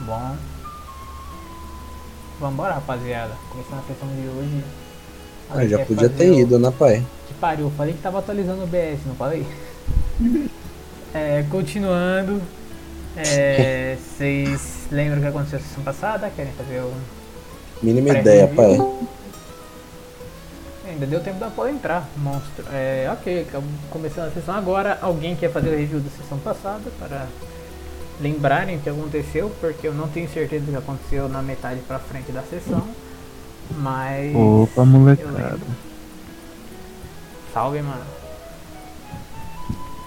Bom. Vambora, rapaziada. Começando a sessão de hoje. A Ah, gente já quer podia fazer ter o- ido, né, pai? Que pariu, eu falei que tava atualizando o BS, não falei? é, continuando. É, vocês lembram o que aconteceu na sessão passada? Querem fazer o. Mínima Parece ideia, um pai. Ainda deu tempo da Paula entrar, monstro. É, ok, acabou- começando a sessão agora. Alguém quer fazer o review da sessão passada para lembrarem o que aconteceu, porque eu não tenho certeza do que aconteceu na metade pra frente da sessão. Mas. Opa, eu molecada. lembro. Salve, mano.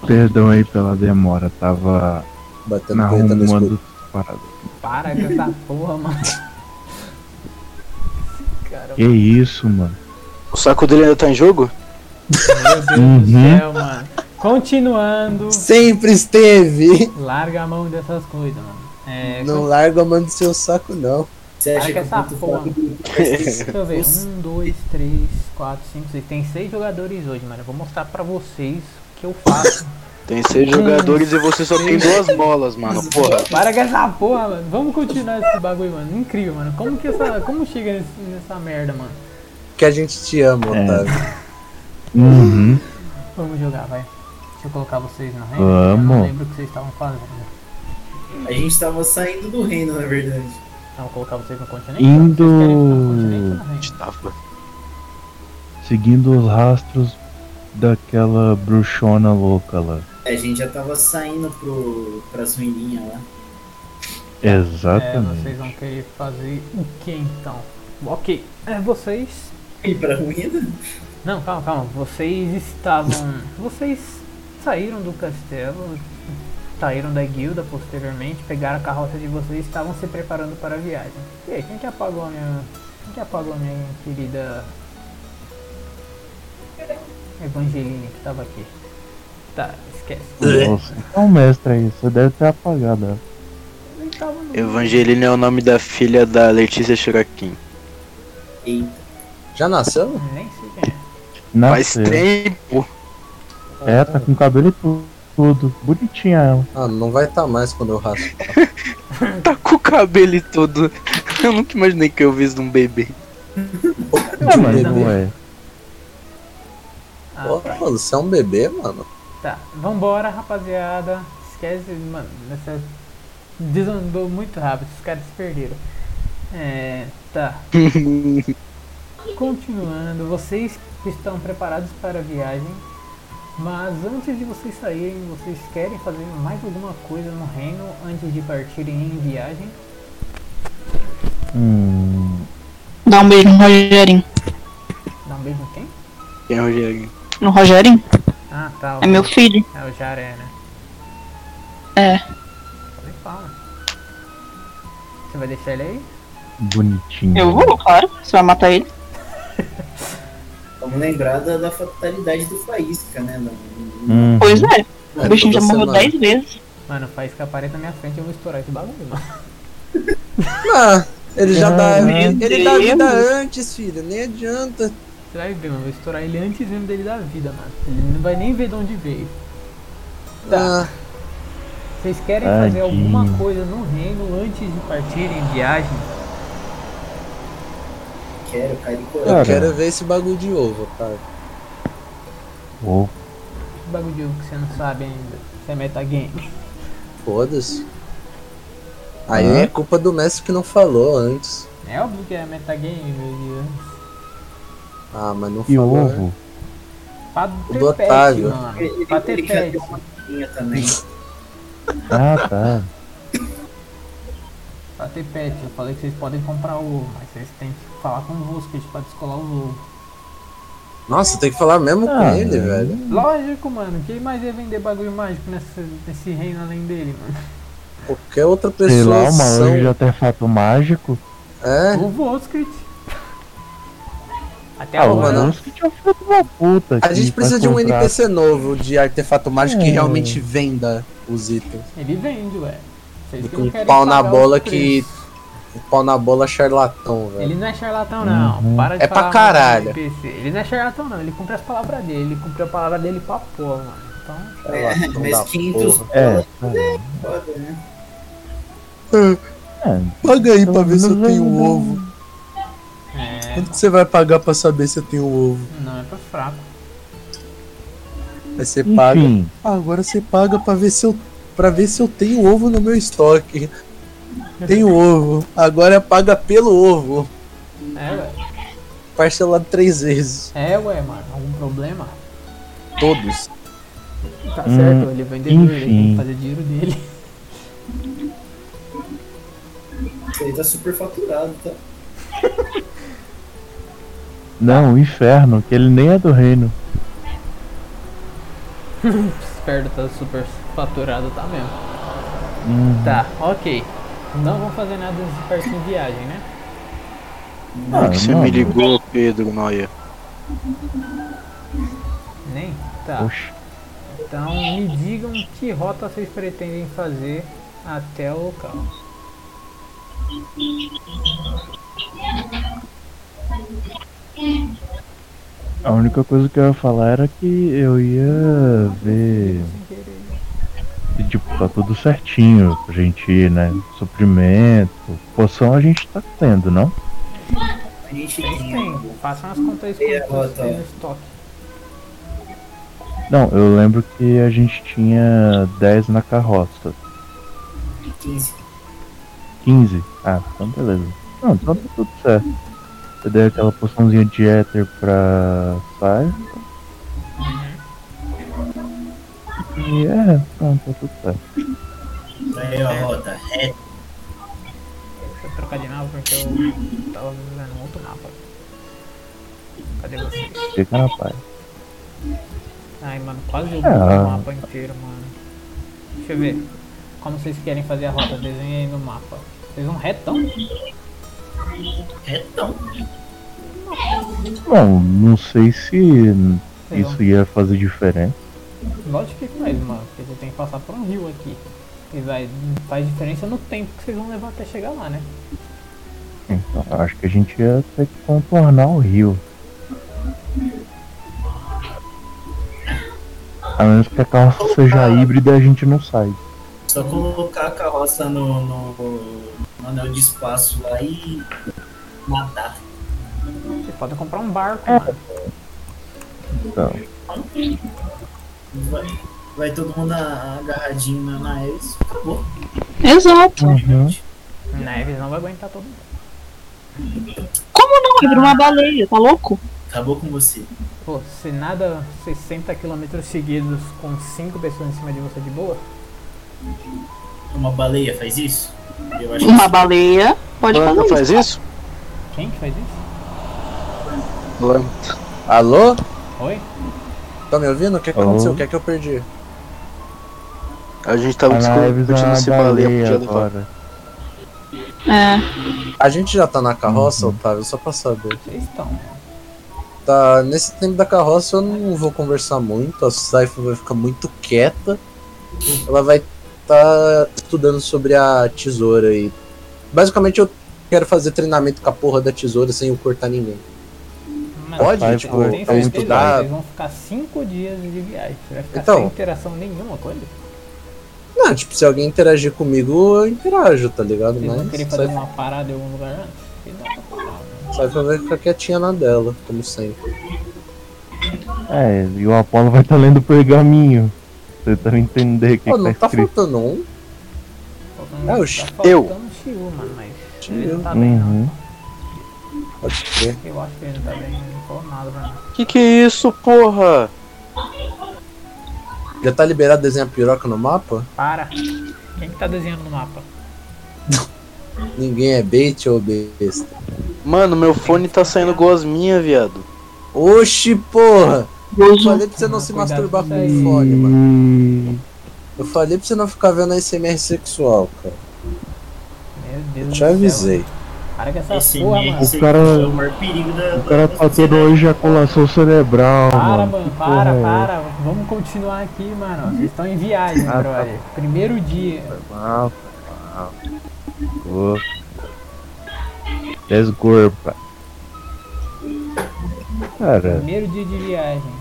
Perdão aí pela demora, tava Batendo na punheta Tá no escuro. arrumando parada. Para com essa porra, mano. Esse Cara, Que isso, mano. O saco dele ainda tá em jogo? meu Deus do Uhum. céu, mano. Continuando. Sempre esteve! Larga a mão dessas coisas, mano. É, Não larga a mão do seu saco, não. Você acha Para que com eu essa curto porra. foto do Deixa eu ver. Um, dois, três, quatro, cinco, seis. Tem seis jogadores hoje, mano. Eu vou mostrar pra vocês o que eu faço. Tem seis jogadores e você só tem duas bolas, mano. Porra. Para com essa porra, mano. Vamos continuar esse bagulho, mano. Incrível, mano. Como que essa. Como chega nesse- nessa merda, mano? Que a gente te ama, É. Otávio. Uhum. Vamos jogar, vai. Deixa eu colocar vocês na rede. Eu Vamos. não lembro o que vocês estavam fazendo. A gente tava saindo do reino, na verdade. Então, vou colocar vocês no continente. Indo. Vocês querem ficar no continente ou na rede? Seguindo os rastros daquela bruxona louca lá. A gente já tava saindo pro, pras ruininhas lá. É, Exatamente. vocês vão querer fazer o que então? Ok, é, vocês. E pra ruína? Não, calma, calma. Vocês estavam. Vocês saíram do castelo, saíram da guilda posteriormente, pegaram a carroça de vocês e estavam se preparando para a viagem. E aí, quem que apagou a minha. Quem que apagou a minha querida. Evangeline que tava aqui? Tá, esquece. Você é um mestre aí, você deve ter apagado. ela. Nem tava no- Evangelina é o nome da filha da Letícia Shurakin. Eita, Já nasceu? Nem sei quem é. Faz Nasceu. tempo. É, tá com cabelo e tu- tudo. Bonitinha ela. Ah, não vai estar mais quando eu raspo. Tá com o cabelo e tudo. Eu nunca imaginei que eu visse um bebê. É, mas bebê. não é. Ah, Ô, tá. mano, você é um bebê, mano. Tá, vambora, rapaziada. Esquece, mano, essa. Desandou muito rápido, esses caras se perderam. É. Tá. Continuando, vocês estão preparados para a viagem, mas antes de vocês saírem, vocês querem fazer mais alguma coisa no reino antes de partirem em viagem? Hum. Dá um beijo no Rogerinho. Dá um beijo em quem? Quem é o Rogerinho? No Rogerinho? Ah, tá. É meu filho. É o Jaré, né? É. Falei, fala. Você vai deixar ele aí? Bonitinha. Eu vou, claro. Você vai matar ele. vamos lembrar da, da fatalidade do Faísca, né? Da- Uhum. Pois é. É, O bichinho já toda morreu semana. 10 vezes. Mano, faz que apareça na minha frente eu vou estourar esse bagulho, mano. Ah, ele já dá. Meu Ele dá Deus. vida antes, filho. Nem adianta. Você vai ver, mano. Eu vou estourar ele antes mesmo dele da vida, mano. Ele não vai nem ver de onde veio. Tá. Ah, Vocês querem fazer Tadinho. alguma coisa no reino antes de partirem em viagem? Quero, cara, e eu coragem. Cara. quero ver esse bagulho de ovo, cara. é. Vou. Esse bagulho de ovo que você não sabe ainda. Isso é metagame. Foda-se. Aí Ah. é culpa do mestre que não falou antes. É óbvio que é metagame, meu Deus. Ah, mas não E falou. ovo? Pra ter do pet, Otávio. mano. Ele- ele- Pra ter ele já pet. deu uma filhinha também. Ah, tá. Pra ter pet. Eu falei que vocês podem comprar ovo, mas vocês têm que falar com o Vuskit pra descolar os ovos. Nossa, tem que falar mesmo Ah, com ele, né? velho. Lógico, mano. Quem mais ia vender bagulho mágico nessa- nesse reino além dele, mano? Qualquer outra Sei pessoa. lá, uma são- loja de artefato mágico. É, O Voskrit. Até Ah, o agora. mano. Manus que tinha feito uma puta. a gente que precisa vai de um comprar- NPC novo de artefato mágico que É. realmente venda os itens. Ele vende, ué. Vocês E que com não um querem pau na pagar bola os preços. O pau na bola charlatão, velho. Ele não é charlatão, não. Uhum. Para de É pra falar mal do caralho. NPC. Ele não é charlatão, não. Ele cumpre as palavras dele. Ele cumpre a palavra dele pra pôr, mano. Então, É, Charlatão mas da 500 porra. É, foda, né? Paga aí pra ver se eu Não, tenho um não, ovo. É. Quanto que você vai pagar pra saber se eu tenho um ovo? Não, é pra fraco. Aí você paga. Enfim, Ah, agora você paga pra ver se eu para ver se eu tenho ovo no meu estoque. Tenho ovo. Agora paga pelo ovo. É, ué. Parcelado três vezes. É, ué, mano. Algum problema? Todos. Tá Hum, certo, ele é vendedor, ele tem que enfim. fazer dinheiro dele. Ele tá super faturado, tá? não, o inferno, que ele nem é do reino. Esperto tá super faturado, tá mesmo. Hum, Tá, ok. Não vou fazer nada desse perto em viagem, né? ah, é que você mano, me ligou, Pedro Noia. Nem? Tá. Poxa, Então me digam que rota vocês pretendem fazer até o local. a única coisa que eu ia falar era que eu ia ver. Sem querer. E, tipo, tá tudo certinho pra gente ir, né? Suprimento, poção a gente tá tendo, não? A gente Vocês tem. têm, façam as contas aí Tem a com vocês rota. têm no estoque. Não, eu lembro que a gente tinha 10 na carroça. 15. 15? Ah, então beleza. Não, então tá tudo certo. Eu dei aquela poçãozinha de éter pra então. Sai. E é, pronto, tá tudo certo. Aí, ó, rota. É, Deixa eu trocar de nave porque eu tava vendo um outro mapa. Cadê vocês? Fica na paz. Ai, mano, quase eu Ah. o mapa inteiro, mano. Deixa eu ver. Como vocês querem fazer a rota? Desenha aí no mapa. Vocês vão retão? retão. Bom, não sei se Vocês isso ia fazer diferença. vão... Lógico que faz, mano. Porque você tem que passar por um rio aqui. E vai... faz diferença no tempo que vocês vão levar até chegar lá, né? Então, eu acho que a gente ia ter que contornar o rio. A menos que a carroça seja híbrida e a gente não sai. Só colocar a carroça no, no, no anel de espaço lá e matar. Você pode comprar um barco, É. mano. Então, Vai, vai todo mundo a- agarradinho na na Ares. Acabou. Exato. uhum. Neves não vai aguentar todo mundo. Como não? Ele virou uma baleia, tá louco? Acabou com você. Pô, se nada 60 km seguidos com 5 pessoas em cima de você de boa, Uma baleia faz isso? Eu acho Uma baleia pode Planta fazer isso. faz isso? quem que faz isso? Planta. Alô? Oi? Tá me ouvindo? O que, que Alô? aconteceu? O que é que eu perdi? A gente A tava Neves é discutindo se uma baleia podia baleia levar. agora. É. A gente já tá na carroça, Otávio, só pra saber. Vocês estão. Tá, nesse tempo da carroça eu não vou conversar muito, a Saifa vai ficar muito quieta. Ela vai tá estudando sobre a tesoura aí. Basicamente eu quero fazer treinamento com a porra da tesoura sem eu cortar ninguém. Mano, Pode, eu tipo, tenho então, certeza que estudar- Vocês vão ficar cinco dias de viagem. Você vai ficar Então. sem interação nenhuma com ele? Não, tipo, se alguém interagir comigo, eu interajo, tá ligado? Vocês vão querer Mas fazer Saifa- uma parada em algum lugar antes? Porque dá pra falar, né? Saifa vai ficar quietinha na dela, como sempre. É, e o Apolo vai estar lendo o pergaminho. Tentando entender o que, Pô, que não tá tá escrito. faltando um? Faltando- Ah, o tá Chiu. faltando o Chiu, mano, mas ele não tá bem, não. Uhum. Pode ser. Eu acho que ele não tá bem, ele não falou nada pra mim. Que que é isso, porra? Já tá liberado desenhar piroca no mapa? Para! Quem que tá desenhando no mapa? Ninguém é bait ou besta. Mano, meu fone tá saindo gosminha, viado. Oxi, porra! Eu Gozo. falei pra você não se Cuidado masturbar com com isso aí. o fone, mano. Eu falei pra você não ficar vendo ASMR sexual, cara. Meu Deus Eu do te céu. avisei. Para com essa Esse porra, mês, mano. esse O cara- é o maior perigo da. O cara tá tendo hoje ejaculação cerebral, Para, mano. mano, Que para, porra é essa? para. Vamos continuar aqui, mano. Vocês estão em viagem, Ah, tá. brother. Primeiro dia. Mal, mal. Pô. Desgorpa. Cara, Primeiro dia de viagem.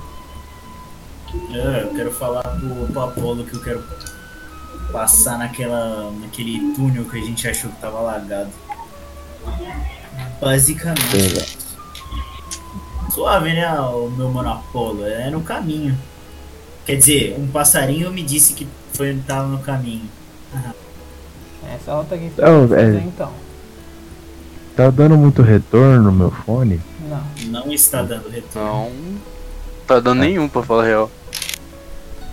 É, eu quero falar pro, pro Apolo que eu quero passar naquela, naquele túnel que a gente achou que tava alagado. Basicamente. Suave, né, o meu mano Apolo? É no caminho. Quer dizer, um passarinho me disse que foi, tava no caminho. Essa rota aqui Não, você é- então. Tá dando muito retorno no meu fone? Não. Não está dando retorno. Não. Tá dando nenhum pra falar a real.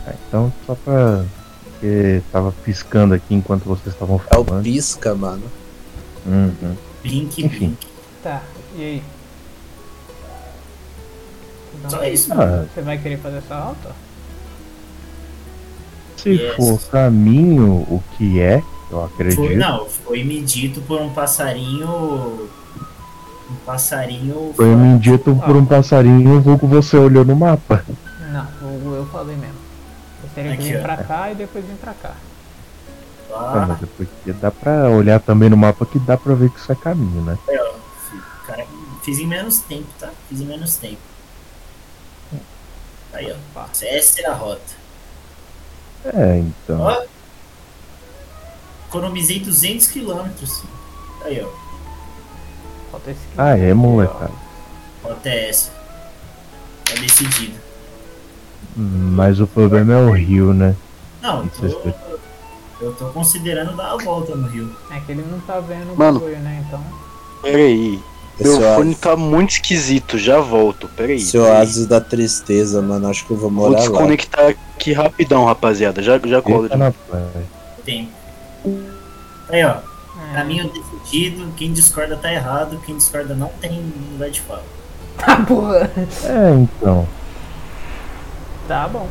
Ah, Então, só pra. Porque tava piscando aqui enquanto vocês estavam É o falando. pisca, mano. Uhum. Blink, Enfim. blink. Tá, e aí? Não, Só isso. Ah, Você vai querer fazer essa rota? se Yes. for caminho, o que é, eu acredito. Foi, não, foi me dito por um passarinho. Um passarinho. Foi me dito Ah. por um passarinho, eu vou com você olhou no mapa. Não, eu, eu falei mesmo. Você teria que Aqui, vir ó. pra cá e depois vir pra cá. Ah, lá. mas é porque dá pra olhar também no mapa que dá pra ver que isso é caminho, né? Cara, fiz em menos tempo, tá? Fiz em menos tempo. Aí, ó. Essa é a rota. É, então. Ó. Economizei 200 quilômetros. Aí, ó. Falta esse aqui. Ah, é, Aqui, ó. molecada. Rota é essa. Tá decidido. Hum, Mas o problema é o rio, né? Não, eu Isso é tô, eu tô considerando dar a volta no rio. É que ele não tá vendo o Mano. bagulho, né? Então. Peraí. Meu Esse fone oásis, tá muito esquisito, já volto. Peraí. esse é peraí. oásis da tristeza, mano. Acho que eu vou Vou morar lá. desconectar aqui rapidão, rapaziada. Já, já colo. Eita, tá na praia. Tempo. Aí, ó. É, Caminho decidido. Quem discorda tá errado. Quem discorda não tem lugar de fala. Tá, porra. É, então. Tá bom.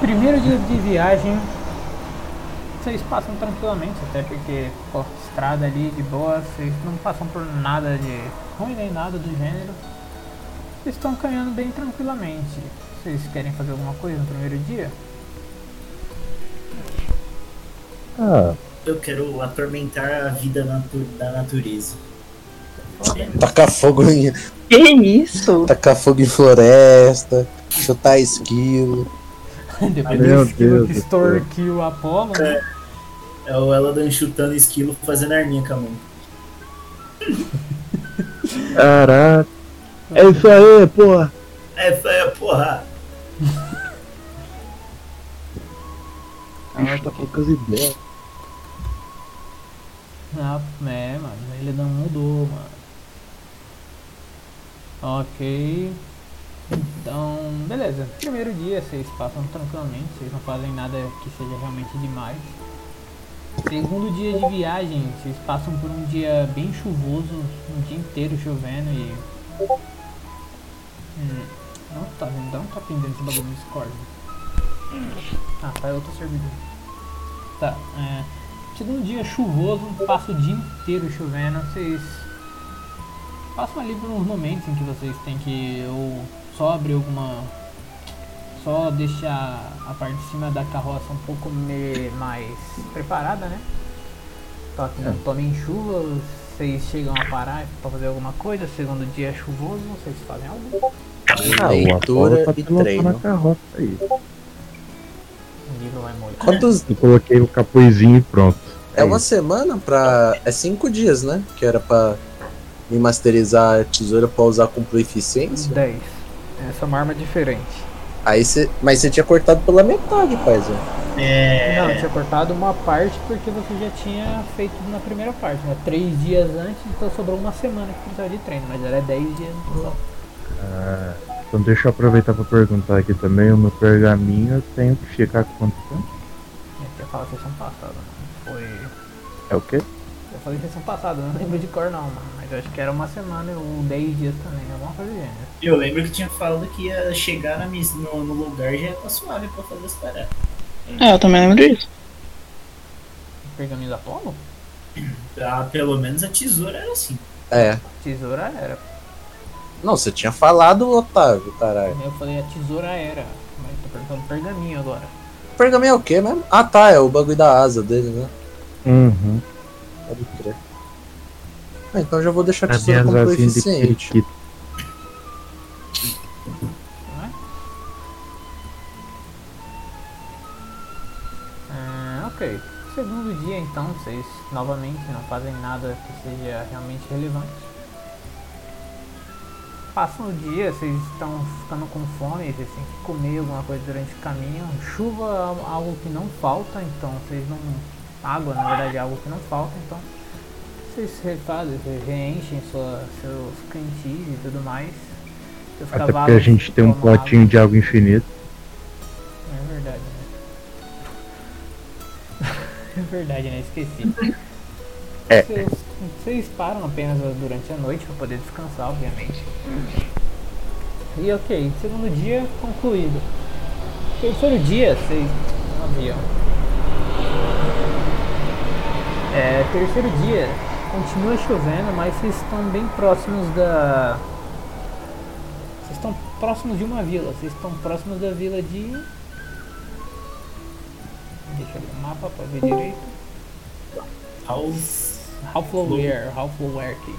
Primeiro dia de viagem. Vocês passam tranquilamente, até porque, pô, estrada ali de boa, vocês não passam por nada de ruim nem nada do gênero. Vocês estão caminhando bem tranquilamente. Vocês querem fazer alguma coisa no primeiro dia? Ah, Eu quero atormentar a vida natu- da natureza. Tacar fogo em, Que isso? tacar fogo em floresta, chutar esquilo. Depois Meu do esquilo Deus que do extorquiu o Apolo, né? É o Eladan chutando esquilo fazendo arminha com a mão. caraca. É isso aí, porra. É, é porra! Ela tá- poucas ideias. Ah, é, mano, ele não mudou, mano. Ok. Então, beleza. Primeiro dia vocês passam tranquilamente, vocês não fazem nada que seja realmente demais. Segundo dia de viagem, vocês passam por um dia bem chuvoso, um dia inteiro chovendo e. Hum, não tá vendo, dá um tapinha dentro do bagulho do Discord. Ah, tá, é outro servidor. Tá, é. Chega um dia chuvoso, passa o dia inteiro chovendo, vocês passam ali por uns momentos em que vocês têm que ou só abrir alguma. só deixar a parte de cima da carroça um pouco me- mais preparada, né? Pra que não tomem chuva, vocês chegam a parar pra fazer alguma coisa, segundo dia é chuvoso, vocês fazem algo. Ah, o Leitura Apolo tá e pilotando treino. a carroça aí. Ninguém vai molhar. Quantos. Eu coloquei o capuzinho e pronto. É uma semana pra. É cinco dias, né? Que era pra me masterizar a tesoura pra usar com proficiência. 10. Essa é uma arma diferente. Aí você. Mas você tinha cortado pela metade, paizão. Não, eu tinha cortado uma parte porque você já tinha feito na primeira parte, né? Três dias antes, então sobrou uma semana que precisava de treino, mas era dez dias no total. Ah, então deixa eu aproveitar pra perguntar aqui também. O meu pergaminho eu tenho que checar quanto tempo. Eu tinha falado sessão passada, mano. Uhum. Foi. É o quê? Eu falei sessão passada, eu não lembro de cor não, mano. Mas eu acho que era uma semana ou dez dias também, alguma coisa do gênero. Eu lembro que tinha falado que ia chegar na mis- no, no lugar já tá suave pra fazer as paradas. É, eu também lembro disso. Pergaminho da Apolo? Ah, pelo menos a tesoura era assim. É. Tesoura era. Não, você tinha falado, Otávio, caralho. Eu falei a tesoura era. Mas tô perguntando pergaminho agora. Pergaminho é o quê mesmo? Ah tá, é o bagulho da asa dele, né? Uhum. Pode crer. Ah, então já vou deixar a As tesoura minhas com asinhas de proficiente. periquito. Hum, então, Vocês novamente não fazem nada que seja realmente relevante. Passam o dia, vocês estão ficando com fome, vocês têm que comer alguma coisa durante o caminho. Chuva é algo que não falta, então vocês não. Água, na verdade, é algo que não falta, então vocês refazem, vocês reenchem sua- seus cantis e tudo mais. Seus Até porque a gente tem um tomam água. potinho de água infinito. É verdade, né? É verdade, né? Esqueci. É. Vocês, vocês param apenas durante a noite para poder descansar, obviamente. E ok, segundo dia concluído. Terceiro dia, vocês. Um avião. É, terceiro dia, continua chovendo, mas vocês estão bem próximos da. Vocês estão próximos de uma vila. Vocês estão próximos da vila de. Deixa eu abrir o mapa pra ver direito. Halfloware, Halflowerke.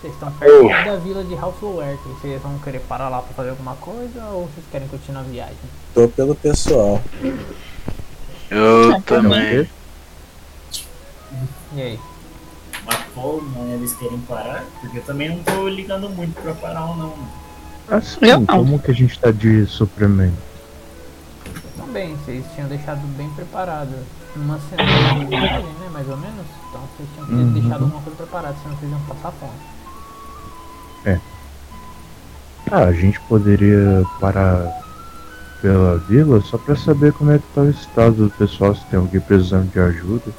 Vocês estão perto da vila de Halflowerke. Vocês vão querer parar lá pra fazer alguma coisa ou vocês querem continuar a viagem? Tô pelo pessoal. Eu Ah, então Não, também. porque E aí? Mas como né, eles querem parar? Porque eu também não tô ligando muito pra parar ou não. né. mano. Assim, Eu não. como que a gente tá de suprimento? Também, vocês tinham deixado bem preparado. Uma semana de viagem, né? Mais ou menos. Então vocês tinham que ter Uhum. deixado alguma coisa preparada, senão vocês iam passar fome. Ah, a gente poderia parar pela vila só pra saber como é que tá o estado do pessoal, se tem alguém precisando de ajuda.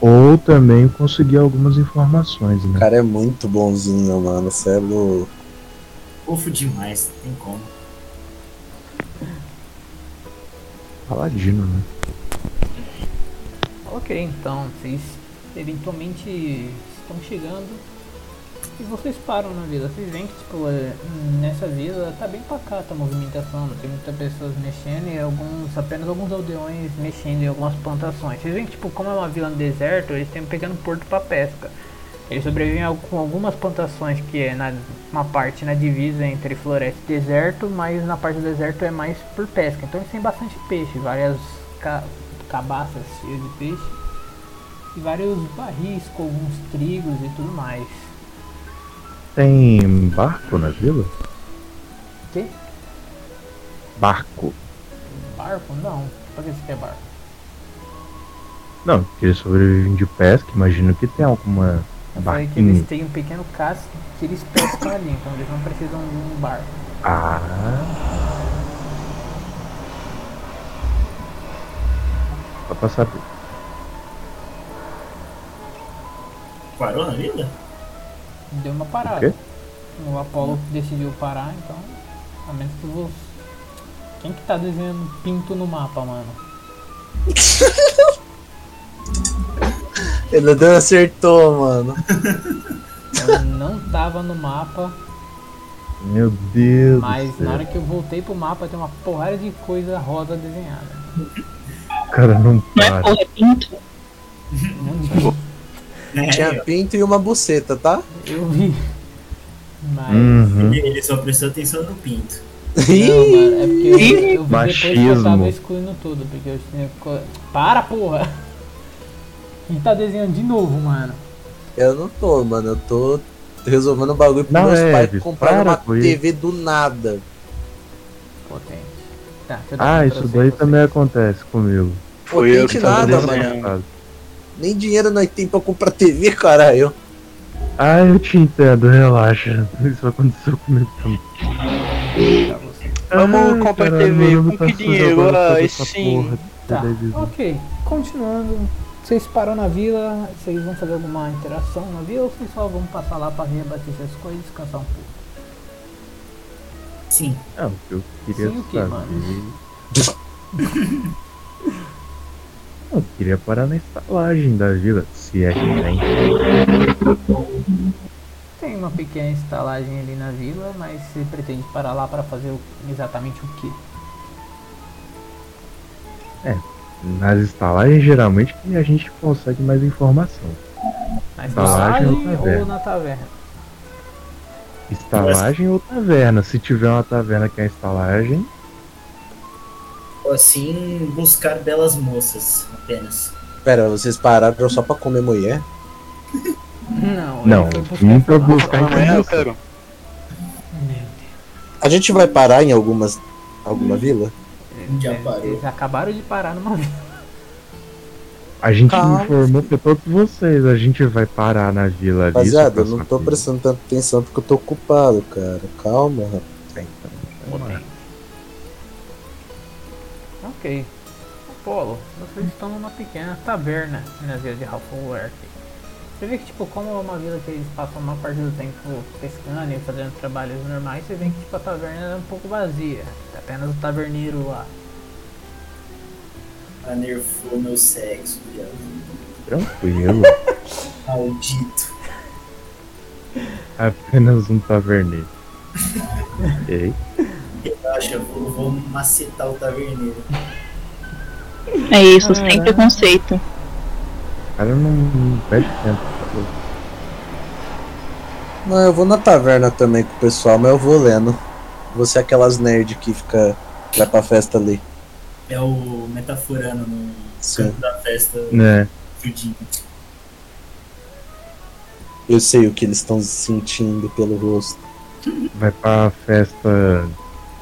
Ou também conseguir algumas informações, O né? cara é muito bonzinho, mano. Você é louco. Fofo demais, não tem como. Paladino, né? Ok, então vocês eventualmente estão chegando e vocês param na vila. Vocês veem que tipo, é, nessa vila tá bem pacata a movimentação, não tem muitas pessoas mexendo e alguns, apenas alguns aldeões mexendo em algumas plantações. Vocês veem que tipo, como é uma vila no deserto, eles têm um pequeno porto para pesca. Eles sobrevivem al- com algumas plantações que é na uma parte na divisa entre floresta e deserto, mas na parte do deserto é mais por pesca. Então eles têm bastante peixe, várias ca- cabaças cheias de peixe e vários barris com alguns trigos e tudo mais. Tem barco na vila? Quê? Barco. Barco? Não. Pra que você quer barco? Não, porque eles sobrevivem de pesca, imagino que tem alguma Eu falei que barquinha. eles têm um pequeno casco que eles pescam ali, então eles não precisam de um barco. Ah. Só pra saber. Parou na vida? Deu uma O parada. quê? O Apollo decidiu parar, então. A menos que você. Quem que tá desenhando pinto no mapa, mano? Ele não acertou, mano. Ela não tava no mapa, Meu Deus. do mas céu. na hora que eu voltei pro mapa tem uma porrada de coisa rosa desenhada. Cara, não Não para. é porra, é pinto. Um monte de É, Tinha pinto e uma buceta, tá? Eu vi. Mas. Uhum. ele ele só prestou atenção no pinto. Não, mano, é porque eu, eu vi depois que eu Machismo. tava excluindo tudo, porque eu tinha. co- Para, porra! E tá desenhando de novo, mano. Eu não tô, mano. Eu tô resolvendo o bagulho pro Não, meus é, pais Vitor, comprar para uma com isso. TV do nada. Potente. Tá, deixa eu dar Ah, um isso Ctrl+C daí pra também acontece comigo. Pô, Foi eu tem que de tava nada, desenhando. mano. Nem dinheiro nós tem pra comprar TV, caralho. Ah, eu te entendo, relaxa. Isso aconteceu comigo também. Vamos comprar TV, mano, com tá que sujo dinheiro? agora Ah, toda esse essa sim. porra de Tá, é televisão. ok. Continuando, vocês param na vila, vocês vão fazer alguma interação na vila ou vocês só vão passar lá pra reabastecer as coisas e descansar um pouco? Sim. Não, Ah, o que eu queria Sim, o quê, saber. mano? eu queria parar na estalagem da vila, se é que tem. Tem uma pequena estalagem ali na vila, mas você pretende parar lá pra fazer o- exatamente o que? Nas estalagens, geralmente, que a gente consegue mais informação. Na Estalagem ou estalagem ou taverna? na taverna? Estalagem ou taverna. Se tiver uma taverna que é estalagem, Assim, buscar belas moças apenas. Pera, vocês pararam só pra comer mulher? Não, Não, ele foi vim pra essa- buscar Amanhã, informação. cara. A gente vai parar em algumas. alguma vila? Já Eles- parou. Eles acabaram de parar numa vez. A gente Calma. informou pra todos vocês, a gente vai parar na vila ali. só Rapaziada, pra eu não tô saber. prestando tanta atenção porque eu tô ocupado, cara. Calma, rapaz. Ok. Apolo, vocês estão numa pequena taverna na vila de Half-Work. Você vê que, tipo, como é uma vila que eles passam uma parte do tempo pescando e fazendo trabalhos normais, você vê que, tipo, a taverna é um pouco vazia. Tá apenas o taverneiro lá. A nerfou Tá meu sexo, viado. Tranquilo. Maldito. Apenas um taverneiro. Ei, Relaxa, eu vou, vou macetar o taverneiro. É isso, sem preconceito. cara não, não perde tempo. Não, eu vou na taverna também com o pessoal, mas eu vou lendo. Você é aquelas nerd que fica. vai pra festa ali. É o metaforano no Sim. canto da festa, Né? tudinho. Eu sei o que eles estão sentindo pelo rosto. Vai pra festa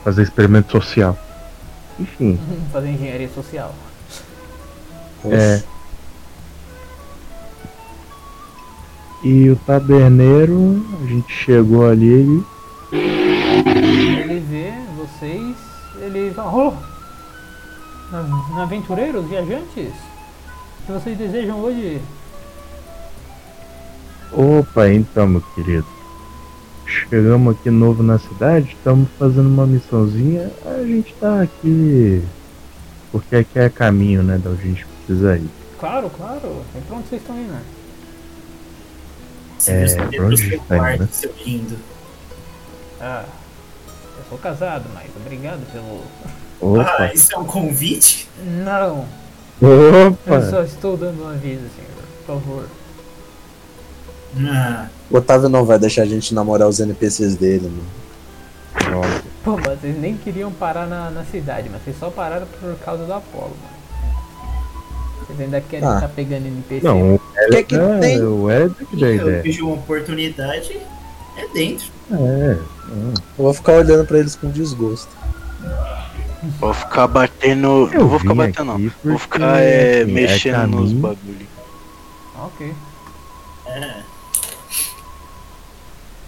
fazer experimento social. Enfim, Fazer engenharia social. É. e o taberneiro, a gente chegou ali, ele Ele vê vocês, ele fala, oh, na- aventureiros, viajantes, o que vocês desejam hoje? Opa, então, meu querido. Chegamos aqui novo na cidade, estamos fazendo uma missãozinha. A gente tá aqui porque aqui é caminho, né? Da onde a gente precisa ir. Claro, claro, é pra onde vocês estão indo? Se Deus É, quiser, pra onde pro seu tá indo, quarto, né? seu lindo. Ah, eu sou casado, mas obrigado pelo... Opa! Ah, isso é um convite? Não, é eu Opa! só estou dando um aviso, senhor, por favor. Ah, O Otávio não vai deixar a gente namorar os NPCs dele, mano. Nossa, Pô, mas vocês nem queriam parar na, na cidade, mas vocês só pararam por causa do Apolo, mano. Vocês ainda querem Ah. estar pegando NPC? Não, o O que é que tem? é, o Ed que deu a eu ideia. vejo uma oportunidade, é dentro. É, Eu vou ficar olhando pra eles com desgosto. Vou ficar batendo. Eu não vou ficar vim batendo, não. aqui Vou porque, ficar é, assim, é mexendo nos caminho. bagulho. Ok. É.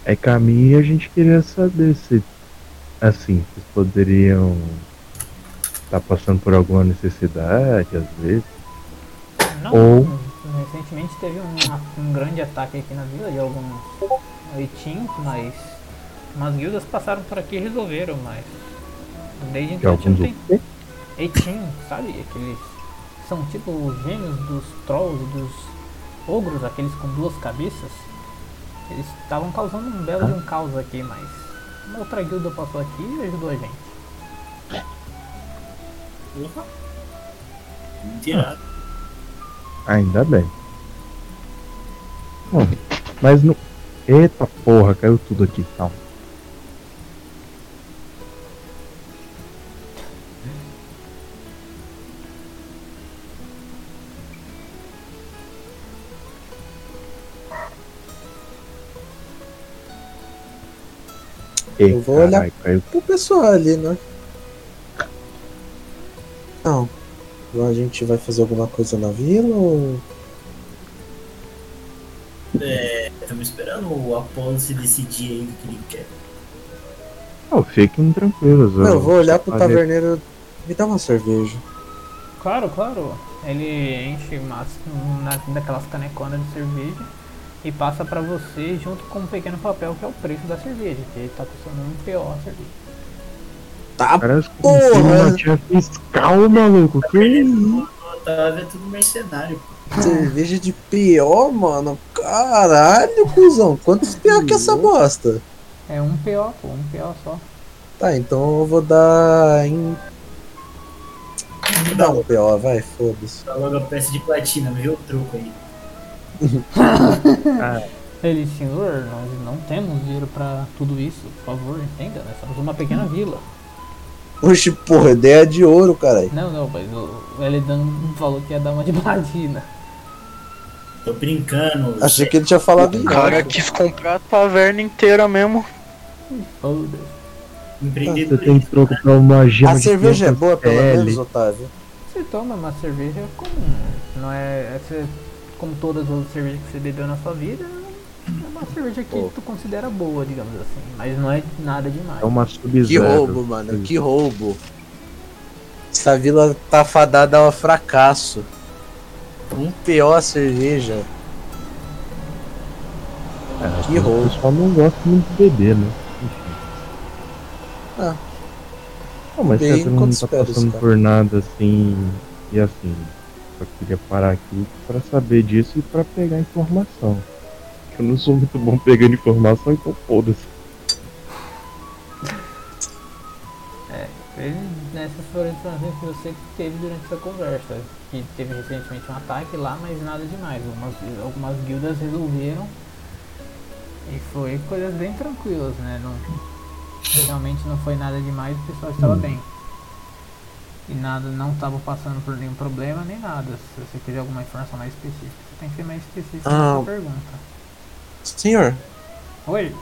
é caminho e a gente queria saber se, assim, vocês poderiam estar passando por alguma necessidade, às vezes. Não, Ou- recentemente teve um, um grande ataque aqui na vila de alguns oitinhos, mas umas guildas passaram por aqui e resolveram, mas desde De então a gente alguns não tem Eitinho, sabe? Aqueles são tipo os gêmeos dos trolls e dos ogros, aqueles com duas cabeças. Eles estavam causando um belo Ah. de um caos aqui, mas uma outra guilda passou aqui e ajudou a gente. Porra. Ah. Tirado. Ainda bem. Bom, mas não. Eita porra, caiu tudo aqui. Calma. Ei, Eu vou olhar. caralho, caiu O pessoal ali, né? Não. A gente vai fazer alguma coisa na vila ou. Estamos esperando o Apollo se decidir aí do que ele quer. Não, fiquem tranquilos. Não, eu vou olhar pro falei- taverneiro. Me dá uma cerveja. Claro, claro. Ele enche umas, na, daquelas caneconas de cerveja e passa pra você junto com um pequeno papel que é o preço da cerveja, que ele tá custando um PO a cerveja. Tá, Caras com Porra! tia fiscal, maluco. Que isso? O Otávio é tudo mercenário. pô. cerveja de pior, mano. Caralho, cuzão. Quantos pior que essa bosta? É um PO, pô, um PO só. Tá, então eu vou dar em. Dá um PO, vai, foda-se. Tá logo a peça de platina, me vê o troco aí. Ele, senhor, nós não temos dinheiro pra tudo isso, por favor, entenda, nós somos uma pequena vila. Oxe, porra, ideia de ouro, caralho. Não, não, mas o, o Eledano falou que ia dar uma de Paladina. Tô brincando. é Achei que ele tinha falado em O cara ouro. quis comprar a taverna inteira mesmo. Foda-se. Você um Empreendedor. tem que trocar uma gema A de cerveja é 500 boa, pelo PL. menos, Otávio. Você toma uma cerveja comum. Não é. Essa, é como todas as outras cervejas que você bebeu na sua vida, é uma cerveja que Pô. tu considera boa, digamos assim. Mas não é nada demais. É uma Que roubo, sub-zero. mano, que roubo. Essa vila tá fadada ao fracasso. Um PO a cerveja. É, Que roubo. O pessoal não gosta muito de beber, né? Enfim. Ah. Não, mas Bem se não quantos tá pés, passando cara. por nada assim e assim. Só queria parar aqui pra saber disso e pra pegar informação. Eu não sou muito bom pegando informação, então foda-se. Teve nessas É, né, foram as informações que você teve durante essa conversa. Que teve recentemente um ataque lá, mas nada demais. Algumas, algumas guildas resolveram. E foi coisas bem tranquilas, né? Não, realmente não foi nada demais, o pessoal estava bem. E nada, não estava passando por nenhum problema nem nada. Se você quiser alguma informação mais específica, você tem que ser mais específico Ah. na sua pergunta. Senhor, Oi,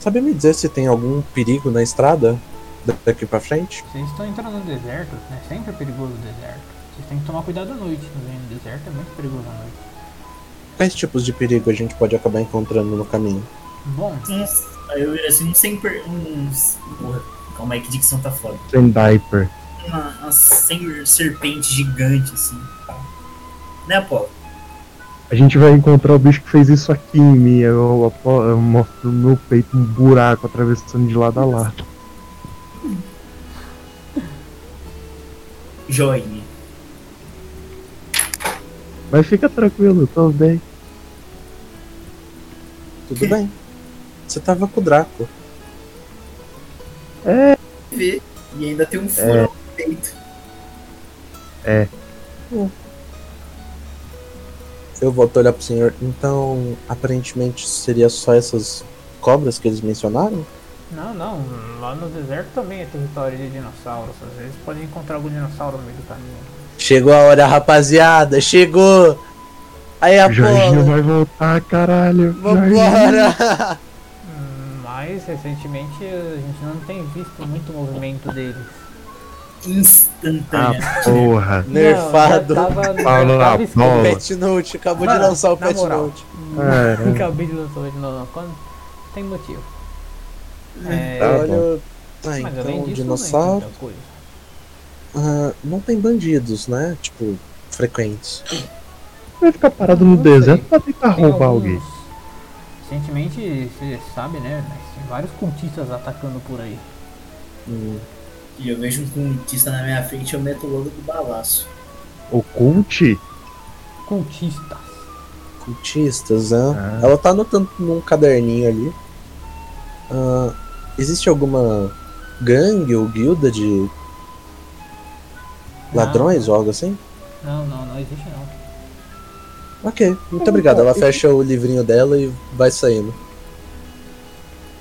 sabe me dizer se tem algum perigo na estrada da- daqui pra frente? vocês estão entrando no deserto, né? Sempre é perigoso o deserto. Vocês têm que tomar cuidado à noite, não vem no deserto, é muito perigoso à noite. Quais tipos de perigo a gente pode acabar encontrando no caminho? Bom, Uns- Aí eu viro assim, uns sem per... uns. Porra, calma aí que dicção tá foda. Sem diaper. Uma, uma sem serpente gigante, assim. Né, Apolo? A gente vai encontrar o bicho que fez isso aqui em mim. Eu, apo- eu mostro no meu peito um buraco atravessando de lado a lado. Join. Mas fica tranquilo, tô bem. Tudo bem. Você tava com o Draco. Vê. E ainda É. tem um furão no peito. Eu volto a olhar pro senhor. Então, aparentemente seria só essas cobras que eles mencionaram? Não, não. Lá no deserto também é território de dinossauros. Às vezes pode encontrar algum dinossauro no meio do caminho. Chegou a hora, rapaziada! Chegou! Aí, O Jorginho Apolo! vai voltar, caralho. Jorginho. Vambora! Hum, Mas recentemente a gente não tem visto muito movimento deles. Instantânea. Ah, porra. Nerfado. Não, já tava, já tava Fala na escrito. bola. Pet Note, acabou de Mano, lançar o na Pet moral. Note. Caramba. Acabei de lançar hoje, não, não. Quando... Tem motivo. É, Tá Olha. Ah, mas além então, disso, não é dinossauro. muita coisa. Ah, não tem bandidos, né? Tipo, frequentes. Vai ficar parado no Não sei. deserto pra tentar Tem roubar alguns- alguém. Recentemente, você sabe, né? Mas tem vários cultistas atacando por aí. Hum, E eu vejo um cultista na minha frente eu meto logo do balaço. O cult? Cultistas. cultistas, né? Ah. Ela tá anotando num caderninho ali. Ah, existe alguma gangue ou guilda de ladrões ou algo assim? Não, não, não existe não. Ok, muito obrigado. Ela fecha o livrinho dela e vai saindo.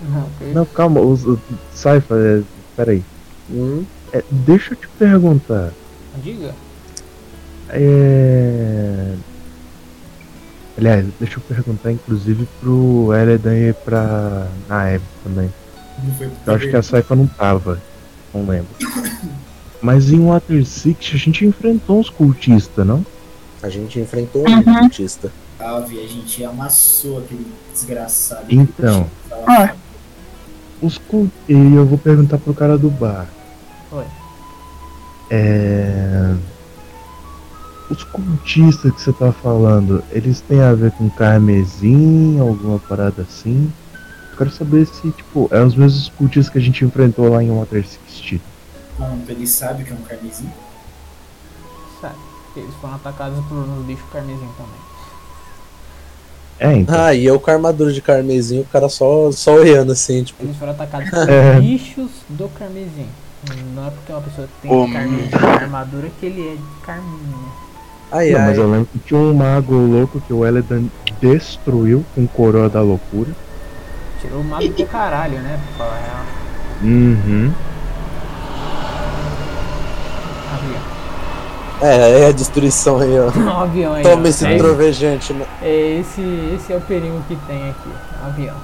Não, que- Não, calma, os, os, Saifa, é, peraí. Hum, É, deixa eu te perguntar. Diga. É. Aliás, deixa eu perguntar inclusive pro Eledan e pra Naeb também. Não foi Eu acho que é- a Saifa não tava. Não lembro. Mas em Water Six a gente enfrentou uns cultistas, não? a gente enfrentou um Uhum. cultista. Ave, a gente amassou aquele desgraçado. Então. Tava- Os cult... E eu vou perguntar pro cara do bar. Oi. É... Os cultistas que você tá falando, eles têm a ver com carmesim, alguma parada assim? Eu quero saber se, tipo, é os mesmos cultistas que a gente enfrentou lá em Water 60. Pronto, ele sabe que é um carnezinho. Sabe, eles foram atacados por um bicho carmesim também. É, então. Ah, e eu com a armadura de carmesim, o cara só, só olhando assim, tipo, Eles foram atacados É. por bichos do carmesim. Não é porque uma pessoa tem Ô, carmesim na armadura que ele é de carminha. ai Não, ai. mas eu lembro que tinha um mago louco que o Eledan destruiu com coroa da loucura. Tirou o mago do caralho, né? pra falar a real. Uhum. é É, é a destruição aí, ó. Um avião aí. Toma ó. esse é, trovejante, né? é esse, esse é o perigo que tem aqui. Um avião.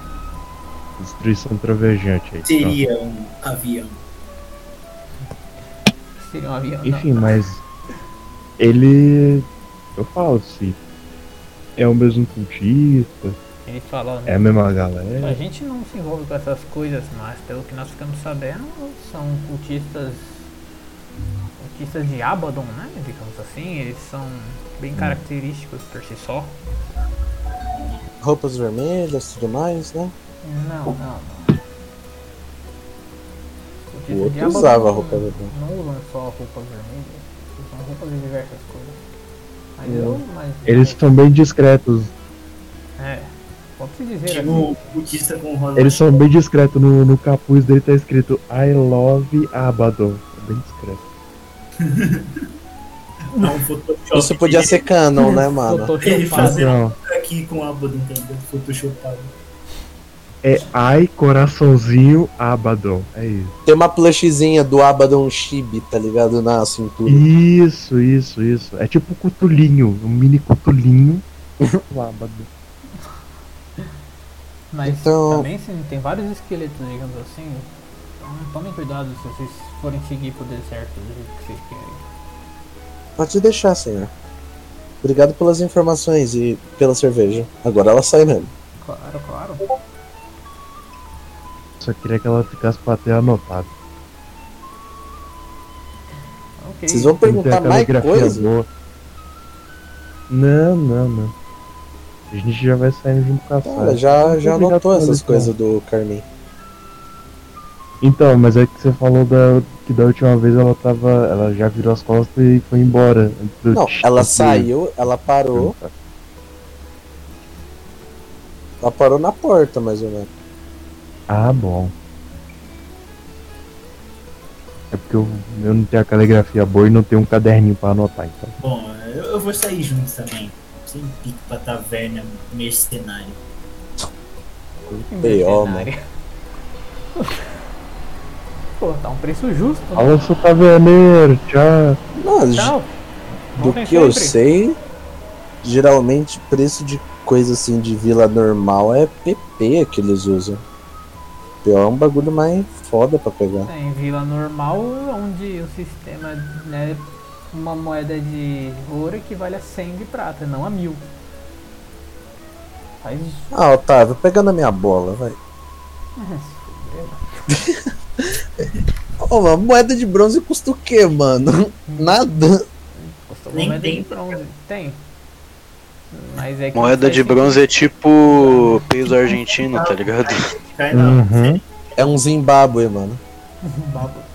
Destruição trovejante aí. então. Seria um avião. Seria um avião. não. Enfim, mas ele. Eu falo se é o mesmo cultista, Ele fala, né? é a mesma A galera. gente não se envolve com essas coisas, mas pelo que nós ficamos sabendo, são cultistas. cultistas de Abaddon, né? Digamos assim, eles são bem característicos por si só. Roupas vermelhas tudo mais, né? Não, não, não. Cultistas O outro de Abaddon usava não- roupa vermelha. Não usam só roupa vermelha, usam roupas de diversas coisas. Mas Não. eu. Mas, Eles são bem discretos. É. Pode-se dizer Tinha assim. um cultista com rosa. Eles são bem discretos. No, no capuz dele tá escrito I love Abaddon. É Bem discreto. Não, um Photoshop. Isso podia ser canon, né, mano? Ele Photoshopado. fazia- Não, aqui com a Abaddon, entendeu? Photoshopado. é I coraçãozinho Abaddon. É isso. Tem uma plushzinha do Abaddon Chibi, tá ligado? Na cintura. Uhum. Isso, isso, isso. É tipo um cutulinho, um mini cutulinho. O Abaddon. Mas Então- também sim, tem vários esqueletos, digamos assim. Então tomem cuidado se vocês forem seguir pro deserto do jeito que vocês querem. Pode deixar, senhor. Obrigado pelas informações e pela cerveja. Agora ela sai mesmo. Claro, claro. Só queria que ela ficasse pra ter anotado. Ok. Vocês vão Não tem perguntar mais calligrafia coisa? boa. Não, não, não. A gente já vai saindo junto com a Cara, Sara. já, Muito já obrigado anotou pela essas lição. coisas do Carmin. Então, mas é que você falou da, que da última vez ela tava. Ela já virou as costas e foi embora. antes do- Não, ela antes do- saiu, ela parou. Ela parou na porta, mais ou menos. Ah, bom. É porque eu, eu não tenho a caligrafia boa e não tenho um caderninho pra anotar, então. Bom, eu, eu vou sair junto também. Sem pique pra taverna mercenário. Que B.O., mercenário. Pô, tá um preço justo. né? Alô, seu taverneiro, tchau. Mas, Tchau. do Voltem que eu sempre. sei, geralmente preço de coisa assim de vila normal é PP que eles usam. PO é um bagulho mais foda pra pegar. É, em vila normal, onde o sistema né, uma moeda de ouro equivale a 100 de prata, não a mil. Faz isso. Ah, Otávio, pega na minha bola, vai. Ô, mano, moeda de bronze custa o quê, mano? Nada. Custou Nem tá moeda de tem. bronze. Tem. Mas é que Moeda não sei de se- bronze é tipo peso argentino, tá ligado? Cai na Uhum. É um Zimbábue, mano. Babo.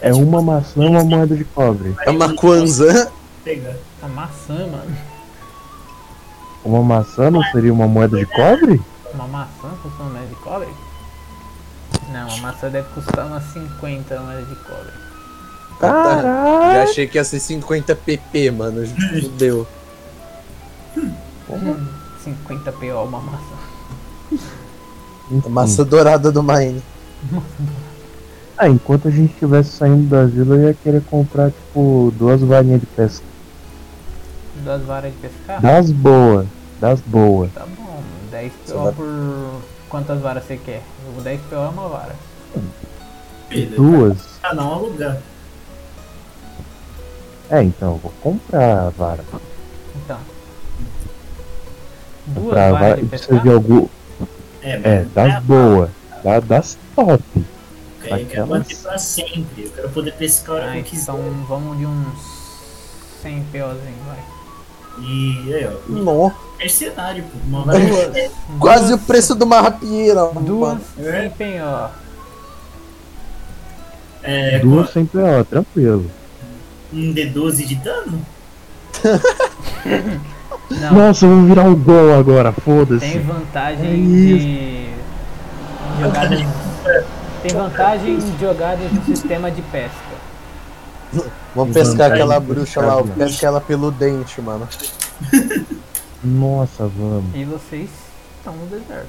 É uma maçã uma moeda de cobre. É uma Kwanzaa. pega. A maçã, mano. Uma maçã não seria uma moeda de cobre? Uma maçã custa uma moeda de cobre? Não, uma maçã deve custar umas 50 moedas de cobre. Caralho! Já achei que ia ser 50 PP, mano. Fudeu. 50 PO uma maçã. A Massa dourada do Maine. Ah, enquanto a gente estivesse saindo da vila, eu ia querer comprar, tipo, duas varinhas de pesca. Duas varas de pescar? Das boas. Das boas. Tá bom, 10 Você PO vai- por. Quantas varas você quer? O 10 PO é uma vara. Hum. Beleza. Duas? Ah, não, alugar. É, então, eu vou comprar a vara. Então. Duas Comprar a varas vara. de Eu pescar? preciso de algum. É, mas É, das boas. Da, das top. eu quero- eu quero daquelas- manter pra sempre. Eu quero poder pescar a hora Ah, que eu quiser. então vamos de uns 100 POzinho, vai. E aí, ó. Nossa, Mercenário, pô. Uma né? vara Duas. quase duas, o preço de uma rapieira. mano. Duas É. 100 PO. é, Duas sem PO, tranquilo. um D12 de dano? Não. Nossa, eu vou virar um gol agora, Tem foda-se. É vantagem isso. de. Jogada. Tem vantagem de jogadas no sistema de pesca. Vamos pescar Vantagem aquela do bruxa lá, pescado, pesca ela pelo dente, mano. Nossa, vamos. E vocês estão no deserto.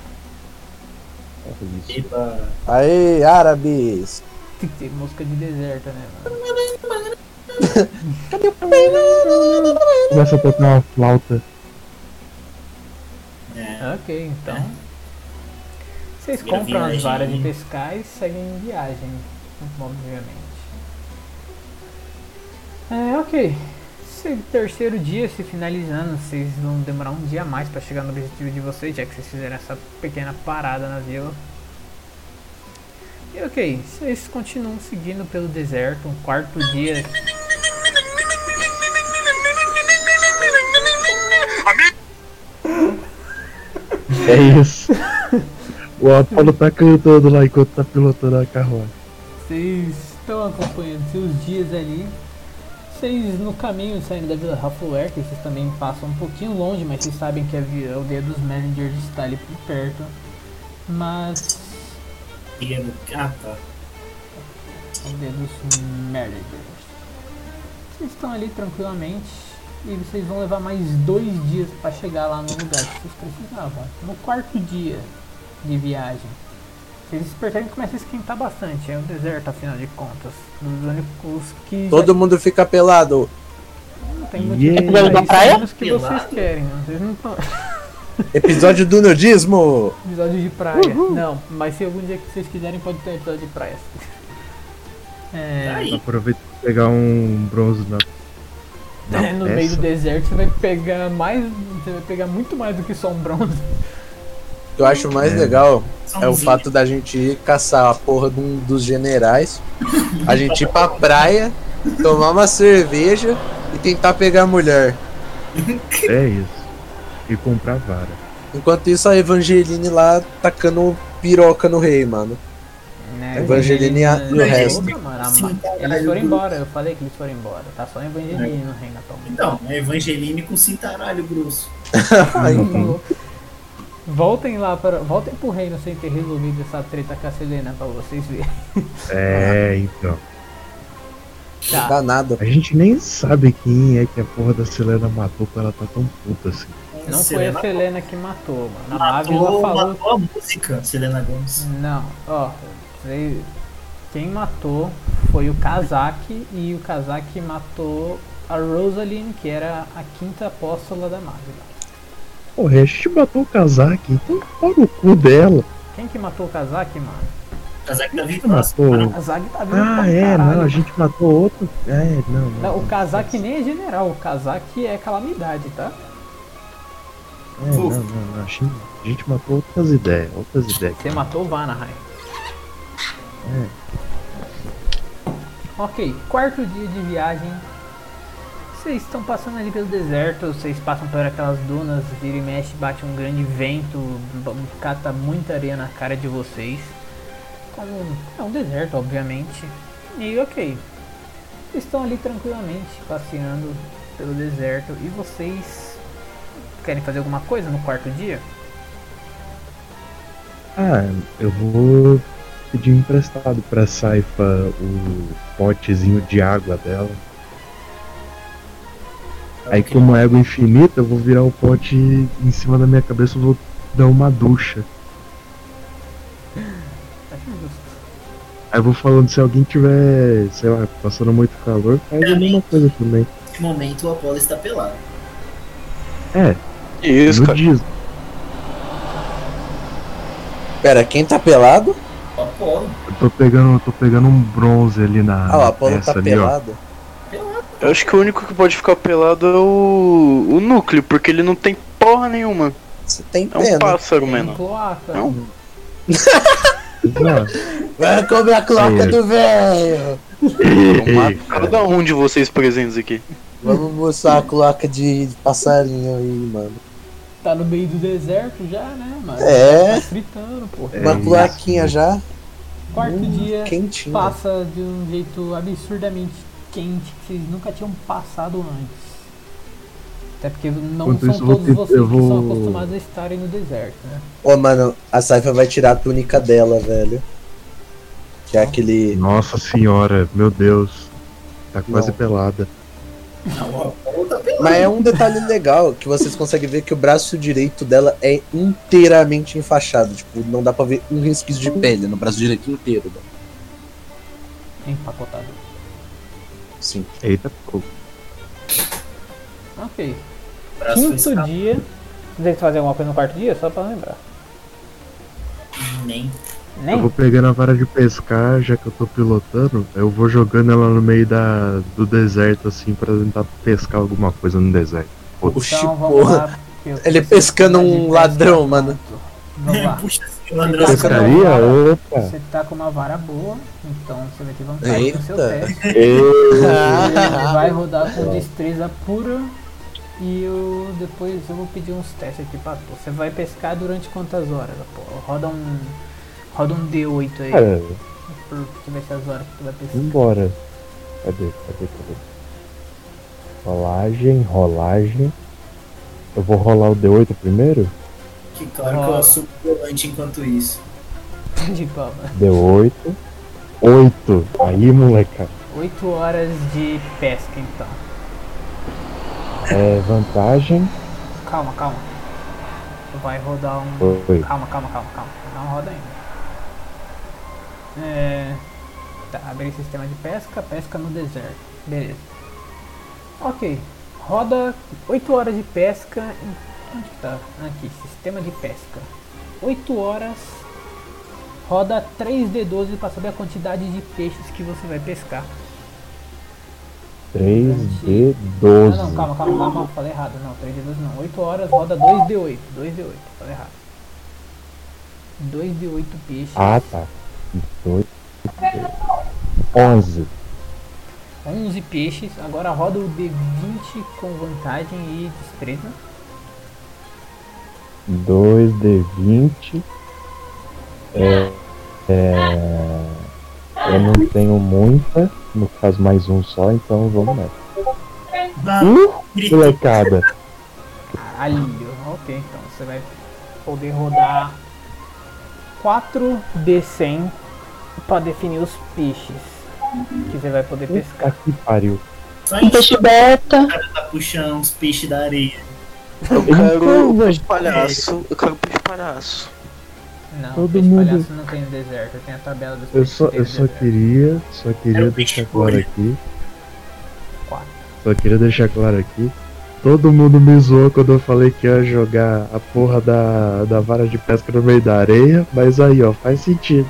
É isso. Eba. Aê, árabes! Tem que ter música de deserto, né, mano? Cadê o pé? Começa a tocar uma flauta. É. Ok, então. É. Vocês Vira compram as viagem. varas de pescar e seguem em viagem, obviamente. É, ok. Esse terceiro dia se finalizando, vocês vão demorar um dia a mais para chegar no objetivo de vocês, já que vocês fizeram essa pequena parada na vila. E ok, vocês continuam seguindo pelo deserto, um quarto dia É isso. O Apolo tá cantando lá enquanto tá pilotando a carroça. Vocês estão acompanhando seus dias ali. Vocês no caminho saindo da Vila Raffler, que vocês também passam um pouquinho longe, mas vocês sabem que a vi- a aldeia dos managers está ali por perto. Mas. E é do- Ah, tá. a aldeia dos managers. Vocês estão ali tranquilamente e vocês vão levar mais dois dias para chegar lá no lugar que vocês precisavam. No quarto dia de viagem. Vocês percebem que começa a esquentar bastante, é um deserto afinal de contas. Os únicos que já Todo mundo fica pelado. Não tem motivo Yeah. pra Quer jogar isso, praia? a menos que vocês Pelado. querem. né? Vocês não estão. Episódio do nudismo! episódio de praia. Não, mas se algum dia que vocês quiserem, pode ter um episódio de praia. Tá É, aí. Aproveita pra pegar um bronze na. é, no essa. meio do deserto você vai pegar mais. Você vai pegar muito mais do que só um bronze. O que eu acho mais É. legal é o Somzinho. fato da gente ir caçar a porra de um dos generais, a gente ir pra praia, tomar uma cerveja e tentar pegar a mulher. É isso. E comprar vara. Enquanto isso, a Evangeline lá tacando piroca no rei, mano. Né, Evangeline e a- e o Evangeline- resto. Opa, mano, a- Sim, caralho, eles foram o grupo. embora, eu falei que eles foram embora. Tá só Evangeline no reino atualmente. Então, é Evangeline com cintaralho grosso. Ai, Voltem lá para. Voltem pro reino sem ter resolvido essa treta com a Selena pra vocês verem. Ah. É, então. Tá. Não dá nada. A gente nem sabe quem é que a porra da Selena matou pra ela tá tão puta assim. Não foi Selena a Selena que matou, mano. A Mavi ela Matou, falou. matou a música, Selena Gomes. Não, ó. você- Quem matou foi o Kazaki e o Kazaki matou a Rosaline, que era a quinta apóstola da Mavi. lá. Pô, a gente matou o casaco, então pau no cu dela. Quem que matou o Kazaki, mano? Kazak tá vivo. O Matou. Kazaki tá vindo Ah, pra é, caralho, não, a mano. gente matou outro. É, não. não. Não, o Kazaki nem é general, o Kazaki é calamidade, tá? É, não, não, não. A gente, a gente matou outras ideias, outras ideias. Você matou o Vanaheim. Ok, quarto dia de viagem. Vocês estão passando ali pelo deserto, vocês passam por aquelas dunas, vira e mexe, bate um grande vento, b- cata muita areia na cara de vocês. Como é um deserto, obviamente. E ok, vocês estão ali tranquilamente passeando pelo deserto e vocês querem fazer alguma coisa no quarto dia? Ah, eu vou pedir emprestado pra Saifa o potezinho de água dela. Aí como é água infinita, eu vou virar o pote em cima da minha cabeça e vou dar uma ducha. Acho justo. Aí eu vou falando, se alguém tiver, sei lá, passando muito calor, faz a mesma coisa também. Nesse momento o Apolo está pelado. É, Que isso, cara. nudismo. Pera, quem tá pelado? O Apolo, Eu tô pegando, eu tô pegando um bronze ali na Ah, o na Apolo tá peça pelado. Eu acho que o único que pode ficar pelado é o, o núcleo, porque ele não tem porra nenhuma. Você tem É um pena. pássaro, Um mano. Cloaca. Não. Exato. Vai comer a cloaca Sim. do velho! Eu É, mato cada um de vocês presentes aqui. Vamos mostrar a cloaca de de passarinho aí, mano. Tá no meio do deserto já, né, mano? É, Tá fritando, pô. É uma isso. cloaquinha já. Quarto Hum, dia Quentinha. passa de um jeito absurdamente quente que vocês nunca tinham passado antes. Até porque não Enquanto são isso, eu vou todos te- vocês eu que são vou- acostumados a estarem no deserto, né? Ô, mano, a Saifa vai tirar a túnica dela, velho. Que Tá. é aquele. Nossa senhora, meu Deus. Tá quase Não. pelada. não, o Apolo tá pelado. Mas é um detalhe legal que vocês conseguem ver que o braço direito dela é inteiramente enfaixado. Tipo, não dá pra ver um resquício de pele no braço direito inteiro. mano. Empacotado. Sim. Eita, pô. Ok. braço foi Quinto escapado. dia. Vocês têm que fazer alguma coisa no quarto dia? Só pra lembrar. Nem. Nem? Eu vou pegando a vara de pescar, já que eu tô pilotando, eu vou jogando ela no meio da, do deserto, assim, pra tentar pescar alguma coisa no deserto. Oxi, Então vamos porra. lá. que eu Ele preciso pescando de um pesca. ladrão, mano. Vamos lá. Puxa assim, esse ladrão. Você tá- Pescaria? Opa! Você tá com uma vara boa, então você vai ter vantagem no seu Eita. teste. Ele Ah, vai rodar com destreza pura. E eu depois eu vou pedir uns testes aqui pra tu. Você vai pescar durante quantas horas, Apolo? Roda um. Roda um D8 aí. Cara, Por, que vai ser as horas que tu vai pescar. vambora. Cadê? Cadê? Cadê? Rolagem, rolagem. Eu vou rolar o D8 primeiro? Que claro que eu assumo o volante enquanto isso. De palma. D8. 8. Aí, moleca. 8 horas de pesca então. É vantagem. Calma, calma. Tu vai rodar um. Foi. Calma, calma, calma, calma. Não roda ainda. É... Tá, abrir sistema de pesca, pesca no deserto. Beleza. Ok. Roda 8 horas de pesca. em- Onde que tá? Aqui, sistema de pesca. 8 horas. Roda 3D12 para saber a quantidade de peixes que você vai pescar. 3D12. Ah, Não, não, calma, calma, calma, falei errado. Não, 3D12 não. 8 horas roda 2D8. 2D8, falei errado. 2D8 peixes. Ah, tá. 2. 11. 11 peixes. Agora roda o D20 com vantagem e destreza. 2D20. É, é, eu não tenho muita. No caso, mais um só. Então vamos nessa. Bah, Uh, grito. molecada. Alívio. Ok, então você vai poder rodar 4D100 para definir os peixes que você vai poder pescar. Puta que pariu. Só Um encher peixe Então, beta. o cara tá puxando uns peixes da areia. Eu Então, quero um velho. palhaço. Eu quero peixe palhaço. Não, Todo peixe mundo- palhaço não tem no deserto. Tem a tabela dos Eu peixes. só, que tem eu no só deserto. queria. Só queria Era um deixar bicho claro olho. aqui. Quatro. Só queria deixar claro aqui. Todo mundo me zoou quando eu falei que ia jogar a porra da, da vara de pesca no meio da areia, mas aí ó, faz sentido.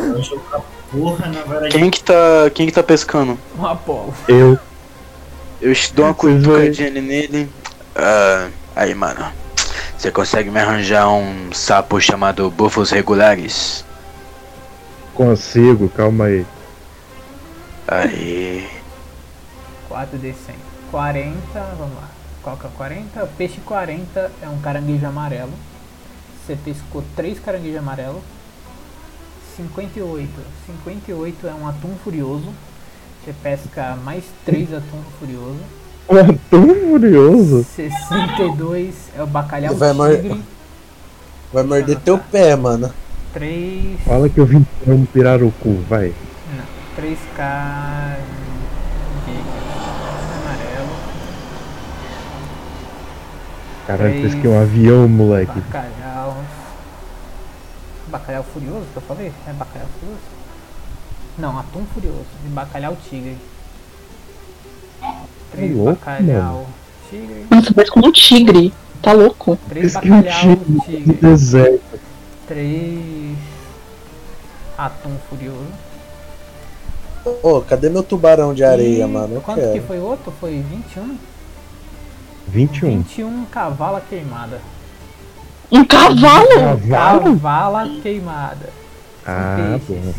Eu jogo a porra na vara de Quem que tá, quem que tá pescando? Um Apolo. Eu Eu dou uma Vocês cutucadinha ali nele. Ah, aí, mano. Você consegue me arranjar um sapo chamado Bufos Regulares? consigo, calma aí. Aí. 4 de 100. 40, vamos lá. Qual que é o 40? Peixe 40 é um caranguejo amarelo. Você pescou 3 caranguejos amarelos. 58. 58 é um atum furioso. Você pesca mais 3 atum furioso. É tão furioso. 62 é o bacalhau Vai mor- tigre. vai morder teu pé, mano. 3. Fala que eu vim ter um pirarucu, vai. Não, 3K de amarelo. Caralho, Três. pesquei um avião, moleque. Bacalhau. Bacalhau furioso que eu falei? É bacalhau furioso? Não, atum furioso. E bacalhau tigre. Três É louco, bacalhau tigre. Nossa, parece como um tigre. Tá louco. Três Pesquei um bacalhau tigre no tigre. deserto. Três atum furioso. Ô, cadê meu tubarão de areia, E mano? Eu Quanto que quero. foi o outro? Foi 21? 21. 21 cavala queimada. Um cavalo? Cavalo? Cavala queimada. São Ah, peixes. bom.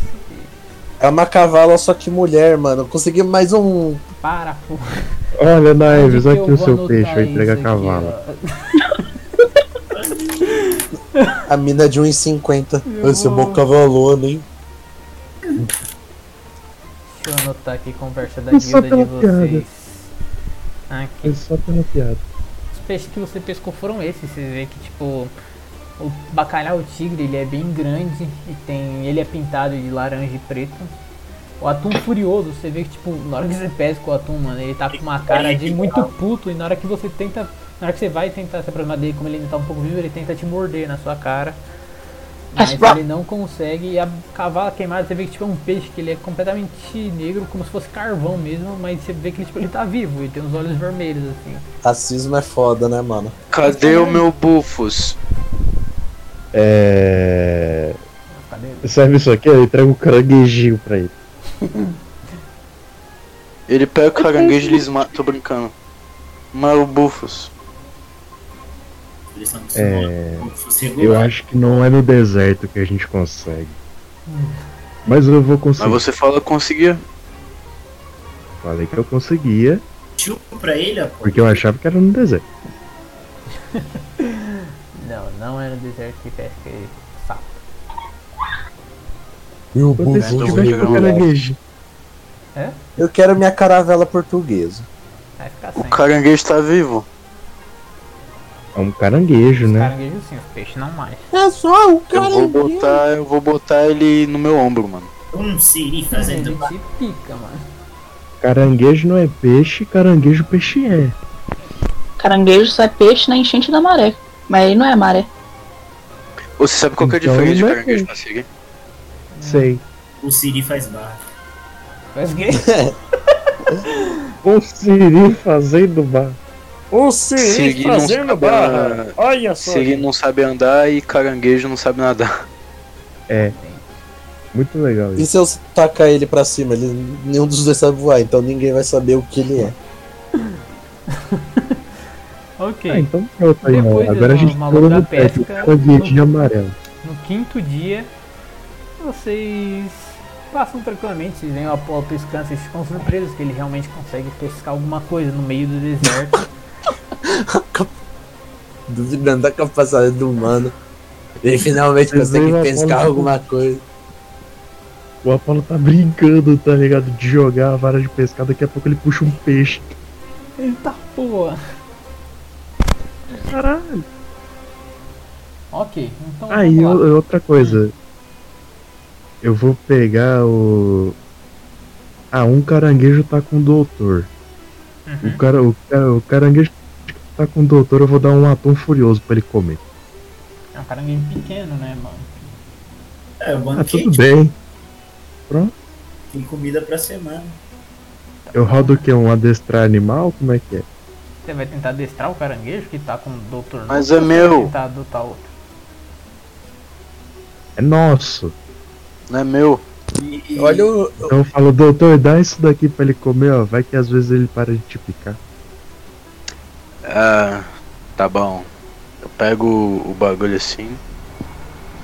É uma cavala, só que mulher, mano. Consegui mais um. Para, porra. Olha, Naives, Onde que Tá, aqui eu vou o seu anotar peixe, eu isso entrega a aqui, cavalo. ó? A mina de 1,50. Eu Esse é um vou- bom cavalona, hein? Deixa eu anotar aqui a conversa da É só guilda de pela piada. vocês. Aqui. É só pela piada. Os peixes que você pescou foram esses. Você vê que, tipo, o bacalhau tigre ele é bem grande e tem ele é pintado de laranja e preto. O atum furioso, você vê que, tipo, na hora que você pesca o atum, mano, ele tá com uma cara de muito puto e na hora que você tenta. Na hora que você vai tentar se aproximar dele, como ele ainda tá um pouco vivo, ele tenta te morder na sua cara. Mas Mas- ele não consegue. E a cavala queimada, você vê que tipo, é um peixe que ele é completamente negro, como se fosse carvão mesmo, mas você vê que tipo, ele tá vivo, ele tem os olhos vermelhos assim. Racismo é foda, né, mano? Cadê o meu Bufos? É. Cadê ele? Serve isso aqui, eu entrego um caranguejinho pra ele. Ele pega o caranguejo e eles matam. Tô brincando. Mas o Bufos. Eles são É. como se fosse Eu regular. acho que não é no deserto que a gente consegue. Hum. Mas eu vou Mas conseguir. você fala que conseguia. Falei que eu conseguia, Tio um pra ele, ó, pô. porque eu achava que era no deserto. Não, não é no deserto que pesca ele. Sapo. E o Eu decidi vou mexer jogar com um o caranguejo. Eu quero minha caravela portuguesa. Vai ficar O sem. caranguejo tá vivo. É um caranguejo, né? Caranguejo sim, os peixes não mais. É só o Eu vou botar. Eu vou botar ele no meu ombro, mano. um siri Ele fazendo te pica, mano. Caranguejo não é peixe, caranguejo peixe é. Caranguejo só é peixe na enchente da maré. Mas aí não é maré. Você sabe qual que é a Então, diferença de não é caranguejo pra seguir? Sei. o siri faz barra. Mas que- Um siri fazendo bar. Um Siri fazendo barra. Olha Siri não sabe andar e caranguejo não sabe nadar. Muito legal E isso. se eu tacar ele pra cima? Ele, nenhum dos dois sabe voar, então ninguém vai saber o que ele é. Ah, Ok. então pronto aí, Depois ó. Agora a do gente tá maluco da no perto. pesca, Caranguejinho amarelo. No quinto dia, vocês passam tranquilamente, vocês veem o Apolo pescando, vocês ficam surpresos que ele realmente consegue pescar alguma coisa no meio do deserto. Duvidando da capacidade do humano. Ele finalmente Mas aí consegue vai pescar falando. alguma coisa. O Apolo tá brincando, tá ligado? De jogar a vara de pescar, daqui a pouco ele puxa um peixe. Eita porra! Caralho. Ok, então. Aí vamos lá. o- outra coisa. Eu vou pegar o. Ah, um caranguejo tá com o doutor. Uhum. O, cara, o, cara- o caranguejo que tá com o doutor, eu vou dar um atum furioso pra ele comer. É um caranguejo pequeno, né, mano? É, o Ah, banquete, tudo bem. tem comida pra semana. Eu rodo o que? Um adestrar animal? Como é que é? Você vai tentar adestrar o caranguejo que tá com o doutor Mas Nuno, ou você é vai meu. Tentar adotar outro. É nosso. Não é meu. E, Olha o. Então eu falo, doutor, dá isso daqui pra ele comer, ó. Vai que às vezes ele para de te picar. Ah, tá bom. Eu pego o bagulho assim.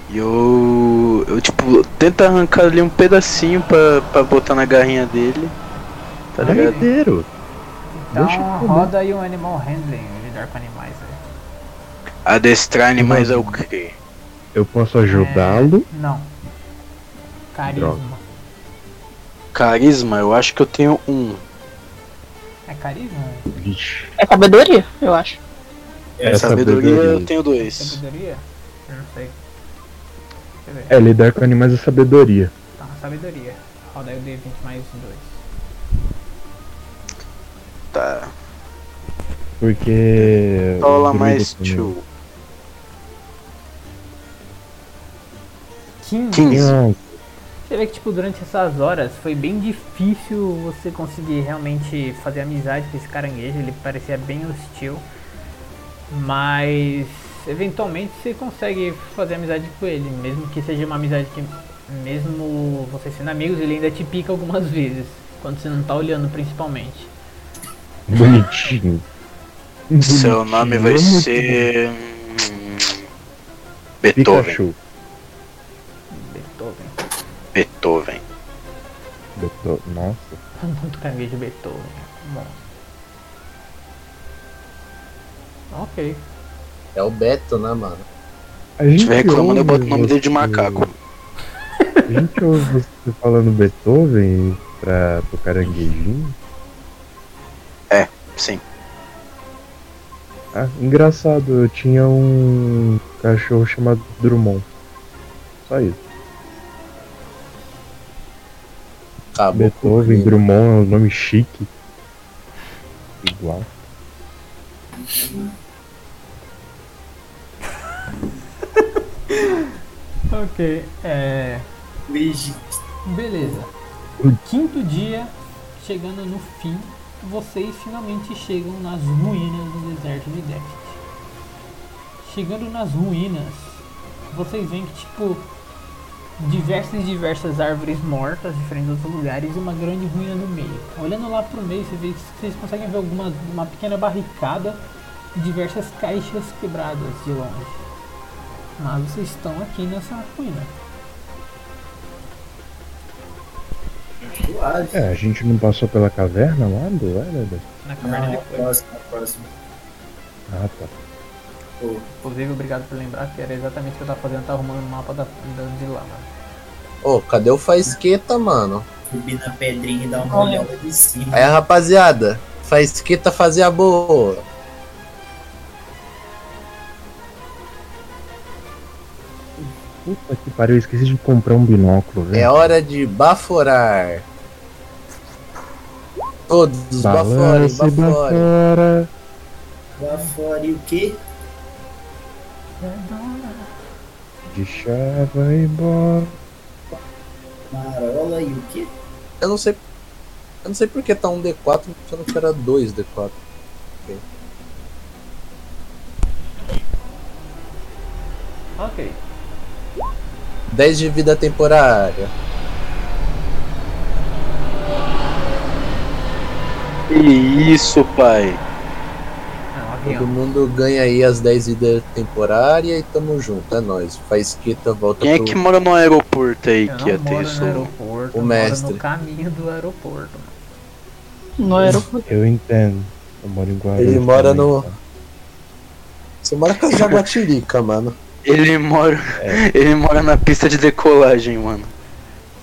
E eu. Eu, tipo, tento arrancar ali um pedacinho pra, pra botar na garrinha dele. Tá Tá ligado? inteiro. Então Deixa eu comer. roda aí um animal handling, lidar com animais. Aí. Adestrar animais é o Uhum. quê? Eu posso É. ajudá-lo. Não. Carisma. Carisma, eu acho que eu tenho um. É carisma? Vixe. É sabedoria, eu acho. É sabedoria, eu sabedoria. tenho dois. Sabedoria? Eu não sei. Deixa eu ver. É, lidar com animais é sabedoria. Tá, sabedoria. Roda aí o D20 mais 2. Tá. Porque. Rola o druida mais também. tio. 15. 15. Não, Você vê que, tipo, durante essas horas foi bem difícil você conseguir realmente fazer amizade com esse caranguejo. Ele parecia bem hostil. Mas, eventualmente, você consegue fazer amizade com ele. Mesmo que seja uma amizade que, mesmo vocês sendo amigos, ele ainda te pica algumas vezes. Quando você não tá olhando, principalmente. Bonitinho. Seu nome vai Ah, Bonitinho. ser. hum, Beethoven. Pikachu. Beethoven. Beethoven. Beto- Nossa. Muito caranguejo de Beethoven. Bom. Ok. É o Beto, né, mano? A gente Se tiver reclamando, eu ouve boto o nome dele de você- macaco. A gente ouve você falando Beethoven pra, pro caranguejinho. Sim. Ah, engraçado, eu tinha um cachorro chamado Drummond. Só isso. Tá Acabou. Beethoven, comigo. Drummond é um nome chique. Igual. Ok, é. Legit. Beleza. Quinto dia, chegando no fim, vocês finalmente chegam nas ruínas do deserto de Deft. Chegando nas ruínas, vocês veem que, tipo, diversas e diversas árvores mortas, diferentes de outros lugares, e uma grande ruína no meio. Olhando lá pro meio, você vê- vocês conseguem ver alguma, uma pequena barricada e diversas caixas quebradas de longe. Mas vocês estão aqui nessa ruína. Suave. né? É, a gente não passou pela caverna lá do Elder? Na caverna Não, é depois. próximo, é próximo. Ah, tá. Inclusive, obrigado por lembrar que era exatamente o que eu tava fazendo, eu tava arrumando o mapa da, da- de lá, mano. Ô, cadê o Faisqueta, mano? Subir na pedrinha e dar uma olhada de cima. Aí, rapaziada, Faisqueta fazer a boa. Puta que pariu, eu esqueci de comprar um binóculo, velho. É hora de baforar. Todos baforem, Balance, baforem. bafora. Lá fora e o quê? De chá, vai embora. Marola e o quê? Eu não sei. Eu não sei porque tá um D4, sendo que era dois D4. Ok. 10 de vida temporária. Que isso, pai? Ah, um Todo avião. mundo ganha aí as 10 vidas temporárias e tamo junto, é nóis. Faisqueta volta Quem é pro. que mora no aeroporto aí, Eu que ia não ter moro isso? no aeroporto, o eu moro mestre. no caminho do aeroporto, mano. No aeroporto. Eu entendo. Eu moro em Guarulhos. Ele mora também, no- tá? Você mora com a Jaguatirica, mano. Ele mora. É. Ele mora na pista de decolagem, mano.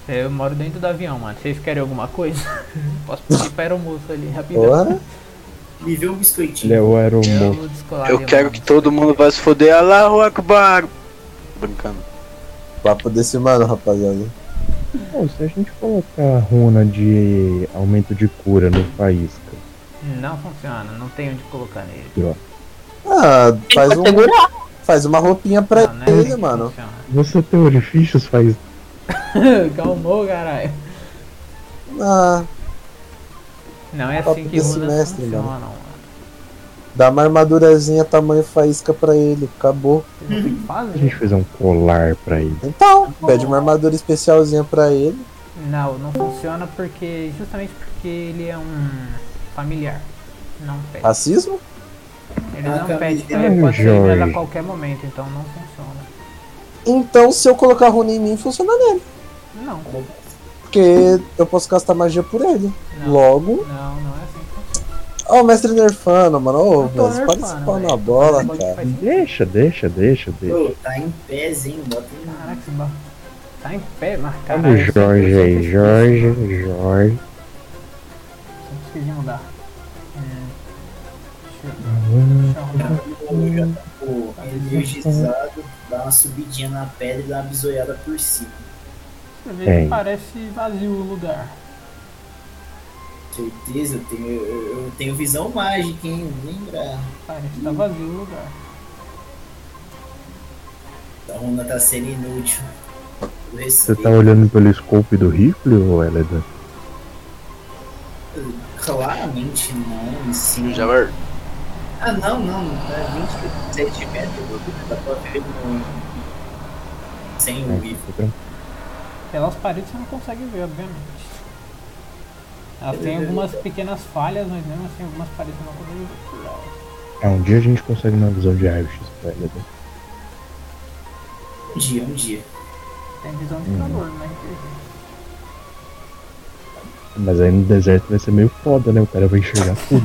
Eu moro dentro do avião, mano. Vocês querem alguma coisa? Posso pedir pra aeromoço ali, rapidão. Porra. Me vê um Ele biscoitinho. é o aeromoço. Eu, descolar Eu ali, quero mano. que todo mundo vá se foder. Alá, Akbar! Brincando. Papo desse mano, rapaziada. Pô, se a gente colocar a runa de aumento de cura no Faísca, Não funciona, não tem onde colocar nele. Ah, faz, Pode um, segurar. faz uma roupinha pra Não, não é assim ele, que mano. funciona. você tem orifícios, Faísca? Calmou, caralho. Ah, Não é Papo assim que desse runas mestre, funcionam, mano. mano. dá uma armadurazinha tamanho faísca pra ele, acabou. Vocês vão ter que A gente fazer. fez um colar pra ele. Então, pede uma armadura especialzinha pra ele. Não, não funciona porque. Justamente porque ele é um familiar. Não pede. Racismo? Ele Ah, não pede, então Ai, ele pode ser Jorge. enviado a qualquer momento, então não funciona. Então, se eu colocar runa em mim, funciona nele. Não, Porque eu posso gastar magia por ele. não, Logo. não, não é assim. que funciona. Ó, o mestre nerfano, mano. Ô, Eu tô mestre, para nerfando, de pau na velho. bola, Pode- cara. faz sentido. Deixa, deixa, deixa, deixa. Pô, tá em pezinho, bota um em... Caraca, esse barro tá em pé, mas Olha o caralho. Jorge eu sempre aí, esqueço, Jorge, Jorge. eu Esqueci de mudar. Hum, deixa eu- Hum, deixa eu arrumar. Já tá, pô, energizado, dá uma subidinha na pedra e dá uma bisoiada por cima. Você vê que Tem. parece vazio o lugar. Certeza, eu tenho, eu, eu tenho visão mágica, hein? Lembra? Parece que tá vazio o lugar. A Runa tá sendo inútil. Eu Você respeito. tá olhando pelo scope do rifle, ou Eleda? Claramente não, sim. Hum, Javar. Ah, não, não. É 27 metros, dá pra ver no- sem É. o rifle. tá Pelas paredes você não consegue ver, obviamente. Elas têm algumas pequenas falhas, mas mesmo assim algumas paredes você não consegue ver. É, um dia a gente consegue uma visão de raio-x pra Eleda. Um dia, um dia. Tem visão de Uhum. calor, né? RPG. Mas aí no deserto vai ser meio foda, né? O cara vai enxergar tudo.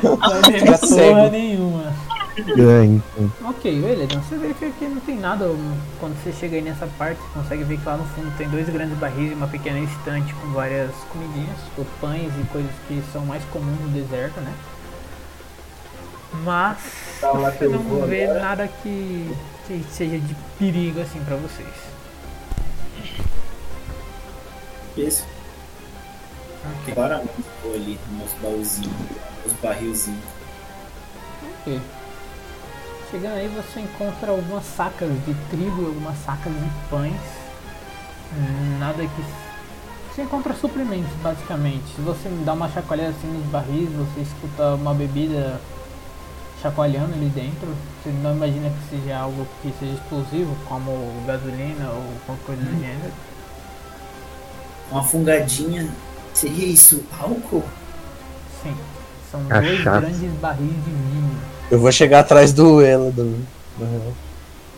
Porra cego. nenhuma. É, então. Ok, beleza. Você vê que aqui não tem nada. hum, Quando você chega aí nessa parte, você consegue ver que lá no fundo tem dois grandes barris e uma pequena estante com várias comidinhas, tipo pães e coisas que são mais comuns no deserto, né? Mas Tá lá que você eu não vou vê agora. nada que que seja de perigo assim pra vocês. Isso. Claramente ficou ali nos baúzinhos, nos barrilzinhos. Ok. Chegando aí você encontra algumas sacas de trigo e algumas sacas de pães. Hum, Nada que. Você encontra suplementos basicamente. Se você dá uma chacoalhada assim nos barris, você escuta uma bebida chacoalhando ali dentro. Você não imagina que seja algo que seja explosivo, como gasolina ou qualquer coisa do gênero. Uma fungadinha. Seria isso álcool? Sim. São dois Cachaça. grandes barris de vinho. Eu vou chegar atrás do Eladon. Uhum.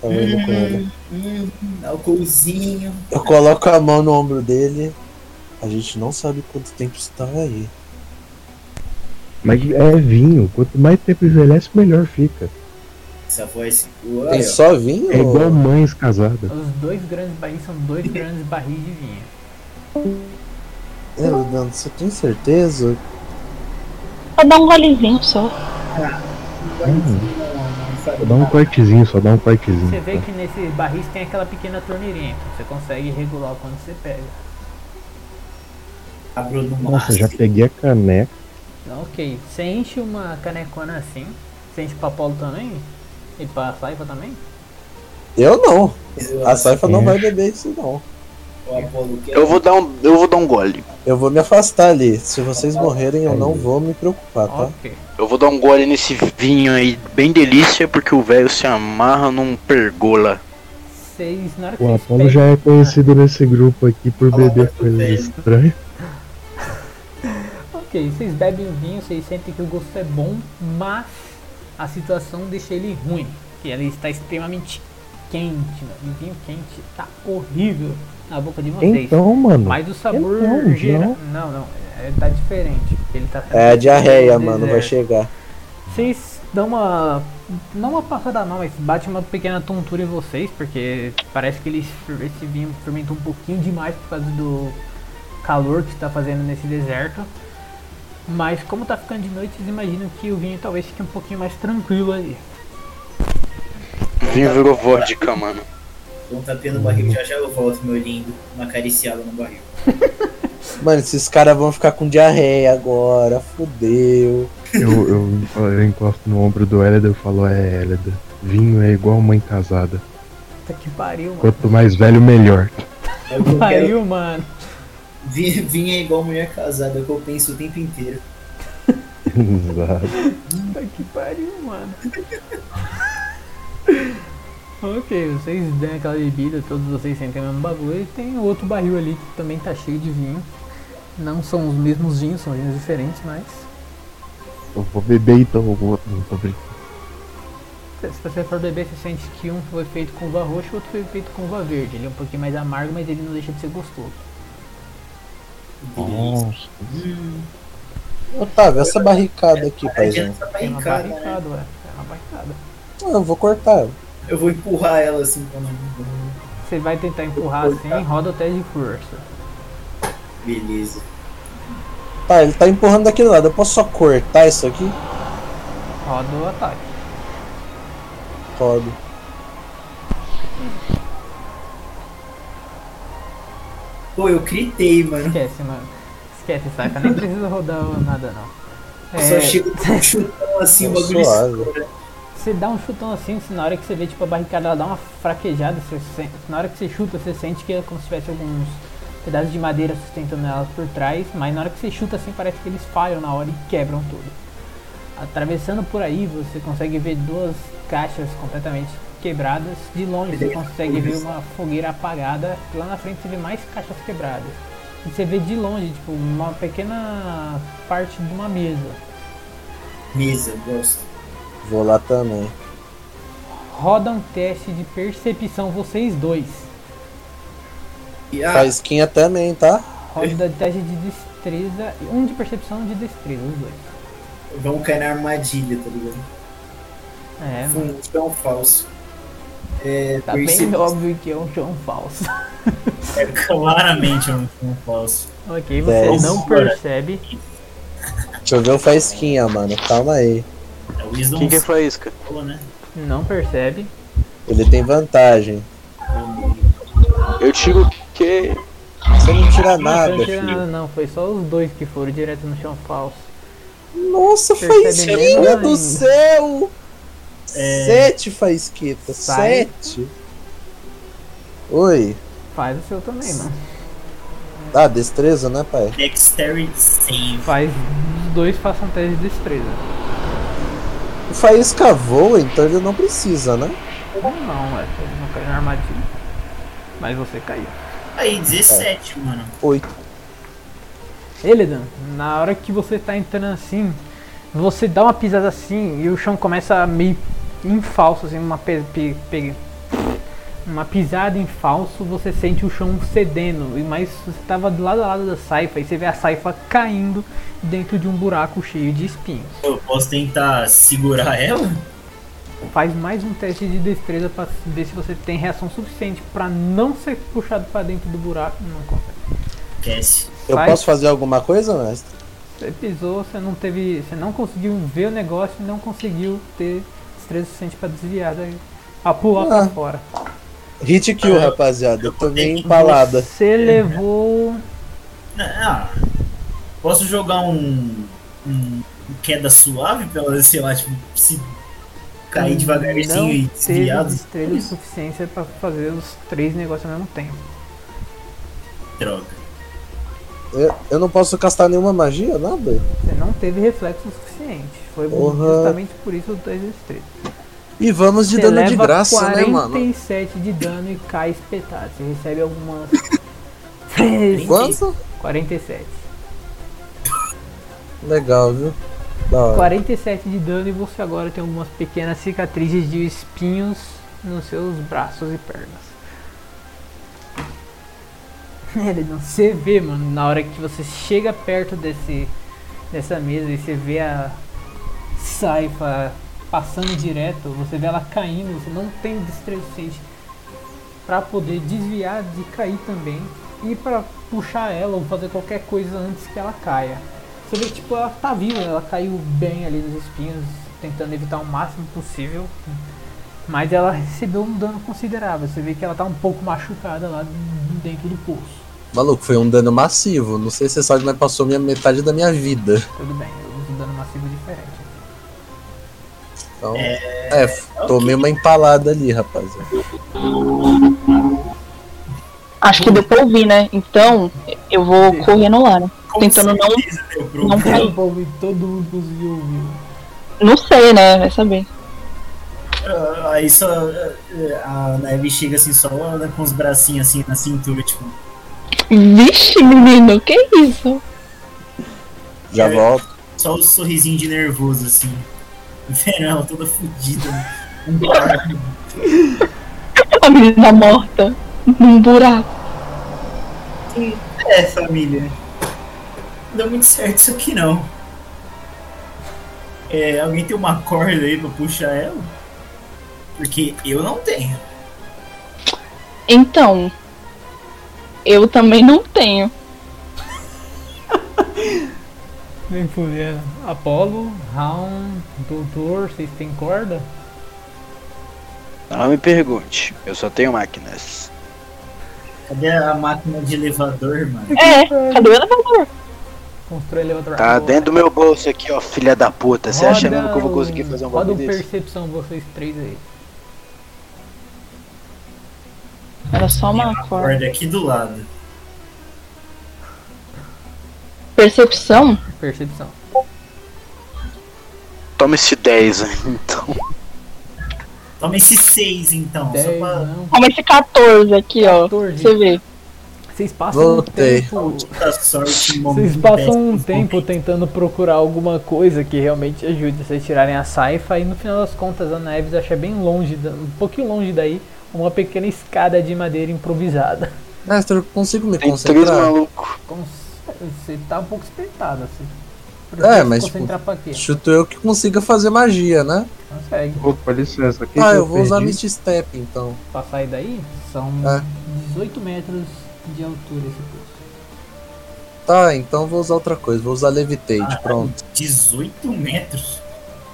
Tá indo com ele. Hum, álcoolzinho. Eu coloco a mão no ombro dele. A gente não sabe quanto tempo isso tá aí. Mas é vinho, quanto mais tempo envelhece, melhor fica. Essa voz. Ué, Tem ó. só vinho? É igual mães casadas. Os dois grandes barris são dois grandes barris de vinho. Eladon, você tem certeza? Só dá um golezinho só. Hum, Sabe? só dá um cortezinho, só dá um cortezinho. Você vê tá? que nesses barris tem aquela pequena torneirinha que você consegue regular quando você pega. Abriu no Nossa, já máximo. peguei a caneca. Então, Ok, você enche uma canecona assim, você enche pra Paulo também? E pra Saifa também? Eu não. Eu- A Saifa não É. vai beber isso não. tá. o Apolo quer- Eu vou dar um, eu vou dar um gole. Eu vou me afastar ali. Se vocês morrerem, eu não vou me preocupar, tá? Ok. Eu vou dar um gole nesse vinho aí, bem delícia, porque o velho se amarra num pergola. Vocês, na hora que O vocês Apolo pegam- já é conhecido nesse grupo aqui por Fala, beber Roberto coisas Velho. estranhas. Ok, vocês bebem o vinho, vocês sentem que o gosto é bom, mas a situação deixa ele ruim. Que ele está extremamente quente, mano. O vinho quente tá horrível na boca de vocês. Então, mano. Mas o sabor Então, não. gera- Não, não, é, tá diferente. Ele tá É a diarreia, um mano, vai deserto. chegar. Vocês dão uma. Não uma passada mal, mas bate uma pequena tontura em vocês, porque parece que eles, esse vinho fermentou um pouquinho demais por causa do calor que está fazendo nesse deserto. Mas como tá ficando de noite, vocês imaginam que o vinho talvez fique um pouquinho mais tranquilo ali. O vinho virou vodka, mano. Dou Um tapinha no barril, já já eu volto, meu lindo. Uma acariciada no barril. Mano, esses caras vão ficar com diarreia agora, fudeu. Eu, eu, eu encosto no ombro do Hélida e falo, é Hélida, vinho é igual mãe casada. Puta que pariu, mano. Quanto mais velho, melhor. É o que eu quero. Pariu, mano. Vi- Vinha igual mulher casada, é o que eu penso o tempo inteiro. Exato. Puta que pariu, mano. ok, vocês dão aquela bebida, todos vocês sentem o mesmo bagulho. E tem outro barril ali que também tá cheio de vinho. Não são os mesmos vinhos, são vinhos diferentes, mas. Eu vou beber então, eu vou. Não tô brincando. Se você for beber, você sente que um foi feito com uva roxa e o outro foi feito com uva verde. Ele é um pouquinho mais amargo, mas ele não deixa de ser gostoso. Nossa. Hum, Otávio, essa barricada aqui, paizão. Adianta essa É uma barricada, né? barricada, ué. É uma barricada. Ah, Eu vou cortar. Eu vou empurrar ela assim pra não. Você vai tentar empurrar assim, roda o teste de força. Beleza. Tá, ele tá empurrando daquele lado. Eu posso só cortar isso aqui? Roda o ataque. Rodo. Pô, eu gritei, mano. Esquece, mano. Esquece, saca. Nem precisa rodar nada, não. Só É, chego com um chutão assim, o Tô bagulho suave. estoura. você dá um chutão assim, se na hora que você vê, tipo, a barricada, ela dá uma fraquejada. Você sente, na hora que você chuta, você sente que é como se tivesse alguns pedaços de madeira sustentando elas por trás. Mas na hora que você chuta, assim, parece que eles falham na hora e quebram tudo. Atravessando por aí, você consegue ver duas caixas completamente quebradas. De longe, você consegue ver uma fogueira apagada. Lá na frente, você vê mais caixas quebradas. E você vê de longe, tipo, uma pequena parte de uma mesa. Mesa, gosto. Vou lá também. Roda um teste de percepção, vocês dois. E, ah, Faisquinha também, tá? Roda um teste de destreza, um de percepção um de destreza, os dois. vão cair na armadilha, tá ligado? É, mano, Um chão falso. É, tá perce- bem óbvio que é um chão falso. é claramente um chão falso. ok, você Dez. não percebe. Deixa eu ver o Faisquinha, mano. Calma aí. É o Wisdom Quem que foi isso, cara? Circle, né? Não percebe. Ele tem vantagem. É um Eu tiro o quê? Você não tira Não, nada, não tira filho. nada, não. Foi só os dois que foram direto no chão falso. Nossa, Percebe Faisquinha mesmo, do hein? céu! Sete faísqueta, É. Sai. sete. Oi. Faz o seu também, mano. Ah, destreza, né, pai? Dexterity save. Faz os dois façam teste de destreza. O faísca voa, então ele não precisa, né? Ou não, é. Ele não caiu na armadilha. Mas você caiu. Aí, 17, mano. Oito. Elidan, na hora que você tá entrando assim, você dá uma pisada assim e o chão começa a meio em falso, assim, uma, pe- pe- pe- uma pisada em falso, você sente o chão cedendo, e mas você tava do lado a lado da saifa e você vê a saifa caindo dentro de um buraco cheio de espinhos. Eu posso tentar segurar ela? Faz mais um teste de destreza pra ver se você tem reação suficiente pra não ser puxado pra dentro do buraco. Não consegue. Esquece. Eu Sai. posso fazer alguma coisa, mestre? Você pisou, você não teve. Você não conseguiu ver o negócio e não conseguiu ter destreza suficiente pra desviar daí. A pular pra Ah, fora. Hit kill, rapaziada. Eu tô meio empalada. Você levou. Ah, posso jogar um, um queda suave pra ela, sei lá, tipo, se cair não devagarzinho e teve desviado? destreza suficiente pra fazer os três negócios ao mesmo tempo. Droga. Eu, eu não posso castar nenhuma magia, nada? Você não teve reflexo suficiente. Foi Porra. justamente por isso o teste de destreza. E vamos de Você dano leva de graça, né, mano? 47 de dano e cai espetado. Você recebe algumas. Quanto? 47. Legal, viu? Da hora. 47 de dano e você agora tem algumas pequenas cicatrizes de espinhos nos seus braços e pernas. Ele não você vê, mano, na hora que você chega perto desse dessa mesa e você vê a saifa passando direto, você vê ela caindo, você não tem destreza suficiente para poder desviar de cair também e para puxar ela ou fazer qualquer coisa antes que ela caia. Você vê que tipo, ela tá viva, ela caiu bem ali nos espinhos, tentando evitar o máximo possível. Mas ela recebeu um dano considerável. Você vê que ela tá um pouco machucada lá dentro do poço. Maluco, foi um dano massivo. Não sei se você sabe, mas passou minha metade da minha vida. Tudo bem, eu uso um dano massivo diferente. Então, é, f- tomei uma empalada ali, rapaziada. Acho que deu pra ouvir, né? Então, eu vou correndo lá, né? Tentando não. Deu pro- não cair. Bom, um e todo mundo conseguiu ouvir. Não sei, né? Vai saber. Ah, Aí só ah, a Neve chega assim, só anda com os bracinhos assim na cintura, tipo, Vixe, menino, que isso? Já É. volto. só o sorrisinho de nervoso assim. Velho, ela toda fodida. Um par- A menina morta. Num buraco. é, família. Não deu muito certo isso aqui não. É, alguém tem uma corda aí pra puxar ela? Porque eu não tenho. Então. Eu também não tenho. Vem fudendo. é. Apolo, Raon, Doutor, vocês têm corda? Não me pergunte, eu só tenho máquinas. Cadê a máquina de elevador, mano? É, cadê o elevador? Constrói elevador. Tá dentro do meu bolso aqui, ó, filha da puta. Você acha Roda mesmo que eu vou conseguir um- fazer um Roda bagulho um desse? percepção vocês três aí. Era só Tem uma corda. corda aqui do lado. Percepção? Percepção. Toma esse 10, aí, então. Toma esse 6 então, só Dez, né? pra não. Como esse 14 aqui, ó. 14. Você vê. Vocês passam um Voltei. tempo. dar sorte em Vocês momentos passam um désperos. tempo tentando procurar alguma coisa que realmente ajude vocês a tirarem a saifa e no final das contas a Neves acha bem longe, da- um pouquinho longe daí, uma pequena escada de madeira improvisada. Mestre, eu consigo me Tem três concentrar? malucos. Como se- Você tá um pouco espetado assim. É, mas, se concentrar pra quê? Chuto eu que consiga fazer magia, né? Consegue. Opa, licença, aqui. ah, eu vou usar Mist Step, então. Pra sair daí, são É. 18 metros de altura esse poço. Tá, então vou usar outra coisa. Vou usar Levitate, pronto. 18 metros?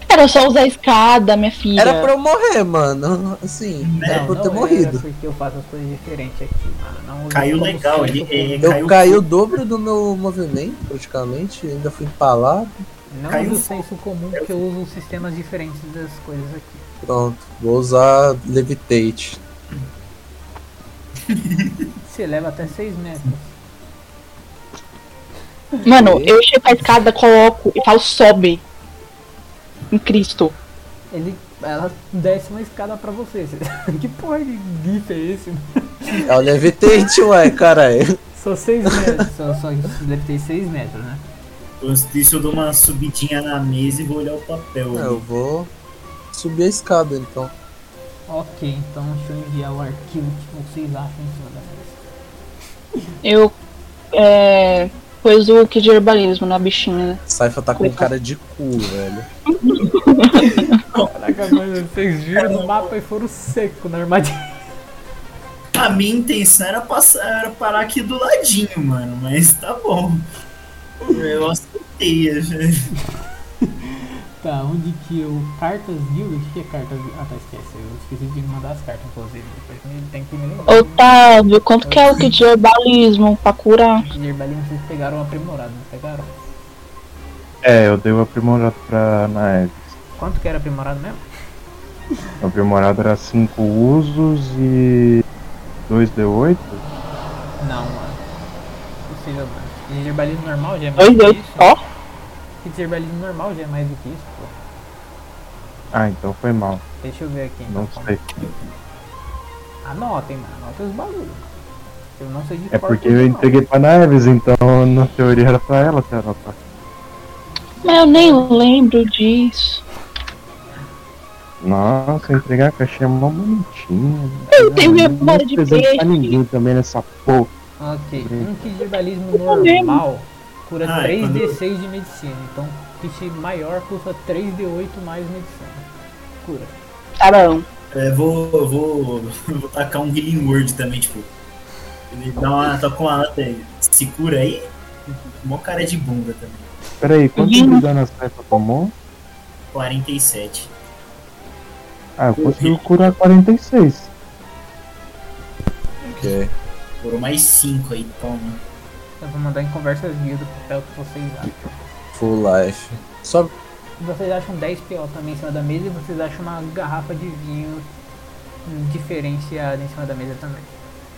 Era só usar a escada, minha filha. Era pra eu morrer, mano. Assim, era pra eu ter não é, assim, morrido. Era porque eu faço as coisas diferentes aqui, mano. Não Caiu não legal, é, sei ele- como- ele- Eu Caiu- caí o dobro do meu movimento, praticamente, ainda fui empalado. Não caiu um uso fo- senso comum porque eu uso sistemas diferentes das coisas aqui. Pronto, vou usar Levitate. Você leva até 6 metros. Mano, eu chego pra escada, coloco e falo, sobe. Em Cristo. Ele, ela desce uma escada pra você. Você- que porra de gif é esse? É o Levitate, ué, caralho. Só 6 metros. Só, só deve ter 6 metros, né? Antes disso, eu dou uma subidinha na mesa e vou olhar o papel. É, Eu vou subir a escada então. Ok, então deixa eu enviar o arquivo que vocês acham em cima da mesa. Eu. É. Pôs o kit de herbalismo na bichinha, né? Saifa tá com cara de cu, velho. Caraca, mano, vocês viram no mapa e foram seco na armadilha. A minha intenção era, passar, era parar aqui do ladinho, mano, mas tá bom. Eu aceitei, gente. Tá, onde que eu. Cartas Guild? O que que é cartas Guild? Ah, tá, esquece. Eu esqueci de mandar as cartas, inclusive. Depois me- tem que me lembrar. Otávio, quanto que é o kit de herbalismo pra curar? De herbalinho vocês pegaram um aprimorado, não pegaram? É, eu dei o aprimorado pra Naeves. Quanto que era aprimorado mesmo? O aprimorado era 5 usos e 2D8. Não, mano. Possível, mano. Kit de herbalismo normal já é mais Dois, do dois, que isso. ó. Kit de herbalismo normal já é mais do que isso, pô. Ah, então foi mal. Deixa eu ver aqui. então, Não como- sei. Anotem, mano. Anotem os bagulhos. Eu não sei de É cor porque tudo, eu não. entreguei pra Naeves, então na teoria era pra ela ter anotado. Mas eu nem lembro disso. Nossa, entregar a caixinha é mó bonitinha. né? Eu tenho Não, memória de Não presente pra peixe. ninguém também nessa porra. Ok, Hum. um kit de herbalismo problema. normal cura Ah, é 3d6 de medicina. Então, kit maior custa 3d8 mais medicina. Cura. Caramba. É, vou, eu vou, eu vou tacar um healing word também, tipo. Ele dá uma. toca uma lata aí. Se cura aí? Mó cara de bunda também. Peraí, quanto Ninguém- de dano a Saifa tomou? 47. Ah, eu consigo curar 46. Ok. Foram mais 5 aí, toma. Eu vou mandar em conversas guia do papel que vocês acham. Full life. Só Vocês acham 10 PO também em cima da mesa e vocês acham uma garrafa de vinho hum, diferenciada em cima da mesa também.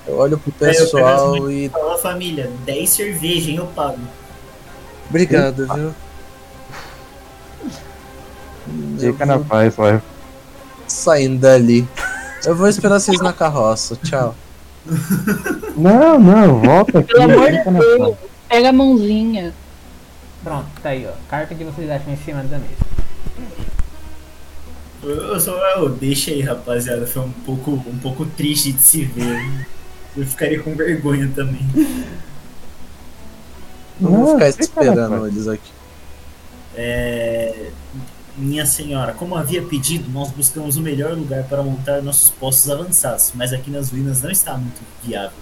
eu olho pro É, eu pessoal peguei e. Fala família, 10 cerveja, hein, eu pago. Obrigado, viu? Eu Fica na vou paz, Saifa. saindo dali. Eu vou esperar vocês na carroça. Tchau. Não, não, volta aqui. Pelo amor de fica na Deus. paz. Pega a mãozinha. Pronto, tá aí, ó. Carta que vocês acham em cima da mesa. Eu eu só eu, deixa aí, rapaziada. Foi um pouco, um pouco triste de se ver. Eu ficaria com vergonha também. Não vou Não, ficar fica na esperando paz. eles aqui. É, minha senhora, como havia pedido, nós buscamos o melhor lugar para montar nossos postos avançados, mas aqui nas ruínas não está muito viável.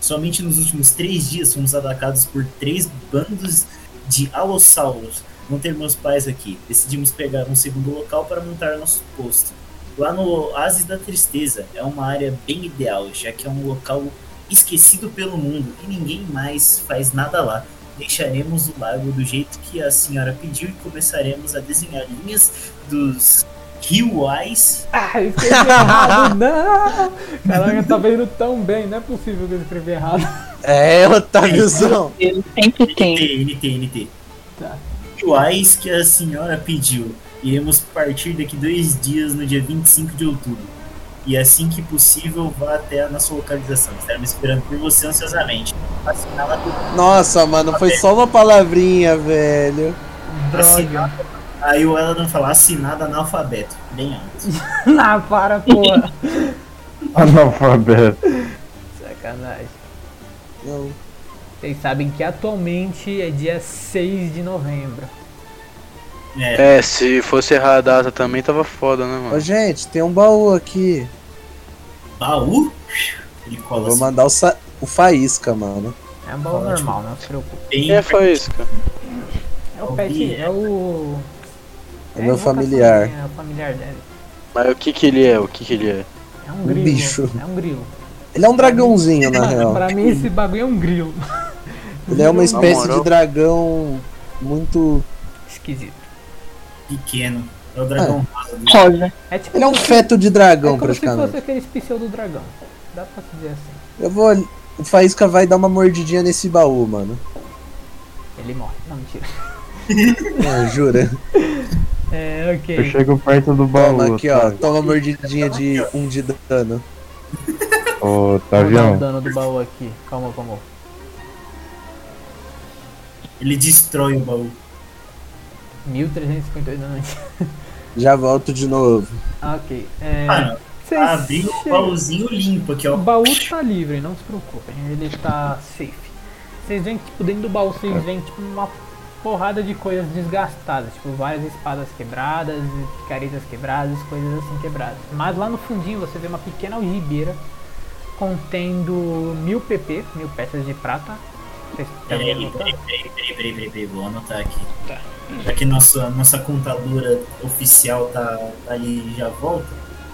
Somente nos últimos três dias fomos atacados por três bandos de alossauros. Não ter meus pais aqui. Decidimos pegar um segundo local para montar nosso posto. Lá no Oásis da Tristeza é uma área bem ideal, já que é um local esquecido pelo mundo e ninguém mais faz nada lá. Deixaremos o lago do jeito que a senhora pediu e começaremos a desenhar linhas dos riuais. Ah, eu escrevi errado, não! Caraca, tá vendo tão bem, não é possível que eu escrevi errado. É, Otáviozão. Ele sempre tem. NT, NT, NT. Tá. Riuais que a senhora pediu. Iremos partir daqui dois dias, no dia 25 de outubro. E assim que possível, vá até a nossa localização. Estaremos esperando por você ansiosamente. Assinala Nossa, mano, foi só uma palavrinha, velho. Droga. Aí o Ela não fala assinada analfabeto. Bem alto. Ah, para, porra. Analfabeto. Sacanagem. Não. Vocês sabem que atualmente é dia 6 de novembro. É, É, se fosse errar a data também tava foda, né, Ô, mano? gente, tem um baú aqui. baú? Ele Eu cola vou assim, mandar o, sa- o faísca, mano. É um baú Ótimo. assim, normal, não se preocupe. bem É, foi isso, cara. É o pet, é o É meu familiar. É o familiar dele. Mas o que que ele é? O que que ele é? É um Um grilo. bicho. É um grilo. Ele é um dragãozinho, na real. Pra mim esse bagulho é um grilo. Ele é uma espécie de moral. dragão muito. Esquisito. Pequeno. É o dragão rosa do Rosa. É tipo. Ele é um feto de é dragão, como se fosse praticamente. aquele pseudo do dragão. Dá pra se dizer assim. Eu vou. O Faísca vai dar uma mordidinha nesse baú, mano. Ele morre. Não, mentira. É, jura? É, Eu ok. chego perto do baú. Toma aqui, ó. Otávio. tá? Toma uma mordidinha de um de dano. Ô, Vou dar o Tavião, dano do baú aqui. Calma, calma. Ele destrói o baú. 1352 danos. Já volto de novo. Ah, ok. É, Ah, cês- Abriu o cês- um baúzinho limpo aqui, ó. O baú tá livre, não se preocupem, ele tá safe. Vocês veem que tipo, dentro do baú vocês veem tipo, uma porrada de coisas desgastadas, tipo várias espadas quebradas, picaretas quebradas, coisas assim quebradas. Mas lá no fundinho você vê uma pequena algibeira contendo mil PP, mil peças de prata. Vocês querem Peraí, anotar? peraí, peraí, peraí, peraí, peraí, peraí, vou anotar aqui. Já que nossa, nossa contadora oficial tá, tá ali e já volta.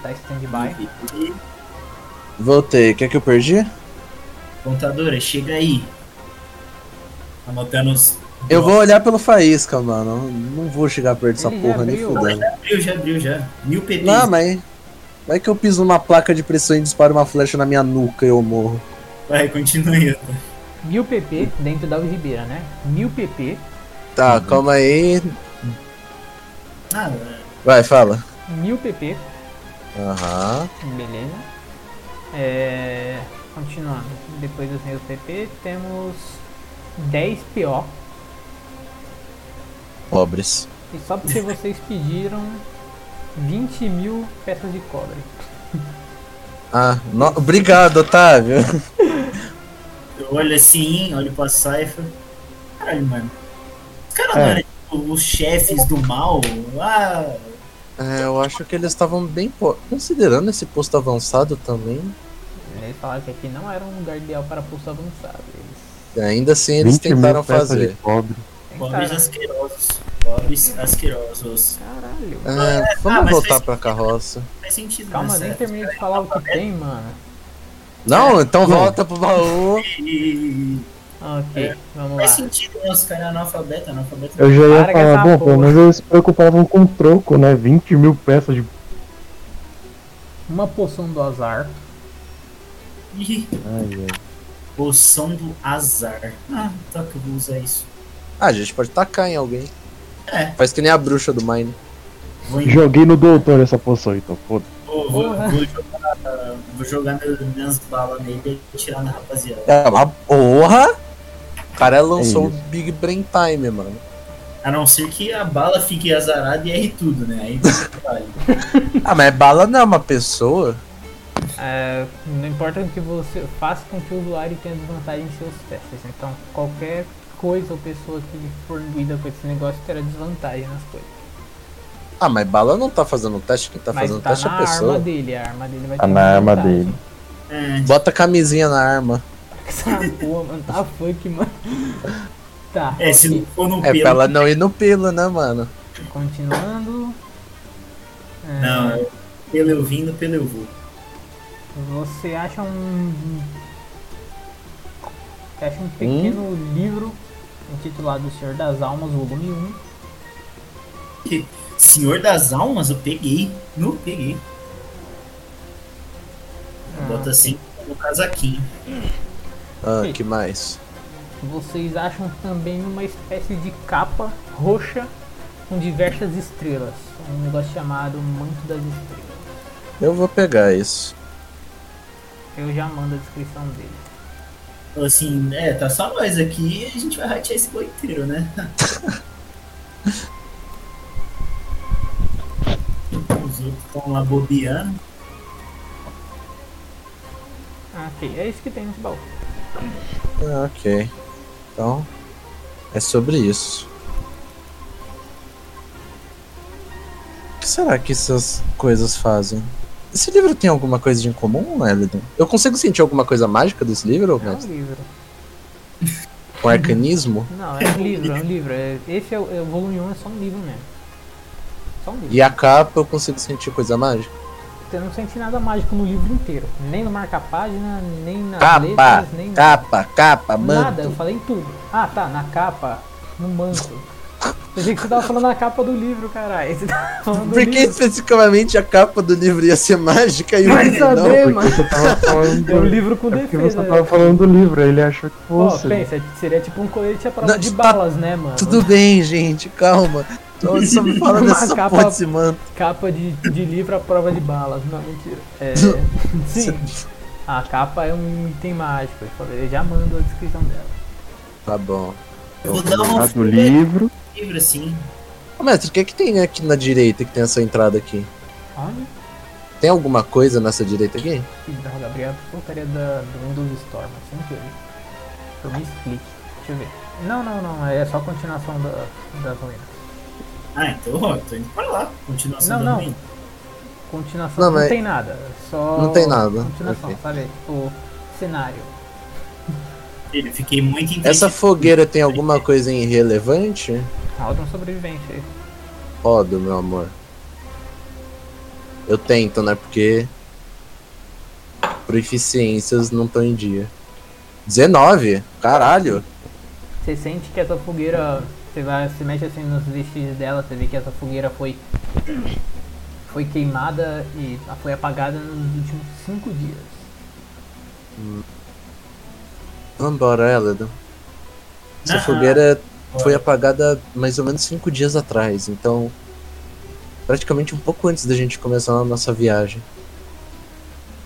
Tá stand-by. E- Voltei. O que é que eu perdi? Contadora, chega aí. Anotando os. Eu vou olhar pelo Faísca, mano. Não vou chegar perto dessa Ele já porra nem abriu. fudendo. Abriu, né? já abriu, já. Mil PPs. Não, mas. Vai que eu piso numa placa de pressão e disparo uma flecha na minha nuca e eu morro. Vai, continue. Mil PP dentro da algibeira, né? Mil PP, Tá, calma aí. Ah, Vai, fala. mil PP Aham. Beleza. É, continuando. Depois dos meus PP, temos 10 PO. Pobres. E só porque vocês pediram 20 mil peças de cobre. Ah, no- obrigado, Otávio. eu olho assim, olho pra Saifa. Caralho, mano. Os caras não eram tipo, os chefes do mal. Ah, É, eu acho que eles estavam bem pobres. Considerando esse posto avançado também, Eles falaram que aqui não era um lugar ideal para pulso avançado. Eles ainda assim eles 20 mil tentaram peças fazer. de cobre. pobres tentaram. asquerosos. Pobres asquerosos. Caralho. É, Ah, vamos mas voltar fez- pra carroça. Faz sentido, Calma, né? nem Saifa? terminei de falar o que tem, mano. Não, então volta pro baú. E- Ah, Ok, vamos Faz lá. sentido, né? Os caras é analfabeto, analfabeto. Eu já ia Larga essa falar, bom, pelo porra. menos eles se preocupavam com troco, né? 20 mil peças de. Uma poção do azar. Ih, Ai, poção do azar. Ah, tá que eu vou usar isso. Ah, a gente pode tacar em alguém. É. Faz que nem a bruxa do Mine. Vou, ai. Joguei no doutor essa poção, então, foda vou, vou, Porra. vou jogar, vou jogar meu- minhas balas nele e tirar na rapaziada. É uma porra! O cara lançou É isso. o Big Brain Time, mano. A não ser que a bala fique azarada e erre tudo, né? Aí você vale. Ah, mas bala não é uma pessoa? É, não importa o que você faça com que o usuário tenha desvantagem em seus testes. Então, qualquer coisa ou pessoa que for imbuída com esse negócio terá desvantagem nas coisas. Ah, mas bala não tá fazendo teste, quem tá Mas fazendo tá teste é na a pessoa. arma dele, a arma dele vai Tá ter na arma desvantagem. dele. É, Bota a camisinha na arma. Essa porra, mano, tá funk, mano. Tá, é, se ok. não for no É pelo. pra ela não ir no pelo, né, mano? continuando. É, Não, é pelo eu vindo, pelo eu vou. Você acha um. Você acha Hum? um pequeno livro intitulado O Senhor das Almas, volume 1. Senhor das almas, eu peguei. Não peguei. Ah. Bota assim no casaquinho. Ah, que mais? Vocês acham também uma espécie de capa roxa com diversas estrelas. Um negócio chamado Manto das Estrelas. Eu vou pegar isso. Eu já mando a descrição dele. Falou Assim, é, tá só nós aqui e a gente vai ratear esse boi inteiro, né? Os outros estão lá bobeando. Ah, ok. É isso que tem nesse baú. Ah, ok. Então, é sobre isso. O que será que essas coisas fazem? Esse livro tem alguma coisa em comum, Elidon? Eu consigo sentir alguma coisa mágica desse livro, É um mestre? livro. Com arcanismo? Não, é um livro, é um livro. É- Esse é o, é o volume 1, é só um livro mesmo. um Só um livro. E a capa eu consigo sentir coisa mágica? Eu não senti nada mágico no livro inteiro. Nem no marca-página, nem nas Capa, Ah, letras, nem nada. capa, capa, Nada, eu manto. falei em tudo. Ah, tá, na capa, no manto. Pensei que você tava falando na capa do livro, caralho. Você tava falando do Por que livro. especificamente a capa do livro ia ser mágica e o Vai livro não? saber, porque mano. você tava falando. É um livro com é porque defesa. você tava falando do livro, aí ele achou que Ó, fosse. né? pensa, seria tipo um colete à prova Não, de tá- balas, né, mano? Tudo bem, gente, calma. Tô só me falando Uma dessa capa- porra desse manto. Capa de, de livro à prova de balas. Não, mentira. É, sim, a capa é um item mágico. Eu falei, eu já mando a descrição dela. Tá bom. Eu vou dar um uma Tá Ah, do folha livro. de livro assim. Ô, mestre, o que é que tem aqui na direita que tem essa entrada aqui? Olha, Tem alguma coisa nessa direita aqui? filho da Gabriel, que porcaria da, do Windows Storm, sem querer. Eu me explique. Deixa eu ver. Não, não, não, é só a continuação da, das ruínas. Ah, então ó, eu tô indo pra lá. Continuação Não, da não. ruína. Continuação Não, não, mas- tem nada. Só Não tem nada, Continuação, ok. sabe? O cenário. Filho, fiquei muito entendido. Essa fogueira tem alguma coisa irrelevante? Roda um sobrevivente aí. Rodo, meu amor. Eu tento, né? Porque. Proficiências não estão em dia. 19? Caralho! Você sente que essa fogueira. Você vai, se mexe assim nos vestígios dela, você vê que essa fogueira foi. Foi queimada e foi apagada nos últimos cinco dias. Vambora, Eledon. Essa Ah, fogueira foi apagada mais ou menos 5 dias atrás, então. Praticamente um pouco antes da gente começar a nossa viagem.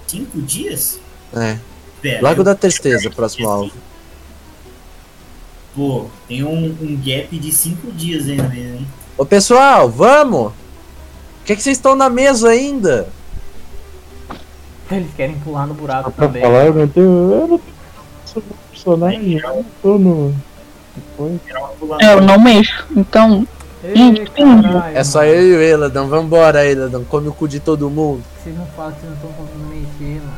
Cinco dias? É. Pera, Lago eu- da Tristeza, próximo alvo. Pô, tem um, um gap de cinco dias ainda, né? Ô pessoal, vamos! O que é que vocês estão na mesa ainda? Eles querem pular no buraco Só pra também. falar, eu não tenho. Eu não sou um personagem, eu não tô no. Tava pulando. É, eu não mexo. Então, Ei, caralho, É só mano. eu e o Eladon, vambora, Eladon, come o cu de todo mundo. Vocês não falam que vocês não estão conseguindo mexer, mano.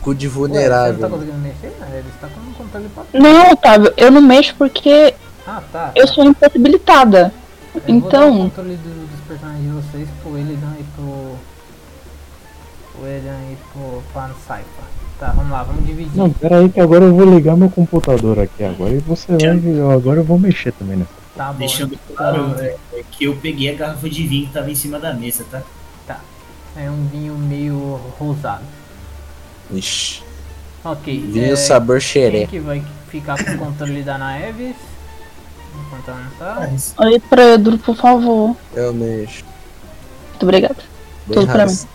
Cu de Ué, você não tá vulnerável. né? conseguindo mexer, mano? Eles estão com um controle pra. não, Otávio, eu não mexo porque Ah, tá. eu sou impossibilitada. Eu vou dar o Então, controle do- dos personagens de vocês pro Elidan e pro. Pro Elidan e pro Pan Saipa. Tá, vamos lá, vamos dividir. Não, pera aí que agora eu vou ligar meu computador aqui agora e você vai. Agora eu vou mexer também né? nessa. Tá bom. Deixando então, claro é, é que eu peguei a garrafa de vinho que tava em cima da mesa, tá? É um vinho meio rosado. Ixi, Ok. vinho é, sabor Quem xeré. que vai ficar com o controle da Naeves? Enquanto ela não tá. aí, Pedro, por favor. Eu mexo. Muito obrigada. Bem Tudo pra raiz.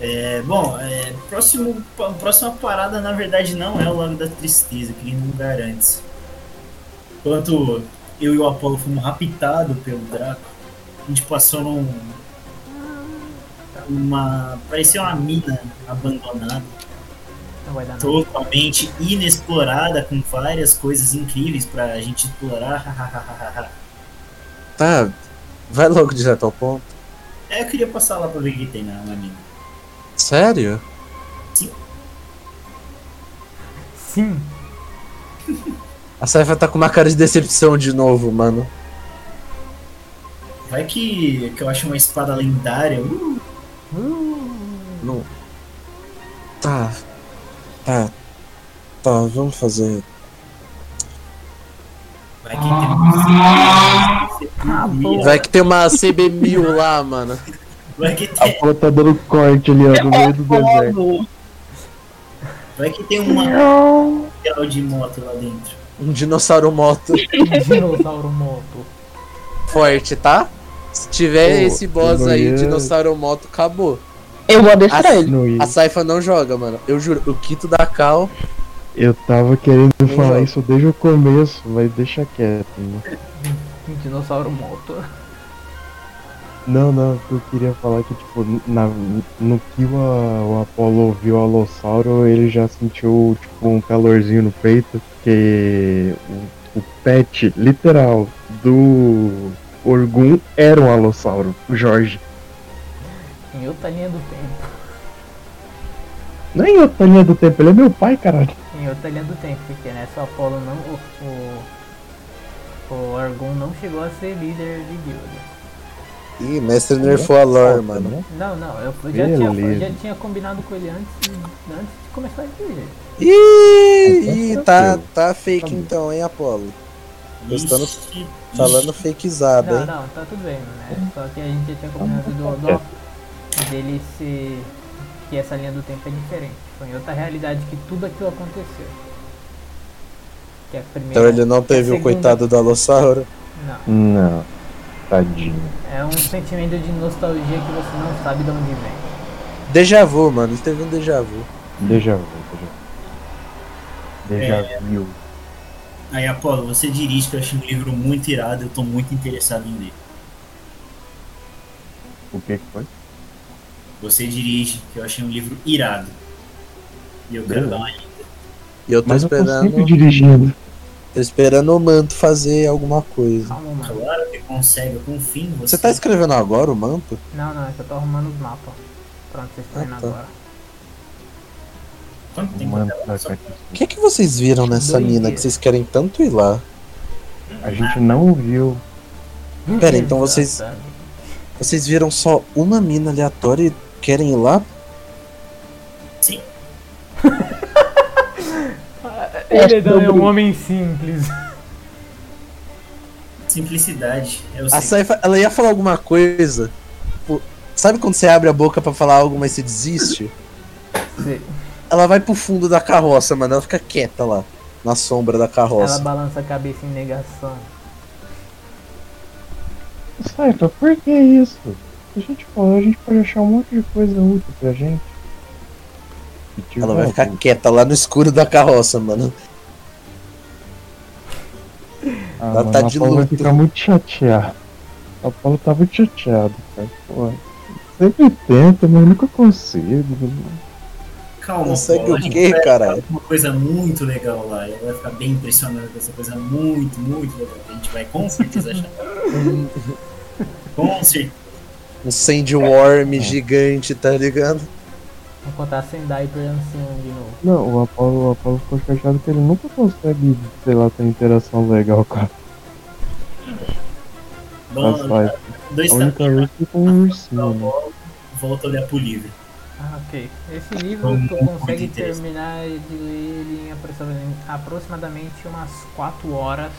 É, bom, é, próximo, pa- próxima parada, na verdade, não é o Lago da Tristeza, eu queria ir num lugar antes. Enquanto eu e o Apolo fomos raptados pelo Draco, a gente passou num. Uma. parecia uma mina abandonada, Não então vai dar nada. totalmente inexplorada, com várias coisas incríveis pra gente explorar. Tá, vai logo direto ao ponto. é, eu queria passar lá pra ver o que tem na, na mina. Sério? Sim! A Saifa tá com uma cara de decepção de novo, mano. Vai que, que eu acho uma espada lendária. Uh, Uh, Não. Tá. Tá. Tá, vamos fazer. vai um que tem uma. boa. Vai que tem uma CB1000 lá, mano. Vai que, tem, A porra tá dando corte ali, ó, no meio É do deserto. vai que tem uma material de moto lá dentro. Um dinossauro moto dinossauro moto. forte, tá? Se tiver Pô, esse boss eu não aí, ia- dinossauro moto, acabou. Eu vou adestrar Ah, ele. Não ia. A Saifa não joga, mano. Eu juro, o Quito da Cal Eu tava querendo Vamos falar lá. isso desde o começo, mas deixa quieto. né? Um dinossauro moto. Não, não, porque eu queria falar que, tipo, na, no que o, o Apollo ouviu o Alossauro, ele já sentiu, tipo, um calorzinho no peito, porque o, o pet literal do Orgum era um Alossauro, o Jorge. Em outra linha do tempo. Não é em outra linha do tempo, ele é meu pai, caralho. Em outra linha do tempo, porque nessa Apolo não. O, o, O Argon não chegou a ser líder de guilda. Ih, mestre nerfou a lore, mano. Não, não, eu já tinha, Beleza. já tinha combinado com ele antes, antes de começar a igreja. Ih, ih, tá, tranquilo. tá fake bom. então, hein, Apolo? Gostando- Ixi, Falando fakezada, Não, hein? não, tá tudo bem, Hum. né? Só que a gente já tinha combinado do Odó dele se. que essa linha do tempo é diferente. Foi em outra realidade que tudo aquilo aconteceu. Que é a primeira. Então ele não teve o É segunda- coitado do Alossauro. Não. Não, tadinho. É um sentimento de nostalgia que você não sabe de onde vem. Déjà vu, mano. Ele teve um déjà vu. Deja vu, deja vu. Deja vu. Aí, Apolo, você dirige, que eu achei um livro muito irado, eu tô muito interessado em ler. O que que foi? Você dirige, que eu achei um livro irado. E eu quero Beleza. dar uma lida. E eu tô Mas eu tô esperando. sempre dirigindo. Tô esperando o manto fazer alguma coisa. Calma, mano. Claro que consegue, eu confio em você. Você tá escrevendo agora o manto? Não, não, é que eu tô arrumando os mapas. Pronto, vocês estão Ah, indo tá. agora. Quanto tempo Mano, tá dela? Só- O que é que vocês viram nessa Dois mina dias. que vocês querem tanto ir lá? a gente não viu. Pera, então vocês- Vocês viram só uma mina aleatória e querem ir lá? Ele não é um homem simples. Simplicidade. É o A segredo. Saifa, ela ia falar alguma coisa. Tipo, sabe quando você abre a boca pra falar algo, mas você desiste? Sim. Ela vai pro fundo da carroça, mano. Ela fica quieta lá, na sombra da Ela carroça. balança a cabeça em negação. Certo, por que isso? A gente falou, a gente pode achar um monte de coisa útil pra gente. E tipo, Ela vai ficar quieta lá no escuro da carroça, mano. ah, ela mano, tá a de Paula vai luto. ficar muito chateada. A Paula tá muito chateada, cara. Pô, sempre tenta, mas nunca consigo. Calma, Consegue Apolo, o quê, caralho? uma coisa muito legal lá. Ela vai ficar bem impressionada com essa coisa muito, muito legal. A gente vai com certeza achar. com certeza. Um sandworm gigante, tá ligado? Vou contar Sendai por Ancião de novo. Não, o Apolo, o Apolo ficou chateado que ele nunca consegue, sei lá, ter interação legal com a Bom, Saifa. dois A única tapinhas vez que com um na ursinho, né? bola, volta a olhar pro livro. Ah, ok. Esse Foi livro tu muito consegue interessante. terminar de ler ele em aproxima- aproximadamente umas 4 horas.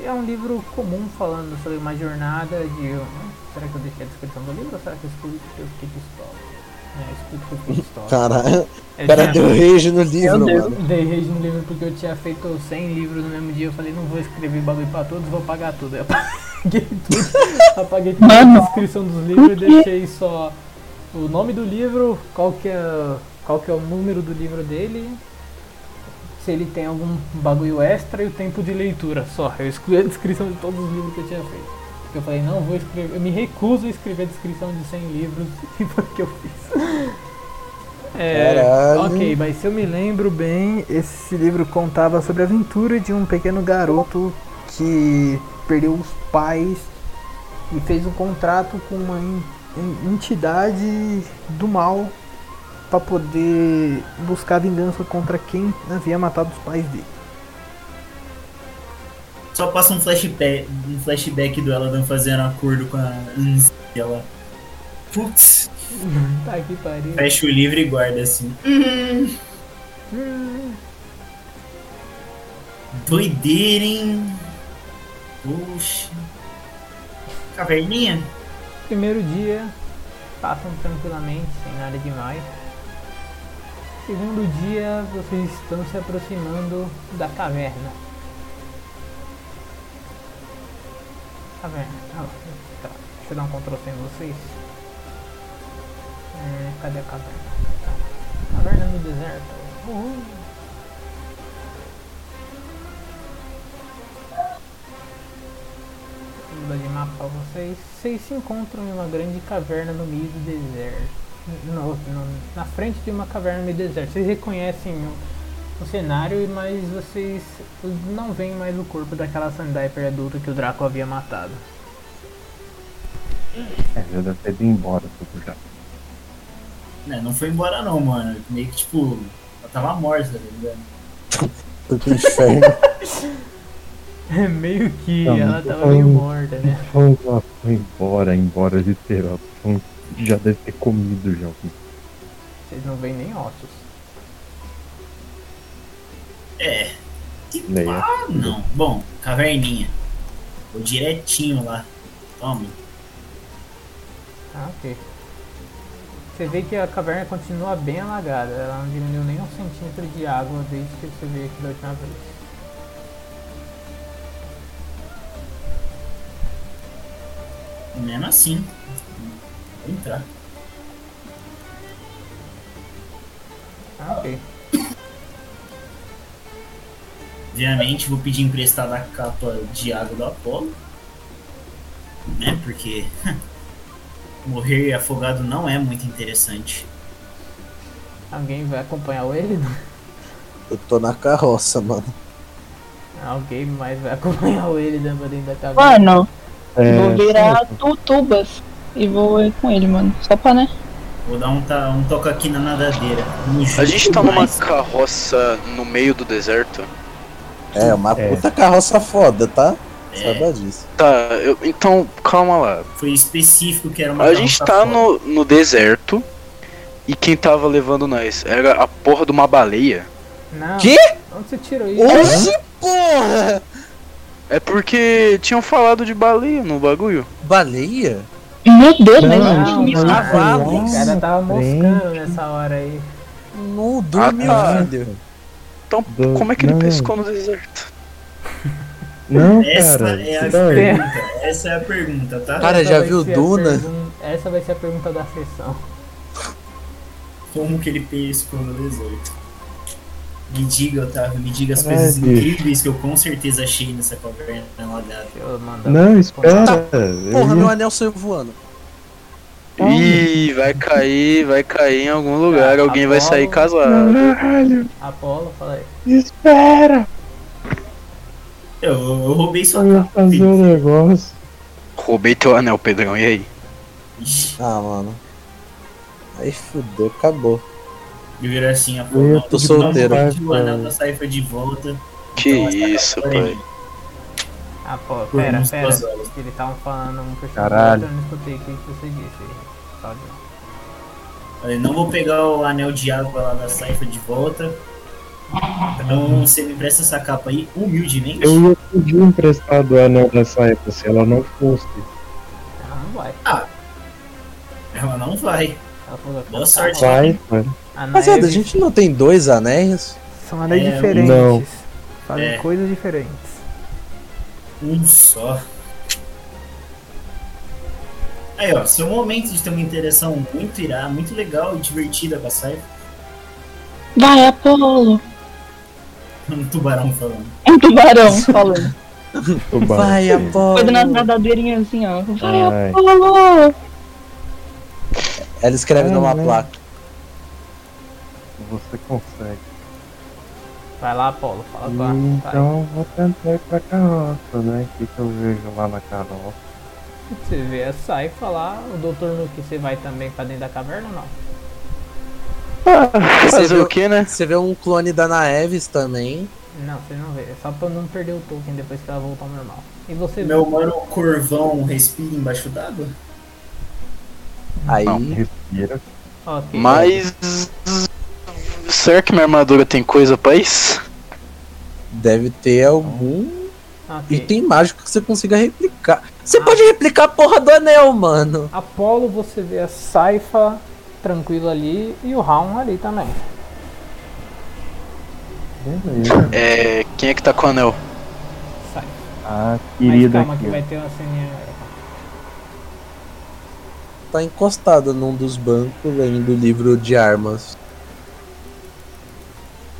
E É um livro comum falando sobre uma jornada de. um- Será que eu deixei a descrição do livro ou será que eu escuto que eu fiquei pistola? É, eu escuto que eu fiquei É, pistola. Caralho, Eu o cara tinha- deu rage no livro, mano. Dei rage no livro porque eu tinha feito 100 livros no mesmo dia. Eu falei, não vou escrever bagulho pra todos, vou pagar tudo. Eu apaguei tudo. apaguei tudo a Mano. descrição dos livros e deixei só o nome do livro, qual que é, qual que é o número do livro dele, se ele tem algum bagulho extra e o tempo de leitura só. Eu excluí a descrição de todos os livros que eu tinha feito. Porque eu falei, não vou escrever, eu me recuso a escrever a descrição de 100 livros e foi o que eu fiz. É, Caralho. ok, mas se eu me lembro bem, esse livro contava sobre a aventura de um pequeno garoto que perdeu os pais e fez um contrato com uma en- en- entidade do mal para poder buscar vingança contra quem havia matado os pais dele. Só passa um flashback, um flashback do Eladan fazendo um acordo com a Anzi. Ela. Putz, Tá que pariu. fecha o livro e guarda assim. Hum, Doideira, hein? Puxa. Caverninha? primeiro dia passam tranquilamente, sem nada demais. Segundo dia, vocês estão se aproximando da caverna. Caverna. Ah, tá. Deixa eu dar um Ctrl C em vocês. É, cadê a caverna? Tá. Caverna no deserto. Uhul. Vou de mapa pra vocês. Vocês se encontram em uma grande caverna no meio do deserto. No- no- na frente de uma caverna no meio do deserto. Vocês reconhecem o, o cenário, mas vocês não veem mais o corpo daquela Sandiper adulta que o Draco havia matado. É, já deve ter ido embora tudo já. Né, não foi embora não, mano. Meio que tipo. Ela tava morta, tá ligado? Foi pro inferno. É meio que Tá, ela muito tava meio bom. morta, né? Vamos lá, foi embora, embora, literal. Então, Já deve ter comido já. Vocês não veem nem ossos. É. E Daí é pá, não. Bom, caverninha. Vou direitinho lá. Toma. Ah, ok. Você vê que a caverna continua bem alagada, ela não diminuiu nem um centímetro de água desde que você veio aqui da última vez. Mesmo assim. Vou entrar. Ah, ok. Obviamente, vou pedir emprestada a capa de água do Apolo. Né? Porque morrer afogado não é muito interessante. Alguém vai acompanhar ele? Eu tô na carroça, mano. Alguém mais Ah, vai acompanhar ele né, pra dentro da caverna. Mano, vou É, virar tutubas e vou ir com ele, mano. Só pra, né? Vou dar um, ta- um toque aqui na nadadeira. No A gente tá numa mais. carroça no meio do deserto. É, uma É. puta carroça foda, tá? É. Saiba disso. Tá, eu- então calma lá. Foi específico que era uma A gente garrafa tá foda. no, no deserto e quem tava levando nós era a porra de uma baleia. Não. Quê? Onde você tirou isso? Oxi, porra! É porque tinham falado de baleia no bagulho. Baleia? Meu Deus, né? Não, mas Não, isso- mano, cavalo. o cara tava moscando Gente. nessa hora aí. Não dormiu, Ah, tá. filho. Então Do- como é que ele não. pescou no deserto? Não, Essa cara. é a sério. pergunta. Essa é a pergunta, tá? Cara, Essa já vai viu ser a Duna? pergun- Essa vai ser a pergunta da sessão. Como que ele pescou no deserto? Me diga, Otávio, me diga as Caralho, coisas bicho. incríveis que eu com certeza achei nessa caverna alagada. Deixa eu mandar. Não, Tá. espera. eu Porra, ia- meu anel saiu voando. Calma. Ih, vai cair, vai cair em algum lugar, Ah, alguém vai sair Apolo. casado. Caralho, Apolo, fala aí. espera. Eu, eu roubei sua Eu ia capa, fazer filho. um negócio. Roubei teu anel, Pedrão, e aí? Ixi, Ah, mano. Aí fudeu, acabou. Eu viro assim, a Eu porra. tô solteiro. O anel da saifa de volta. Que Então, tá essa isso, capa é pai. minha. Apolo, Por pera, umas pera. duas horas. Eles estavam falando um por cima do Caralho. outro, Eu não escutei o que que você disse. aí. Só de- Falei, não vou pegar o anel de água lá da saifa de volta. Então você me empresta essa capa aí, humildemente. Eu ia pedir um emprestado o anel dessa época se ela não fosse. Ela Ah, não vai. Ela não vai. Ela falou, tá Boa sorte. Vai, vai. Anéis Rapaziada, a é gente não tem dois anéis? são anéis É, diferentes. não. Fazem É. coisas diferentes. Um só. Aí, ó, seu momento de ter uma interação muito irá, muito legal e divertida com a Saifa. Vai, Apolo. Um tubarão falando. É um tubarão falando. Tubarão. Vai, Foi nas Apolo. nadadeirinhas assim, ó. Vai, Ai. Apolo. Ela escreve numa Caralho. placa. Você consegue. Vai lá, Apolo, fala com a. vai. Então vou tentar ir pra carroça, né? O que, que eu vejo lá na carroça? Você vê a sai falar, o doutor Nuke, você vai também pra dentro da caverna ou não? Fazer o que, né? Você vê um clone da Naeves também. Não, você não vê. É só pra não perder o token depois que ela voltar ao normal. E você Meu mano Corvão respira embaixo d'água? Aí. Não, respira. Ok. Mas. Será que minha armadura tem coisa pra isso? Deve ter algum ok. item mágico que você consiga replicar. Você pode replicar a porra do anel, mano. Apolo, você vê a Saifa tranquilo ali e o Raon ali também. Beleza. É. Quem é que tá com o anel? Sai. Ah, Mas querida calma aqui. que vai ter uma ceninha. Tá encostada num dos bancos lendo o livro de armas.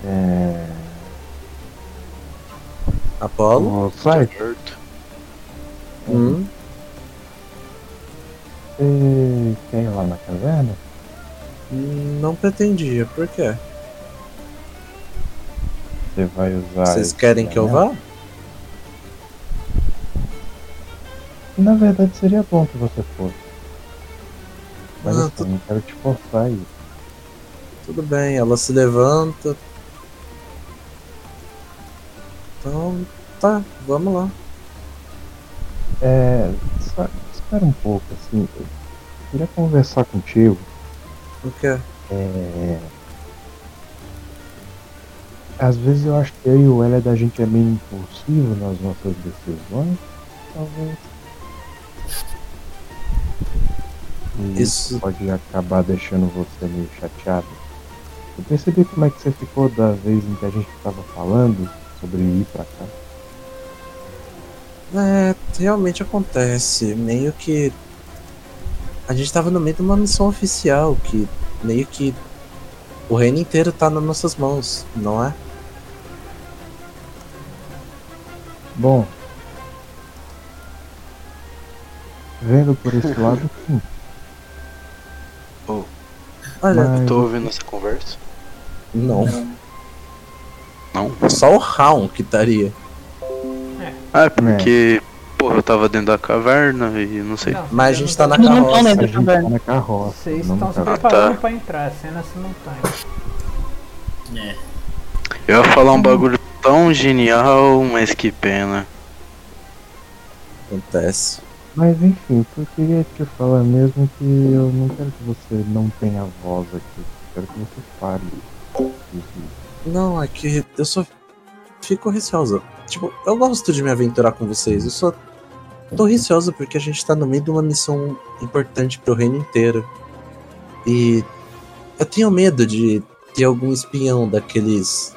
É. Apolo? Ô, Sai, Hum. você quer ir lá na caverna? Hum, Não pretendia, por quê? Você vai usar. Vocês esse querem que eu anel? vá? Na verdade, seria bom que você fosse. Mas Ah, assim, tu- não quero te forçar aí. Tudo bem, ela se levanta. Então, tá, vamos lá. É. só- Espera um pouco, assim. Eu queria conversar contigo. O que? É. Às vezes eu acho que eu e o Elliot a gente é meio impulsivo nas nossas decisões. Talvez. E Isso. isso pode acabar deixando você meio chateado. Eu percebi como é que você ficou da vez em que a gente tava falando sobre ir pra cá. É, realmente acontece. Meio que. A gente tava no meio de uma missão oficial que meio que. O reino inteiro tá nas nossas mãos, não é? Bom. Vendo por esse lado, sim. Olha, Mas- Eu tô ouvindo essa conversa. não. Não. Só o Raon que estaria. Ah, é porque, é. porra, eu tava dentro da caverna e não sei. Não, Mas a eu gente não tá tô- na Não, não, carroça. né? A gente tá na carroça. Vocês não tá estão na se carroça. preparando pra entrar, cena simultânea. É. Eu ia falar um bagulho tão genial, mas que pena. Acontece. Mas enfim, o que eu queria te falar mesmo é que eu não quero que você não tenha voz aqui. Eu quero que você fale. Isso. Não, é que eu só fico receosa. Tipo, eu gosto de me aventurar com vocês. Eu só tô receosa porque a gente tá no meio de uma missão importante pro reino inteiro. E eu tenho medo de ter algum espião daqueles.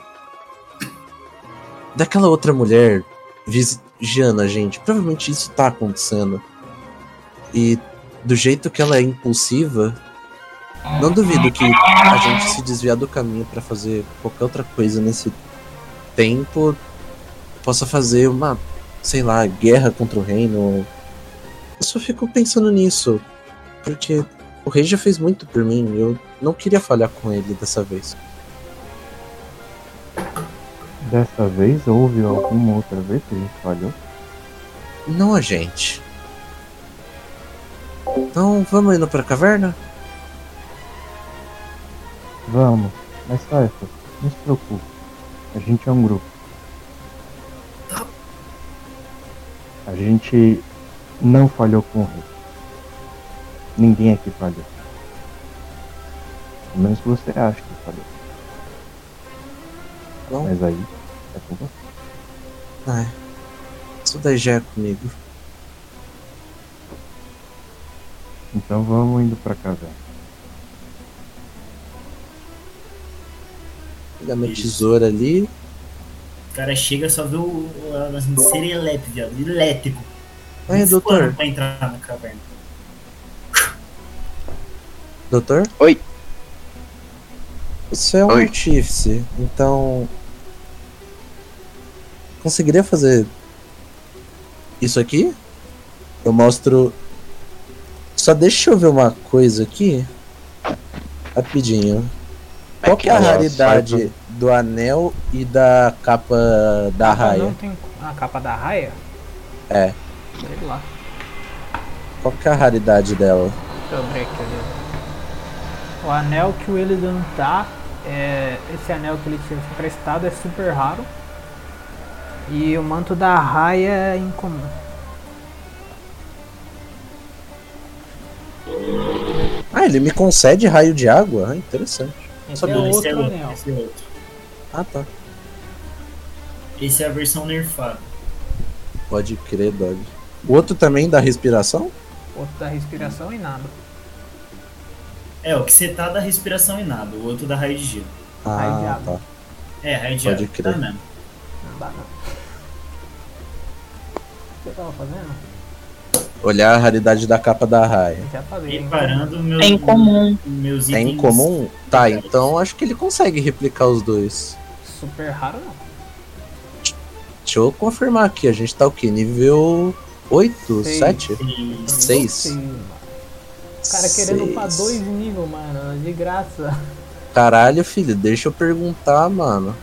daquela outra mulher vigiando a gente. Provavelmente isso tá acontecendo. E do jeito que ela é impulsiva, não duvido que a gente se desviar do caminho pra fazer qualquer outra coisa nesse tempo possa fazer uma, sei lá, guerra contra o reino. Eu só fico pensando nisso, porque o rei já fez muito por mim, e eu não queria falhar com ele dessa vez. Dessa vez, houve alguma outra vez que a gente falhou? Não a gente. Então, vamos indo pra caverna? Vamos, mas Taifa, não se preocupe. A gente é um grupo. A gente não falhou com o rei. Ninguém aqui falhou. Pelo menos que você acha que falhou. Não. Mas aí é com você. Ai, isso daí já é comigo. Então vamos indo pra caverna. Pegar minha tesoura ali. O cara chega só vê o, o, a- assim, serelepe, viado, elétrico. Aí, Um É, doutor. plano Pra entrar na caverna. Doutor? Oi. Você é um Oi. artífice, então. Conseguiria fazer. Isso aqui? Eu mostro. Só deixa eu ver uma coisa aqui. Rapidinho. Qual que é a Aquela raridade do anel e da capa da Ah, Não raia? tem a capa da raia? É. Sei lá. Qual que é a raridade dela? Deixa eu abrir aqui. olha. O anel que o Elidan tá, é, esse anel que ele tinha emprestado é super raro. E o manto da raia é incomum. Ah, ele me concede raio de água? Ah, interessante. Só Esse é tem o Não, esse é outro outro, anel. esse é outro. Ah, tá. Esse é a versão nerfada. Pode crer, dog. O outro também da respiração? Outro da respiração e nada. É, o que você tá da respiração e nada, o outro da raio de gelo. Raio de Ah, água. tá. É, raio de Pode gelo. crer. Tá mesmo. Não dá não. O que eu tava fazendo? Olhar a raridade da capa da raia. Eu já falei. hein? Reparando meus, É incomum. meus É itens. em comum? Tá, então acho que ele consegue replicar os dois. Super raro não. Deixa eu confirmar aqui, a gente tá o quê? Nível 8, Seis. 7? Sim. Seis. Sei, mano. O cara querendo upar dois níveis, mano. De graça. Caralho, filho, deixa eu perguntar, mano.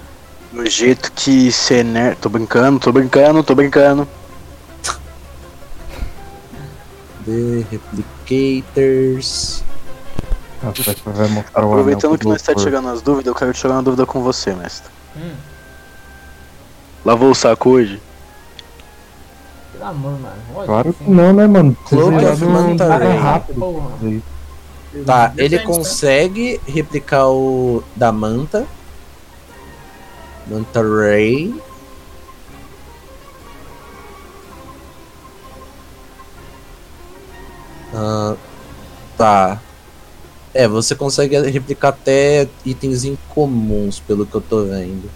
Do jeito que ser nerd. Tô brincando, tô brincando, tô brincando. The Replicators. A Taifa vai mostrar é o Aproveitando anel que nós está tá tirando as dúvidas, eu quero tirar uma dúvida com você, mestre. Hum. Lavou o saco hoje? Pelo amor, mano. Olha Claro que assim. não, né, mano? Cloak Vocês of viraram Manta tá um- Ray. é rápido. Porra. Tá, Depende, ele tá? consegue replicar o da Manta. Manta Ray. Ah, tá. É, você consegue replicar até itens incomuns, pelo que eu tô vendo.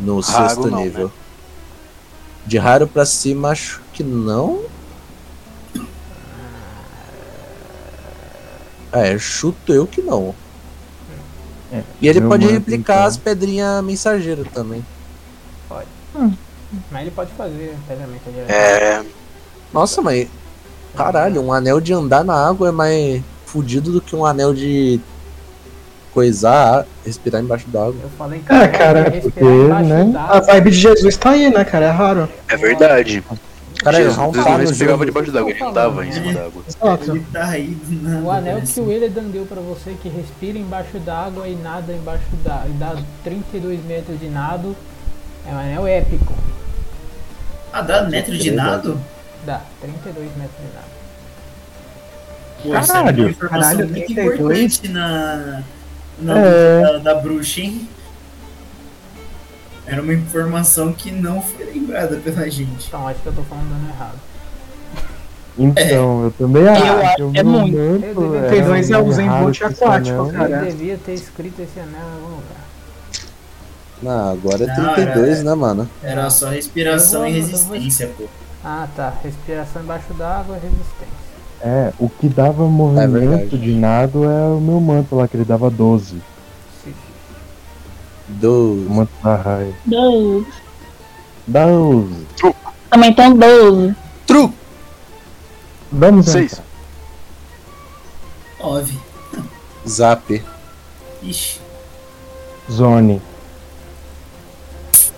No Raro sexto não, né? nível. De raro pra cima, acho que não. É, chuto eu que não. É, e ele meu pode manto, replicar então. as pedrinhas mensageiras também. Mas ele pode fazer, inteiramente. É. Nossa, mas. Caralho, um anel de andar na água é mais fudido do que um anel de coisar, respirar embaixo d'água. Eu falei que É, cara, porque, porque, né? A vibe de Jesus tá aí, né, cara? É raro. É verdade. Caralho, Jesus round não five, respirava Júlio. debaixo d'água, ele andava em cima d'água. Exato. Ele tá aí do nada, O anel parece. que o Eledan deu pra você, que respira embaixo d'água e nada embaixo d'água, e dá 32 metros de nado, é um anel épico. Ah, dá metro de nado? Dá 32 metros de nado. Pô, isso aí é uma Caralho. informação Caralho, muito 32. importante na, na É. luta da, da bruxa, hein? Era uma informação que não foi lembrada pela gente. Então acho que eu tô falando dando errado. Então, eu também acho acho que o é meu muito. manto Eu devia- era 32 é um o Zen raro Bolt esse aquático, anel. Eu Cara. devia ter escrito esse anel em algum lugar. Não, agora é Não, 32, é- né, mano? Era só respiração Eu e vou- resistência, pô. Ah tá, respiração embaixo d'água e resistência. É, o que dava movimento de nado é o meu manto lá, que ele dava 12. Sim. O Do. manto da raia. 12. 12. Também tem 12. True! Vamos Seis. entrar. Óbvio. Zap. Ixi. Zone.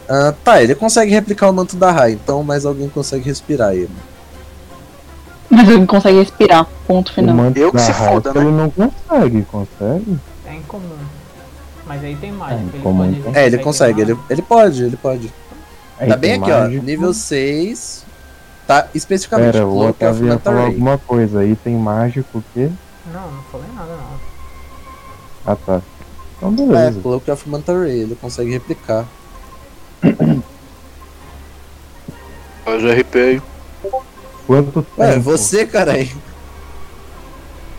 Ah, tá, ele consegue replicar o manto da Rai, então mais alguém consegue respirar ele. Mas ele não consegue respirar. Ponto O final. manto Eu que da se raia, foda, né? ele não consegue, consegue? É incomum. Mas aí tem mais. É ele incomum, pode- então. É, ele né? consegue, ele, ele pode, ele pode. Aí Tá bem tem aqui, ó. mágico. Nível 6. Tá especificamente Pera, o Cloak of Otávio ia Manta falar Ray. alguma coisa aí, tem mágico o quê? Não, não falei nada não. Ah tá. Então É, beleza. Cloak of Manta Ray, ele consegue replicar. Mas o RP aí. Quanto tempo? Ué, É, você, caralho.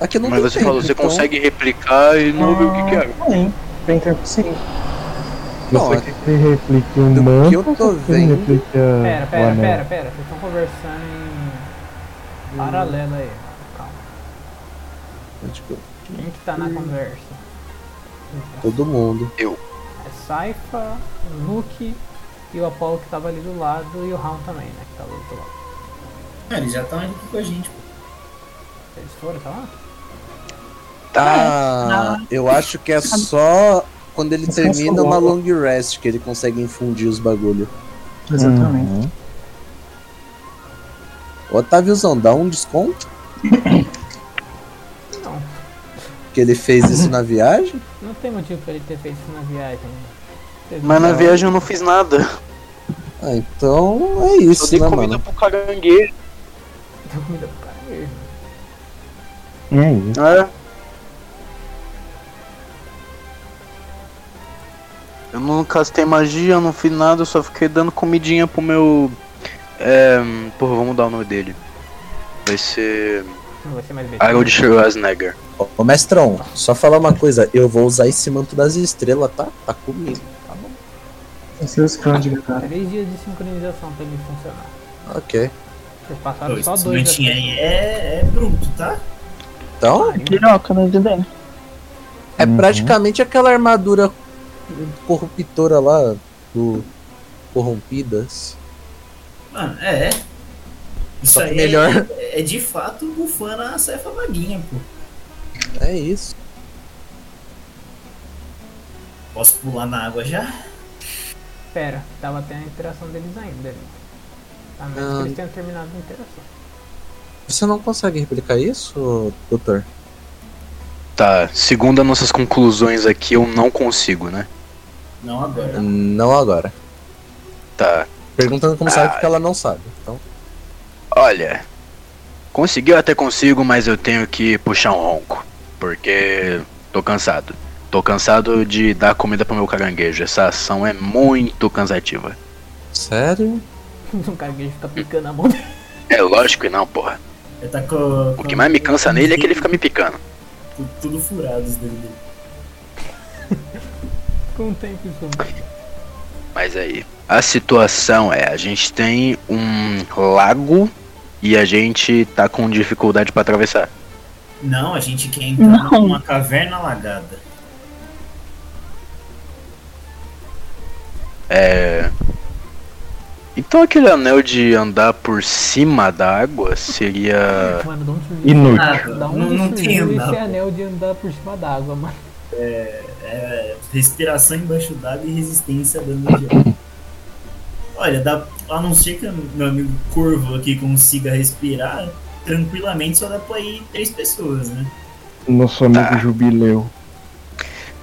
Aqui não Mas tem você tempo, falou, você então- consegue replicar e não viu o que é. que era. Sim, tem tempo sim. Não, é é Você quer que replique o um do manto? que eu tô ou você quer que vendo- replique a- Pera, o pera, anel? pera, pera. Vocês estão conversando em paralelo aí. Calma. Tipo, Quem que tá na conversa? todo mundo. É Saifa, o Luke e o Apollo que tava ali do lado e o Raon também, né? Que tava do outro lado. Ah, eles já estão aqui com a gente, pô. Eles foram, tá lá? Tá. Eu acho que é só quando ele Tá Descansa termina uma long logo. rest que ele consegue infundir os bagulho. Exatamente. Uhum. Otáviozão, dá um desconto? Não. Que ele fez isso na viagem? Não tem motivo pra ele ter feito isso na viagem. né? Teve Mas na um- viagem eu não fiz nada. Ah, então é Só isso, dei né, comida mano? pro caranguejo. Deu comida pro cara mesmo. E aí? É. Eu não castei magia, eu não fiz nada, eu só fiquei dando comidinha pro meu. É. Porra, vou mudar o nome dele. Vai ser. Não vai ser mais besteira. Harold Schwarzenegger. Ô, Ô, mestrão, só falar uma coisa. Eu vou usar esse manto das estrelas, tá? Tá comigo. Tem seus cândidos, cara. Três dias de sincronização pra ele funcionar. Ok. Vocês passaram Pô, só Esse dois. assim. mantinho aí é, é bruto, tá? Então, Piroca, não ideia. É Uhum. praticamente aquela armadura corruptora lá do Corrompidas. Mano, é. Isso Só que aí é- melhor. É, de fato bufando a cefa maguinha, pô. É isso. Posso pular na água já? Pera, tava tendo a interação deles ainda. né? A menos Ah. que eles tenham terminado a interação. Você não consegue replicar isso, doutor? Tá, segundo as nossas conclusões aqui, eu não consigo, né? Não agora. Não agora. Tá. Perguntando como sabe, porque ela não sabe. Então, Olha, conseguiu até consigo, mas eu tenho que puxar um ronco. Porque tô cansado. Tô cansado de dar comida pro meu caranguejo. Essa ação é muito cansativa. sério? Um caranguejo fica picando a mão dele. É lógico que não, porra. Ele tá com, O que mais me cansa nele é que ele fica me picando. Tudo, tudo furado os dedos dele. Com o tempo isso. Mas aí, a situação é, a gente tem um lago e a gente tá com dificuldade pra atravessar. Não, a gente quer entrar Não. numa caverna alagada. É. Então aquele anel de andar por cima da água seria. Mano, dá um sujeito. Inútil. Nada, Dá um não, não tem esse nada. anel de andar por cima d'água, mano. É, respiração embaixo d'água e resistência a dano de água. Olha, dá, a não ser que meu amigo Corvo aqui consiga respirar, tranquilamente só dá pra ir três pessoas, né? Nosso amigo Ah. Tá. Jubileu.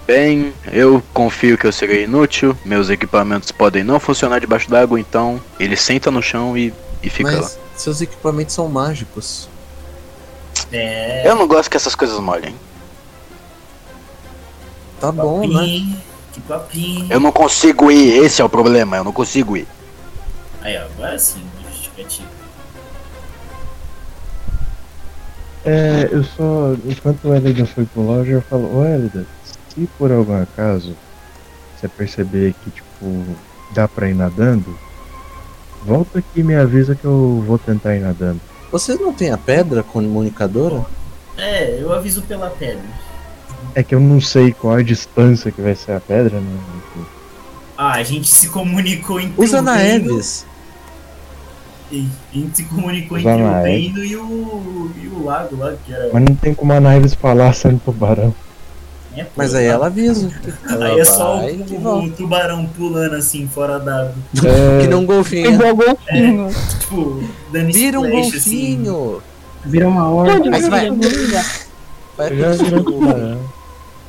Bem, eu confio que eu serei inútil, meus equipamentos podem não funcionar debaixo d'água, então ele senta no chão e, e fica lá. Mas seus equipamentos são mágicos. É. Eu não gosto que essas coisas molhem. Tá bom, né? papinho, Que papinho. Eu não consigo ir, esse é o problema, eu não consigo ir. Aí, ó, agora sim, justificativo. É, eu só. Enquanto o Elida foi pro loja, eu falo, ô Elida, se por algum acaso você perceber que, tipo, dá pra ir nadando, volta aqui e me avisa que eu vou tentar ir nadando. Vocês não têm a pedra comunicadora? É, eu aviso pela pedra. É que eu não sei qual a distância que vai ser a pedra, né? Enfim. Ah, a gente se comunicou entre Usa o na reino- Eves. E- A gente se comunicou Usa entre na o Eves. reino e o, e o lago lá, que era. Mas não tem como a Naives falar sendo tubarão. né, pô, Mas aí ela avisa. Ela Aí é só vai o, e o- volta. o tubarão pulando assim, fora d'água. É. Que não um golfinho. Igual golfinho. Tipo, dando Vira um splash, Assim. golfinho. Vira uma hora. Pode Mas vai. virar. Vai Eu já virou um tubarão.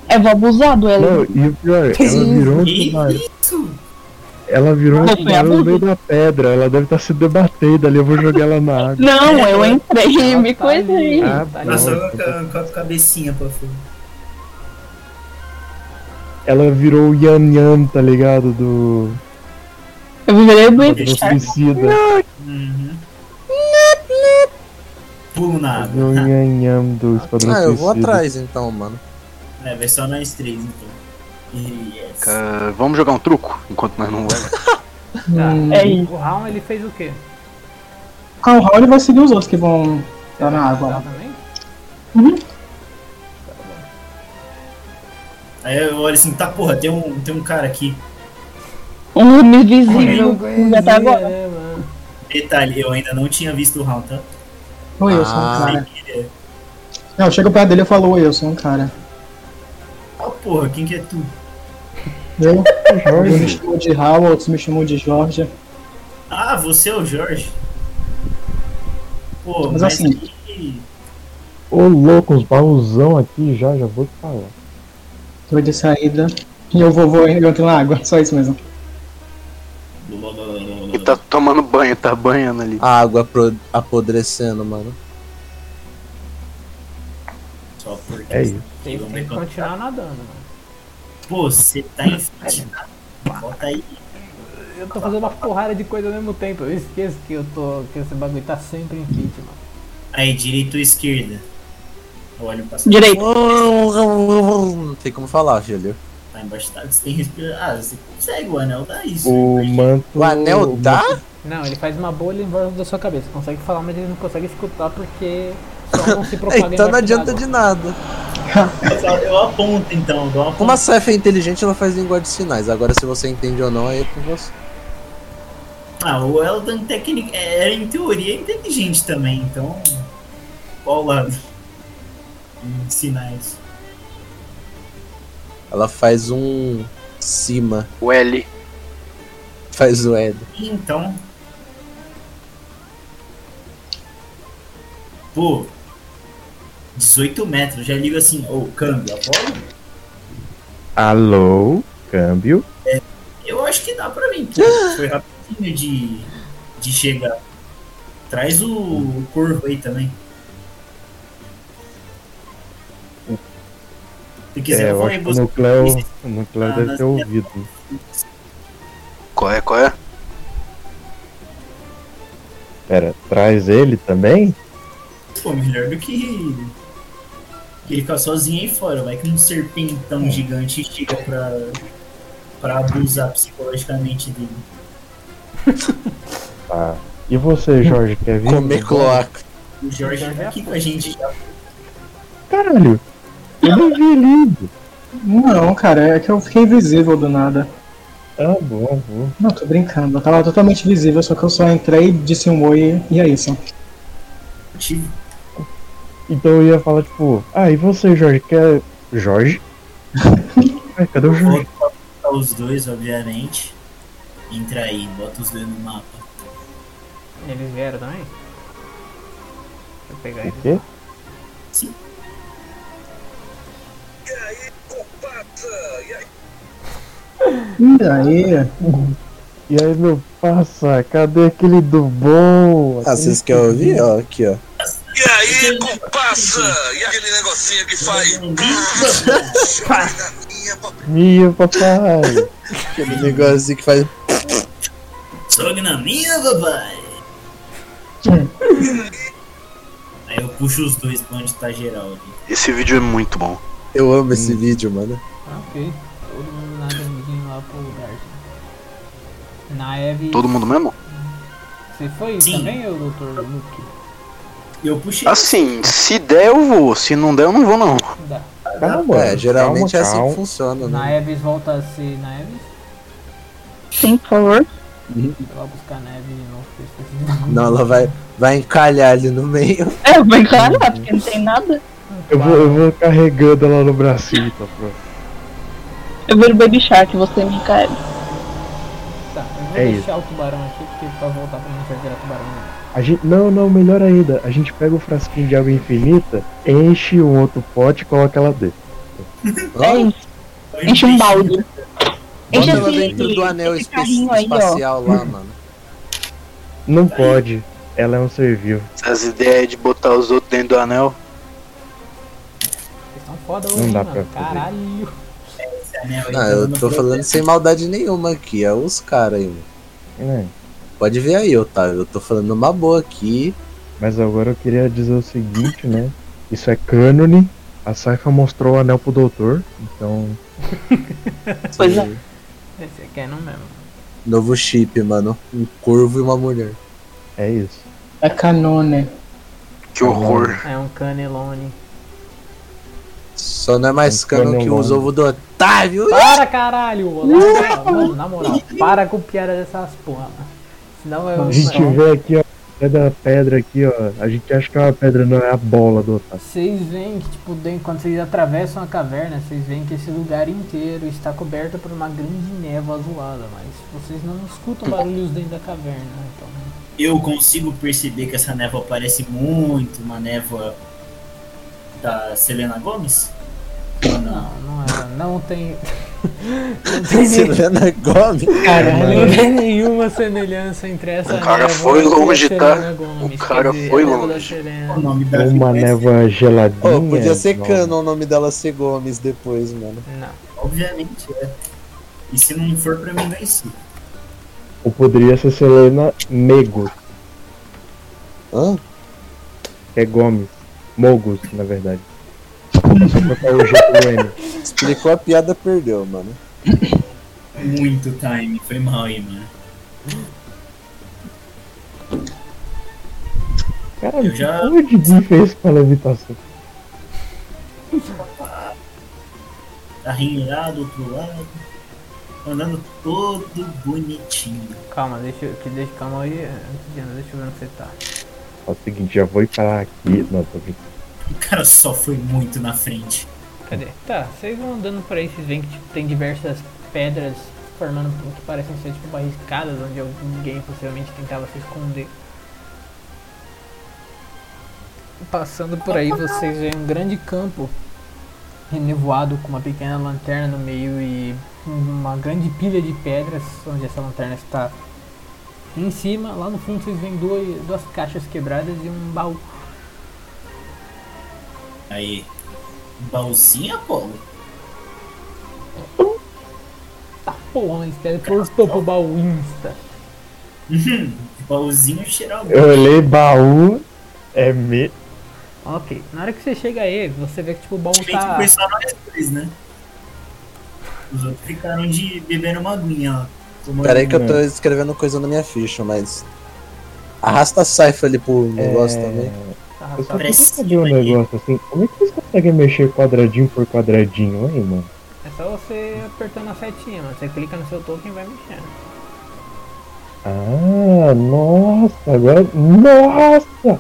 É, vou abusar do Elida. Não, e o pior, ela Sim. virou um E tubarão. isso! Ela virou um Não, foi tubarão no meio abuso. da pedra. Ela deve estar se debatendo ali. Eu vou jogar ela na água. Não, é. eu entrei, me tá ali, coisei. Ah, tá ali. Nossa, Nossa, eu com a, com a cabecinha pra fora. Ela virou o Yan Yan, tá ligado? Do. Eu virei do Do suicida. Uhum. Pulo na Do água. Yan Yan do Esquadrão Ah, eu vou Suicida. atrás então, mano. É, vai só nós três então. E yes. Ah, vamos jogar um truco enquanto nós não vamos. Tá. É isso. O Raul ele fez o quê? Ah, o Raul vai seguir os outros que vão estar na água. Tá lá. também? Aí eu olho assim, tá porra, tem um, tem um cara aqui. Um homem Eu invisível. Já tá agora. né, mano? Detalhe, eu ainda não tinha visto o round, tá? Oi, eu sou um Ah. cara. Aí ele é, Não, chega perto dele e falo, oi, eu sou um cara. Ah, porra, quem que é tu? Eu, eu me chamou de Raul, outros me chamam de Jorge. Ah, você é o Jorge? Pô, mas, Mas assim- que- Ô louco, uns baúzão aqui já, já vou te falar. Tô de saída. E eu vou, vou, eu entro na água. Só isso mesmo. E tá tomando banho, tá banhando ali. A água apro- apodrecendo, mano. Só porque... É isso. Tem tem que continuar nadando, mano. Pô, você tá infatinado. Bota aí. Eu tô fazendo uma porrada de coisa ao mesmo tempo. Eu esqueço que eu tô. que esse bagulho tá sempre em fit, mano. Aí, direita ou esquerda? Eu olho pra cima. Direito. Não tem como falar, filho. Tá embaixo da água, você tem respiração. Ah, você consegue, o anel dá isso. né? O manto. O anel dá? Não, ele faz uma bolha em volta da sua cabeça. Consegue falar, mas ele não consegue escutar porque só não se propaga Então não é embaixo adianta d'água. de nada. Eu, eu aponto então, eu dou uma Como a apontada. Seth é inteligente, ela faz linguagem de sinais. Agora, se você entende ou não, aí é com você. Ah, o Eldon técnica era em teoria inteligente também, então. Qual o lado? Hum, Sinais. Ela faz um. Cima. O L. Faz o Ed. E Então. Pô. 18 metros, já ligo assim, ô, câmbio, apoio? Alô? Câmbio? Eu acho que dá pra mim, pô. Foi rapidinho. pouquinho de, de chegar. Traz o, o corvo aí também. Se quiser, É, eu eu vou acho em que o busca. Nucleo, o Nucleo deve ter ouvido. Qual é, qual é? Pera, traz ele também? Pô, melhor do que. que ele ficar sozinho aí fora. Vai que um serpentão Hum. gigante chega pra. pra abusar psicologicamente dele. Tá. E você, Jorge, quer vir? Comer cloaca. O Jorge tá aqui com a gente já. Caralho, eu não vi ele indo. Não, cara, é que eu fiquei invisível do nada. Tá bom, vou. Não, tô brincando. Eu tava totalmente visível, só que eu só entrei, disse um oi e é isso. Tive Então eu ia falar, tipo, ah, e você, Jorge, quer. Jorge? Ai, cadê o Jorge? voto pra botar os dois, obviamente. Entra aí, bota os dois no mapa. Eles vieram também? Deixa eu pegar O eles. quê? Sim. E aí? E aí, meu passa, cadê aquele do bom? Ah, Aquele vocês querem ouvir? Ó, aqui, ó. E aí, compassa? E aquele negocinho que faz. Uhum. Minha, papai. Aquele negócio que faz. Sobe na minha, papai! Aí eu puxo os dois pra onde tá geral ali. Esse vídeo é muito bom. Eu amo esse vídeo, mano. Ah, ok. Todo mundo nada vindo lá pro lugar. Na Eve. Todo mundo mesmo? Você foi Sim. também, o Dr. Luke? E eu puxei. Assim, se der eu vou, se não der eu não vou não. Dá. Calma, é, geralmente é calma, assim calma. que Uhum. funciona, né? Na Eves volta a ser na Eves. Sim, por favor. Vai lá buscar na Eves de novo. porque eu esqueci de dar um Não, ela vai, vai encalhar ali no meio. É, vai encarar, porque não tem nada. Eu vou, eu vou carregando ela no bracinho, tá pronto. Eu viro Baby Shark, você me cai. tá. Eu vou É deixar o tubarão aqui, porque é pra voltar pra mim vai virar tubarão. né? A gente, não, não, melhor ainda. A gente pega o frasquinho de água infinita, enche um outro pote e coloca ela dentro. É Ó, isso. Enche um balde. Enche assim, Bota ela esse- dentro do anel esse espe- carrinho aí, ó. espacial lá, mano. Não pode. Ela é um ser vivo. Essas ideias de botar os outros dentro do anel. Vocês tão foda Não hoje, dá mano. pra fazer. Caralho. Não, Ah, então, eu tô falando sem maldade nenhuma aqui, é os caras aí, mano. né? Pode ver aí, Otávio. Eu tô falando uma boa aqui. Mas agora eu queria dizer o seguinte, né? Isso é cânone. A Saifa mostrou o anel pro doutor, então. Pois é. Esse aqui é não mesmo. Novo chip, mano. Um corvo e uma mulher. É isso. É canone. Que horror. É um canelone. Só não é mais Um cano que canelão. os ovos do Otávio. Ah, Para, caralho! Olá, mano, na moral, para com piada dessas porra, mano. Senão eu. A gente mano, vê aqui, ó. Cada pedra aqui, ó. A gente acha que é uma pedra, não é a bola do Otávio. Vocês veem que, tipo, de- quando vocês atravessam a caverna, vocês veem que esse lugar inteiro está coberto por uma grande névoa azulada, mas vocês não escutam barulhos dentro da caverna, então. Eu consigo perceber que essa névoa parece muito uma névoa da Selena Gomes? Ou Não. Não, não é. Não tem. não, tem nem- Selena né? Gomes. Caralho. não tem nenhuma semelhança entre essa O cara névoa foi e a longe, tá? Selena Gomez, O cara quer dizer, foi a névoa da longe. Selena. O nome da Uma vila é névoa Ô, geladinha. podia ser não. cano o nome dela ser Gomes depois, mano. Não. Selena, Obviamente, é. E se não for pra mim, vai sim. Ou poderia ser Selena Mego, Hã? que é Gomes. Mogos, na verdade. Só trocar o G pelo N. Explicou a piada, perdeu, mano. Muito time, foi mal aí, mano. Eu Caralho, já- como o Didi fez com a levitação? Tá rindo lá do outro lado, andando todo bonitinho. Calma, deixa eu. que- Deixa, calma aí, Diana, deixa eu ver onde você tá. Ó, o seguinte, já vou ir parar aqui. Não, tô brincando. O cara só foi muito na frente. Cadê? Tá, vocês vão andando por aí, vocês veem que tipo, tem diversas pedras formando o que parecem ser tipo barricadas onde alguém possivelmente tentava se esconder. Passando por aí vocês veem um grande campo renevoado com uma pequena lanterna no meio e uma grande pilha de pedras onde essa lanterna está Em cima, lá no fundo, vocês veem dois, duas caixas quebradas e um baú. Aí. Baúzinho, Apolo? Tá porra, eles teleportou pro baú Insta. Uhum. Baúzinho geralmente. Eu olhei baú, é me. Ok, na hora que você chega aí, você vê que tipo, o baú A gente tá. foi só nós dois, né? Os outros ficaram de bebendo uma aguinha lá. tomando Peraí que uma. eu tô escrevendo coisa na minha ficha, mas. Arrasta a Saifa ali pro negócio também. tá Eu só tá- queria saber é um negócio assim. Como é que vocês conseguem mexer quadradinho por quadradinho aí, mano? É só você apertando a setinha, mano. Você clica no seu token e vai mexendo. Ah, nossa, agora. Nossa!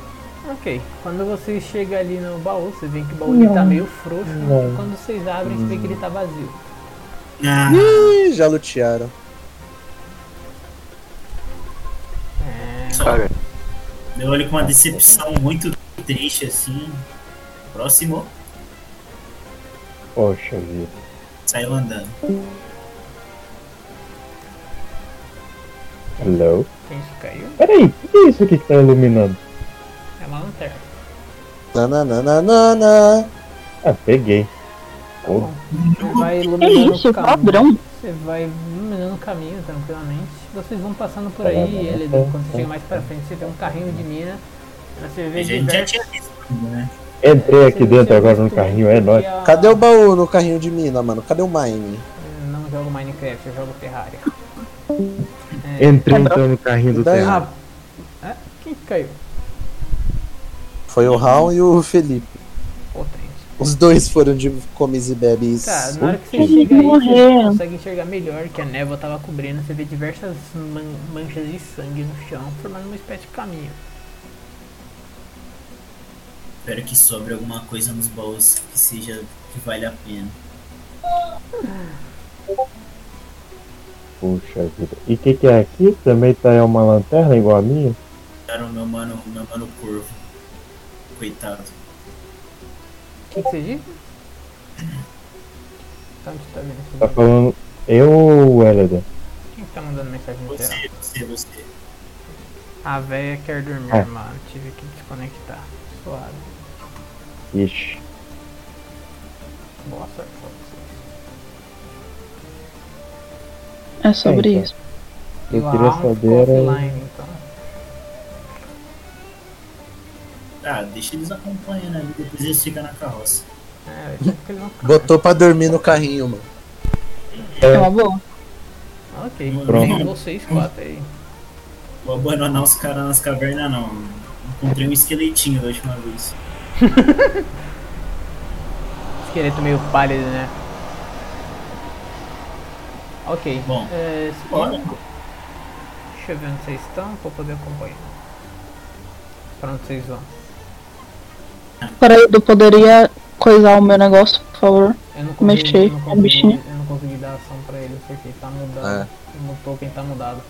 Ok, quando você chega ali no baú, você vê que o baú ele tá Não. meio frouxo. Não. Quando vocês abrem, você vê que ele tá vazio. Ah, Ih, já lutearam. Ah, só- Cara, eu olho com uma decepção muito triste assim. Próximo, Poxa vida. saiu andando. Hello? Quem isso caiu? Peraí, o que é isso aqui que tá iluminando? É uma lanterna. Nananana. Ah, peguei. Ô, Você vai é Que iluminando isso, o caminho. padrão. Você vai iluminando o caminho tranquilamente. Vocês vão passando por Tá aí e ele, quando você chega mais pra frente, você vê um carrinho de mina. Você vê A gente é já diversos- tinha visto, né? Entrei você aqui vê dentro agora no diversos carrinho, é nóis. que a- Cadê o baú no carrinho de mina, mano? Cadê o mine? Eu Não jogo Minecraft, eu jogo Terraria. É, Entrei então no carrinho do Daí- tempo. ah, é, quem que caiu? Foi o Raul e o Felipe. Potente. Os dois foram de comes e bebes. Tá, na hora que você Ele chega aí, você morreu. consegue enxergar melhor que a névoa tava cobrindo. Você vê diversas man- manchas de sangue no chão, formando uma espécie de caminho. Espero que sobre alguma coisa nos baús que seja que vale a pena. Puxa vida. E o que, que é aqui? Também tá é uma lanterna igual a minha? Cara, o Tá meu mano, meu mano corvo. Coitado. O que, que você disse? Tá onde tá vendo? Tá esse bagulho? falando eu ou o Eleda? Quem que tá mandando mensagem no geral? Você, você, você. A véia quer dormir, É. mano. Tive que desconectar. Suave. Ixi. Boa sorte pra vocês. É sobre Então. isso. Eu E o queria round saber ficou é. era- offline, um então. Ah, deixa eles acompanhando ali, depois eles ficam na carroça. É, eu acho que eles vão ficar. Botou pra dormir no carrinho, mano. É uma boa. Ah, Ok, Pronto. vocês quatro aí. Vou abandonar os caras nas cavernas não. Encontrei um esqueletinho da última vez. Esqueleto meio pálido, né? Ok. Bom, É, Bora. deixa eu ver onde vocês estão pra eu poder acompanhar. Pra onde vocês vão? Peraí, eu poderia coisar o meu negócio, por favor? Eu não consegui, Mexer eu não com o consegui, bichinho. eu não consegui dar ação pra ele, porque tá mudado. É. O token tá mudado.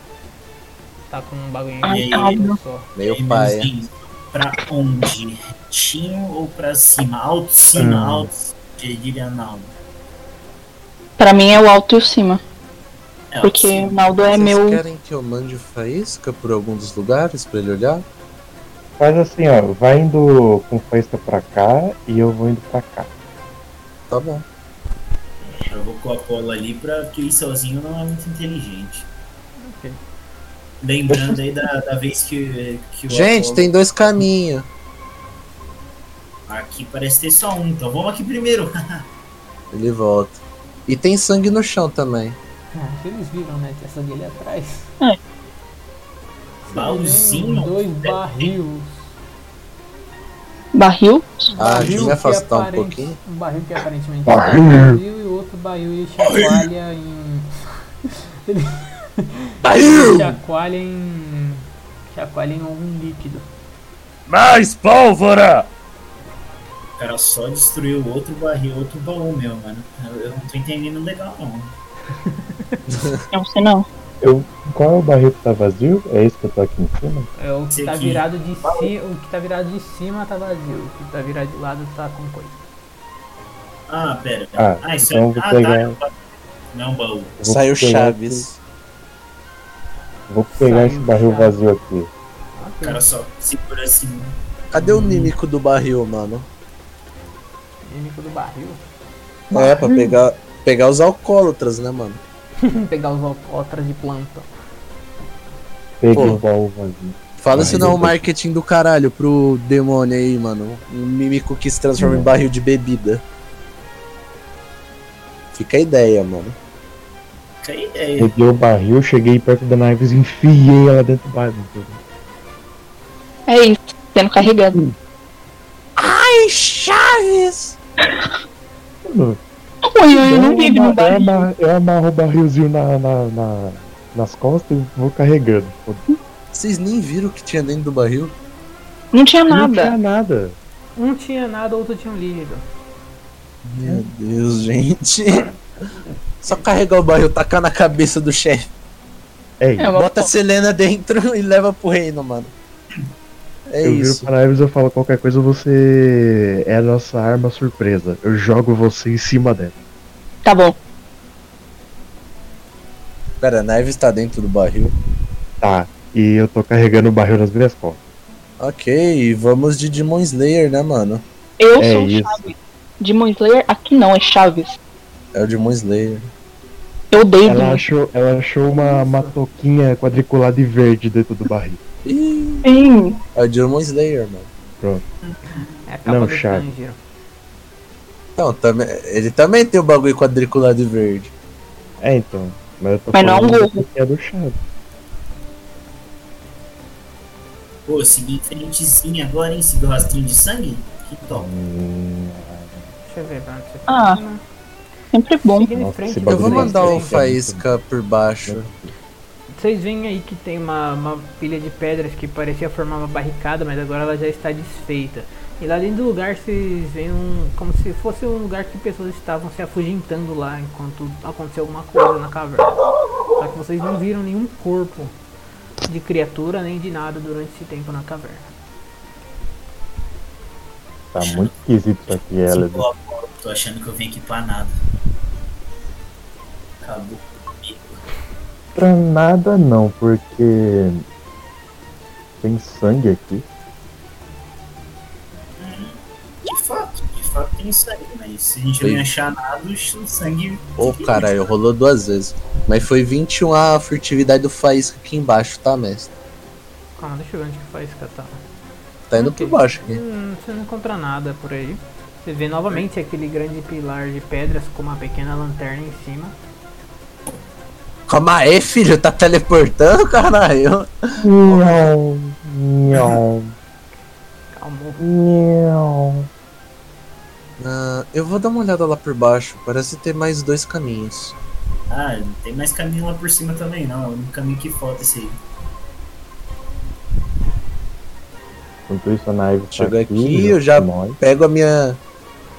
Tá com um bagulho Ah, em calma. só. Meio Aí, pai. meus lindos, Pra onde? Retinho ou pra cima? Alto, cima, Ah. alto, eu diria Naldo. Pra mim é o alto e o cima. É, alto, Porque o cima. Naldo é Vocês meu. querem que eu mande faísca por algum dos lugares pra ele olhar? Faz assim, ó. Vai indo com faísca pra cá e eu vou indo pra cá. Tá bom. Eu vou com a cola ali, pra... porque ir sozinho não é muito inteligente. Ok. Lembrando aí da, da vez que, que o Gente, Apolo- tem dois caminhos. Aqui parece ter só um, então vamos aqui primeiro. Ele volta. E tem sangue no chão também. Ah, Vocês viram, né? Tem sangue ali atrás. É. Vocês Baúzinho? veem Dois barril. Barril? Ah, deixa eu Barril me que afastar um aparente- pouquinho. Um barril que aparentemente Barril. é barril e o outro barril e chacoalha em. Ele Barril! chacoalha em. Chacoalha em algum líquido. Mais pólvora! O cara só destruiu outro barril, outro baú meu, mano. Eu, eu não tô entendendo legal, não. Não sei não. Eu, qual é o barril que tá vazio? É esse que eu tô aqui em cima? É o que Esse tá aqui. virado de cima. O que tá virado de cima tá vazio. O que tá virado de lado tá com coisa. Ah, pera. Ah, isso então é... eu vou ah, tá, pegar- é um baú. Não é um baú. Vou Saiu pegar Chaves. esse- Vou pegar esse barril vazio aqui. Ah, O cara só segura assim. Cadê o mímico do barril, mano? Inimigo do barril. É, Hum. pra pegar, pegar os alcoólatras, né, mano? Hum, Pegar os alcoólatras de planta. Peguei Pô. o baú vazio. Fala se não é o Barril. marketing do caralho pro demônio aí, mano. Um mímico que se transforma Hum. em barril de bebida. Fica a ideia, mano. Que ideia. Peguei o barril, cheguei perto da Knives e enfiei ela dentro do barril. É isso, sendo carregado. Hum. Ai, Chaves! Oi, eu É não vive no Eu barril. amarro- Eu amarro é o barrilzinho na, na- na- nas costas e vou carregando. Pô, Vocês nem viram o que tinha dentro do barril? Não tinha Não nada. tinha nada. Um tinha nada, outro tinha um líquido. Meu Hum. Deus, gente. Só carregar o barril, tacar na cabeça do chefe. É, É uma Bota a Selena dentro e leva pro reino, mano. É eu isso. viro pra Ives e eu falo, qualquer coisa você é a nossa arma surpresa. Eu jogo você em cima dela. Tá bom. Cara, a Naive está dentro do barril. Tá. E eu tô carregando o barril nas minhas costas. Ok, vamos de Demon Slayer, né, mano? Eu É sou o isso. Chaves. Demon Slayer aqui não, é Chaves. É o Demon Slayer. Eu odeio Ela Demon achou, ela achou uma, uma toquinha quadriculada e verde dentro do barril. Ih, Sim. é o Demon Slayer, mano. É a capa Não, do Chaves. Tanjiro. Não, também, ele também tem o bagulho quadriculado e verde. É, então. Mas, eu tô Mas não é um falando da gorro. toquinha do Chaves. Pô, segui em frentezinha agora, hein? Segui o rastrinho de sangue? Que top. Hum, Deixa eu ver pra onde você tá. Ah, sempre é bom. Seguindo em Nossa, frente, esse Eu bagulho vou vocês- mandar o Sim, sim. Faísca por baixo. Vocês veem aí que tem uma, uma pilha de pedras que parecia formar uma barricada, mas agora ela já está desfeita. E lá dentro do lugar vocês veem um, como se fosse um lugar que pessoas estavam se afugentando lá enquanto aconteceu alguma coisa na caverna. Só que vocês não viram nenhum corpo de criatura nem de nada durante esse tempo na caverna. Tá muito esquisito isso aqui, ela. Sim, pô, pô, Tô achando que eu vim aqui pra nada. Acabou. Pra nada não, porque tem sangue aqui. De fato, de fato tem sangue, mas se a gente Sim. não achar nada, o sangue. Ô, caralho, rolou duas vezes. Mas foi 21 a furtividade do Faísca aqui embaixo, tá, mestre? Calma, deixa eu ver onde que faz catar. Tá indo Ok. por baixo aqui. Hum, você não encontra nada por aí. Você vê novamente aquele grande pilar de pedras com uma pequena lanterna em cima. Calma aí, filho, tá teleportando, caralho? Nhão, nhão, Calma, nhão. Ah, eu vou dar uma olhada lá por baixo, parece ter mais dois caminhos. Ah, não tem mais caminho lá por cima também, não. É o único caminho que falta esse aí. Enquanto isso a naive tá Chegou aqui, junto eu já- com nós. Pego a minha,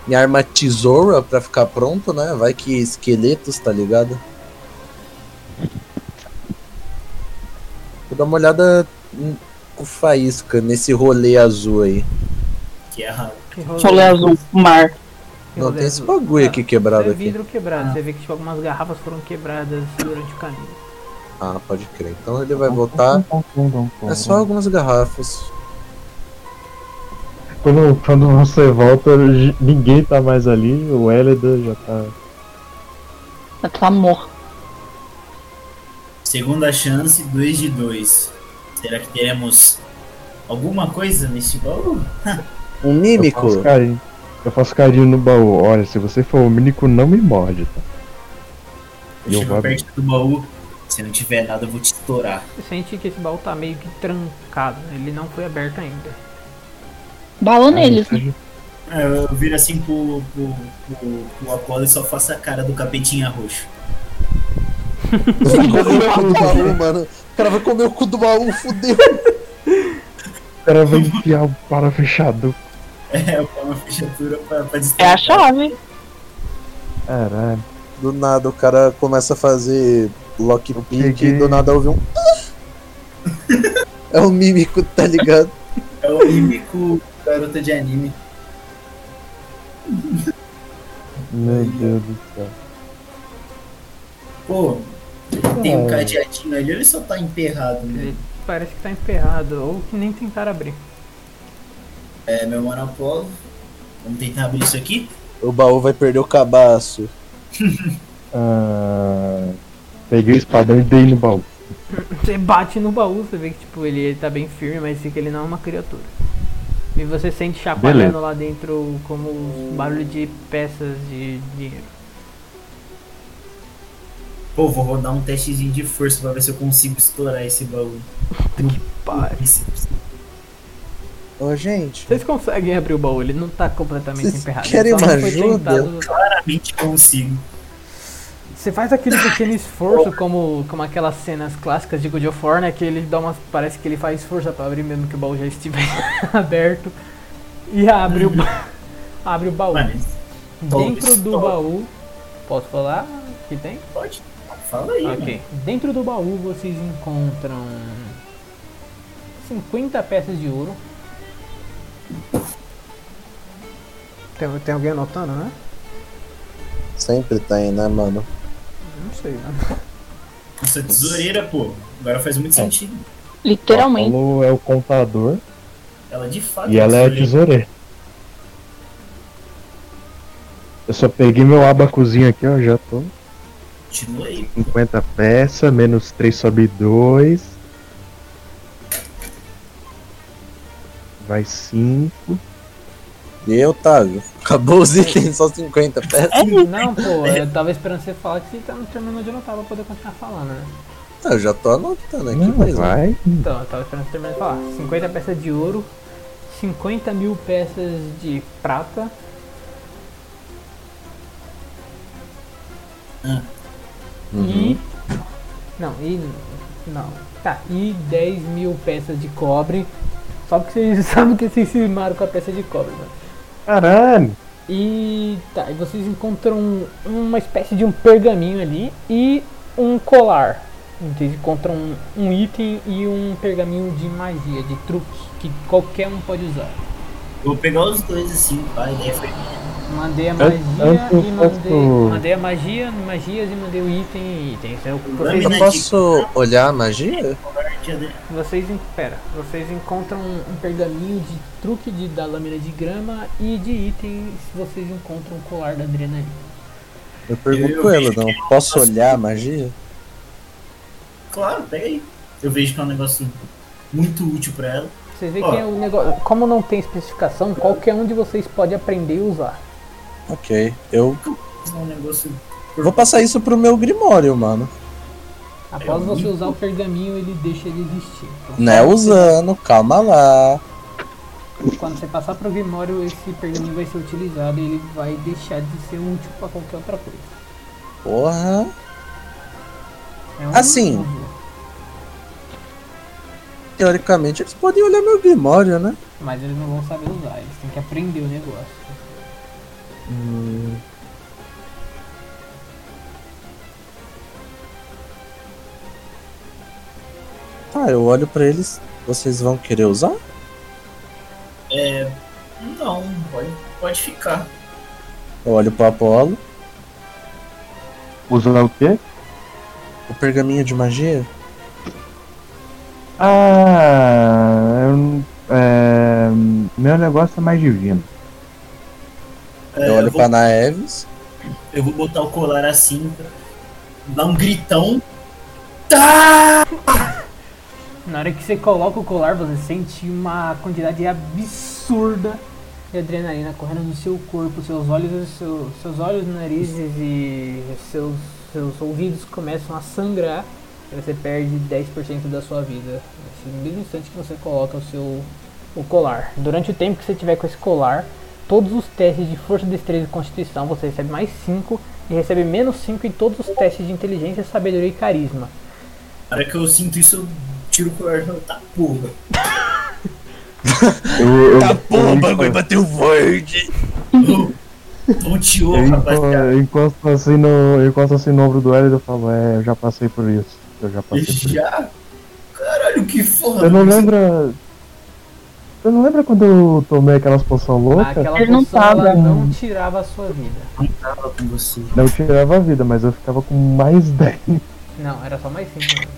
minha arma tesoura pra ficar pronto, né? Vai que esqueletos, tá ligado? Vou dar uma olhada hum, com faísca nesse rolê azul aí. Que é a. que rolê. Solé azul, mar. que Não, rolê tem esse azul. bagulho Ah, aqui quebrado É aqui. vidro quebrado. Você vê que tipo, algumas garrafas foram quebradas durante o caminho. Ah, pode crer. Então ele vai voltar. É só algumas garrafas. Quando, quando você volta, j- ninguém tá mais ali, o Elida já tá. Tá amor. Segunda chance, 2 de 2. Será que teremos alguma coisa nesse baú? Um Eu mímico? faço carinho. Eu faço carinho no baú. Olha, se você for o mímico, não me morde, tá? E eu vou Chega abrir. perto do baú. Se não tiver nada, eu vou te estourar. Você sente que esse baú tá meio que trancado. né? Ele não foi aberto ainda. Bala Ah, neles, isso né? já- Ah, Eu viro assim pro, pro, pro, pro Apolo e só faço a cara do capetinha roxo. Vai comer o cu do baú, mano. O cara vai comer o cu do baú, fudeu. O cara vai enfiar o para fechado. É, eu ponho uma fechadura pra, pra É a distrair. chave. Caralho. Do nada o cara começa a fazer lockpick peguei. e do nada ouve um. é um mímico, tá ligado? É o mímico garota de anime. Meu Deus do céu. Pô, Tem Hum. um cadeadinho ali, ele só tá emperrado, né? Ele parece que tá emperrado, ou que nem tentaram abrir. É, meu monopólio. Vamos tentar abrir isso aqui? O baú vai perder o cabaço. Ah, peguei o espadão e dei no baú. Você bate no baú, você vê que tipo, ele, ele tá bem firme, mas fica ele não é uma criatura. E você sente chacoalhando Beleza. lá dentro como barulho de peças de dinheiro. Pô, vou rodar um testezinho de força pra ver se eu consigo estourar esse baú. Pare. Esse- Ô, gente, Vocês conseguem abrir o baú, ele não tá completamente Vocês emperrado. ele querem só não foi uma ajuda? tentado- Claramente consigo. Você faz aquele pequeno esforço, como, como aquelas cenas clássicas de God of War, né? Que ele dá uma. Parece que ele faz força pra abrir mesmo que o baú já estiver aberto. E abre o, ba- abre o baú. Mano, Dentro do Toma. baú. Posso falar o que tem? pode? Fala aí, mano. Ok. Dentro do baú vocês encontram 50 peças de ouro. Tem, tem alguém anotando, né? sempre tem, né, mano? Não sei, né? Nossa, tesoureira, pô. Agora faz É. muito sentido. Literalmente. Paulo é o contador Ela de fato e ela é a tesoureira. tesoureira. Eu só peguei meu abacuzinho aqui, ó, já tô. Continua aí. 50 peças, menos 3 sobe 2. Vai 5. E aí, Otávio? Acabou os itens, só 50 peças. Não, pô, eu tava esperando você falar que você tá não terminou de anotar pra poder continuar falando, né? Ah, eu já tô anotando aqui, Não, mas vai. Então, eu tava esperando você terminar de falar. 50 peças de ouro, 50 mil peças de prata. Ah. E. Não, e. Não. Tá, e 10 mil peças de cobre. Só porque vocês sabem que vocês cismaram com a peça de cobre, mano. Caralho! E tá, e vocês encontram uma espécie de um pergaminho ali e um colar. Vocês encontram um, um item e um pergaminho de magia, de truque, que qualquer um pode usar. Vou pegar os dois assim, pai. Daí foi Mandei a magia Antes- antes e eu mandei. posso- Mandei a magia, magias e mandei o item e itens. Eu- vocês, Lâmina. Eu posso olhar a magia? covardia, né? vocês, en- pera, vocês encontram um pergaminho de truque de, da lâmina de grama e de itens vocês encontram o colar da adrenalina. Eu pergunto ela, não. Posso olhar a magia? Claro, pega aí. Eu vejo que é um negócio muito útil pra ela. Você vê Ó. que é um negócio. Como não tem especificação, qualquer um de vocês pode aprender e usar. Ok. Eu Isso é um negócio. vou passar isso pro meu Grimório, mano. Após você usar o pergaminho, ele deixa ele existir. Então, Não é quando usando, calma lá. você- Quando você passar pro Grimório, esse pergaminho vai ser utilizado e ele vai deixar de ser útil pra qualquer outra coisa. Porra. É um Assim. uso. Teoricamente eles podem olhar meu Grimório, né? Mas eles não vão saber usar, eles têm que aprender o negócio. Tá, eu olho pra eles. Vocês vão querer usar? É. Não, pode, pode ficar. Eu olho pro Apolo. Usar o quê? O pergaminho de magia? Ah, eu, não- é, meu negócio é mais divino. É, eu olho vou, pra Naeves. eu vou botar o colar assim, dar um gritão. Tá! Na hora que você coloca o colar, você sente uma quantidade absurda de adrenalina correndo no seu corpo, seus olhos, seu, seus olhos, narizes e seus, seus ouvidos começam a sangrar. E você perde 10% da sua vida. Assim, No mesmo instante que você coloca o seu o colar. Durante o tempo que você tiver com esse colar, todos os testes de força, destreza e constituição você recebe mais 5 e recebe menos 5 em todos os testes de inteligência, sabedoria e carisma. Na hora que eu sinto isso, eu tiro o colar e falo, tá porra. Eu, eu, Tá eu, bateu verde. Tonteou, eu enco- assim, rapaziada. eu encosto assim no. Eu encosto assim no ombro do Hélio e eu falo, é, eu já passei por isso. Eu já passei por isso. Já? Caralho, que foda. Você não lembra. Você não lembra quando eu tomei aquelas poções loucas? Ah, Aquela Ele não poção tava, ela não mano. tirava a sua vida. né, Não tava com você. Não tirava a vida, mas eu ficava com mais 10. Não, era só mais 5.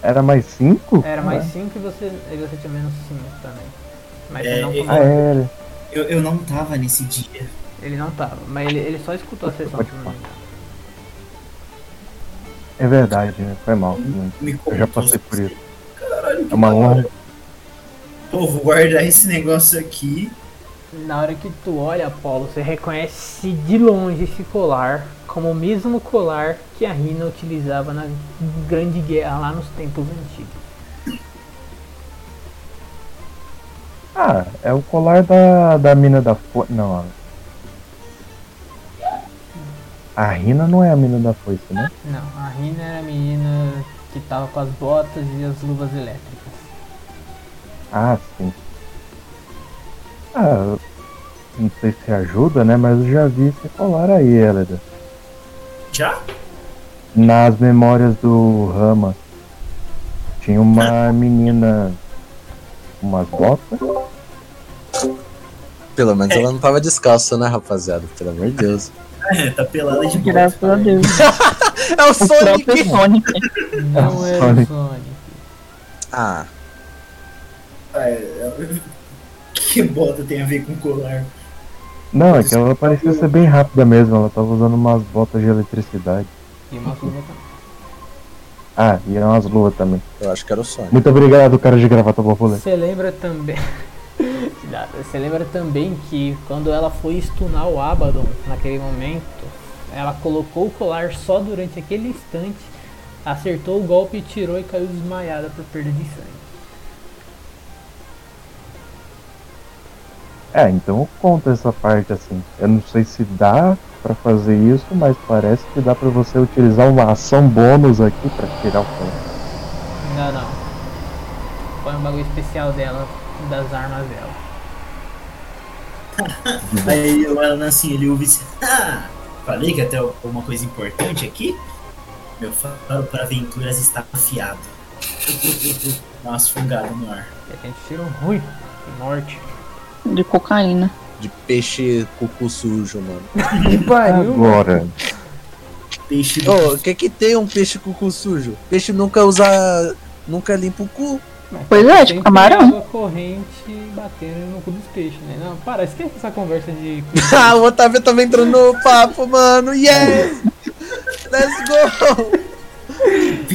Era mais 5? Era mais 5 e você, e você tinha menos 5 também. Mas É, você não ele- Ah, era. é, Eu, eu não tava nesse dia. é? Ele não tava, mas ele, ele só escutou a sessão. Pode se não me engano. É verdade, né? Foi mal. né? Me Eu já passei por isso. Hum, Caralho, que É uma honra. Pô, vou guardar esse negócio aqui. Na hora que tu olha, Apolo, você reconhece de longe esse colar como o mesmo colar que a Rina utilizava na Grande Guerra lá nos tempos antigos. Ah, é o colar da, da mina da foice. Não, ó. a Rina não é a mina da foice, né? Não, a Rina era a menina que tava com as botas e as luvas elétricas. Ah, sim. Ah, eu- não sei se ajuda, né? Mas eu já vi esse colar aí, Elida. Já? Nas memórias do Rama. Tinha uma menina com umas botas. Pelo menos ela não tava descalça, né, rapaziada? Pelo amor de Deus. É, tá pelada de boa. Graças a Deus. É o O próprio Sonic! Sonic. Não era o Sonic. Sonic. Ah, Ah, é- Que bota tem a ver com colar? Não, é que ela parecia ser bem rápida mesmo. Ela tava usando umas botas de eletricidade. E uma luva também. Ah, e eram as luvas também. eu acho que era o Sonic. Muito obrigado, cara de tá gravata borboleta. Você lembra também. Que nada. Você lembra também que quando ela foi stunar o Abaddon naquele momento, ela colocou o colar só durante aquele instante, acertou o golpe, tirou e caiu desmaiada por perda de sangue. É, então conta essa parte assim. Eu não sei se dá pra fazer isso, mas parece que dá pra você utilizar uma ação bônus aqui pra tirar o cara. Não, não. Foi um bagulho especial dela, das armas dela. Aí o Alan assim, ele ouve assim, ah, falei que até uma coisa importante aqui. Meu faro para aventuras está afiado. Dá umas fungadas no ar. E a gente tirou um ruim do norte. De cocaína. De peixe cucu sujo, mano. Que pariu, Agora, Peixe do Ô, o que que tem um peixe cucu sujo? Peixe nunca usa. Nunca limpa o cu. Pois é, tipo Sempre camarão. água corrente batendo no cu dos peixes, né? Não, para, esquece essa conversa de. Ah, o Otávio tava entrando no papo, mano. Yes! Let's go!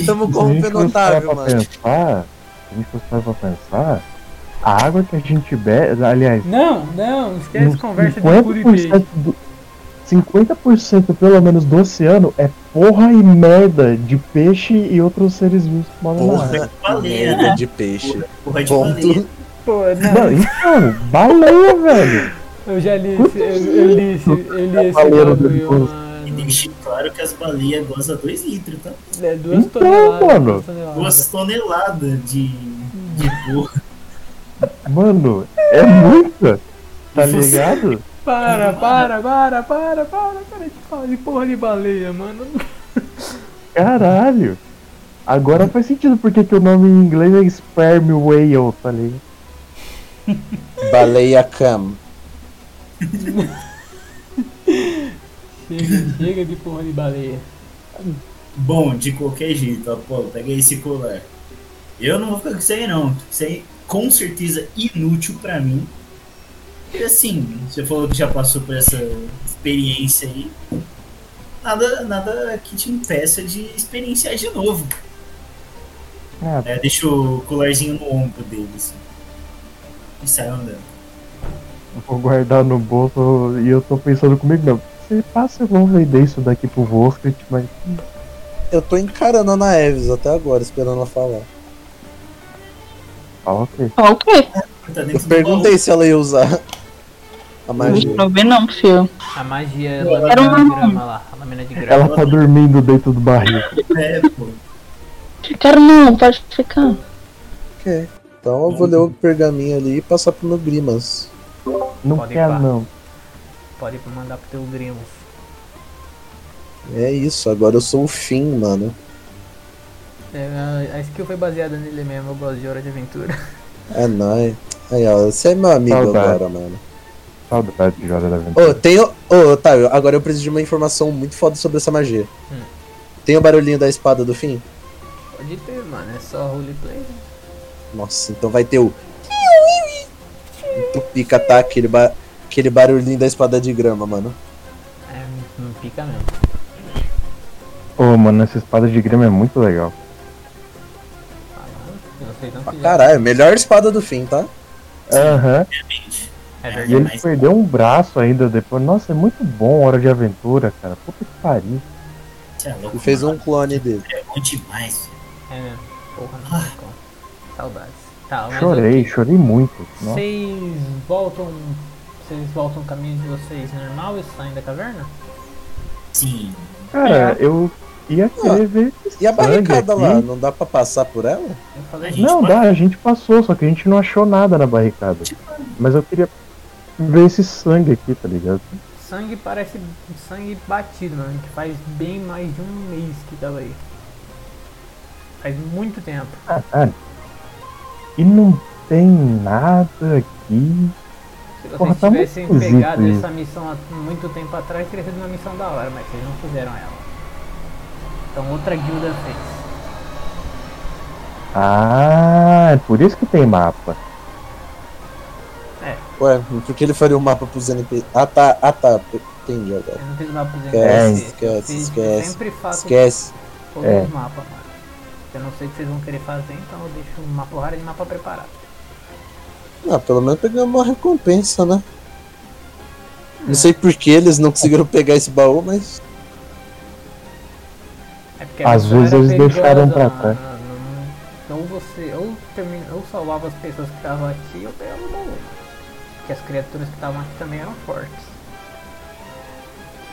Tamo se a corrompendo o gente parar Otávio, pra mano. pensar, se a gente for parar pra pensar, a água que a gente bebe, aliás, Não, não, esquece uns essa conversa de cu de peixe. 50% do, 50% pelo menos do oceano é porra e merda de peixe e outros seres vivos que moram na água. Porra, que Baleia, merda né? de peixe. porra de baleia. Ponto. Pô, Não, então, baleia, velho. Eu já li esse, eu, eu li esse, eu li esse Cavaleiro bagulho, Tá do- E mano. deixei claro que as baleias gozam 2 litros, tá? É, duas Então, toneladas. mano. duas toneladas. Duas toneladas de. de porra. Mano, é muita. Tá ligado? Para, para, para, para, para, para de falar de porra de baleia, mano. Caralho. Agora faz sentido porque que o nome em inglês é Sperm Whale, tá ligado? Baleia cam. Chega, chega de porra de baleia. Bom, de qualquer jeito, Apolo, peguei esse colar. Eu não vou ficar com isso aí, não. Isso aí com certeza inútil pra mim. E assim, você falou que já passou por essa experiência aí. Nada, nada que te impeça de experienciar de novo. Ah, É, deixa o colarzinho no ombro dele, assim. E sai andando. vou guardar no bolso e eu tô pensando comigo, não. Você passa, eu vou vender isso daqui pro Vorkrit, mas Eu tô encarando a Ana Eves até agora, esperando ela falar. tá ok. Ó, o quê? Tá dentro Eu do perguntei se ela ia usar a magia. Uhum. Não vê não, filho. A magia lâmina Era uma- de grama lá, a lâmina de grama. Ela tá dormindo dentro do barril. baú. É, pô. Quero não, pode ficar. Ok. Então eu vou ler o Uhum. pergaminho ali e passar pro meu Grimas. Não Pode ir quer, lá. não. Pode mandar pro teu Grimos. É isso, agora eu sou o fim, mano. É, a- a skill foi baseada nele mesmo, eu gosto de Hora de Aventura. É nóis. Aí, ó, você é meu amigo Saudade. agora, mano. Saudade de Hora da Aventura. Ô, tem. Ô, Otávio, agora eu preciso de uma informação muito foda sobre essa magia. Hum. Tem o barulhinho da espada do fim? Pode ter, mano. É só roleplay. né? Nossa, então vai ter o. Tu pica tá aquele, ba... aquele barulhinho da espada de grama, mano. É, não pica mesmo. Ô, mano, essa espada de grama é muito legal. Vocês não Pra fizeram. Ah, caralho, melhor espada do fim, tá? Aham. É E verdade. ele perdeu um braço ainda depois. Nossa, é muito bom Hora de Aventura, cara. Puta que pariu. Você é louco. E fez um mano. clone dele. É bom demais. velho. É mesmo. Porra, não tem como. Saudades. Tá, mas Chorei, chorei muito. Nossa. Vocês voltam. Vocês voltam o caminho de vocês normal e saem da caverna? Sim. Cara, eu ia querer ver. É. E a barricada sangue lá, aqui. não dá pra passar por ela? Eu falei. A gente Não, pode- dá, a gente passou, só que a gente não achou nada na barricada. Mas eu queria ver esse sangue aqui, tá ligado? Sangue parece sangue batido, mano, que faz bem mais de um mês que tava aí. Faz muito tempo. Caralho. E não tem nada aqui. Se vocês Porra, tá muito tivessem pegado esquisito essa missão há muito tempo atrás, teria sido uma missão da hora, mas vocês não fizeram ela. Então outra guilda fez. Ah, é por isso que tem mapa. Ué, por que ele faria um mapa pros NPC? Ah tá, ah tá, entendi agora. Eu não fiz mapa pros Esquece, NPCs. É, esquece, Eu fiz- esquece, Eu sempre faço Esquece. todos É. os mapas, mano. Eu não sei o que vocês vão querer fazer, então eu deixo uma porrada de mapa preparado. Ah, pelo menos pegamos uma recompensa, né? Não sei por que eles não conseguiram pegar esse baú, mas. É porque Às missão vezes era eles deixaram perigosa, pra trás. mano. Não- Ou você, ou, termina, ou salvava as pessoas que estavam aqui, ou pegava o baú. Porque as criaturas que estavam aqui também eram fortes.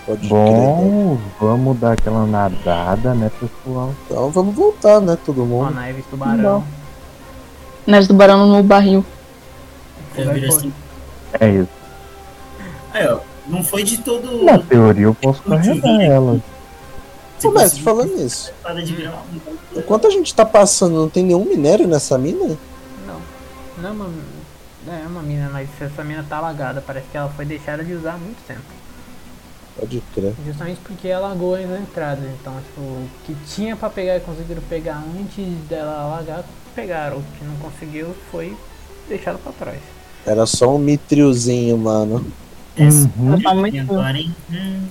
Pode crer, né? Bom, vamos dar aquela nadada, né, pessoal? Então vamos voltar, né? Todo Uma mundo. nave de tubarão. Nós do barão no barril. Eu viro assim. É isso. Aí, ó. Não foi de todo. Na teoria eu posso carregar ela. Ô, mestre, falando nisso. Para tipo assim, de virar um. Enquanto a gente tá passando, não tem nenhum minério nessa mina? Não. Não é uma, é uma mina, mas essa mina tá alagada. Parece que ela foi deixada de usar há muito tempo. Pode crer. Justamente porque ela alagou as entradas. Então, tipo, o que tinha pra pegar e conseguiram pegar antes dela alagar, pegaram. O que não conseguiu foi deixado pra trás. Era só um mitrilzinho, mano. Uhum. Tá muito Agora, hein? Hum,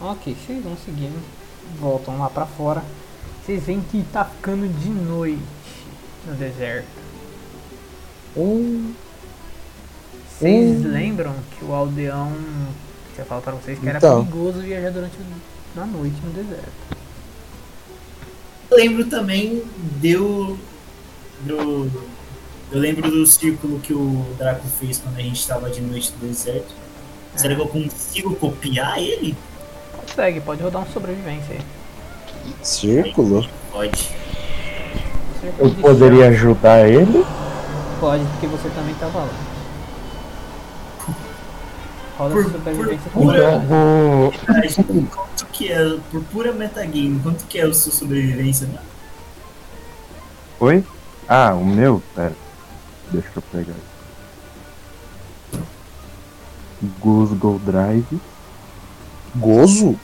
Ok, vocês vão seguindo. Voltam lá pra fora. Vocês veem que tá ficando de noite no deserto. Um. Hum, Vocês lembram que o aldeão tinha falado pra vocês que era Então. perigoso viajar durante o- na noite no deserto. Eu lembro também deu do eu lembro do círculo que o Draco fez quando a gente tava de noite no deserto. Será que eu um consigo copiar ele? Consegue, pode rodar um sobrevivência aí. círculo? Pode. Cerca Eu de poderia ajudar ele? cem. Pode, porque você também tava lá. Roda Por- sobrevivência por- com Então eu vou. Mas Quanto que é, por pura metagame, quanto que é o seu sobrevivência? Não, Oi? Ah, o meu? Pera. Deixa eu pegar. Google Drive. Gozo?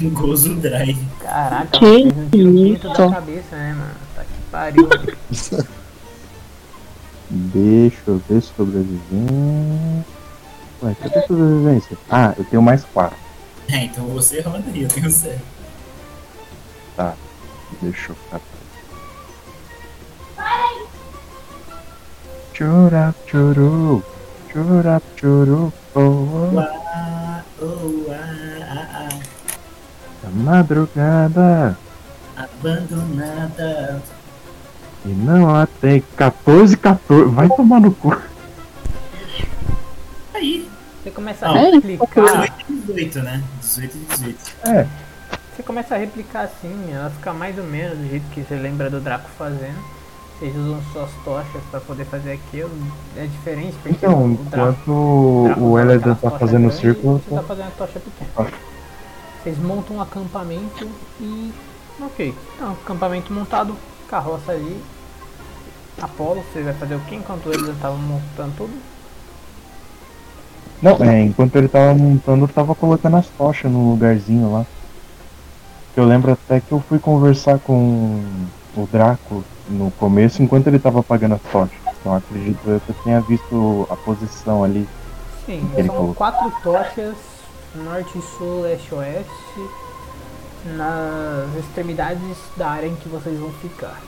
um Gozo Drive. Caraca, um Que vocês não tinham muito da isso? cabeça, né, mano? Tá que pariu. Deixa eu ver sobrevivência. Ué, cadê sobrevivência? Ah, eu tenho mais quatro. É, então você roda aí, eu tenho certo. Deixa eu catar. Churap churu. Churap churu. Oh, oh, Ah, oh, ah, ah, a madrugada. ah, abandonada. E não há tem 14, 14. Vai tomar no cu. Aí, Você começa Ah, a é? replicar. 18 e 18, né? 18 e Tá. 18. É. Você começa a replicar assim, ela fica mais ou menos do jeito que você lembra do Draco fazendo. Vocês usam suas tochas pra poder fazer aquilo. É diferente porque Então, o Draco. o Draco enquanto o usava Eleder aquelas tá tochas fazendo o grandes, círculo, Você tá fazendo a tocha pequena. Vocês montam um acampamento e. Ok. Então, acampamento montado, carroça ali. Apolo, você vai fazer o que enquanto eles estavam montando tudo? Não, é, enquanto ele tava montando, eu tava colocando as tochas no lugarzinho lá. Eu lembro até que eu fui conversar com o Draco no começo, enquanto ele tava apagando as tochas. Então acredito eu que eu tenha visto a posição ali. Sim, Ele são colocou. quatro tochas, norte, sul, leste, oeste, nas extremidades da área em que vocês vão ficar.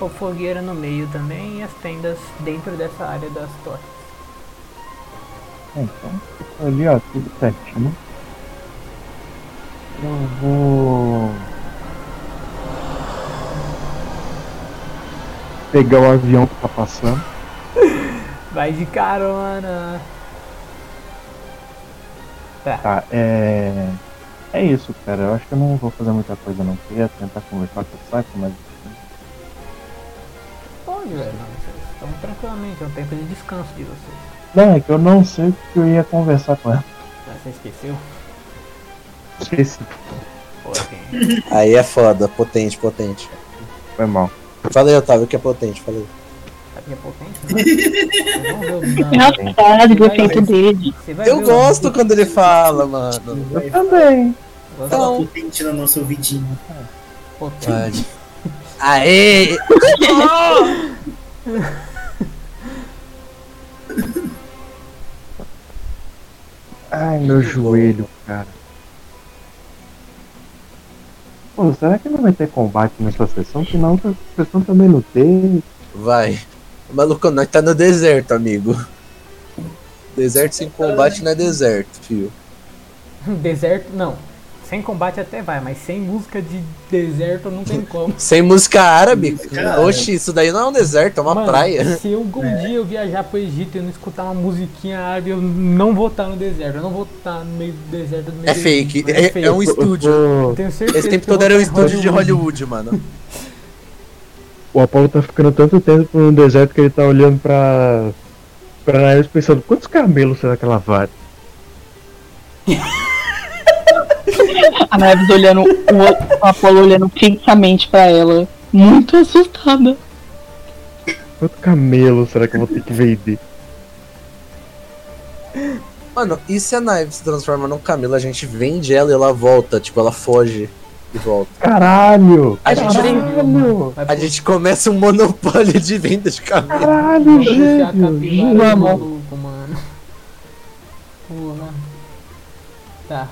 O fogueira no meio também e as tendas dentro dessa área das tochas. É, então, ficou ali ó, tudo certinho. né? Eu vou. Pegar o avião que tá passando. Vai de carona! Tá, é. É isso, cara. Eu acho que eu não vou fazer muita coisa não. Eu ia tentar conversar com o Saco, mas. Pode, velho. não, Vocês estão tranquilamente, é um tempo de descanso de vocês. Não, é que eu não sei o que eu ia conversar com ela. Ah, você esqueceu? Esqueci. Pô, assim, tem. Aí é foda, potente, potente. Foi mal. Fala aí, Otávio, que é potente, fala aí. Sabe que é potente? né? Vamos ver o É dano. Rapaz, Você vai gostei ver- dele. você vai Eu ver o- gosto quando ele fala, mano. Vai Também. Gosta falar Então, potente no nosso ouvidinho. potente. pode. Aê! Ai, meu joelho, cara. Pô, será que não vai ter combate nessa sessão? Que na outra sessão também não teve. Vai. Maluco, nós tá no deserto, amigo. Deserto sem combate não é deserto, fio. Deserto, não. Sem combate até vai, mas sem música de deserto não tem como. Sem música árabe? Cara. Oxi, isso daí não é um deserto, é uma Mano, praia. Se algum dia eu viajar pro Egito e não escutar uma musiquinha árabe, eu não vou estar no deserto. Eu não vou estar no meio do deserto do meio É fake, mas é, é um estúdio. Eu Tenho certeza Esse tempo que eu todo vou era um estar em estúdio de Hollywood, mano. O Apollo tá ficando tanto tempo no deserto que ele tá olhando pra. pra Nair pensando, quantos camelos será que ela vai? A Naves olhando, o, o Apolo olhando fixamente pra ela. Muito assustada. Quanto camelo será que eu vou ter que vender? Mano, e se a Knife se transforma num camelo, a gente vende ela e ela volta, tipo, ela foge e volta. Caralho! A gente, Caralho! Vai a pro- gente começa um monopólio de venda de camelo. Caralho, Vamos deixar é a capivara gênio! do Vamos! maluco, mano. Porra. Tá.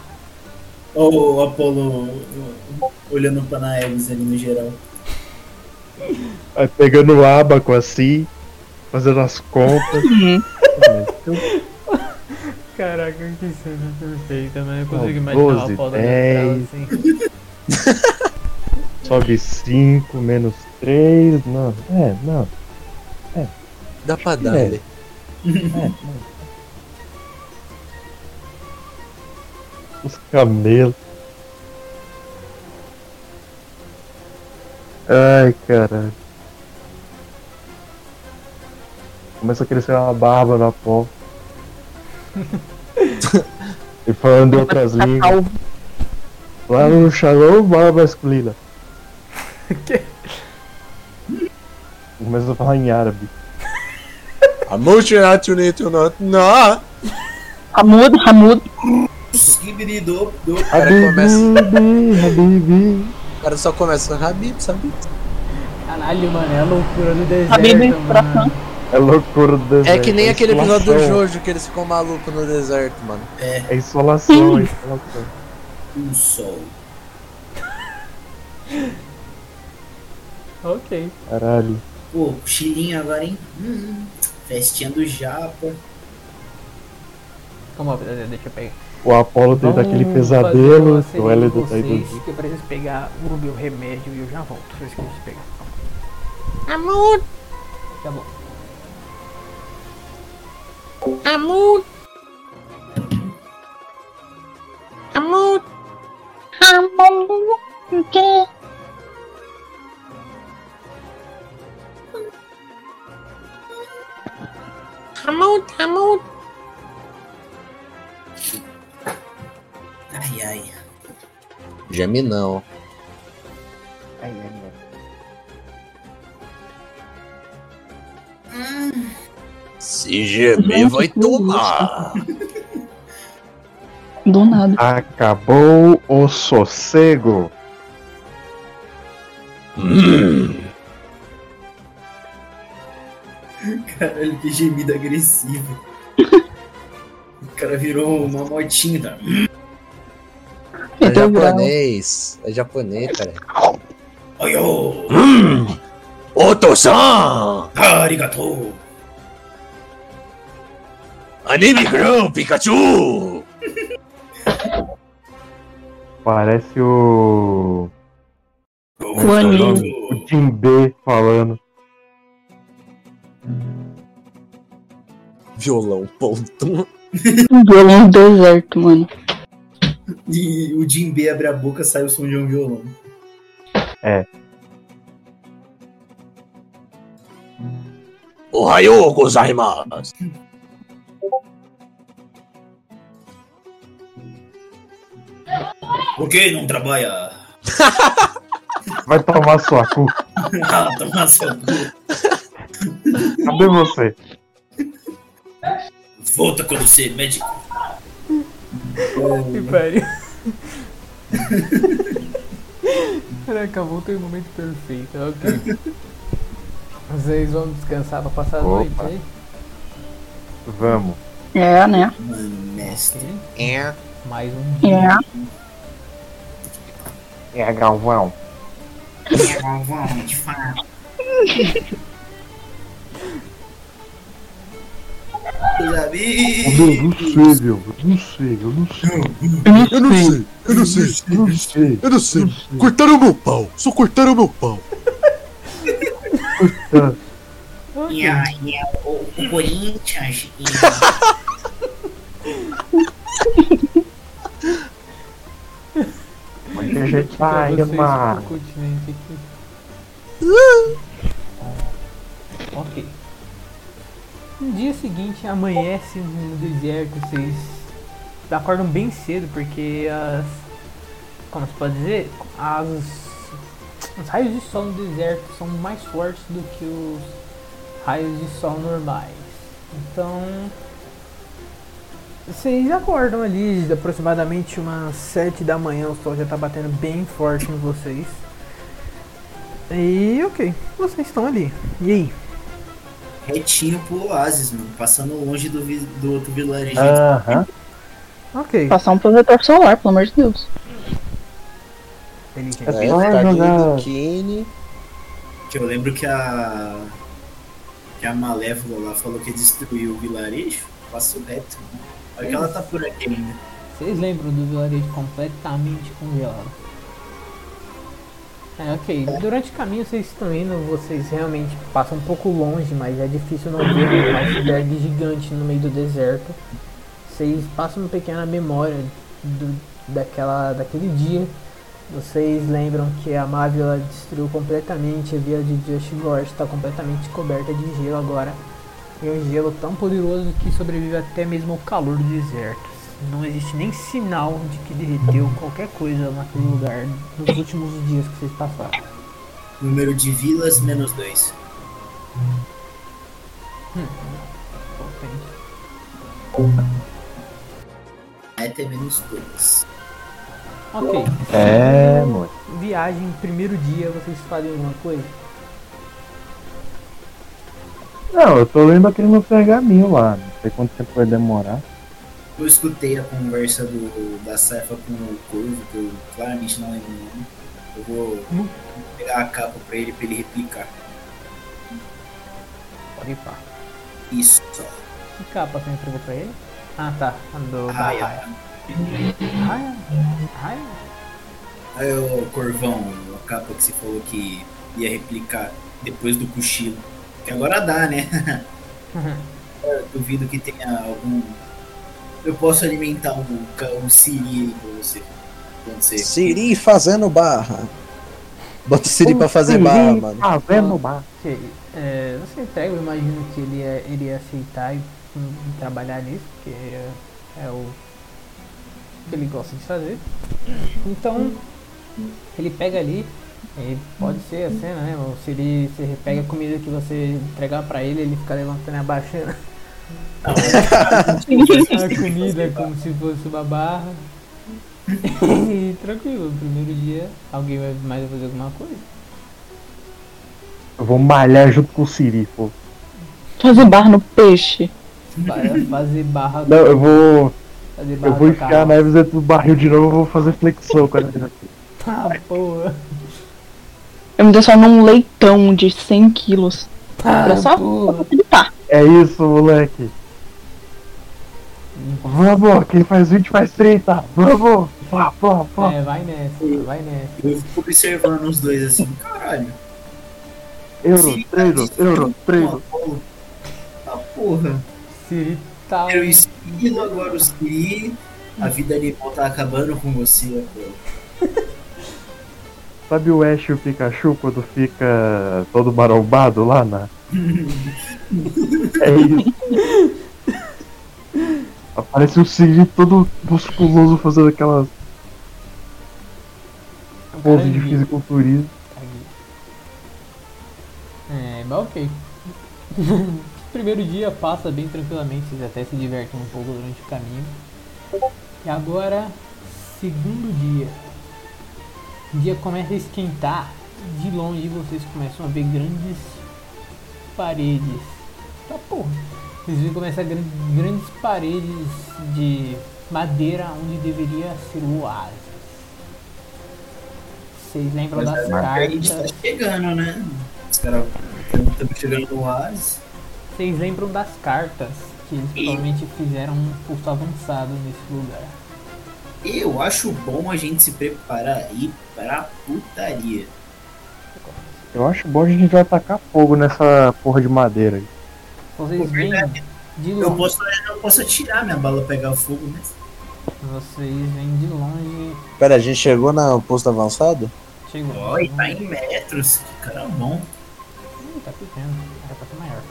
Ou o Apolo olhando pra Naeves ali no geral. Aí pegando o abaco assim, fazendo as contas. É, Caraca, que cena perfeita, mano. Eu consigo imaginar o 12, Apolo olhando pra ela 10. assim. Sobe 5, menos 3, não. É, não. Dá pra dar, né? velho. Os camelos. Ai, caralho. Começa a crescer uma barba na pó. e falando em outras Tá línguas. calvo. Lá no Shalom, barba masculina. que? Começa a falar em árabe. A multinacional, não, não. Hamud, Hamud. Skibidi do, do. O cara começa, Habibi, Habibi. o cara só começa, Habib, sabe? Caralho, mano, é a loucura do Habib, deserto, coração. mano. É loucura do É deserto. que nem aquele episódio do insolação. Jojo que eles ficam malucos no deserto, mano. É insolação, é insolação. Um sol. Ok. Caralho. Pô, cochilinho agora, hein? Hum, festinha do Japa. Calma, deixa eu pegar. O Apolo teve aquele Vamos pesadelo, assim, fazer o uma Hélio tá série aí de vocês, que Eu preciso pegar o meu remédio e eu já volto. Eu esqueci de pegar. Amor! Tá bom. Ai, ai. Geminão. Se gemer, vai tomar. Do nada. Acabou o sossego. Caralho, que gemida agressiva. O cara virou uma motinha. da- É japonês. É japonês, cara. Ai, ô, Oto-san! arigatou. Anime Grow, Pikachu! Parece o. O anime. O Tim B falando. Violão, ponto. Um violão no deserto, mano. E o Jim B abre a boca, sai o som de um violão. Ohayou gozaimasu! Por que não trabalha? Vai tomar sua cu. Ah, toma seu cu. Cadê você? Volta quando você é médico. Que pariu. Caraca, voltei no momento perfeito. Ok. Vocês vão descansar pra passar a noite Opa. aí? Vamos. É, né? Mano, mestre. É. Mais um dia. É. É Galvão. Meus Eu amigos. não sei, meu. Eu não sei, eu não sei. Eu não sei, eu não sei, Eu não sei. eu não sei. Cortaram meu pau, só cortaram meu pau. é O Corinthians. Mas a gente Pra vai, vocês mano. pro continente aqui. Uh! ok. No dia seguinte amanhece no deserto, vocês acordam bem cedo porque as. Como se pode dizer? As. Os raios de sol no deserto são mais fortes do que os raios de sol normais. Então. Vocês acordam ali de aproximadamente umas 7 da manhã, o sol já tá batendo bem forte em vocês. E ok, vocês estão ali. E aí? Retinho pro é tipo Oasis, mano. Passando longe do, vi- do outro vilarejo. Aham. Ok. Passar um protetor solar, pelo amor de Deus. Ele- só É, tadinho jogar. do Kenny. Que eu lembro que a. Que a Malévola lá falou que destruiu o vilarejo. Passou reto. Né? Olha que ela tá por aqui ainda. Vocês lembram do vilarejo completamente congelado? É, ok. Durante o caminho vocês estão indo, vocês realmente passam um pouco longe, mas é difícil não ver um iceberg gigante no meio do deserto. Vocês passam uma pequena memória do, daquela, daquele dia. Vocês lembram que a Mávila destruiu completamente a via de Just Gorge, está completamente coberta de gelo agora. E um gelo tão poderoso que sobrevive até mesmo ao calor do deserto. Não existe nem sinal de que derreteu qualquer coisa naquele lugar nos últimos dias que vocês passaram. Número de vilas, menos dois. Até é menos dois. Ok, É, moleque. viagem, primeiro dia, vocês fazem alguma coisa? Não, eu tô lendo aquele meu pergaminho lá. Não sei quanto tempo vai demorar. Eu escutei a conversa do, da Saifa com o Corvo, que eu claramente não lembro o nome. Eu vou Hum. pegar a capa pra ele, pra ele replicar. Pode ir pá. Isso. Que capa você entregou pra ele? Ah tá, andou da Raia. raia. Raia? Raia? Aí, ô Corvão, a capa que você falou que ia replicar depois do cochilo. Que agora dá, né? Eu duvido que tenha algum. Eu posso alimentar um, ca- um siri aí pra você. Quando você. Siri fazendo barra. Bota o Siri tá pra fazer barra, mano. Fazendo bar. Ok, é, você entrega, eu imagino que ele ia, ele ia aceitar e hum, trabalhar nisso, porque é, é o que ele gosta de fazer. Então, ele pega ali, e pode ser a cena, né? Ou se ele se ele pega a comida que você entregar pra ele, ele fica levantando e abaixando. a comida como se fosse uma barra. e tranquilo, no primeiro dia alguém vai mais fazer alguma coisa. Eu vou malhar junto com o Siri, pô. Fazer barra no peixe. Para fazer barra Não, eu vou. fazer barra Eu vou no enfiar a carro. neve dentro do barril de novo e vou fazer flexão com a neve. Tá, porra. Eu me dei só num leitão de 100 quilos. Tá, Era só porra. facilitar. É isso, moleque. Vamos, quem faz 20 faz 30. Vamos. Pá, pá, pá. É, vai nessa, vai nessa. Eu fico observando os dois assim, caralho. Euro, treino, euro, treino. Apolo. Ah, porra. Siri tá. Eu inspiro agora os Cri. A vida animal tá acabando com você, Apolo. Sabe o Ash e o Pikachu quando fica todo marombado lá na. é isso. Aparece o Cid todo musculoso fazendo aquelas poses de Caranguejo. fisiculturismo. É, mas ok. Primeiro dia passa bem tranquilamente, vocês até se divertem um pouco durante o caminho. E agora, segundo dia. O dia começa a esquentar. De longe vocês começam a ver grandes paredes. Tá porra. Vocês veem começar gran- grandes paredes de madeira onde deveria ser o oásis. Vocês lembram das A gente tá cartas? chegando, né? Os caras estão chegando no oásis. Vocês lembram das cartas que eles provavelmente fizeram um curso avançado nesse lugar. Eu acho bom a gente se preparar aí pra putaria. Eu acho bom a gente vai atacar fogo nessa porra de madeira. aí. Vocês veem de Eu longe, posso, eu posso atirar minha bala pegar fogo, né? vocês veem de longe, Pera, a gente chegou no posto avançado? chegou. Oi, tá em metros. Que cara bom. Hum, tá pequeno, era pra ser maior.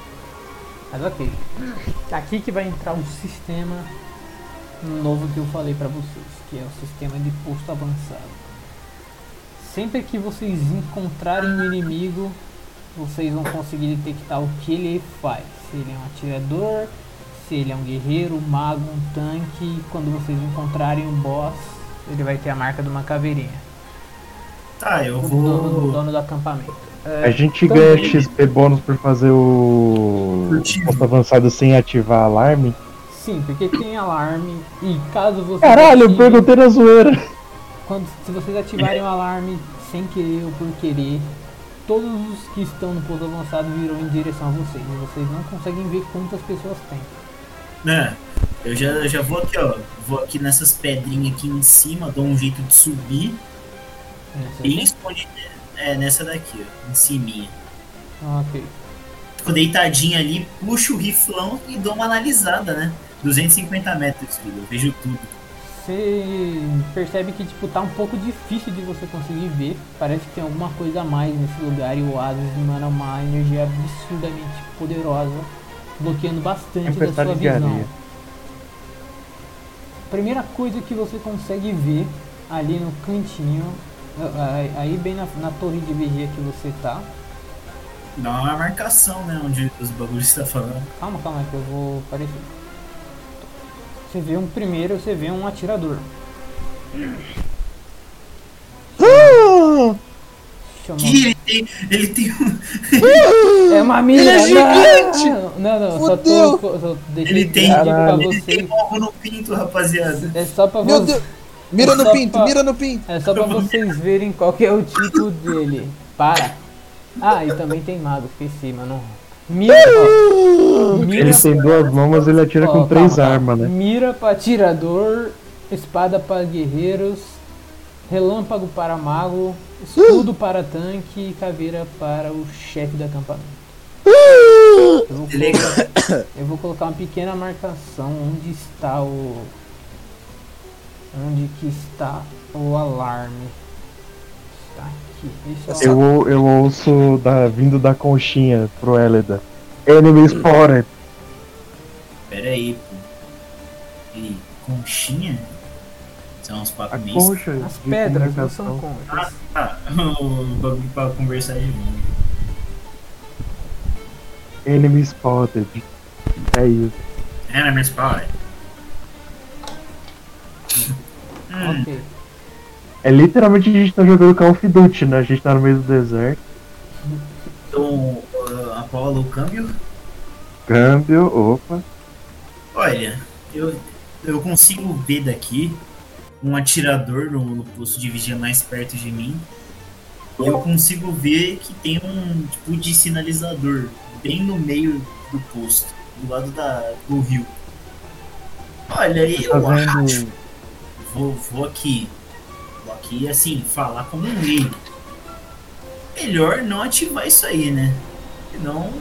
Mas ok. Aqui que vai entrar um sistema novo que eu falei pra vocês, que é o sistema de posto avançado. Sempre que vocês encontrarem o inimigo, vocês vão conseguir detectar o que ele faz. Se ele é um atirador, se ele é um guerreiro, um mago, um tanque. E quando vocês encontrarem o boss, ele vai ter a marca de uma caveirinha. Tá, eu O dono, o vou. dono do acampamento. É, A gente também- ganha XP bônus por fazer o. Furtivo. Posto avançado sem ativar alarme. Sim, porque tem alarme e caso vocês. Caralho, eu ativem- perguntei na zoeira. quando se vocês ativarem o alarme sem querer ou por querer, todos os que estão no pouso avançado virão em direção a vocês. E vocês não conseguem ver quantas pessoas tem. Né? Eu já, eu já vou aqui, ó. Vou aqui nessas pedrinhas aqui em cima, dou um jeito de subir. Nessa- Bem escondida. É, nessa daqui, ó. Em cima. Ok. Fico deitadinho ali, puxo o riflão e dou uma analisada, né? 250 metros, filho. Eu vejo tudo. Você percebe que tipo, tá um pouco difícil de você conseguir ver. Parece que tem alguma coisa a mais nesse lugar e o Oasis emana uma energia absurdamente poderosa, bloqueando bastante da Tempestade sua de visão. areia. Primeira coisa que você consegue ver ali no cantinho, a- a- aí bem na, na torre de vigia que você tá. Dá uma marcação, né? Onde os bagulhos estão falando. Calma, calma, que eu vou aparecer. Você vê um primeiro, você vê um atirador. Chamou- Ih, ele tem. Ele tem um. É uma mina. Ele é gigante! Não, não, não, só Fudeu! tô. Só deixei Ele tem- um, claro pra Ele tem você. algo no pinto, rapaziada. É só pra Meu você- Deus! Mira no Opa. pinto, mira no pinto! É só pra vocês verem qual que é o tipo dele. Para. Ah, e também tem mago, esqueci, mano. Mira, ó. Mira, Ele tem duas mãos, mas ele atira ó, com três calma, armas, né? Mira pra atirador, espada pra guerreiros, relâmpago para mago, escudo para tanque e caveira para o chefe do acampamento. Eu vou Ele é Eu vou colocar uma pequena marcação onde está o. Onde que está o alarme. Está aqui. Esse é o alarme. Eu, eu ouço da, vindo da conchinha pro Elida. Enemy spotted. Pera aí, pô. Ei, conchinha? São uns papos A mistos. concha As de pedras não comunicação. são conchas. Ah, o bagulho pra conversar de mim. Enemy spotted. É isso. Enemy spy. Ok. tá. É literalmente a gente tá jogando Call of Duty, né? A gente tá no meio do deserto. Então, ah, Apolo, o câmbio. Câmbio, opa. Olha, eu, eu consigo ver daqui um atirador no, no posto de vigia mais perto de mim. E eu consigo ver que tem um tipo de sinalizador bem no meio do posto, do lado da, do rio. Olha, Tá eu vendo- acho. Vou, vou aqui. Vou aqui, assim, falar como um leigo. Melhor não ativar isso aí, né? Senão.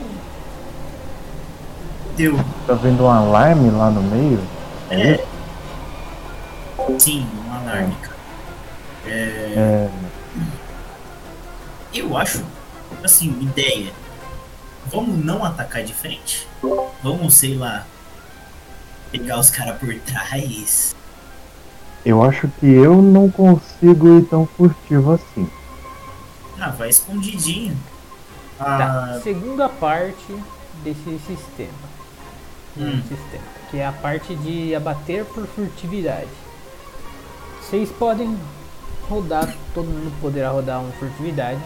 Deu. Tá vendo um alarme lá no meio? É. Sim, um alarme, cara. É, É. Eu acho, assim, ideia. Vamos não atacar de frente? Vamos, sei lá, pegar os caras por trás. Eu acho que eu não consigo ir tão furtivo assim. Ah, vai escondidinho. Tá. Ah, Segunda parte desse sistema. Hum. sistema. Que é a parte de abater por furtividade. Vocês podem rodar, todo mundo poderá rodar um furtividade.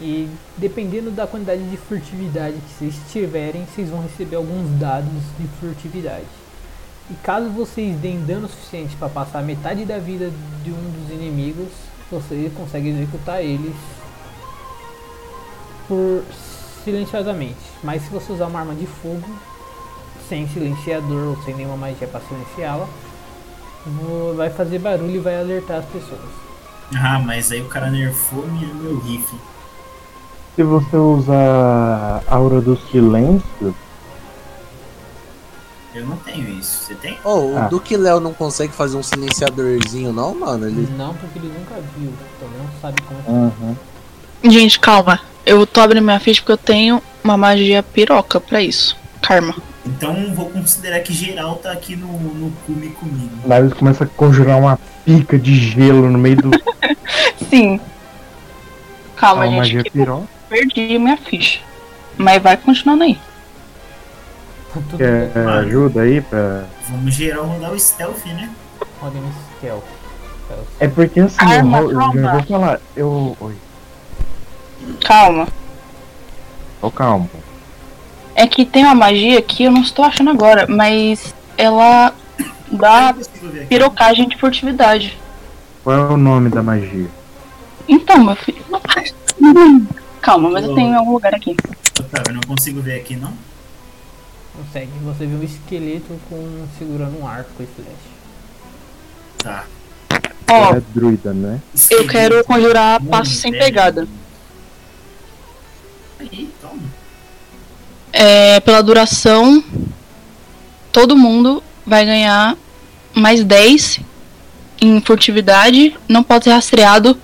E dependendo da quantidade de furtividade que vocês tiverem, vocês vão receber alguns dados de furtividade. E caso vocês deem dano suficiente para passar metade da vida de um dos inimigos, você consegue executar eles por silenciosamente. Mas se você usar uma arma de fogo, sem silenciador ou sem nenhuma magia para silenciá-la, vo- vai fazer barulho e vai alertar as pessoas. ah, mas aí o cara nerfou minha, meu rifle. Se você usar a aura do silêncio, Eu não tenho isso. Você tem? Oh, Ah. o Duque Léo não consegue fazer um silenciadorzinho, não, mano? Ele... Não porque ele nunca viu, então ele não sabe como. aham. Gente, calma. Eu tô abrindo minha ficha porque eu tenho uma magia piroca pra isso. Karma. Então vou considerar que geral tá aqui no, no cume comigo. lá eles começam a conjurar uma pica de gelo no meio do Sim. Calma, uma gente. magia que piró. eu perdi minha ficha. Mas vai continuando aí. Tudo é. Quer bem. ajuda aí pra. Vamos geral rodar o stealth, né? Olha um stealth. É porque assim, eu, Arma, ro- eu já calma. vou falar. Eu. Oi, Calma. tô calmo. É que tem uma magia que eu não estou achando agora, mas ela Eu dá não consigo ver aqui. pirocagem de furtividade. Qual é o nome da magia? Então, meu filho. Calma, mas eu tenho em algum lugar aqui. Otávio, eu não consigo ver aqui não. Consegue. Você vê um esqueleto com segurando um arco e flecha. Tá. Ó, É druida, né? eu quero conjurar passo sem pegada. Aí, toma. É, pela duração, todo mundo vai ganhar mais 10 em furtividade. Não pode ser rastreado,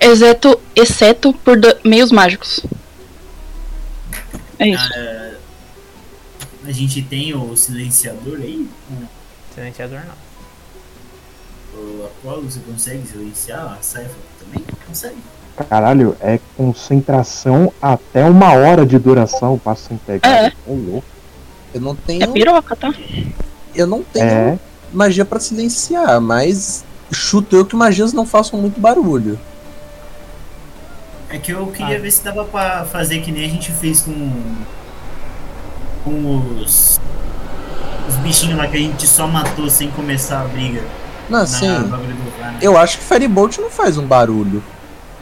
exceto, exceto por da- meios mágicos. É isso. Cara, a gente tem o silenciador aí? Silenciador não. O Apollo, você consegue silenciar a Saifa também? Consegue. Caralho, é concentração até uma hora de duração, passo sem Ah, pegada. É. Ô, louco. Eu não É tenho. piroca, tá? Eu não tenho É, magia pra silenciar, mas chuto eu que magias não façam muito barulho. É que eu queria Ah. ver se dava pra fazer que nem a gente fez com. com os. os bichinhos lá que a gente só matou sem começar a briga. Não, na assim. bagulho do VAR, né? Eu acho que Firebolt não faz um barulho.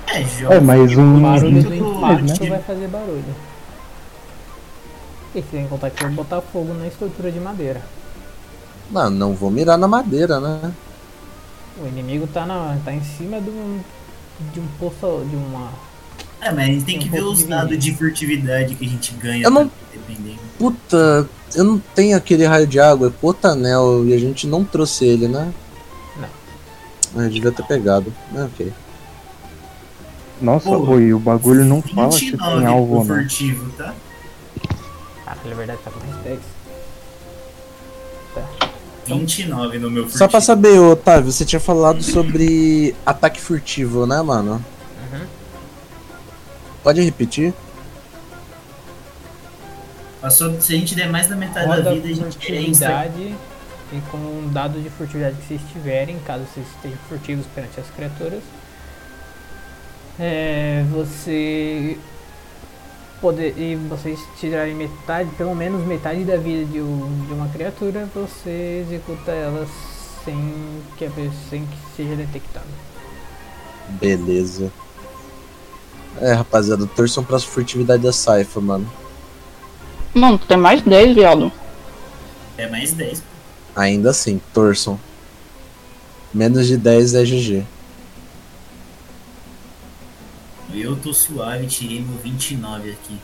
É, joga. é mas O um. barulho do Tudo impacto né? vai fazer barulho. E você tem que contar que eu vou botar fogo na estrutura de madeira. Não, não vou mirar na madeira, né? O inimigo tá, na, tá em cima de um, de um poço, de uma. É, mas a gente Tem tem que um ver pouco os de dados vingança. de furtividade que a gente ganha. Eu não- tá? Dependendo. Puta, eu não tenho aquele raio de água, é pro outro anel e a gente não trouxe ele, né? Não. Eu devia ter pegado. Ah, ok. Nossa, Pô, oi, o bagulho não fala se 29 tem alvo ou pro não. furtivo, tá? Ah, na verdade tá com mais 10. 29 no meu furtivo. Então, Só pra saber, ô, Otávio, você tinha falado sobre ataque furtivo, né, mano? Pode repetir? Passou, se a gente der mais da metade Roda da vida, a gente é insta. furtividade e com um dado de furtividade que vocês tiverem, caso vocês estejam furtivos perante as criaturas, é, você poder e vocês tirarem metade, pelo menos metade da vida de, um- de uma criatura, você executa ela sem que, a pe- sem que seja detectada. Beleza. É, rapaziada, torçam pra furtividade da Saifa, mano. Mano, tem mais 10, viado. É mais 10. Ainda assim, torçam. Menos de 10 é GG. Eu tô suave, tirei meu 29 aqui.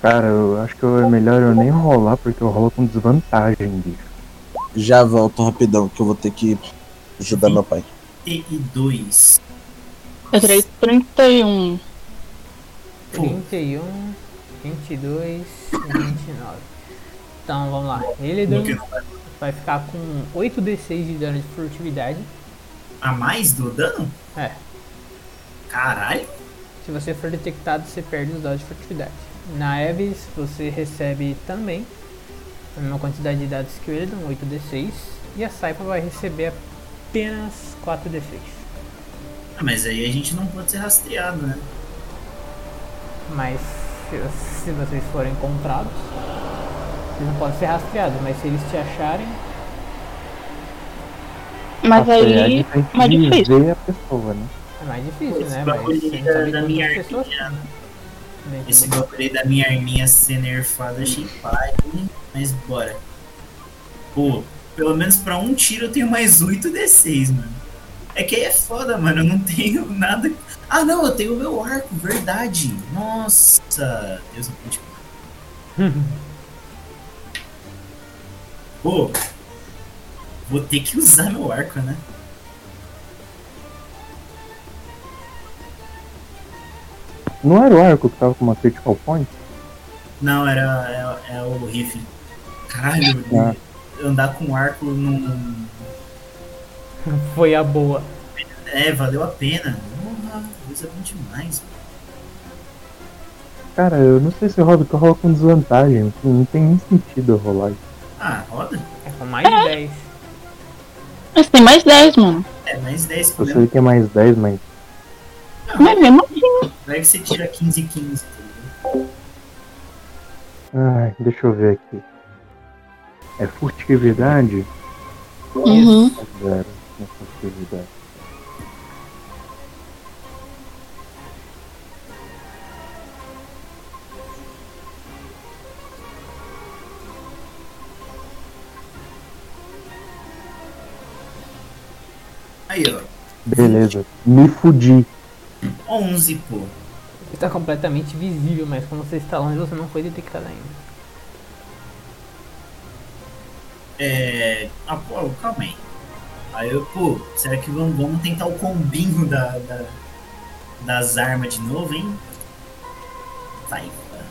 Cara, eu acho que é melhor eu nem rolar, porque eu rolo com desvantagem, bicho. Já volto rapidão, que eu vou ter que ajudar meu pai. E 2. Eu tirei 31. 31, 22 um, e 29. Então vamos lá. Ele deu, Porque não vai ficar com 8d6 de dano de furtividade. A mais do dano? É. Caralho. Se você for detectado, você perde os dados de furtividade. Na Eves, você recebe também a mesma quantidade de dados que o Elidan, 8d6. E a Saipa vai receber apenas 4d6. Ah, mas aí a gente não pode ser rastreado, né? Mas se, se vocês forem encontrados, vocês não podem ser rastreados. Mas se eles te acharem, Mas Nossa, e aí. tem que mas difícil. ver a pessoa, né? é mais difícil, Esse né? Mas bagulho você não da- sabe da quantas minha pessoas. arminha, né? né, que Esse bagulho aí da minha arminha ser nerfada, eu achei pai, hein? mas bora. Pô, pelo menos pra um tiro eu tenho mais 8 D6, mano. É que aí é foda, mano, eu não tenho nada. Ah, não, eu tenho o meu arco, verdade. Nossa, Deus me abençoe. Pô, vou ter que usar meu arco, né? Não era o arco que tava com uma critical point? Não, era é, é o rifle. Caralho, Ah. andar com arco num, Foi a boa. É, valeu a pena. Porra, coisa bom demais. mano. Cara, eu não sei se eu rolo, porque eu rolo com desvantagem. assim, Não tem nem sentido eu rolar Tipo, isso. Ah, roda? É com mais 10. Mas tem mais 10, mano. É, mais 10 Eu problema. sei que é mais 10, mas. Mas mesmo assim. Vai que você tira 15 e 15, tá ligado? Ai, deixa eu ver aqui. É furtividade? Uhum. É Zero. É furtividade. Aí, ó. Beleza. Me fudi. 11, pô. Está tá completamente visível, mas como você está longe, você não foi detectado ainda. É. Ah, pô, calma aí. Aí eu, pô, será que vamos, vamos tentar o combinho da, da- das armas de novo, hein? Sai, cara.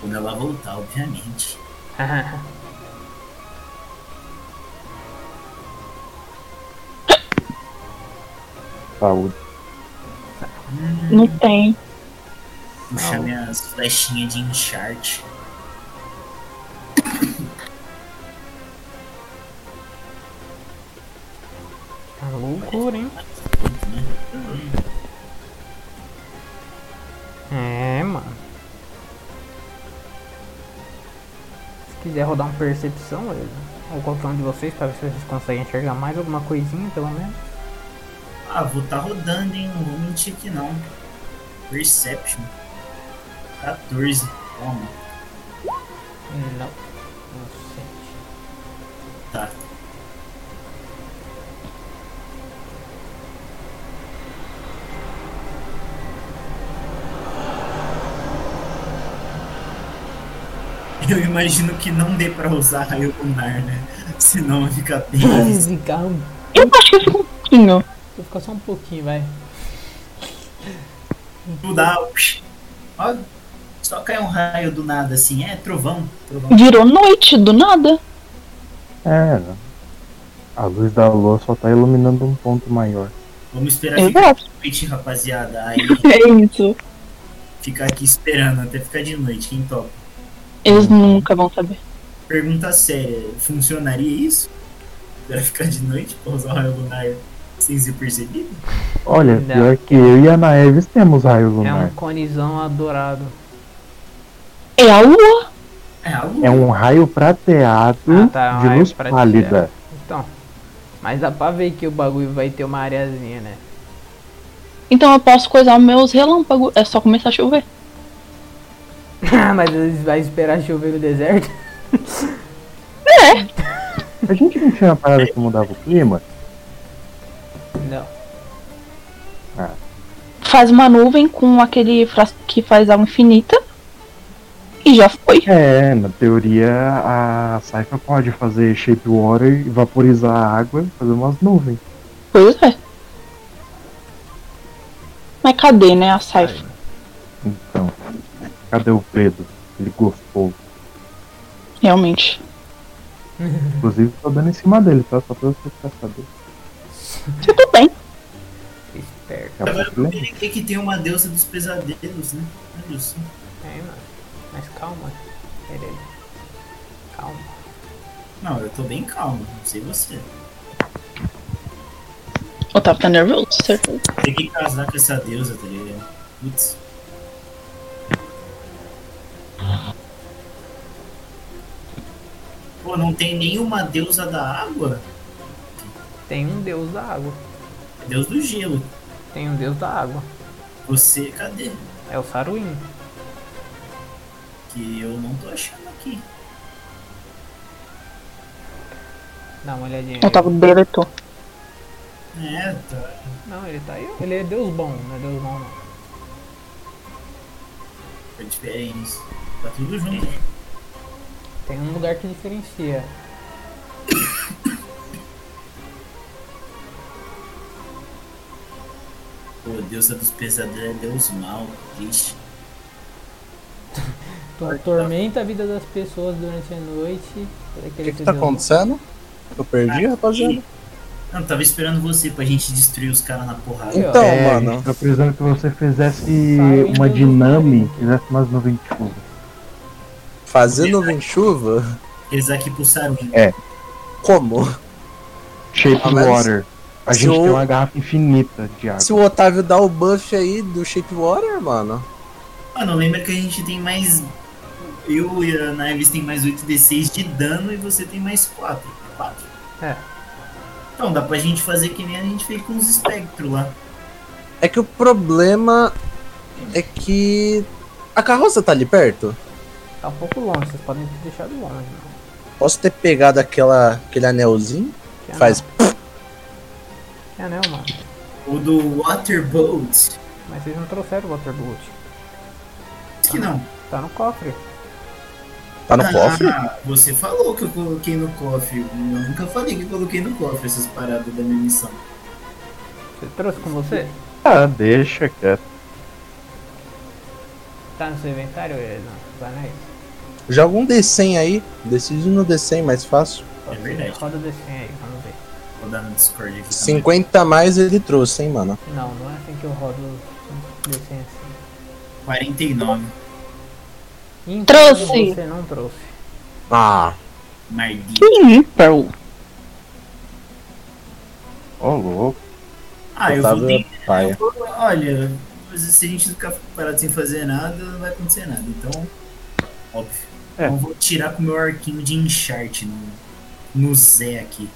Quando ela voltar, obviamente. Tá Saúde. Não tem. Puxar minhas flechinhas de encharte. Tá loucura, hein? É, mano. Se quiser rodar uma percepção, eu- ou qualquer um de vocês, pra ver se vocês conseguem enxergar mais alguma coisinha, pelo menos. Ah, vou tá rodando, hein? Não vou mentir aqui não. Perception. 14. Toma. Não. Não é sei. Tá. Eu imagino que não dê pra usar raio lunar, né? Senão vai ficar bem difícil. Ficar um- Eu acho que ficou um pouquinho. Vou ficar só um pouquinho, vai. Não dá. Ó, só cai um raio do nada assim. É, trovão. Trovão. Virou noite, do nada. É. né? A luz da lua só tá iluminando um ponto maior. É. É Vamos esperar ficar Exato. noite, rapaziada. Aí É isso. Ficar aqui esperando até ficar de noite, quem topa? Eles nunca vão saber. Pergunta séria, funcionaria isso? Pra ficar de noite pra usar o raio lunar sem ser percebido? Olha, Não. pior que eu e a Naeves temos raio É lunar. um conizão adorado. É a lua? É algo. É um raio prateado Ah, tá, é um de raio luz prateado. pálida. Então. Mas dá pra ver que o bagulho vai ter uma areazinha, né? Então eu posso coisar meus relâmpagos. É só começar a chover. Ah, Mas eles vai esperar chover no deserto. A gente não tinha uma parada que mudava o clima? Não. Faz uma nuvem com aquele frasco que faz água infinita. E já foi. É, na teoria a Saifa pode fazer shape water, vaporizar a água e fazer umas nuvens. Pois é. Mas cadê, né, a Saifa? Então, cadê o Pedro? Ele gostou. Realmente. Inclusive, tô dando em cima dele, tá? Só pra você ficar sabendo. Tudo bem. Esperto. Daqui Tá a pouco ele- Ele quer que tem uma deusa dos pesadelos, né? Olha só. É, mano. Mas calma. Beleza. Calma. Não, eu tô bem calmo, não sei você. O Otávio tá nervoso, certeza. Tem que casar com essa deusa, tá ligado? Putz. Pô, não tem nenhuma deusa da água? Tem um deus da água. Deus do gelo. Tem um deus da água. Você, cadê? É o Saruim. Que eu não tô achando aqui. Dá uma olhadinha. O Otávio deletou. É, tá. Não, ele tá aí. Ele é deus bom, não é deus bom não. É diferente. Tá tudo junto. Tem um lugar que diferencia. Pô, deusa dos pesadelos é deus mal. Vixe. Tu atormenta a vida das pessoas durante a noite. O O que, que tá acontecendo? Eu perdi, rapaziada. Não, tava esperando você pra gente destruir os caras na porrada. Aqui, ó. Então, É, a mano. gente tá precisando que você fizesse Saindo uma do dinami, nariz. fizesse umas nuvens de chuva. Fazendo vem chuva? Eles aqui pulsaram. É. Como? Shape Ah, mas water. A se gente o- tem uma garrafa infinita de água. Se o Otávio dá o buff aí do Shape Water, mano. Mano, lembra que a gente tem mais. Eu e a Naevis tem mais 8d6 de dano e você tem mais 4. 4. É. Então dá pra gente fazer que nem a gente fez com os espectros lá. É que o problema é que. A carroça tá ali perto? Tá um pouco longe, vocês podem ter deixado longe. Né? Posso ter pegado aquela, aquele anelzinho? Que anel? Faz. Que anel, mano. O do Waterboat. Mas vocês não trouxeram o Waterbolt. Acho que não. Tá no cofre. Tá no cofre? Ah, você falou que eu coloquei no cofre. Eu nunca falei que eu coloquei no cofre essas paradas da minha missão. Você trouxe com você? Ah, deixa quieto. Tá no seu inventário, Elisa? Vai na isso. Joga um D100 aí. Decide no D100 mais fácil. É verdade. Roda desse aí, vamos ver. Vou dar no Discord aqui. 50 a mais ele trouxe, hein, mano. Não, não é assim que eu rodo desse assim. Também. 49. Então, Trouxe! Você não trouxe. Ah, Mardinha. Que ímpar. Ô, louco. Ah, eu vou Otávio ter. é paia. Olha, se a gente ficar parado sem fazer nada, não vai acontecer nada. Então, óbvio. É. Então, eu vou tirar com o meu arquinho de encharte no, no Zé aqui.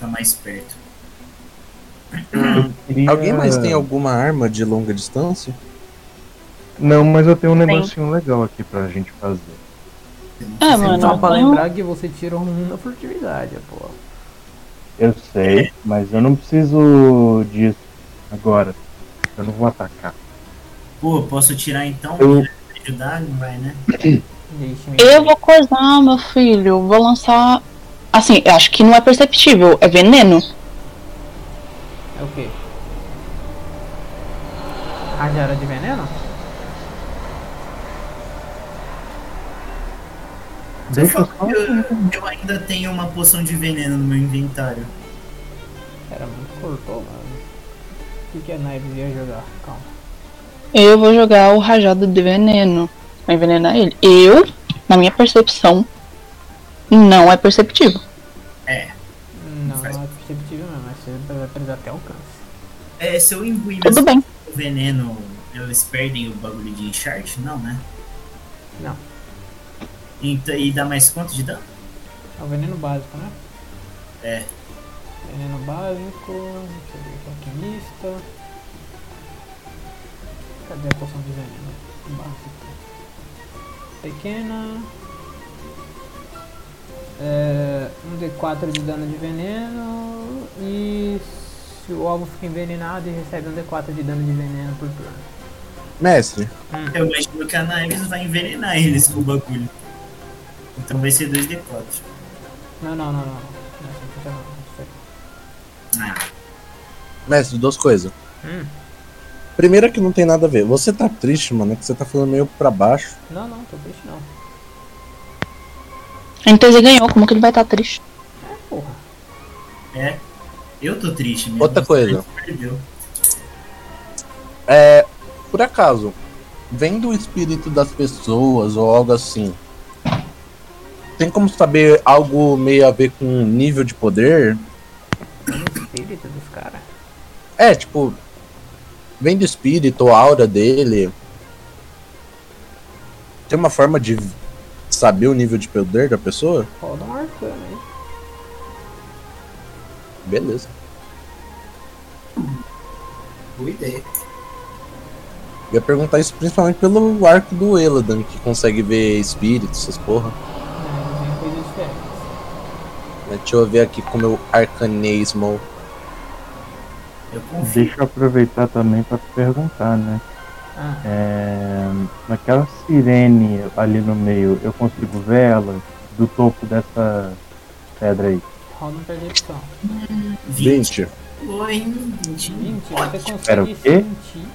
Tá mais perto. Queria- Alguém mais tem alguma arma de longa distância? Não, mas eu tenho um negocinho legal aqui pra gente fazer. É, Não, mano. Só pra então- lembrar que você tirou um na furtividade, pô. Eu É. sei, mas eu não preciso disso agora. Eu não vou atacar. Pô, posso tirar então? Eu- Pra ajudar? Não vai, né? Deixa Eu vou coisar, meu filho. Vou lançar. Assim, eu acho que não é perceptível. É veneno. É o quê? Rajada de veneno? Deixa eu Eu, só. eu ainda tenho uma poção de veneno no meu inventário. Cara, muito cortou, mano. O que, que a Naives ia jogar? Calma. eu vou jogar o rajado de veneno. Vai envenenar ele. Eu, na minha percepção, não é perceptível. É. Não, não é perceptível não, mas você vai precisar até alcance. É, se eu imbuir Tudo bem. o veneno, eles perdem o bagulho de enxarte? Não, né? Não. Então, e dá mais quanto de dano? É o veneno básico, né? É. Veneno básico, deixa eu ver aqui, alquimista. Cadê a poção de veneno? Básico. Pequena. É, um D4 de dano de veneno. E se o alvo fica envenenado, ele recebe um D4 de dano de veneno por turno. Mestre, Eu imagino que a Naeves vai envenenar eles com o bagulho. Então vai ser 2d4. Não, não, não, não. Não, isso aqui tá não. isso aqui. mestre, duas coisas. Hum. Primeiro que não tem nada a ver. Você tá triste, mano, é que você tá falando meio pra baixo. Não, não, tô triste não. A NTZ ganhou, como que ele vai estar triste? Porra. É. Eu tô triste mesmo. Outra coisa. Perdeu. É. Por acaso, vendo o espírito das pessoas ou algo assim. Tem como saber algo meio a ver com um nível de poder? Tem o espírito dos caras. É, tipo. Vendo o espírito ou a aura dele. Tem uma forma de saber o nível de poder da pessoa? Roda um arcano aí. Beleza. Boa ideia. Eu ia perguntar isso principalmente pelo arco do Eladan, que consegue ver espíritos, essas porra. Não, tem coisas diferentes. Mas Né, Deixa eu ver aqui com o meu arcanismo. Eu confio. Deixa eu aproveitar também pra perguntar, né? Ah, É, naquela sirene ali no meio, eu consigo ver ela do topo dessa pedra aí. roda um percepção. 20. 20. Boa, hein? 20. 20, você consegue Espera, o quê? sentir.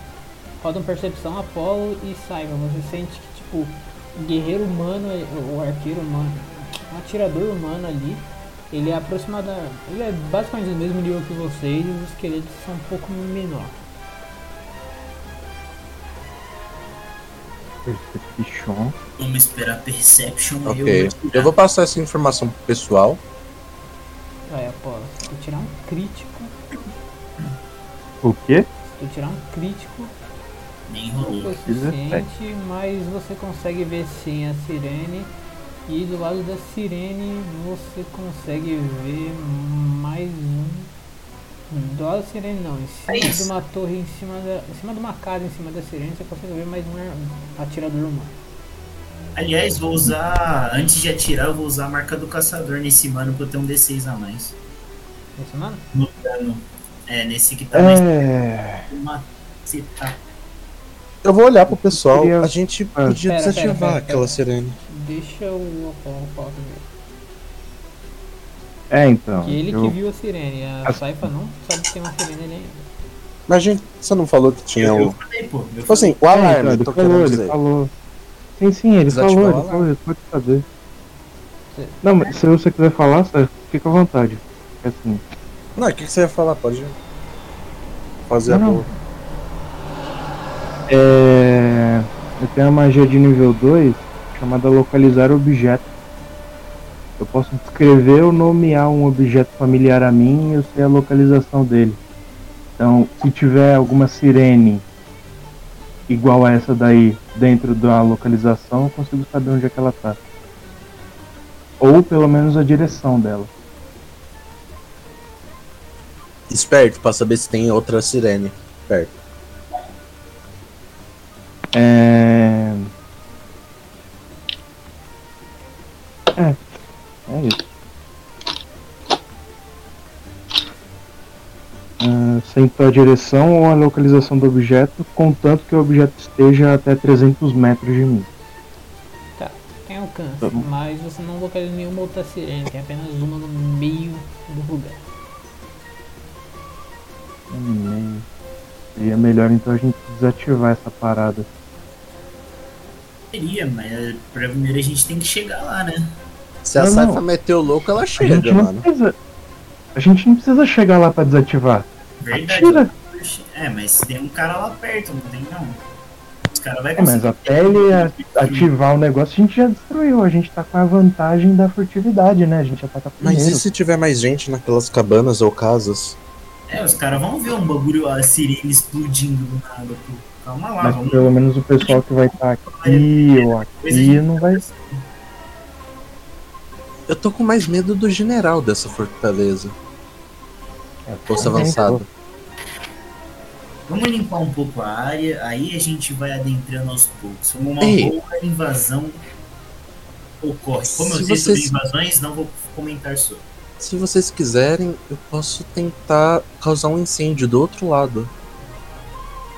Roda um percepção Apolo e saiba. Você sente que, tipo, o guerreiro humano, é, o arqueiro humano, um atirador humano ali, ele é aproximada. Ele é basicamente do mesmo nível que vocês, e os esqueletos são um pouco menor. Perception. Vamos esperar Perception. Ok. vou Eu tirar. vou passar essa informação pro pessoal. Vai, Apolo, se tu tirar um crítico, O quê? se tu tirar um crítico, Nem não foi rolou. suficiente, mas você consegue ver sim a sirene. E do lado da sirene você consegue ver mais um. Do lado da sirene não, em cima É de isso. uma torre, em cima, da, em cima de uma casa, em cima da sirene, você consegue ver mais um ar- atirador humano. Aliás, vou usar. Antes de atirar, eu vou usar a marca do caçador nesse mano pra eu ter um D6 a mais. Isso, mano? No dano. É, nesse que tá mais. É. Uma... Se tá. Eu vou olhar pro pessoal. Queria- A gente Ah. podia Pera, desativar pera, pera, aquela pera. sirene. Deixa o Apollo falar primeiro. É, então. Que ele eu- que viu a sirene, a Ah. Saifa não sabe que tem uma sirene ali ainda. Mas a gente. Você não falou que tinha Eu o. falei, pô. Eu Tipo falei. assim, o É, alarme, então, ele tô falou, querendo ele dizer. falou. Sim, sim, ele Desativou falou, o ele alarme. falou, ele pode fazer. Sim. Não, mas se você quiser falar, Sérgio, fica à vontade. Fica Assim, Não, o que, que você ia falar? Pode fazer Não, a não. boa. É, eu tenho uma magia de nível 2 chamada localizar objeto. Eu posso descrever ou nomear um objeto familiar a mim e eu sei a localização dele. Então, se tiver alguma sirene igual a essa daí dentro da localização, eu consigo saber onde é que ela tá. Ou pelo menos a direção dela. Esperto pra saber se tem outra sirene. É. É. É isso. Ah, sempre a direção ou a localização do objeto, contanto que o objeto esteja até 300 metros de mim. Tem alcance, Tá bom. mas você não localiza nenhuma outra sirene, tem apenas uma no meio do lugar. Um e meio. Seria melhor então a gente desativar essa parada. Seria, mas pra primeiro a gente tem que chegar lá, né? Se a Não, não. Saifa meteu louco, ela A chega, gente, não mano. precisa, a gente não precisa chegar lá pra desativar. Verdade. Atira! É, mas tem um cara lá perto, não tem não. cara vai É, mas até ele a- ativar o negócio, a gente já destruiu. A gente tá com a vantagem da furtividade, né? A gente ataca primeiro. Mas e se tiver mais gente naquelas cabanas ou casas? É, os caras vão ver um bagulho, a sirene explodindo do nada, pô. Calma é lá, Mas vamos. pelo menos o pessoal que vai estar aqui ou aqui não vai. Eu tô com mais medo do general dessa fortaleza. Força também avançada. Vamos limpar um pouco a área, aí a gente vai adentrando aos poucos. Como uma Ei. boa invasão ocorre. Como Se eu sei sobre vocês- invasões, não vou comentar sobre. Se vocês quiserem, eu posso tentar causar um incêndio do outro lado.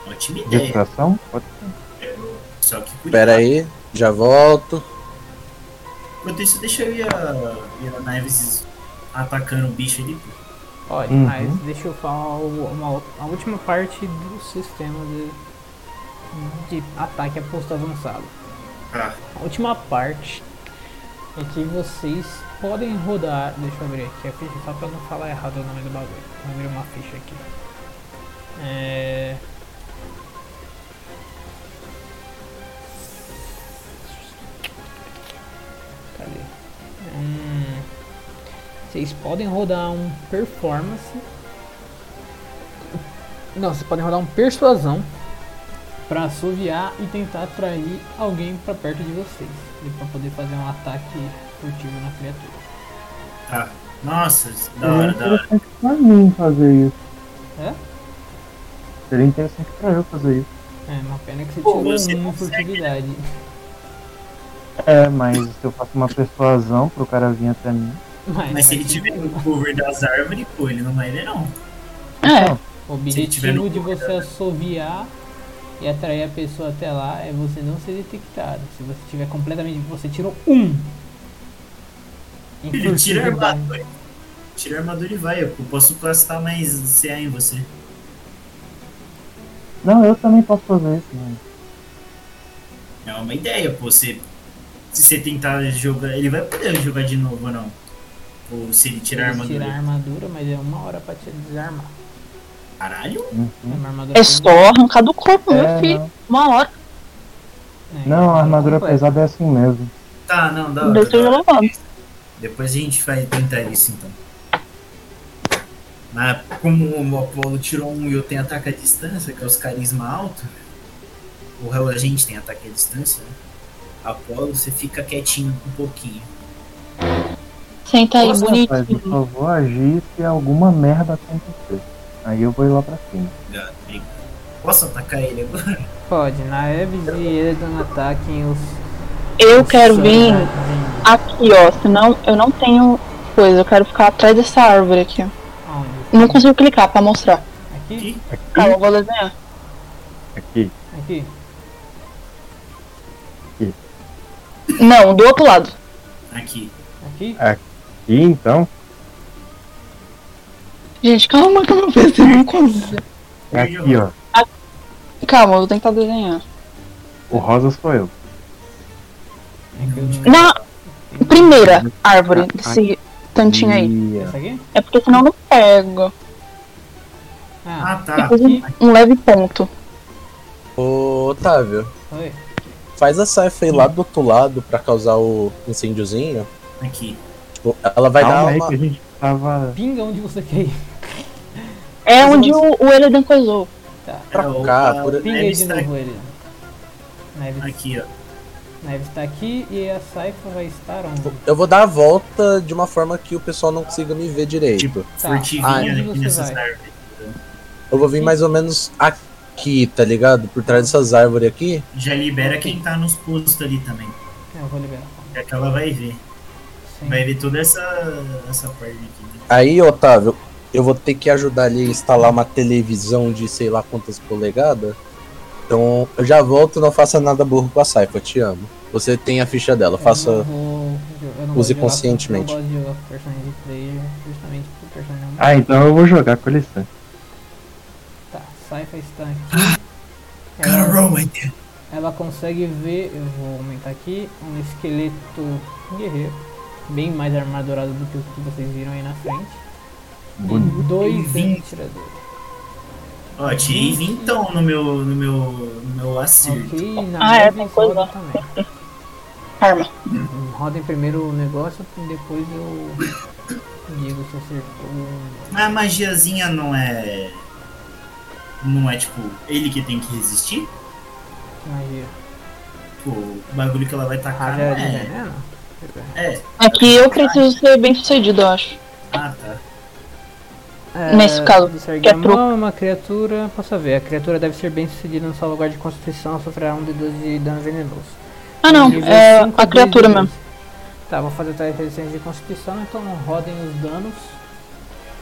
Ótima É. ideia. Distração? Pode ser. Só que cuidado. Pera aí, já volto. Enquanto isso, deixa eu ir a, ir a Knives atacando o bicho ali. pô. Olha, Uhum. mas deixa eu falar o- uma, ou- a última parte do sistema de, de ataque a posto avançado. Ah. A última parte é que vocês podem rodar. Deixa eu abrir aqui a ficha só pra não falar errado o nome do bagulho. Vou abrir uma ficha aqui. É. Cadê? Hum. Vocês podem rodar um performance. Não, vocês podem rodar um persuasão para assoviar e tentar atrair alguém para perto de vocês. Para poder fazer um ataque furtivo na criatura. Tá. Nossa, da Uhum. Seria hora, da hora. interessante pra mim fazer isso. É? Seria interessante pra eu fazer isso. É uma pena que você Pô, tirou você um em consegue, furtividade. É, mas se eu faço uma persuasão pro cara vir até mim. Mas se ele assim, tiver no cover das árvores, pô, ele não vai ver, não. É, O um, ele tiver no objetivo de você assoviar e atrair a pessoa até lá é você não ser detectado. Se você tiver completamente. Você tirou um! Em Ele tira a furtividade. armadura. Tira a armadura e vai. Eu posso castar mais CA em você. Não, eu também posso fazer isso, né? mano. É uma ideia, pô. Você, se você tentar jogar. Ele vai poder jogar de novo ou não? Ou se ele tirar a Eles tiram a armadura. armadura, mas é uma hora pra te desarmar. Caralho? É, Uhum. Hum. uma armadura é pesada. só arrancar do corpo, meu É, filho. Uma hora, É, Não, a armadura completa. pesada é assim mesmo. Tá, não, dá. deu seja levado. Depois a gente vai tentar isso então. Mas como o Apolo tirou um e eu tenho ataque à distância, que é os carisma alto, o réu a gente tem ataque à distância, né? Apolo, você fica quietinho um pouquinho. Senta aí, Nossa, rapaz, eu bonitinho. só vou agir um se alguma merda acontecer. Aí eu vou ir lá pra cima. Obrigado, obrigado. Posso atacar ele agora? Pode, na Eves e Edan ataquem os. Eu os quero vir soldados aqui, ó. Senão eu não tenho coisa. Eu quero ficar atrás dessa árvore aqui. em- Onde? Não consigo clicar pra mostrar. Aqui? Calma, eu vou desenhar. Aqui. Aqui? Não, do outro lado. Aqui. Aqui? E então? Gente, calma que eu não vejo, eu não consigo. É Aqui, ó. Calma, eu vou tentar desenhar. O rosa sou eu. É que eu não- Na primeira árvore desse tantinho aí. E, ó, Essa aqui? É porque senão eu não pego. Ah, Ah tá. Depois um, um leve ponto. Ô, Otávio, oi. faz a Saifa aí lá do outro lado pra causar o incêndiozinho. Aqui. Tipo, ela vai calma dar aí uma. que a gente tava. Pinga onde você quer ir. É onde o, o Eledan coisou. Pra É, o- cá, a- por- o Tá. Pinga Neves de tá novo ele. Neves, Aqui, ó. Neves tá aqui e a Saifa vai estar onde? Eu vou dar a volta de uma forma que o pessoal não consiga me ver direito. Tá. Ah, Furtivinha onde aqui você nessas vai? árvores. Eu vou vir mais ou menos aqui, tá ligado? Por trás dessas árvores aqui. Já libera quem tá nos postos ali também. Eu vou liberar. É que ela vai ver. Sim. Vai ver toda essa, essa parte aqui. Né? Aí, Otávio, eu vou ter que ajudar ele a instalar uma televisão de sei lá quantas polegadas. Então, eu já volto, não faça nada burro com a Saifa, te amo. Você tem a ficha dela, Eu faça. não vou- eu não use gosto de jogar com- conscientemente. Eu não gosto de jogar com personagem de player, justamente porque o personagem é um não Ah, então eu vou jogar com licença. Tá, Saifa está aqui. Ela- Caramba, ideia. Ela consegue ver, eu vou aumentar aqui, um esqueleto guerreiro, bem mais armadurado do que o que vocês viram aí na frente. E dois Bem-vindo. atiradores. Ó, tirei vintão no meu. no meu. no meu acerto. Ok, na Ah, é, ordem tem coisa roda lá. também. Arma. Rodem primeiro o negócio e depois eu digo se acertou. Mas a magiazinha não é. Não é tipo ele que tem que resistir? Magia. Tipo, o bagulho que ela vai tacar não Rajada de é. veneno? É. É que eu preciso ser bem sucedido, eu acho. Ah tá. É, Nesse caso, discergue que é a truco. mão, é uma criatura. Posso ver, a criatura deve ser bem sucedida no salvaguarda de constituição, sofrerá um D12 de dano venenoso. Ah não, Nível é cinco, a criatura D12. mesmo. Tá, vou fazer o teste de resistência de constituição, então rodem os danos.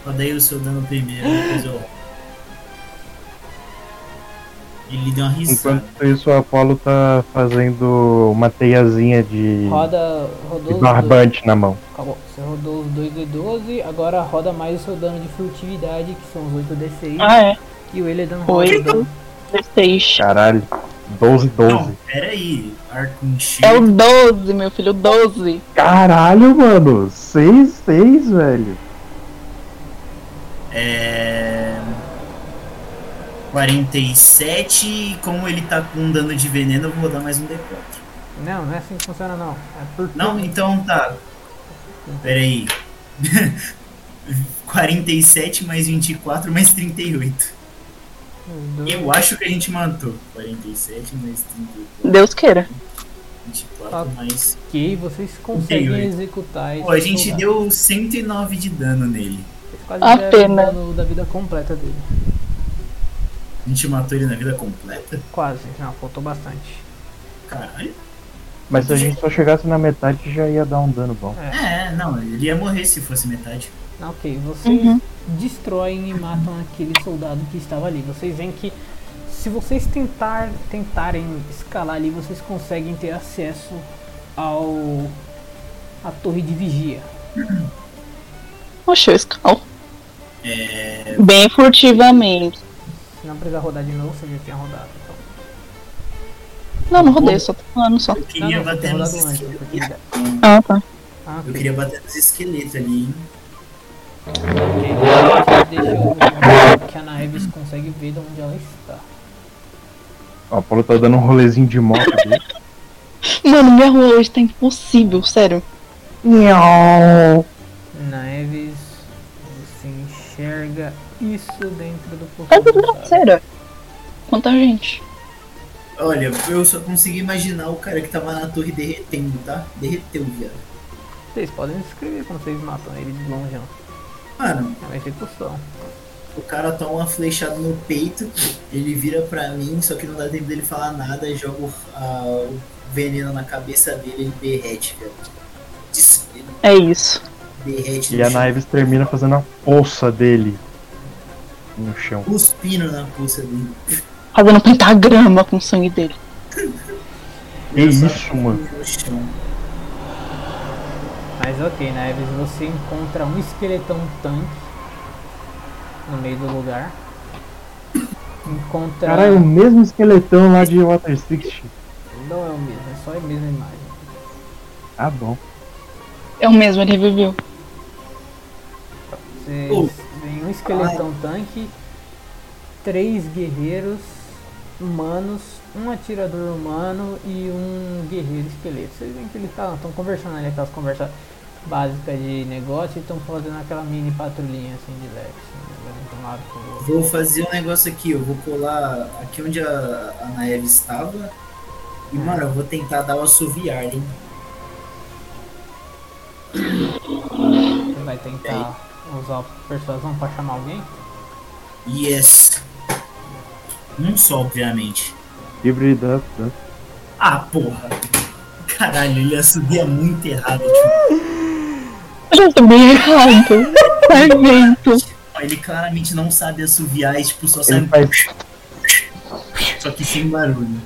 Rodei o seu dano primeiro, depois eu. Ele deu uma risada. Enquanto isso, o Apolo tá fazendo uma teiazinha de, Roda. de Rodou os dois. barbante na mão. Acabou. Você rodou os 2 D12, agora roda mais o seu dano de furtividade, que são os 8 D6. Ah é. E o Eledan roda o Oito. dano. Tá. D6. Caralho, 12, 12. Não, peraí. Arco enchido. É o 12, meu filho, 12. Caralho, mano, 6, 6, velho. É. 47. Como ele tá com um dano de veneno, eu vou rodar mais um D4. Não, não é assim que funciona não. É por Não, então tá. Peraí. 47 mais 24 mais 38. os dois. Eu acho que a gente matou. 47 mais 38. Deus queira. 24 Ah. mais. Ok, vocês conseguem Entendi. executar esse Pô, a gente soldado. deu 109 de dano nele. Vocês quase A deram pena. o dano da vida completa dele. A gente matou ele na vida completa. Quase, não, faltou bastante. Caralho. Mas se a gente só chegasse na metade, já ia dar um dano bom. É, não, ele ia morrer se fosse metade. Ok, vocês Uhum. destroem e matam aquele soldado que estava ali. Vocês veem que se vocês tentar, tentarem escalar ali, vocês conseguem ter acesso ao à torre de vigia. Oxe, eu escalo. É. Bem furtivamente. Não precisa rodar de novo, você já tinha rodado. Então. Não, não rodei, só tô falando só. Eu Não, queria não, um você bater tinha nos rodado antes, esqueletos. oportunidade. Ah, tá. Ah, Eu ok. queria bater nos esqueletos ali, hein? Deixa eu ver é que a Naeves consegue ver de onde ela está. O Apolo tá dando um rolezinho de moto dele. Mano, minha rua hoje tá impossível, sério. Naeves, você enxerga isso dentro do Tá portão. tudo sabe? grosseira. Quanta gente. Olha, eu só consegui imaginar o cara que tava na torre derretendo, tá? Derreteu, viado. Vocês podem descrever quando vocês matam ele de longe, não. Mano, É uma execução. o cara toma uma flechada no peito, ele vira pra mim, só que não dá tempo dele falar nada, joga o, a- o veneno na cabeça dele, ele derrete, velho. Des- Ele É isso. derrete E a no chão, Naives termina fazendo a poça dele no chão. cuspindo na pulsa dele. Fazendo um pentagrama com o sangue dele. Que Eu só isso, mano. no chão. Mas ok, Naeves, você encontra um esqueletão tanque no meio do lugar. Encontra. Caralho, o mesmo esqueletão lá de Water Six. Não é o mesmo, é só a mesma imagem. Ah, bom. É o mesmo, ele reviveu. Vocês Oh. veem um esqueletão tanque, três guerreiros humanos, um atirador humano e um guerreiro esqueleto. Vocês veem que eles estão conversando ali, aquelas conversas básicas de negócio e estão fazendo aquela mini patrulhinha assim de leve, assim, olhando de um lado pro outro. Vou fazer um negócio aqui, eu vou colar aqui onde a, a Naeve estava. E, mano, eu vou tentar dar o assoviar, hein? Você vai tentar usar a persuasão pra chamar alguém? Yes. Um só, obviamente. Híbrido, tá? Ah, porra. Caralho, ele assobia muito errado. Tipo, Eu tô bem errado. Perfeito. ele claramente não sabe assoviar e, tipo, só Ele sabe... faz Só que sem barulho.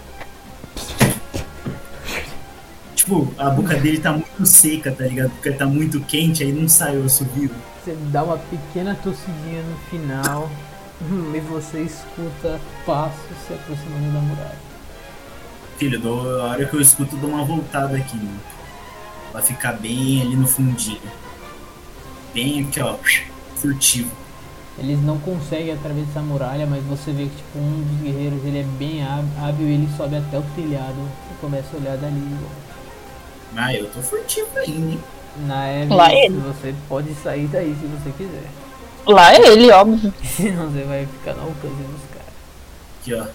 Tipo, a boca dele tá muito seca, tá ligado? Porque tá muito quente, aí não sai o assobio. Você dá uma pequena tossidinha no final e você escuta passos se aproximando da muralha. Filho, eu dou- a hora que eu escuto, eu dou uma voltada aqui, mano. Pra ficar bem ali no fundinho. Bem aqui, ó. Furtivo. Eles não conseguem atravessar a muralha, mas você vê que tipo, um dos guerreiros ele é bem há- hábil e ele sobe até o telhado e começa a olhar dali. Ah, eu tô furtivo ainda, hein? Na Lá Evelyn, ele. você pode sair daí se você quiser. Lá é ele, óbvio. Senão você vai ficar no alcance dos caras. Aqui, ó.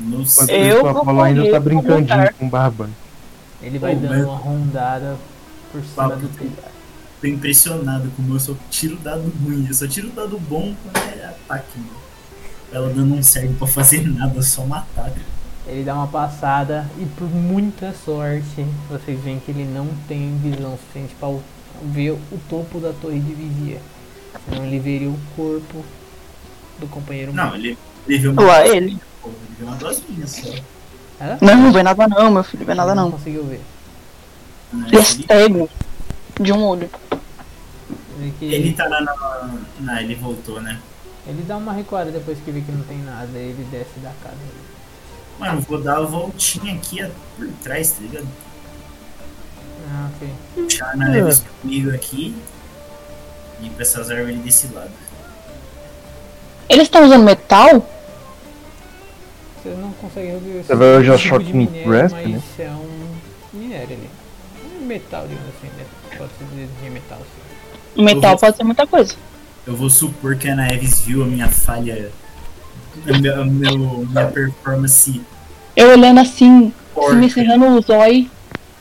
Não Mas- sei. Eu o vou Apolo ainda correr, tá vou voltar. brincandinho com barba. Ele vai Pô, dando mas- uma rondada por cima Papo do tem- telhado. Tô impressionado como eu só tiro o dado ruim. Eu só tiro o dado bom quando é ataque. né? Ela dando um serve pra fazer nada, só um matar. cara. Ele dá uma passada e por muita sorte vocês veem que ele não tem visão suficiente para ver o topo da torre de vigia. Senão ele veria o corpo do companheiro Não, ele, ele viu uma, Lá é ele. ele viu uma das minhas só. né? Hã? Não, não vê nada não, meu filho, vê É nada Ele não. conseguiu ver. né? Ele é cego de um olho. Ele, que- Ele, ele tá lá na. Ah, ele voltou, né? ele dá uma recuada depois que vê que não tem nada. Ele desce da casa. Mano, eu vou dar a voltinha aqui a- por trás, tá ligado? Ah, ok. Puxar na Levis comigo aqui. E ir pra essas árvores desse lado. Eles estão usando metal? Você não consegue ver Você vai usar esse tipo de shotgun minério, grasp, mas né? é um minério ali. Um metal, digamos assim, né? Pode ser de- de metal. sim. Metal pode ser muita coisa. Eu vou supor que a Ana Eves viu a minha falha. A minha, a meu- minha performance Eu olhando assim, se me porca. cerrando os olhos.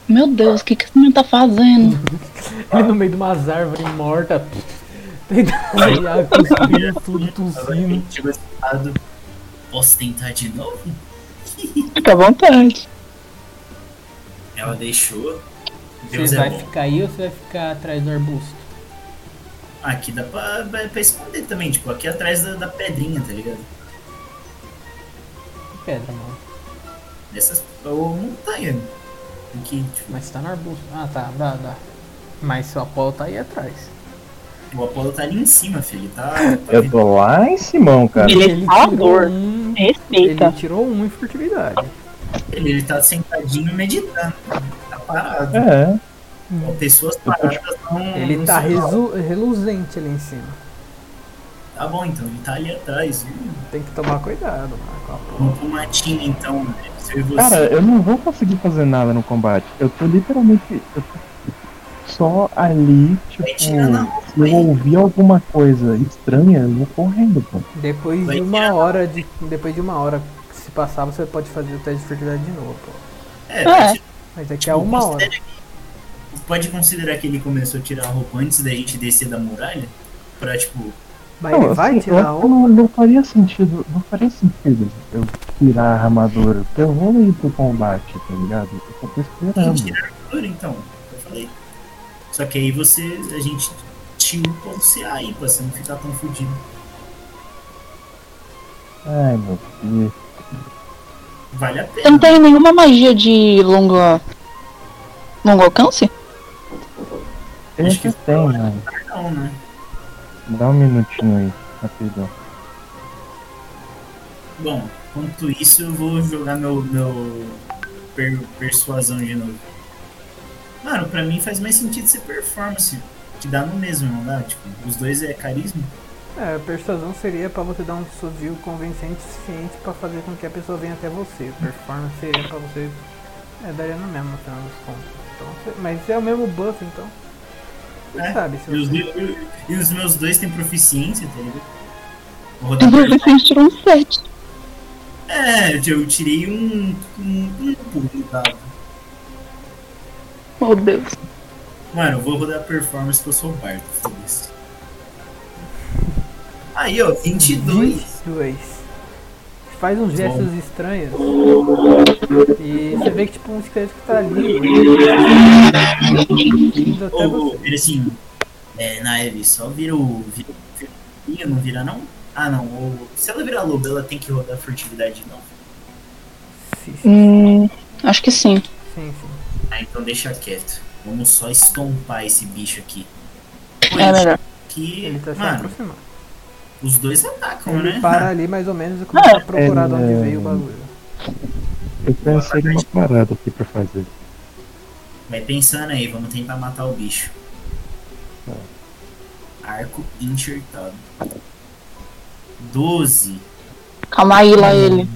Meu Deus, o que, que esse menino tá fazendo? Ah. Ele no meio de umas árvores mortas. Tentando olhar, cuspindo, tudo tossindo. Chegou esse lado. Posso tentar de novo? Fica à vontade. Ela deixou. Deus Você é vai bom. ficar aí ou você vai ficar atrás do arbusto? Aqui dá pra, pra pra esconder também, tipo, aqui atrás da, da pedrinha, tá ligado? Pedra, mano. Nessas. Ou montanha. Porque, tipo, Mas tá no arbusto. Ah, tá, dá, dá. Mas seu Apolo tá aí atrás. o Apolo tá ali em cima, filho. ele Tá. tá Eu tô lá em Simão, cara. Ele é tirou falador. um. Ele Respeita. tirou um em furtividade. Ele, ele tá sentadinho meditando. Tá parado. É. Ó, Pessoas paradas não. Uhum. Ele É, não tá são- resu- reluzente ali em cima. Tá bom, então. Ele tá ali atrás. Hum, Tem que tomar cuidado, mano. com a porra. Vamos pro matinho, então. Né? Se eu e você- Cara, eu não vou conseguir fazer nada no combate. Eu tô literalmente. Eu tô só ali, tipo. Vai tirando a roupa Se eu aí. ouvir alguma coisa estranha, eu vou correndo, pô. Depois Vai de tirar. uma hora de. Depois de uma hora que se passar, você pode fazer o teste de fertilidade de novo, pô. É, vai É. tirar- Mas daqui a uma hora. considera que- Pode considerar que ele começou a tirar a roupa antes da gente descer da muralha? Pra, tipo, Mas ele vai assim, eu tirar acho que um. não, não faria sentido. Não faria sentido eu tirar a armadura. Porque eu vou ir pro combate, tá ligado? Eu só tô quem esperando. tira a armadura, então? Eu falei. Só que aí você. A gente um te upa você aí, pra você não ficar tão fudido. Ai, meu filho. Vale a Você pena. né? não tem nenhuma magia de longo, longo alcance? Eu Acho acho que que tem, mano. Não, né? Dá um minutinho aí, rapidão. Bom, enquanto isso eu vou jogar meu, meu per- persuasão de novo. Mano, pra mim faz mais sentido ser performance, que dá no mesmo, não dá? Tipo, os dois é carisma. É, a persuasão seria pra você dar um desvio convincente suficiente pra fazer com que a pessoa venha até você. Performance seria pra você. É, daria no mesmo, no final dos contos. Então, você- mas é o mesmo buff, então. Você É, sabe, se E os, você... dois- e os meus dois têm proficiência, tá ligado? Vou rodar pra ele. Você tirou um 7. É, eu tirei um. um, um pulo, tá? Meu Deus. Mano, eu vou rodar performance que eu sou bardo, foda-se. Aí, ó, 22. 22. Faz uns gestos estranhos. E você vê que tipo um esqueleto que tá ali. Indo até Ô, você. ô, vira assim, é, na Eve, só vira o. Vira, vira, vira, não vira não? Ah não, ou, se ela virar lobo, ela tem que rodar furtividade não. Sim, sim, Hum, acho que sim. sim, sim. Ah, então deixa quieto. Vamos só estompar esse bicho aqui. Pô, É melhor. Que, Ele tá se mano, aproximando. os dois atacam, Ele né? para ali mais ou menos e começa a procurar de onde é- veio o bagulho. Eu pensei numa parada aqui pra fazer. Vai pensando aí, vamos tentar matar o bicho. Tá. arco enxertado. 12. Calma aí, lá ele.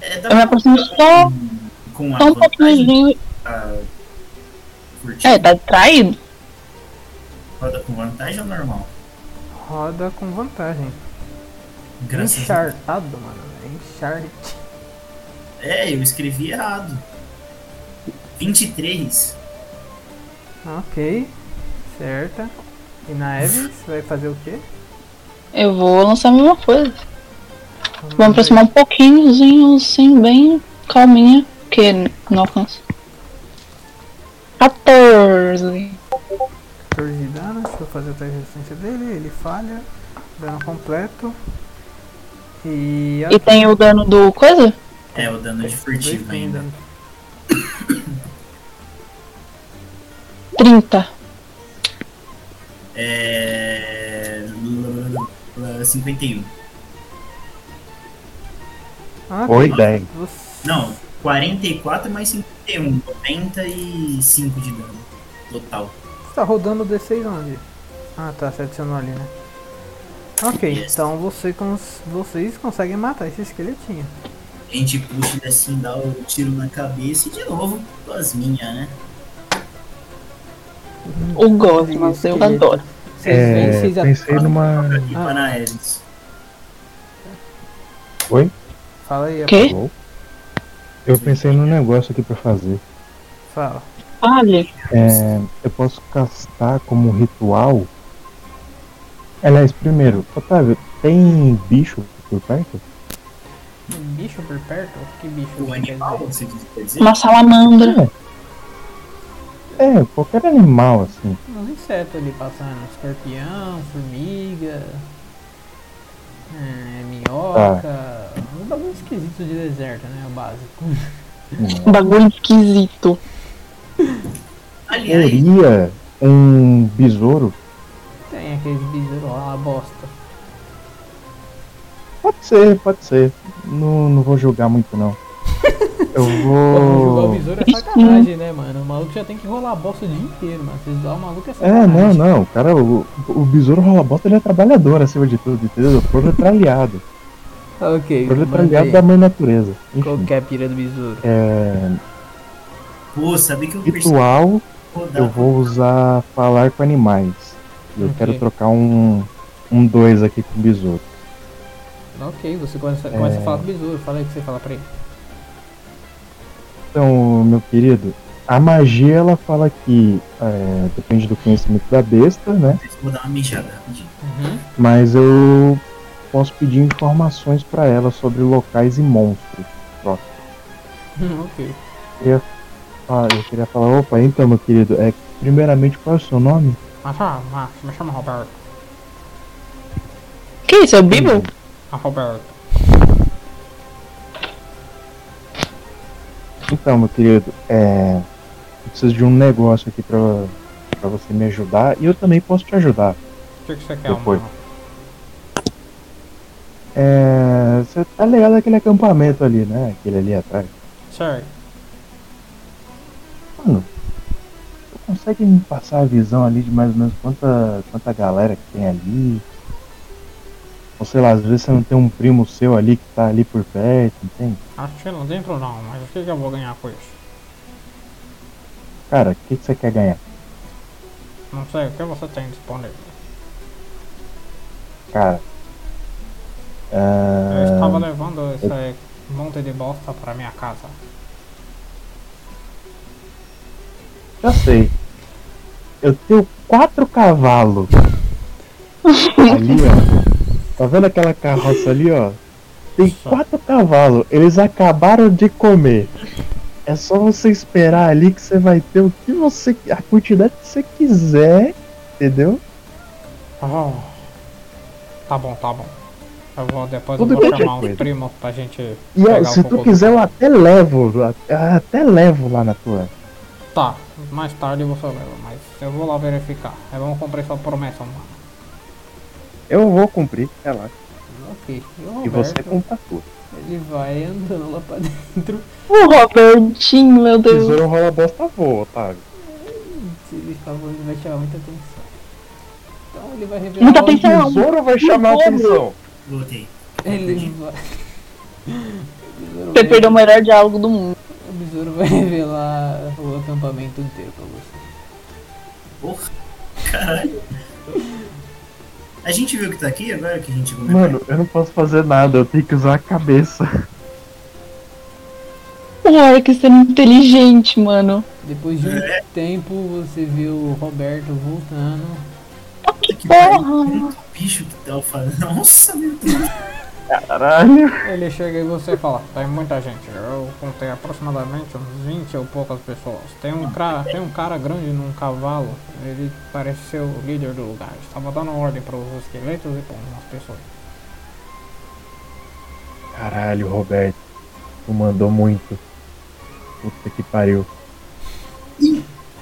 É, dá Eu me aproximo só, com a só um vantagem. pouquinho. A furtiva. É, tá distraído. Roda com vantagem ou normal? Roda com vantagem. Graças a Deus. Enchartado, mano. Enchart. É, eu escrevi errado. 23. Ok. Certa. E na Evans vai fazer o quê? Eu vou lançar a mesma coisa. Vou me aproximar um pouquinhozinho, assim, bem calminha. Porque não alcanço. 14. 14 de dano, né? deixa eu fazer outra resistência dele, ele falha, dano completo. E. E tem o dano do coisa? É, o dano de furtivo ainda. 30. É. 51. Ah, Oi, 10. você- Não, 44 mais 51. 95 de dano total. Você tá rodando o D6 onde? Ah tá, você adicionou ali, né? Ok, Yes. então você cons- vocês conseguem matar esse esqueletinho. A gente puxa ele assim, dá o tiro na cabeça e de novo, duas minhas, né? O gosto, mas eu adoro. Vocês veem, É, vocês já- pensei numa. E para na Evans. Fala aí, O quê? Alô? Eu pensei num negócio aqui pra fazer. fala. Olha. É, eu posso castar como ritual. Aliás, primeiro, Otávio, tem bicho por perto? Um bicho por perto? Que bicho? O você quer animal, dizer? você quer dizer? Uma salamandra. É, qualquer animal assim. Uns insetos é ali passando, escorpião, formiga, é, minhoca, uns bagulho esquisitos de deserto, né? O básico. Um bagulho esquisito. Aliás, Seria um besouro? Tem aqueles besouros lá, bosta. Pode ser, pode ser. Não, não vou julgar muito não. Pô, jogar Eu o vou. besouro é sacanagem, né, mano? O maluco já tem que rolar a bosta o dia inteiro, mano. Vocês zoar o maluco é É, sacanagem. não, não. Cara, o, o besouro rola-bota ele é trabalhador acima de tudo, entendeu? Proletariado. Ok, manda Proletariado aí. da mãe natureza. Qual Enfim, que é a pira do besouro? é, pô, sabe que eu Tipo, percebi ritual rodar Eu vou usar falar com animais. Eu Ok. quero trocar um um 2 aqui com o besouro. Ok, você começa, começa a falar com o besouro. Fala aí o que você fala pra ele. Então, meu querido, a magia ela fala que é, depende do conhecimento da besta, né? Eu vou dar uma mijada rapidinho. Uhum. Mas eu posso pedir informações pra ela sobre locais e monstros. ok. Ah, eu queria falar, opa, então, meu querido, é primeiramente qual é o seu nome? Mas chama, mas, mas chama Roberto. Que isso? É o Bibo? A Roberto. Então, meu querido, é, eu preciso de um negócio aqui pra para você me ajudar e eu também posso te ajudar. O que, que você quer, Depois. mano? É. Você tá ligado aquele acampamento ali, né? Aquele ali atrás. Sério. Você consegue me passar a visão ali de mais ou menos quanta, quanta galera que tem ali? Ou sei lá, às vezes você não tem um primo seu ali que tá ali por perto, entende? Acho que não dentro não, mas o que, que eu vou ganhar com isso? Cara, o que, que você quer ganhar? Não sei, o que você tem disponível? Cara. É, Eu estava Ah, levando esse monte de bosta pra minha casa. já sei. Eu tenho quatro cavalos. ali, ó. Tá vendo aquela carroça ali, ó? Tem Só. quatro cavalos. Eles acabaram de comer. É só você esperar ali que você vai ter o que você. a quantidade que você quiser. Entendeu? Oh. Tá bom, tá bom. Eu vou depois Tudo eu vou bem, chamar os gente. primos pra gente. E ó, pegar se o tu cocô quiser, do- eu até levo. eu Até levo lá na tua. Tá, mais tarde você leva, mas eu vou lá verificar. É bom cumprir sua promessa, mano. Eu vou cumprir, relaxa. Ok. E o E você Roberto, compra tudo. ele vai andando lá pra dentro. O Robertinho, meu Deus. Tesouro rola bosta voa, Otávio. Se ele favor, ele vai chamar muita atenção. Então ele vai revelar. Muita o- atenção. O tesouro vai chamar a atenção. Voltei. Ele vai. Você perdeu o melhor diálogo do mundo. O besouro vai revelar o acampamento inteiro pra você. Porra, caralho. A gente viu que tá aqui agora que a gente comentou. Mano, eu não posso fazer nada, eu tenho que usar a cabeça. Porra, que você é inteligente, mano. Depois de um tempo, você vê o Roberto voltando. que Porra! pariu, que bicho que tá falando. Nossa, meu Deus. Caralho. Ele chega e você fala: Tem muita gente. Eu contei aproximadamente uns 20 ou poucas pessoas. Tem um, cara, tem um cara grande num cavalo. Ele parece ser o líder do lugar. Estava dando ordem para os esqueletos e para as pessoas. Caralho, Roberto. Tu mandou muito. Puta que pariu.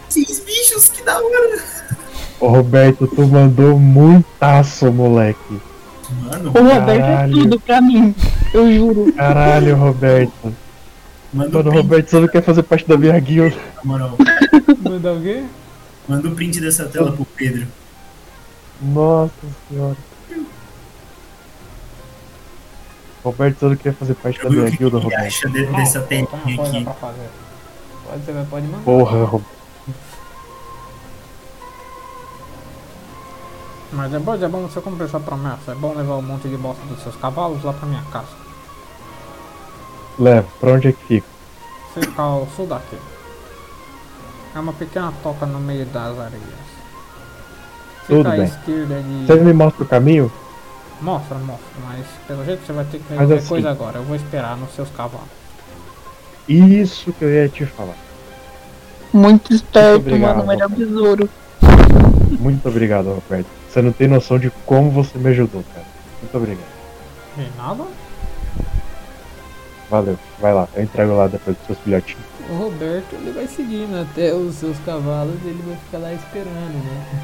Esses bichos, que da hora. Ô, Roberto, tu mandou muitaço, moleque. Mano, O Roberto Caralho. é tudo pra mim. Eu juro. Caralho, Roberto. manda Mano, o print, Roberto, você não quer fazer parte da minha guilda. na moral. Manda o quê? Manda o print dessa tela pro Pedro. Nossa senhora. Roberto, você não quer fazer parte da Eu vi minha o que guilda, ele Roberto. acha de- dessa tem telinha uma coisa pra aqui. fazer. Pode, você vai- pode mandar. Porra, Roberto. Mas depois é bom você cumprir sua promessa. É bom levar um monte de bosta dos seus cavalos lá pra minha casa. Leva, pra onde é que fica? Fica ao sul daqui. É uma pequena toca no meio das areias. Tudo Fica à bem. esquerda de. Você me mostra o caminho? Mostra, mostra, mas pelo jeito você vai ter que Mas resolver assim- coisa agora. Eu vou esperar nos seus cavalos. Isso que eu ia te falar. Muito esperto, Muito obrigado, mano. Melhor besouro. Muito obrigado, Roberto. Você não tem noção de como você me ajudou, cara. Muito obrigado. É, De nada? Valeu. Vai lá, eu entrego lá depois dos seus filhotinhos. O Roberto ele vai seguindo até os seus cavalos e ele vai ficar lá esperando, né?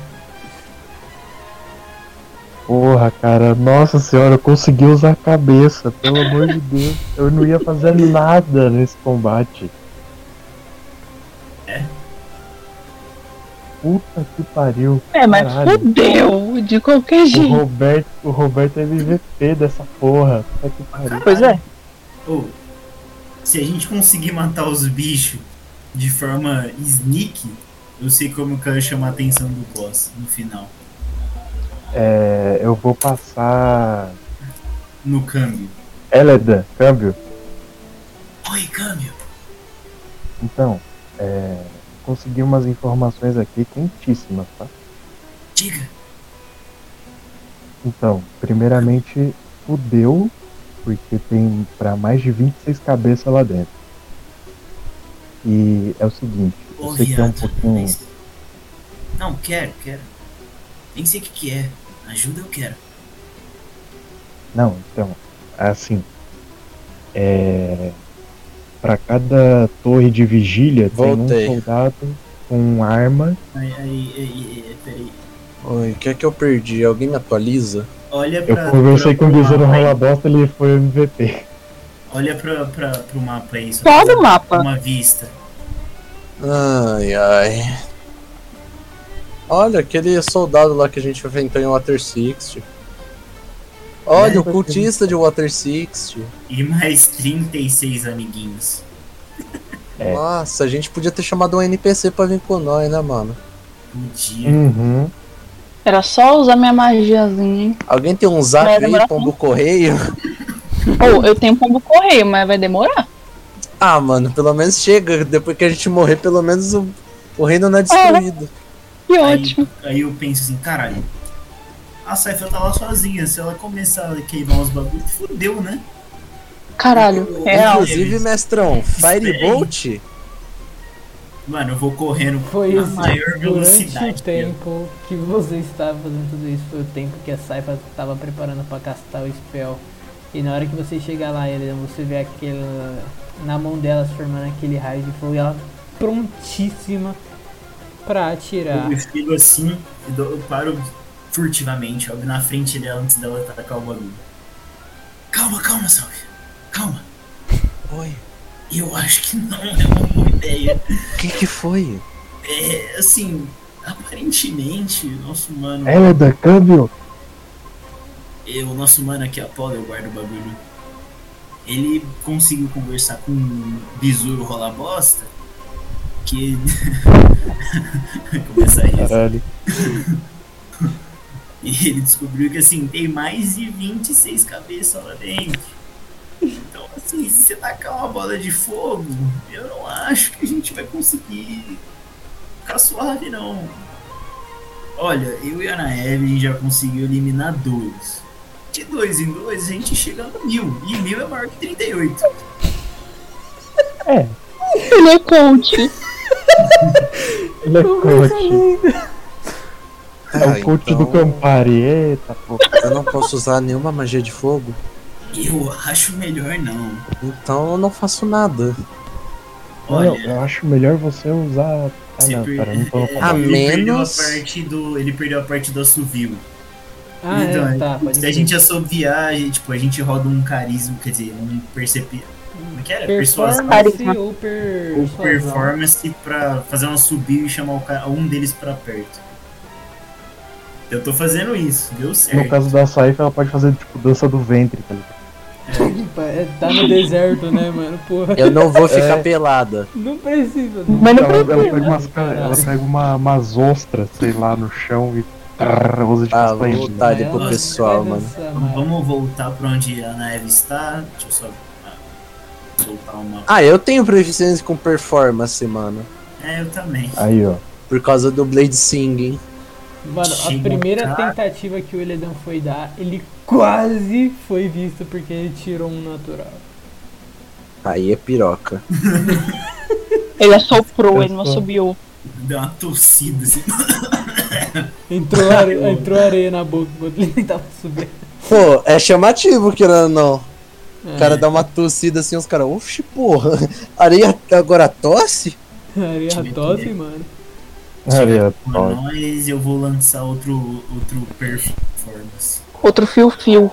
Porra, cara, nossa senhora, eu consegui usar a cabeça, pelo amor de Deus. Eu não ia fazer nada nesse combate. É? Puta que pariu. É, mas Caralho. fodeu de qualquer O jeito. Roberto, o Roberto é MVP dessa porra. Puta que pariu. Pois é. Ou, se a gente conseguir matar os bichos de forma sneak, eu sei como que eu ia chamar a atenção do boss no final, É, eu vou passar. no câmbio. Eledan, câmbio. Oi, câmbio! Então, é, consegui umas informações aqui quentíssimas, tá? Diga! Então, primeiramente, fudeu, porque tem pra mais de 26 cabeças lá dentro. E é o seguinte, Ô, eu sei que é um viado. nem pouquinho. sei- Não, quero, quero. Nem sei o que que é. Ajuda, eu quero. Não, então, assim. É. Pra cada torre de vigília Voltei. tem um soldado com arma. Aí, aí, aí, aí, peraí. Oi, o que é que eu perdi? Alguém me atualiza? Olha Eu pra, conversei com o pra- Guizano Rola Bosta, ele foi MVP. Olha pra, pra, pro mapa aí. só Qual pra- o mapa? Uma vista. Ai, ai. Olha, aquele soldado lá que a gente enfrentou em Water 60. Olha, o cultista de Water 60. E mais 36 amiguinhos. É. Nossa, a gente podia ter chamado um NPC pra vir com nós, né, mano? Podia. Uhum. Era só usar minha magiazinha, hein? Alguém tem um zap Vai demorar aí, pombo correio? Ou eu tenho pombo correio, mas vai demorar. Ah, mano, pelo menos chega. Depois que a gente morrer, pelo menos o, o reino não é destruído. Que Aí, ótimo. aí eu penso assim, caralho. A Saifa tá lá sozinha. Se ela começar a queimar os bagulhos, fudeu, né? Caralho, É, real. Inclusive, mestrão, Firebolt? Mano, eu vou correndo Foi na isso. maior Durante o velocidade. viado. tempo que você estava fazendo tudo isso, foi o tempo que a Saifa estava preparando para castar o spell. E na hora que você chegar lá, ele, você vê aquele na mão dela se formando aquele raio de fogo e ela prontíssima para atirar. Eu fico assim, e dou- eu paro furtivamente, ó, na frente dela antes dela atacar o bagulho. Calma, calma, Salve. Calma. Oi, Eu acho que não é uma boa ideia. o que que foi? É, assim, Aparentemente, o nosso humano. Ela é da câmbio? Eu, o nosso humano aqui, Apolo, eu guardo o bagulho. Ele conseguiu conversar com um besouro rola bosta. Que. Começa a rir. assim. Caralho. E ele descobriu que assim, tem mais de 26 cabeças lá dentro. Então, assim, se você tacar uma bola de fogo, eu não acho que a gente vai conseguir ficar suave, não. Olha, eu e a Anaeve, a gente já conseguiu eliminar dois. De dois em dois, a gente chega a mil. E mil é maior que 38. Ele é coach. Ele é coach. É Ah, o coach do então Campari. Eita, pô. Eu não posso usar nenhuma magia de fogo, Eu acho melhor não. então eu não faço nada. Não, Olha, eu acho melhor você usar. Ah, Você não, per- pera, não tô é, A ele perdeu a menos- parte do. Ele perdeu a parte do assovio. Ah, Então, é, tá, pode Se a ser. gente assoviar, a gente- tipo, a gente roda um carisma, quer dizer, um percepi... Como é que era? Persuasão Performance Persuasão. ou per... um- ou persuasão. performance pra fazer um assobio e chamar o ca- um deles pra perto. Eu tô fazendo isso, deu No certo. caso da Saif, ela pode fazer tipo dança do ventre, tá ligado? É, tá no deserto, né, mano? Porra, Eu não vou ficar pelada. não precisa. né? Mas não Ela, ela pega, problema. umas, ca- ela pega uma, umas ostras, sei lá, no chão e trrr, usa de Ah, vou castanha. botar ali pro Nossa, pessoal, vai mano. dançar, Então, mano. Vamos voltar pra onde a nave está. Deixa eu só ah, soltar uma. Ah, eu tenho proficiência com performance, mano. É, eu também. Aí, ó. Por causa do Blade Singing. Mano, a Chega, primeira cara. tentativa que o Eledan foi dar, ele quase foi visto porque ele tirou um natural. Aí é piroca. Ele assoprou, ele não subiu. Deu uma tossida assim. Entrou, are... entrou areia na boca enquanto ele tentava subir. Pô, é chamativo, querendo ou não. O cara dá uma tossida assim, os caras, oxe, porra. Areia agora tosse? Areia tosse, mano. Aí, ó. Por Ó, nós, eu vou lançar outro, outro performance. Outro fio-fio.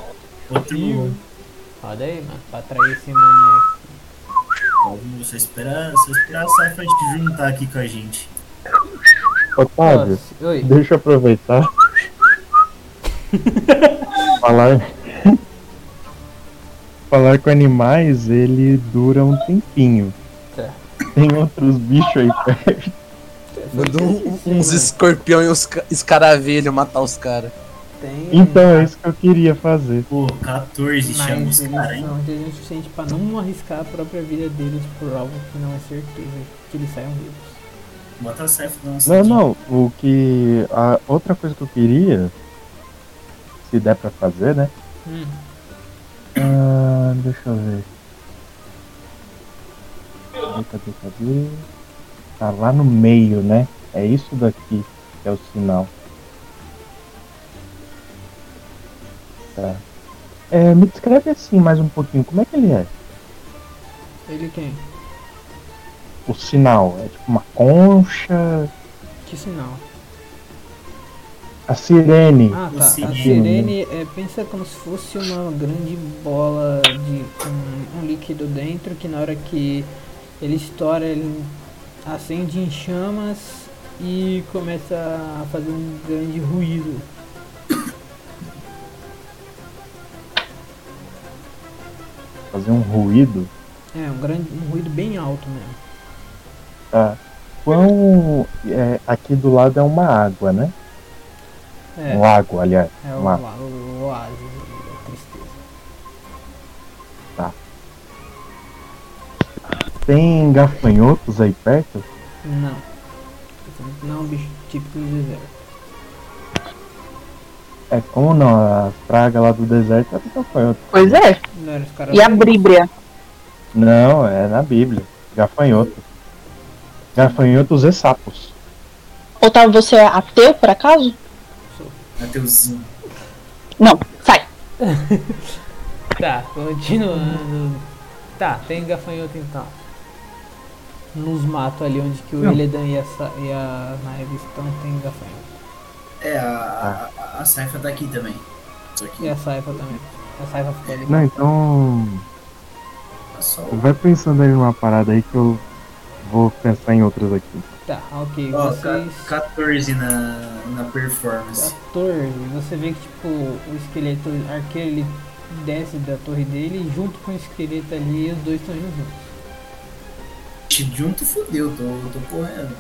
Outro. Ih, Roda aí, mano, pra atrair esse maníaco. Vamos só esperar, só esperar a Safra te juntar aqui com a gente. Ah, Otávio, Nossa, Oi. deixa eu aproveitar. falar. falar com animais, ele dura um tempinho. Certo. Tem outros bichos aí perto. Mandou um- Sim, uns mano. escorpião e uns ca- escaravelho matar os caras. Tem Então é isso que eu queria fazer. Pô, 14 chama mais os caras, hein? informação inteligente pra não arriscar a própria vida deles por algo que não é certeza que eles saiam vivos. Bota a Safra na Não, nossa. não, o que. A outra coisa que eu queria. Se der pra fazer, né? Hum. Ah, deixa eu ver. Cadê, cadê, cadê? Tá lá no meio, né? É isso daqui que é o sinal. Tá. É, me descreve assim mais um pouquinho. Como é que ele é? Ele quem? O sinal? É tipo uma concha? Que sinal? A sirene? Ah, O tá. A sirene. sirene é, pensa como se fosse uma grande bola de com um líquido dentro que na hora que ele estoura ele acende em chamas e começa a fazer um grande ruído. Fazer um ruído? É, um grande um ruído bem alto mesmo. Tá. Quão. é, aqui do lado é uma água, né? É, Um lago, aliás. é o, lá. o, o oásis, ali, a tristeza. Tem gafanhotos aí perto? Não. Não é um bicho típico do deserto. É como não, a praga lá do deserto é do gafanhoto. Pois é. Não era os caras. E a bríbria? Não, é na Bíblia. Gafanhoto. Gafanhotos e sapos. Otávio, você é ateu, por acaso? Mateuzinho. Não, sai. Tá, continuando. Tá, tem gafanhoto então. Nos matos ali onde que o Não. Eledan e a, Sa- e a Naive estão, tem gafanhoto. É, a, a, a Safra tá aqui também. Só que E a Saifa também. A Saifa ficou ali. Não, então. tá só. Vai pensando aí numa parada aí que eu. Vou pensar em outras aqui. Tá, ok. Ó, vocês. Tá. ca- 14 na, na performance. 14, você vê que tipo o esqueleto arqueiro ele desce da torre dele e junto com o esqueleto ali e os dois estão indo juntos. Te junto fodeu, tô, tô correndo.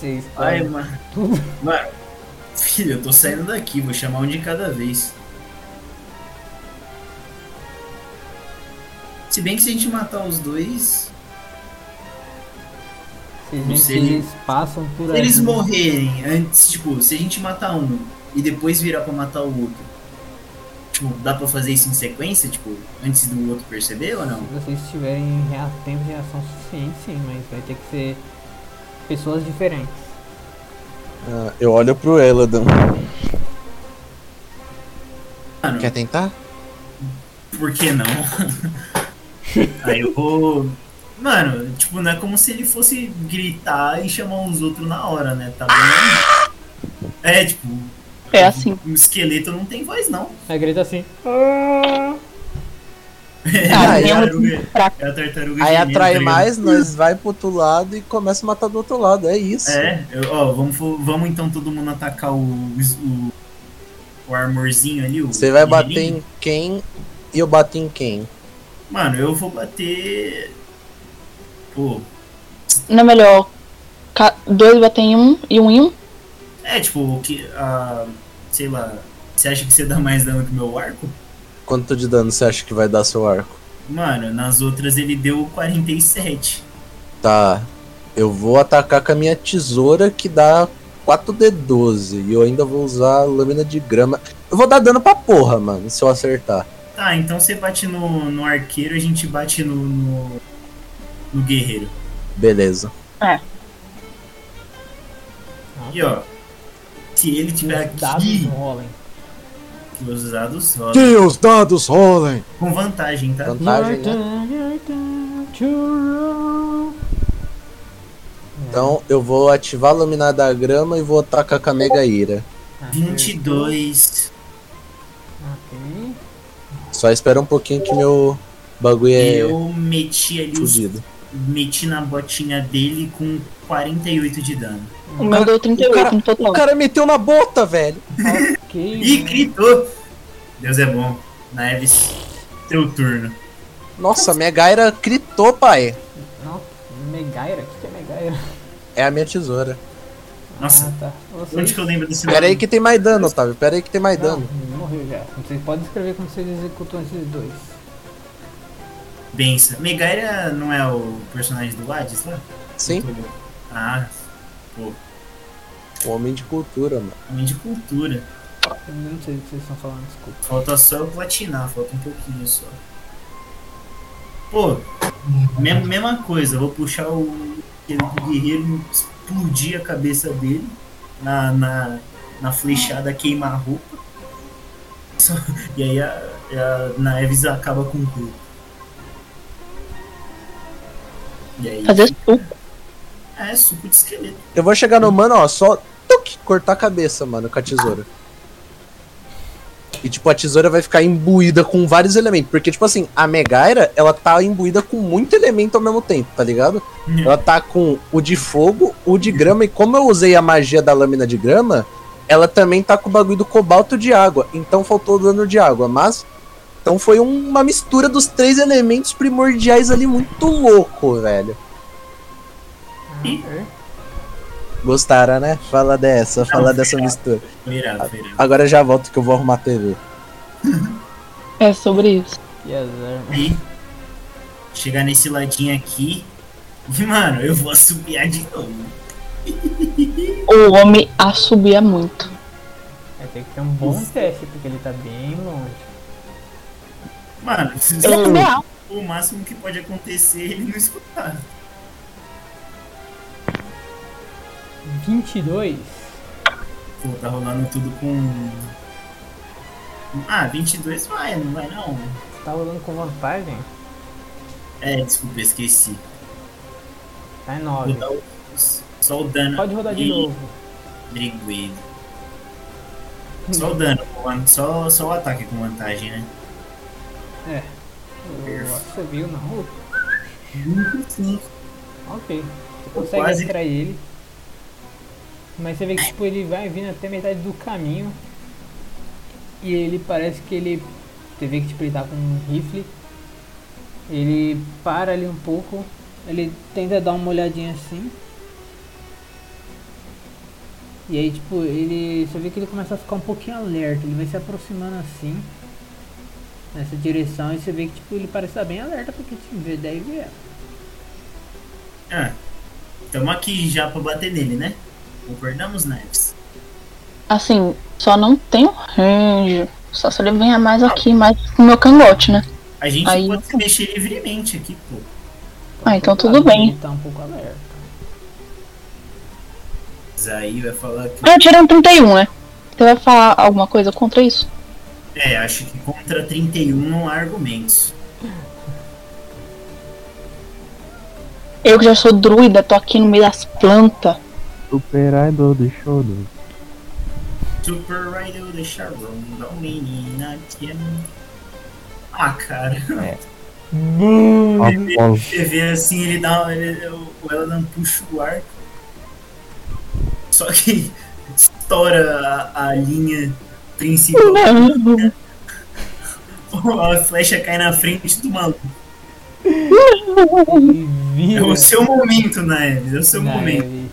Vocês Ai, estão mano. tudo. Mano, filho, eu tô saindo daqui, vou chamar um de cada vez. Se bem que se a gente matar os dois, Vocês veem que Não sei, eles passam por É, se ali. né? eles morrerem antes, tipo, se a gente matar um e depois virar pra matar o outro, tipo, dá pra fazer isso em sequência, tipo, antes do outro perceber ou não? Se vocês tiverem rea- tempo de reação suficiente, sim, mas vai ter que ser pessoas diferentes. Ah, eu olho pro Eladan. Mano, Quer tentar? Por que não? Aí eu vou. Mano, tipo, não é como se ele fosse gritar e chamar uns outros na hora, né? Tá bem. Ah! É, tipo, É assim. um esqueleto não tem voz, não. Aí grita assim. É Ah, a é tartaruga. fraco. É a tartaruga Aí gemendo, atrai tá ligado? mais, nós vai pro outro lado e começa a matar do outro lado. É isso. É, eu- ó, vamos, fo- vamos então todo mundo atacar o. o, o armorzinho ali. o Você vai bater vermelhinho. em quem e eu bato em quem. Mano, eu vou bater. Pô. Não é melhor ca- dois batem em um e um em um? É, tipo, o que. ah, sei lá. Você acha que você dá mais dano que o meu arco? Quanto de dano você acha que vai dar seu arco? Mano, nas outras ele deu 47. Tá. Eu vou atacar com a minha tesoura que dá 4D12. E eu ainda vou usar a lâmina de grama. Eu vou dar dano pra porra, mano, se eu acertar. Tá, então você bate no, no arqueiro, a gente bate no, no, no guerreiro. Beleza. E ó, se ele tiver Os dados aqui, não rolem. os dados ó, Que os dados rolem! com vantagem, tá? Vantagem, né? Então eu vou ativar a lâmina da grama e vou atacar com a mega ira. Acertou. 22. Ok. Só espera um pouquinho que meu bagulho é Eu meti ali os, fudido. meti na botinha dele com 48 de dano. O meu deu 38 no total. O cara meteu na bota, velho! Ok. E gritou! Deus é bom. Neves, teu turno. Nossa, a mega ira gritou, pai. Não, Megaira? O que que é Megaira? É a minha tesoura. Nossa, Ah, tá. Vocês- onde que eu lembro desse Pera aí nome? que tem mais dano, Otávio. Pera aí que tem Tá mais Não, dano. morreu já. Vocês podem escrever como vocês executam esses dois. Benção. Megaira não é o personagem do Hades lá? Sim? Ah, Um homem de cultura, mano. homem é um de cultura. Eu não sei do que vocês estão falando, desculpa. Falta só eu platinar, falta um pouquinho só. Pô, me- mesma coisa, eu vou puxar o aquele guerreiro e explodir a cabeça dele na, na, na flechada queimar a roupa. Só- e aí a, a Naeves acaba com o cu. E aí, Fazer suco. é suco de esqueleto. Eu vou chegar no mano, ó, só tuc, cortar a cabeça, mano, com a tesoura. E, tipo, a tesoura vai ficar imbuída com vários elementos. Porque, tipo assim, a Megaira, ela tá imbuída com muito elemento ao mesmo tempo, tá ligado? Ela tá com o de fogo, o de grama, e como eu usei a magia da lâmina de grama, ela também tá com o bagulho do cobalto de água. Então faltou o dano de água, mas. Então foi uma mistura dos três elementos primordiais ali muito louco, velho. Ih. Gostaram, né? Fala dessa, fala foi dessa mistura. Foi irado, foi irado. Agora eu já volto que eu vou arrumar a TV. É sobre isso. E as armas. Aí, chegar nesse ladinho aqui. Mano, eu vou assobiar de novo. O homem assobia muito. Vai ter que ter um bom teste, porque ele tá bem longe. Mano, Ele assobia alto. o máximo que pode acontecer é ele não escutar. 22. Pô, tá rolando tudo com. um- Ah, 22 vai, não vai não. Tá rolando com vantagem? É, desculpa, eu esqueci. Tá Vou 9. dar o- Só o dano. Pode rodar de Ih, novo. Brigo ele. Só o dano, pô, só, só o ataque com vantagem, né? É. Eu acho que você viu, não. 25. Ok. Você consegue Quase. extrair ele. Mas você vê que tipo, ele vai vindo até metade do caminho. E ele parece que ele. Você vê que tipo, ele tá com um rifle. Ele para ali um pouco. Ele tenta dar uma olhadinha assim. E aí tipo, ele. Você vê que ele começa a ficar um pouquinho alerta. Ele vai se aproximando assim. Nessa direção e você vê que tipo, ele parece estar bem alerta porque te vê 10 e é. Ah, estamos aqui já pra bater nele, né? Concordamos, Neves? Assim, só não tem um range. Só se ele venha mais aqui, mais com o meu cangote, né? A gente Aí- pode se mexer livremente aqui, pô. Ah, então Tá, tudo bem. Ele tá um pouco alerta. Mas aí vai falar que. Eu tirei um 31, né? Você vai falar alguma coisa contra isso? É, acho que contra 31 não há argumentos. Eu que já sou druida, tô aqui no meio das plantas. Super Idol do Shodo. Super Rider de Sharon, da um menina que é. Ah, cara. Apolo. Você vê assim, ele dá. Ele, o o Eladan puxa o arco. Só que estoura a, a linha principal. A flecha cai na frente do maluco. Ele É vira. o seu momento, Neves. É o seu na momento. neve.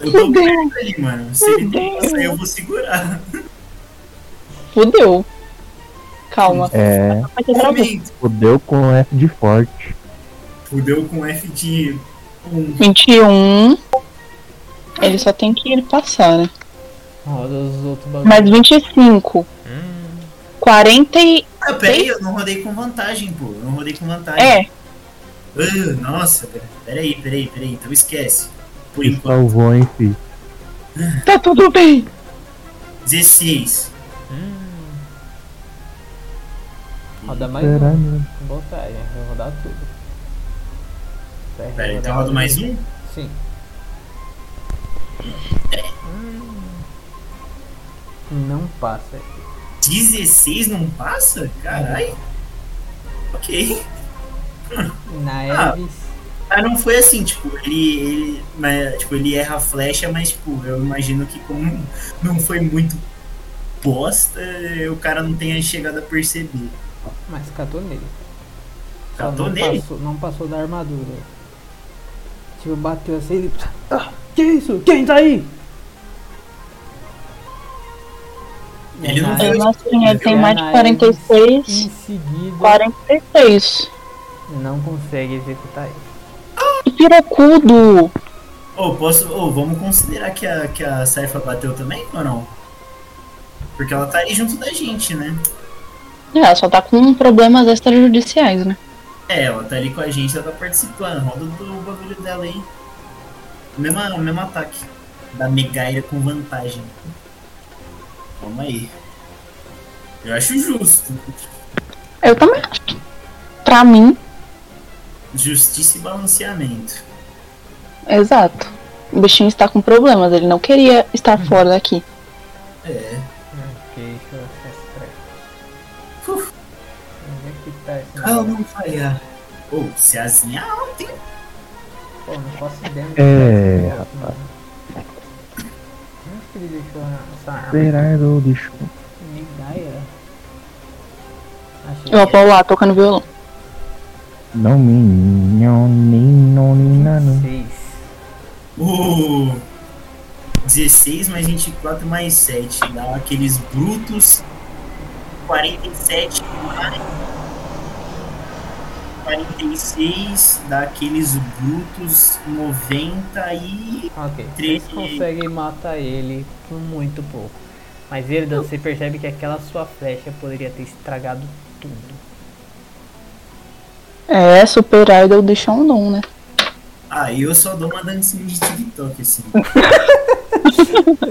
Eu tô Meu perto ali, mano. Se ele Meu Deus. passar, eu vou segurar. Fudeu. Calma. É, Vai ter pra ver. Momento. fodeu com F de forte. Fudeu com F de 1. 21. Ele só tem que ele passar, né? Roda os outros bagulhos. Mais 25. 40 e. Ah, peraí, eu não rodei com vantagem, pô. Eu não rodei com vantagem. É, Ah, nossa, cara. peraí, peraí, peraí. Então esquece. Por E enquanto. salvou, hein, fi. tá tudo bem. 16. Roda mais um. Caralho. Vou botar aí, vou rodar tudo. Vai Peraí, rodar então eu rodo mais um? Sim. Hum. Não passa. 16 não passa? Caralho. Ok. Naeves. Ah, não foi assim, tipo, ele, ele, mas, tipo, ele erra a flecha, mas, tipo, eu imagino que como não foi muito bosta, o cara não tenha chegado a perceber. Mas catou nele. Só Catou não nele? Passou, não passou da armadura. Tipo, bateu assim ele. Ah, que isso? Quem tá aí? Ele não Naeves, foi- Mesmo assim, ele tem mais de É, Em 46. seguida, 46. não consegue executar ele. Que pirocudo! Ô, posso, ô, vamos considerar que a, que a Saifa bateu também ou não? Porque ela tá aí junto da gente, né? É, ela só tá com problemas extrajudiciais, né? É, ela tá ali com a gente, ela tá participando. Roda do bagulho dela aí. Mesma, mesmo ataque. Da Megaira com vantagem. Calma aí. Eu acho justo. Eu também acho. Pra mim, Justiça e balanceamento. exato. O bichinho está com problemas, ele não queria estar fora daqui. É. Ok, deixa eu acessar. Uf. Onde é que tá esse Ah, eu negócio? não falhar. Ou se azinhar, não tem. Pô, não posso dentro. É, rapaz. Onde é que ele deixou essa arma? Super Idol do Shodo. Me dá, era. Achei. E o Apolo lá tocando violão. Não, menino, nino, ninano. Seis. Uh, 16 mais 24 mais 7. Dá aqueles brutos. 47 mais. 46 dá aqueles brutos 90 e. Ok. Três. Vocês conseguem matar ele com muito pouco. Mas Erdan, você percebe que aquela sua flecha poderia ter estragado tudo. É, Super Idol deixa um dom, né? Ah, eu só dou uma dancinha de TikTok assim.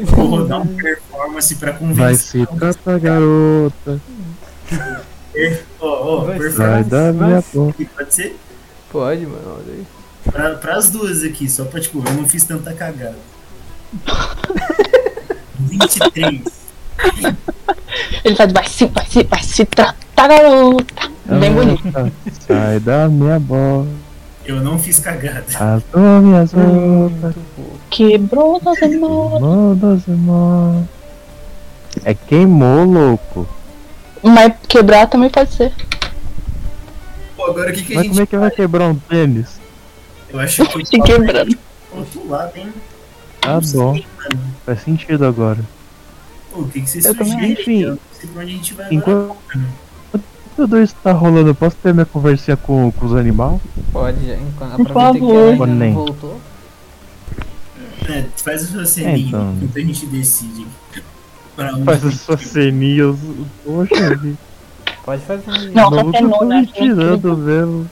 Vou rodar um performance pra Vai convencer. se tratar, garota. Ó, ó, Vai Vai ser. performance dar Nossa. minha boca. aqui, pode ser? Pode, mano, olha aí. Pra, pras duas aqui, só pra tipo, eu não fiz tanta cagada. 23. tá Ele faz, vai se, vai se, vai se tratar, garota. Ah. Bem bonito. Sai da minha bola, Eu não fiz cagada. azul minhas roupas, Quebrou das mãos. modas irmãos. É queimou, louco. Mas quebrar também pode ser. Pô, agora o que, que a Mas gente. como é que vai quebrar um tênis? Eu acho que Se quebrando. pro outro lado, hein? Tá Não sei, bom, mano. faz sentido agora. Pô, o que, que vocês Eu também sugerem? acho, enfim. Eu não sei pra onde a gente vai agora. Enquanto tudo isso tá rolando, eu posso ter minha conversinha com, com os animais? Pode, já, enquanto, aproveita que favor. ela ainda não Nem. voltou. É, faz o seu É, ceninho, então. enquanto a gente decide pra onde. Faz a as gente- suas ceninhas. Poxa, vida. Pode Não, fazer. Não, só eu que é tô nona. me tirando mesmo.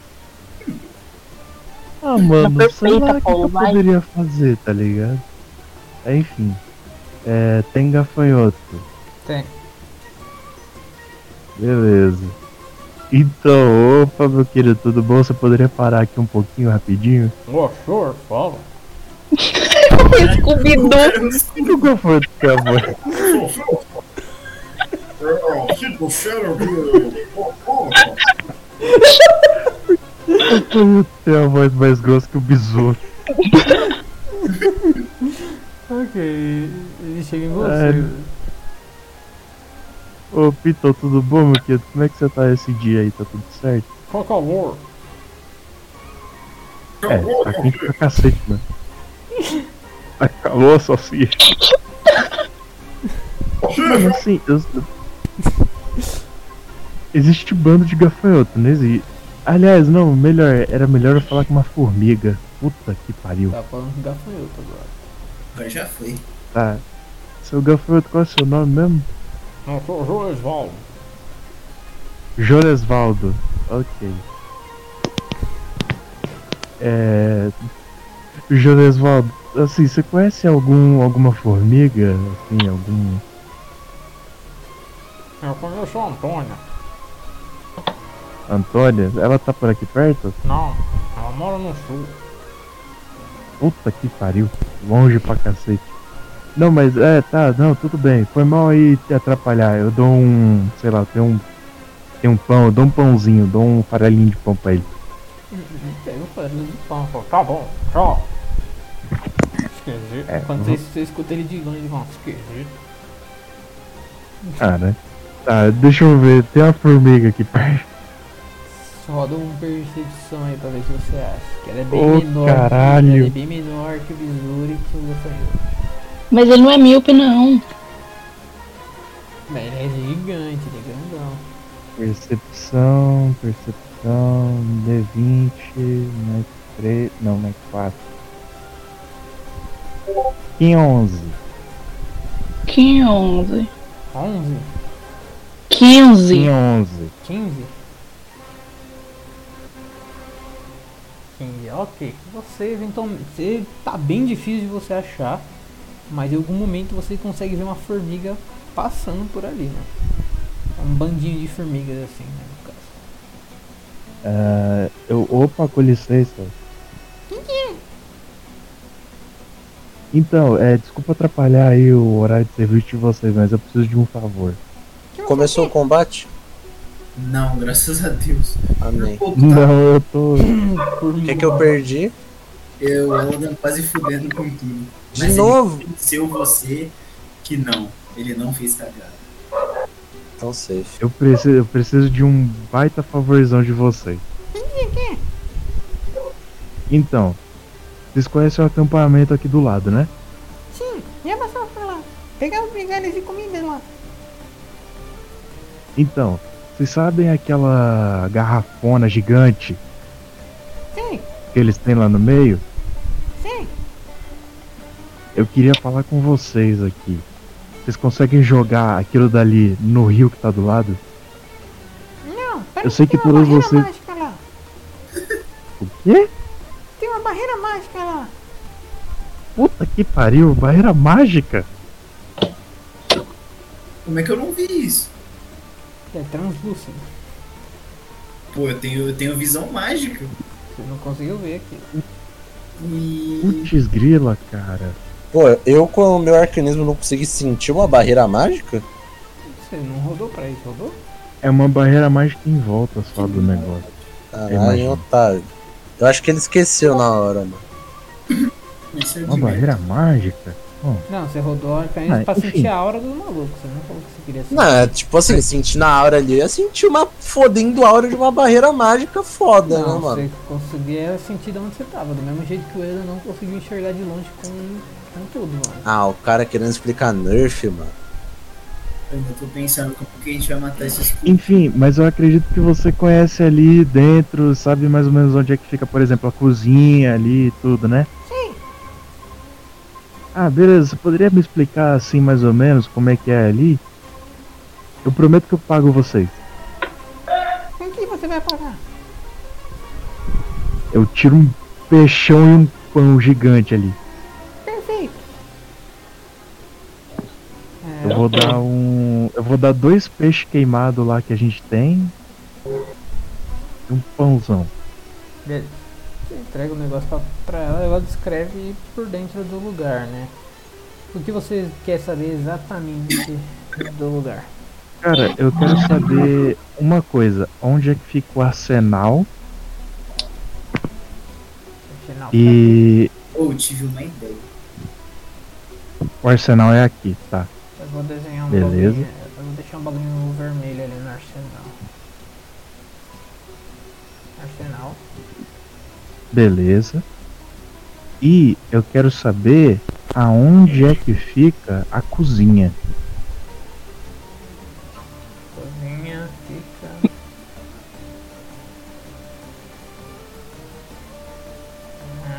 Ah, mano, sei perfeita, lá o que Paulo, eu vai. poderia fazer, tá ligado? É, enfim. É, tem gafanhoto. Tem. Beleza. Então, opa, meu querido, tudo bom? Você poderia parar aqui um pouquinho rapidinho? Oh, sure, fala. O Scooby-Doo. cara nos O gafanhoto que é amor. Tem a voz mais grossa que o besouro. Ok, ele chega em você. É. Ô, Pito, tudo bom, meu querido? Como é que você tá esse dia aí? Tá tudo certo? Qual calor? É, tá quente pra cacete, mano. Acabou, salsicha. Mano, assim, eu... Existe bando de gafanhoto, não existe. Aliás, não, melhor, era melhor eu falar com uma formiga. Puta que pariu. Tá falando com gafanhoto agora. Agora já foi. Tá. Seu gafanhoto, qual é o seu nome mesmo? Não, sou João Osvaldo. Joresvaldo. Ok. É. Joresvaldo, assim, você conhece algum alguma formiga? Assim, algum. Eu conheço a Antônia. Antônia? Ela tá por aqui perto? Não, ela mora no sul. Puta que pariu. Longe pra cacete. Não, mas é, tá, não, tudo bem. Foi mal aí te atrapalhar. Eu dou um. sei lá, tem um. Tem um pão, eu dou um pãozinho, dou um farelinho de pão pra ele. Pega o farelo um de pão e fala, tá bom, tchau. Esquisito. É, Quando uhum. você, você escuta ele de longe, irmão, esquisito. Ah, né? Tá, deixa eu ver, tem uma formiga aqui perto. Roda um percepção aí pra ver se você acha. Que ela é bem Ô, menor. caralho. Ela é bem menor que o Bizuri que o gafanhoto. Mas ele não é míope, não. Mas ele é gigante, ele é grandão. Percepção, percepção, D20, mais 3. Não, mais 4. 15. 15. 11? 15. 15. 15? 15, ok. Você eventualmente. Você tá bem difícil de você achar. Mas em algum momento você consegue ver uma formiga passando por ali, né? Um bandinho de formigas assim, né? No caso. Ah, eu, opa, com licença. Então, é, desculpa atrapalhar aí o horário de serviço de vocês, mas eu preciso de um favor. Começou o combate? Não, graças a Deus. Amém. Pô, tá Não, eu tô. O que, que eu perdi? Eu ando quase fudendo com tudo. De novo? Ele venceu você que não. Ele não fez cagada. Então safe. Eu preciso, eu preciso de um baita favorzão de vocês. Então, vocês conhecem o acampamento aqui do lado, né? E ela só fala, pegar os migalhas de comida lá. Então, vocês sabem aquela garrafona gigante Sim, que eles têm lá no meio? sim. Eu queria falar com vocês aqui. Vocês conseguem jogar aquilo dali no rio que tá do lado? Não, Eu sei que tem uma todos barreira vocês- mágica lá. O quê? Tem uma barreira mágica lá. Puta que pariu, barreira mágica! Como é que eu não vi isso? É translúcido. Pô, eu tenho, eu tenho visão mágica. Você não conseguiu ver aqui. E. Putz grila, cara. Pô, eu com o meu arcanismo não consegui sentir uma barreira mágica? Você não rodou pra isso, rodou? É uma barreira mágica em volta só do negócio. Caralho, um Imagina. otário. Eu acho que ele esqueceu na hora, mano. Isso é Uma de- barreira mágica? Não, você rodou apenas Ah, pra enfim. sentir a aura do maluco. Você não falou que você queria sentir. Não, é tipo assim, senti na aura ali, eu senti uma fodendo aura de uma barreira mágica foda, Não, né, mano? você conseguia sentir de onde você tava, do mesmo jeito que o Eda não conseguiu enxergar de longe com, com tudo, mano. Ah, o cara querendo explicar nerf, mano. Eu ainda tô pensando como que a gente vai matar esses Enfim, mas eu acredito que você conhece ali dentro, sabe mais ou menos onde é que fica, por exemplo, a cozinha ali e tudo, né? Sim. Ah, beleza, você poderia me explicar assim mais ou menos como é que é ali? Eu prometo que eu pago vocês. Com quem você vai pagar? Eu tiro um peixão e um pão gigante ali. Perfeito. É, Eu vou dar um. Eu vou dar dois peixes queimados lá que a gente tem. E um pãozão. Beleza. Você entrega o negócio pra, pra ela, ela descreve por dentro do lugar, né? O que você quer saber exatamente do lugar? Cara, eu quero saber uma coisa. Onde é que fica o arsenal? Afinal, E. Ou tive uma ideia. O arsenal é aqui, tá? eu vou desenhar um Beleza. bolinho- Eu vou deixar um bolinho vermelho ali no arsenal. Arsenal. Beleza. E eu quero saber aonde é que fica a cozinha. Cozinha fica.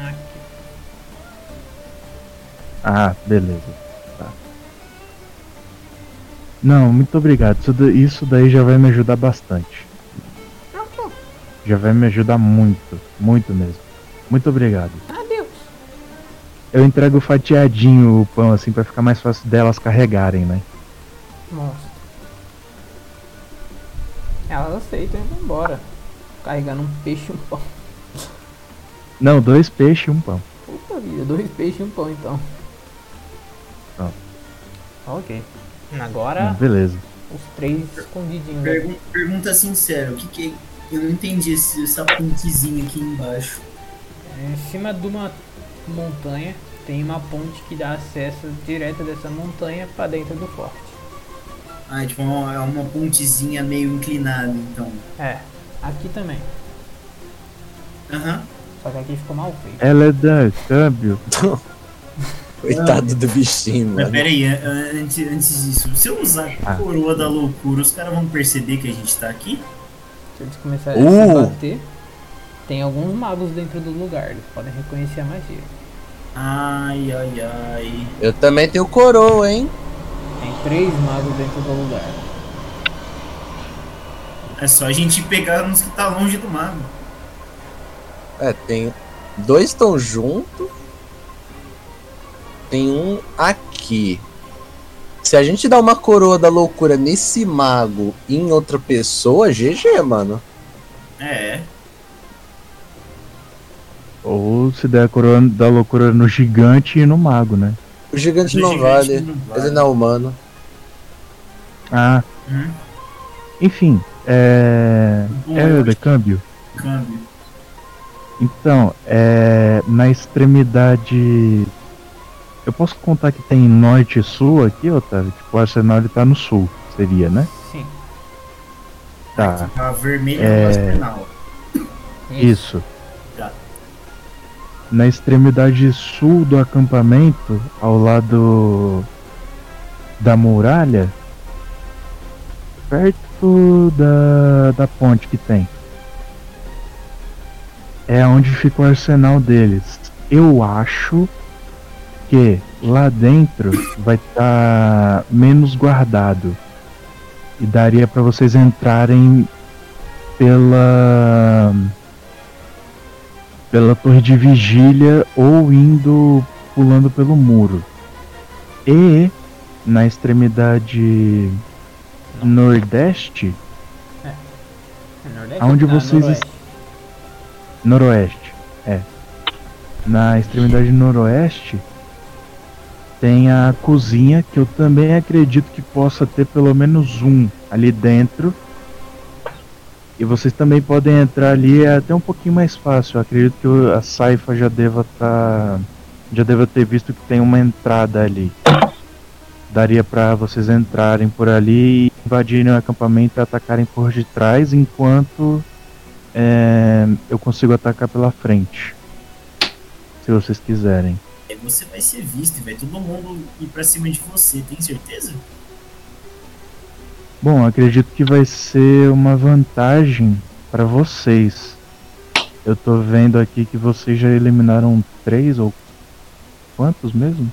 Aqui. Ah, beleza. Tá. Não, muito obrigado. Isso da- Isso daí já vai me ajudar bastante. Já vai me ajudar muito, muito mesmo. Muito obrigado. Adeus. Eu entrego fatiadinho o pão assim pra ficar mais fácil delas carregarem, né? Monstro. Ela aceita e vai embora. Carregando um peixe e um pão. Não, dois peixes e um pão. Puta vida, dois peixes e um pão então. Pronto. Ok. Agora Beleza. os três escondidinhos. né? Pergun- pergunta sincera, o que que é- Eu não entendi esse, essa pontezinha aqui embaixo. É, Em cima de uma montanha tem uma ponte que dá acesso direto dessa montanha pra dentro do forte. Ah, é tipo, uma, é uma pontezinha meio inclinada, então. É, aqui também. Aham. Só que aqui ficou mal feito. Ela é da câmbio. Coitado do bichinho, Mas mano. pera aí, an- an- antes, antes disso, se eu usar a é? Ah. coroa da loucura, os caras vão perceber que a gente tá aqui? Se eles começarem a Uh! se bater, tem alguns magos dentro do lugar. Eles podem reconhecer a magia. Ai, ai, ai. Eu também tenho coroa, hein? Tem três magos dentro do lugar. É só a gente pegar uns que tá longe do mago. É, tem. Dois estão junto. Tem um aqui. Se a gente dá uma coroa da loucura nesse mago e em outra pessoa, GG, mano. É, Ou se der a coroa da loucura no gigante e no mago, né? O gigante Do não gigante vale. não vale. Ele não é humano. Ah, Hum. enfim. É. Bom, É da câmbio. Um câmbio. Então, é, na extremidade. Eu posso contar que tem norte e sul aqui, Otávio? Tipo, o arsenal ele tá no sul, seria, né? Sim. Tá, A vermelha É. é o arsenal. isso. Tá. Na extremidade sul do acampamento, ao lado da muralha, perto da, da ponte que tem. É onde fica o arsenal deles. Eu acho que lá dentro vai estar menos guardado. E daria pra vocês entrarem pela pela torre de vigília ou indo pulando pelo muro. E na extremidade nordeste, É nordeste? Aonde Ah, vocês noroeste. noroeste, é. Na extremidade noroeste tem a cozinha que eu também acredito que possa ter pelo menos um ali dentro E vocês também podem entrar ali, é até um pouquinho mais fácil. Eu acredito que o- a Saifa já deva tá, já deva ter visto que tem uma entrada ali. Daria pra vocês entrarem por ali e invadirem o acampamento e atacarem por de trás, enquanto é, eu consigo atacar pela frente. Se vocês quiserem. Aí você vai ser visto e vai todo mundo ir pra cima de você, tem certeza? Bom, acredito que vai ser uma vantagem pra vocês. Eu tô vendo aqui que vocês já eliminaram três ou quantos mesmo?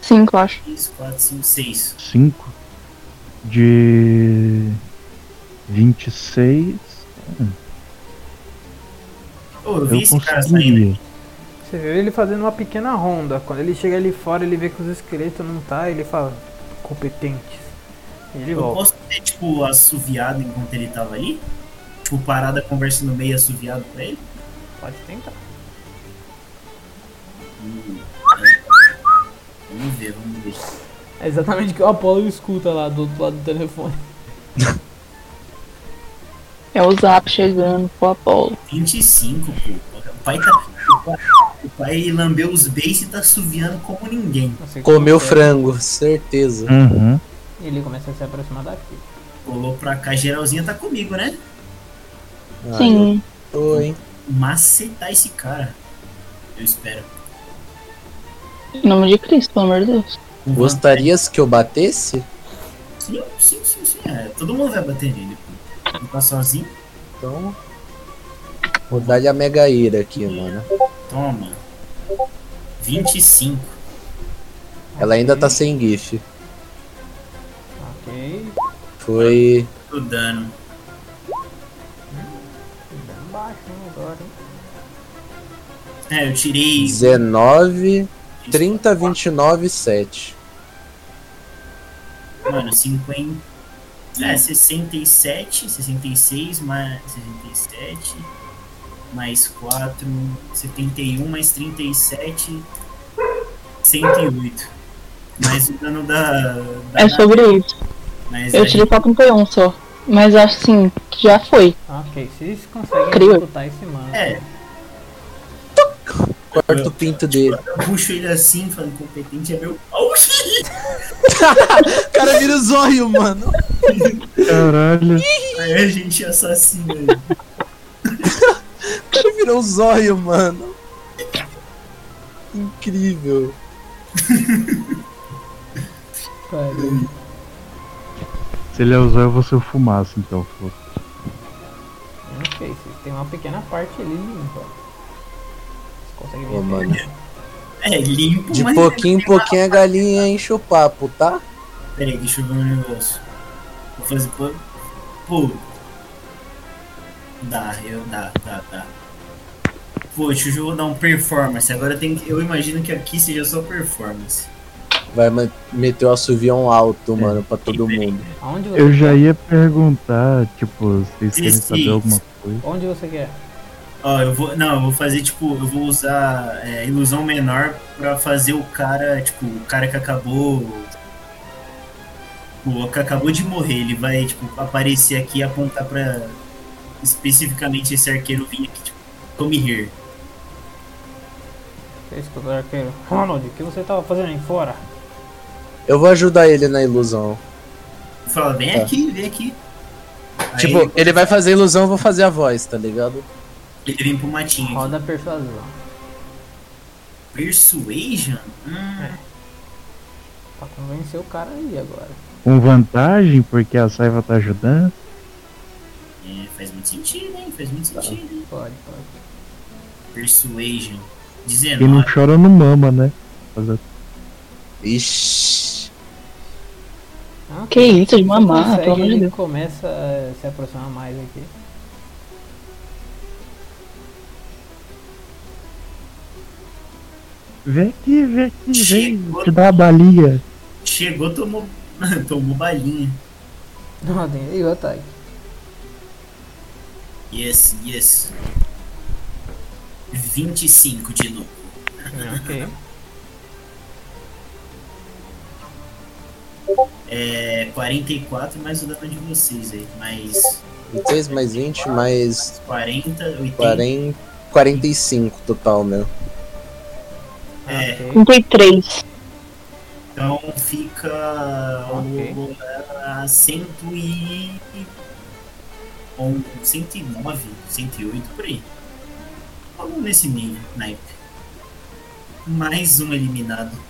Cinco, eu acho. 3, 4, 5, 6. Cinco de 26. Hum, Ô, eu Eu vi esse cara saindo. consegui. Você viu ele fazendo uma pequena ronda. Quando ele chega ali fora, ele vê que os esqueletos não tá, ele fala, competentes. E ele Eu volta. posso ter, tipo, assoviado enquanto ele tava ali? Tipo, parada conversa no meio assoviado pra ele? Pode tentar. Hum, é. Vamos ver, vamos ver. É exatamente o que o Apollo escuta lá do outro lado do telefone. É o Zap chegando pro Apollo. 25, pô. O pai tá. O pai, o pai lambeu os beis e tá assoviando como ninguém. Não sei o que Comeu É. acontece. frango, certeza. Uhum. E ele começa a se aproximar daqui. Rolou pra cá, geralzinha tá comigo, né? Ah, Sim. eu tô, hein? Macetar esse cara. Eu espero. Em nome de Cristo, pelo amor de Deus. Com Gostarias que eu batesse? Sim, sim, sim, sim. É, todo mundo vai bater nele. pô. Ele tá sozinho, Então. Vou dar-lhe a mega ira aqui, mano. toma. 25. Ela ainda tá sem gif. Ok. Foi. O dano. Dando baixo, hein, agora, hein. É, eu tirei. 19, 30, 29, 7. Mano, 50. É, 67, 66, mais 67, mais 4, 71, mais 37, 108. Mais o dano da. da É sobre isso. mas Eu aí- tirei só 31 só. Mas acho assim, que já foi. Ok, vocês conseguem Crio. escutar esse mano. É, Corta o pinto dele. eu puxo ele assim, falando competente, é meu. Oxi! O cara vira o zóio, mano. Caralho. Aí a gente é assim, assassina ele. O cara virou o zóio, mano. Incrível. Cara, Se ele usar, eu vou ser o fumaça, então. foda. Ok, vocês têm uma pequena parte ali limpa. Vocês conseguem ver Ô, bem. mano. É limpo, De mas. pouquinho em pouquinho a galinha enche o papo, tá? Peraí, deixa eu ver um negócio. Vou fazer. Pô. pô. Dá, eu. Dá, dá, dá. Pô, deixa eu jogar- dar um performance. Agora tem que. Eu imagino que aqui seja só performance. Vai ma- meter o assovião alto, mano, pra todo mundo. Aonde você, Eu já ia perguntar, tipo, vocês querem Esse- saber alguma coisa? Onde você quer? Ó, eu vou. Não, eu vou fazer tipo. Eu vou usar é, ilusão menor pra fazer o cara. Tipo, o cara que acabou. O que acabou de morrer. Ele vai, tipo, aparecer aqui e apontar pra. Especificamente esse arqueiro vir aqui, tipo, come here. Você escuta o arqueiro. Ronald, o que você tava fazendo aí fora? Eu vou ajudar ele na ilusão. Fala, vem Tá. aqui, vem aqui. Aí Tipo, ele vai fazer a ilusão, eu vou fazer a voz, tá ligado? ele vem pro matinho. Roda a persuasão. aqui. Persuasion? Hum, Pra convencer o cara aí agora. Com vantagem, porque a Saiva tá ajudando? é, faz muito sentido, hein? Faz muito sentido. hein? Pode, pode. Persuasion. Quem não 19. chora não mama, né? Fazer- Ixi. Ah, Que isso, de Você mamar, consegue, pelo amor de ele Deus. começa a se aproximar mais aqui. Vem aqui, vem aqui, vem. Chegou. Te dá uma balinha. Chegou, tomou. tomou balinha. Rodem aí o ataque. Yes, yes. 25 de novo. Ok. É 44 mais o dano de vocês aí. Mais 26 mais 20 mais 40, 80. 40, 45 total, meu. É, 33. então fica Ok. o a 100 e. um- 109, 108 por aí. Algo nesse meio, naipe. Mais um eliminado.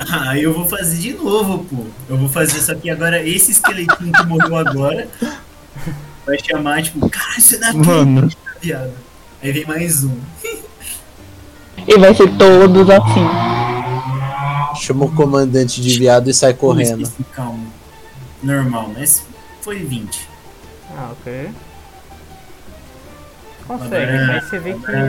Ah, eu vou fazer de novo, pô. Eu vou fazer, só que agora esse esqueletinho que morreu agora vai chamar, tipo, cara, você não acredita, Mano. viado. Aí vem mais um. E vai ser todos assim. Chama o comandante de viado e sai correndo. Esqueci, Calma. Normal, mas foi 20. Ah, ok. Consegue, Agora- mas você vê que agora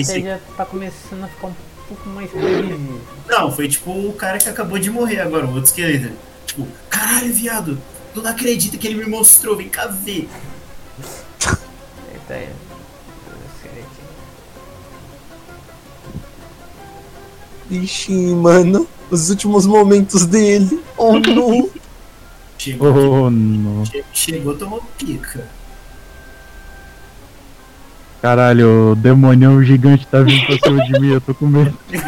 esse- estratégia tá começando a ficar um pouco mais previsível. Não, foi tipo o cara que acabou de morrer agora, o outro esqueleto. Tipo, caralho, viado, tu não acredita que ele me mostrou, vem cá ver. Eita é. aí. Esse cara aqui. Ixi, mano. Os últimos momentos dele. Oh, não. Chegou, Oh, não. che- chegou tomou pica. Caralho, o demonião gigante tá vindo pra cima de mim, eu tô com medo. Ele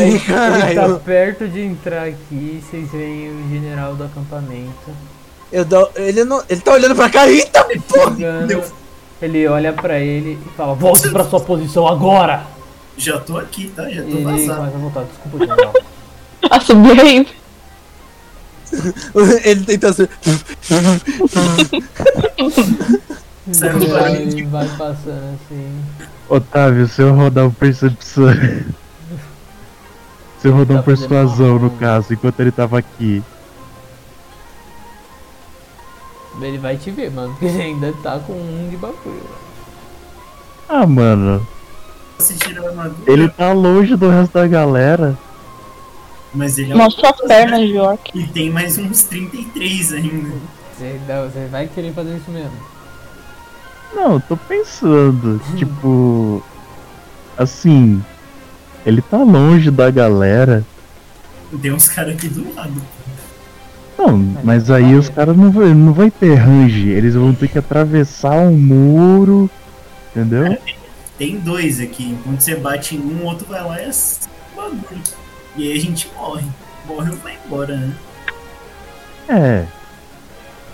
Ih, ele tá caralho. perto de entrar aqui, vocês veem o general do acampamento. Eu dou- ele, não, ele tá olhando pra cá. Eita, porra. Chegando, Deus. ele olha pra ele e fala, volte pra sua posição agora! Já tô aqui, tá? Já E tô ele vazado. começa a voltar, desculpa, general. A subir aí. Ele tenta ser. Saiu E do aí barulho. ele vai passando assim. Otávio, se eu rodar um percepção. se eu rodar um Tá fazendo persuasão, no mal. caso, enquanto ele tava aqui. Ele vai te ver, mano, porque ele ainda tá com um de bagulho. Ah, mano, Você tirou a armadura, ele tá longe do resto da galera. mas ele é um- Mostra as pernas de orc. E tem mais uns 33 ainda. Você, dá- você vai querer fazer isso mesmo. Não, eu tô pensando, tipo. Assim. Ele tá longe da galera. Tem uns caras aqui do lado. Não, mas aí os caras não vai, não vai ter range. Eles vão ter que atravessar um muro. Entendeu? Tem dois aqui. Enquanto você bate em um, o outro vai lá e ass- bagulho. E aí a gente morre. Morre ou vai embora, né? É.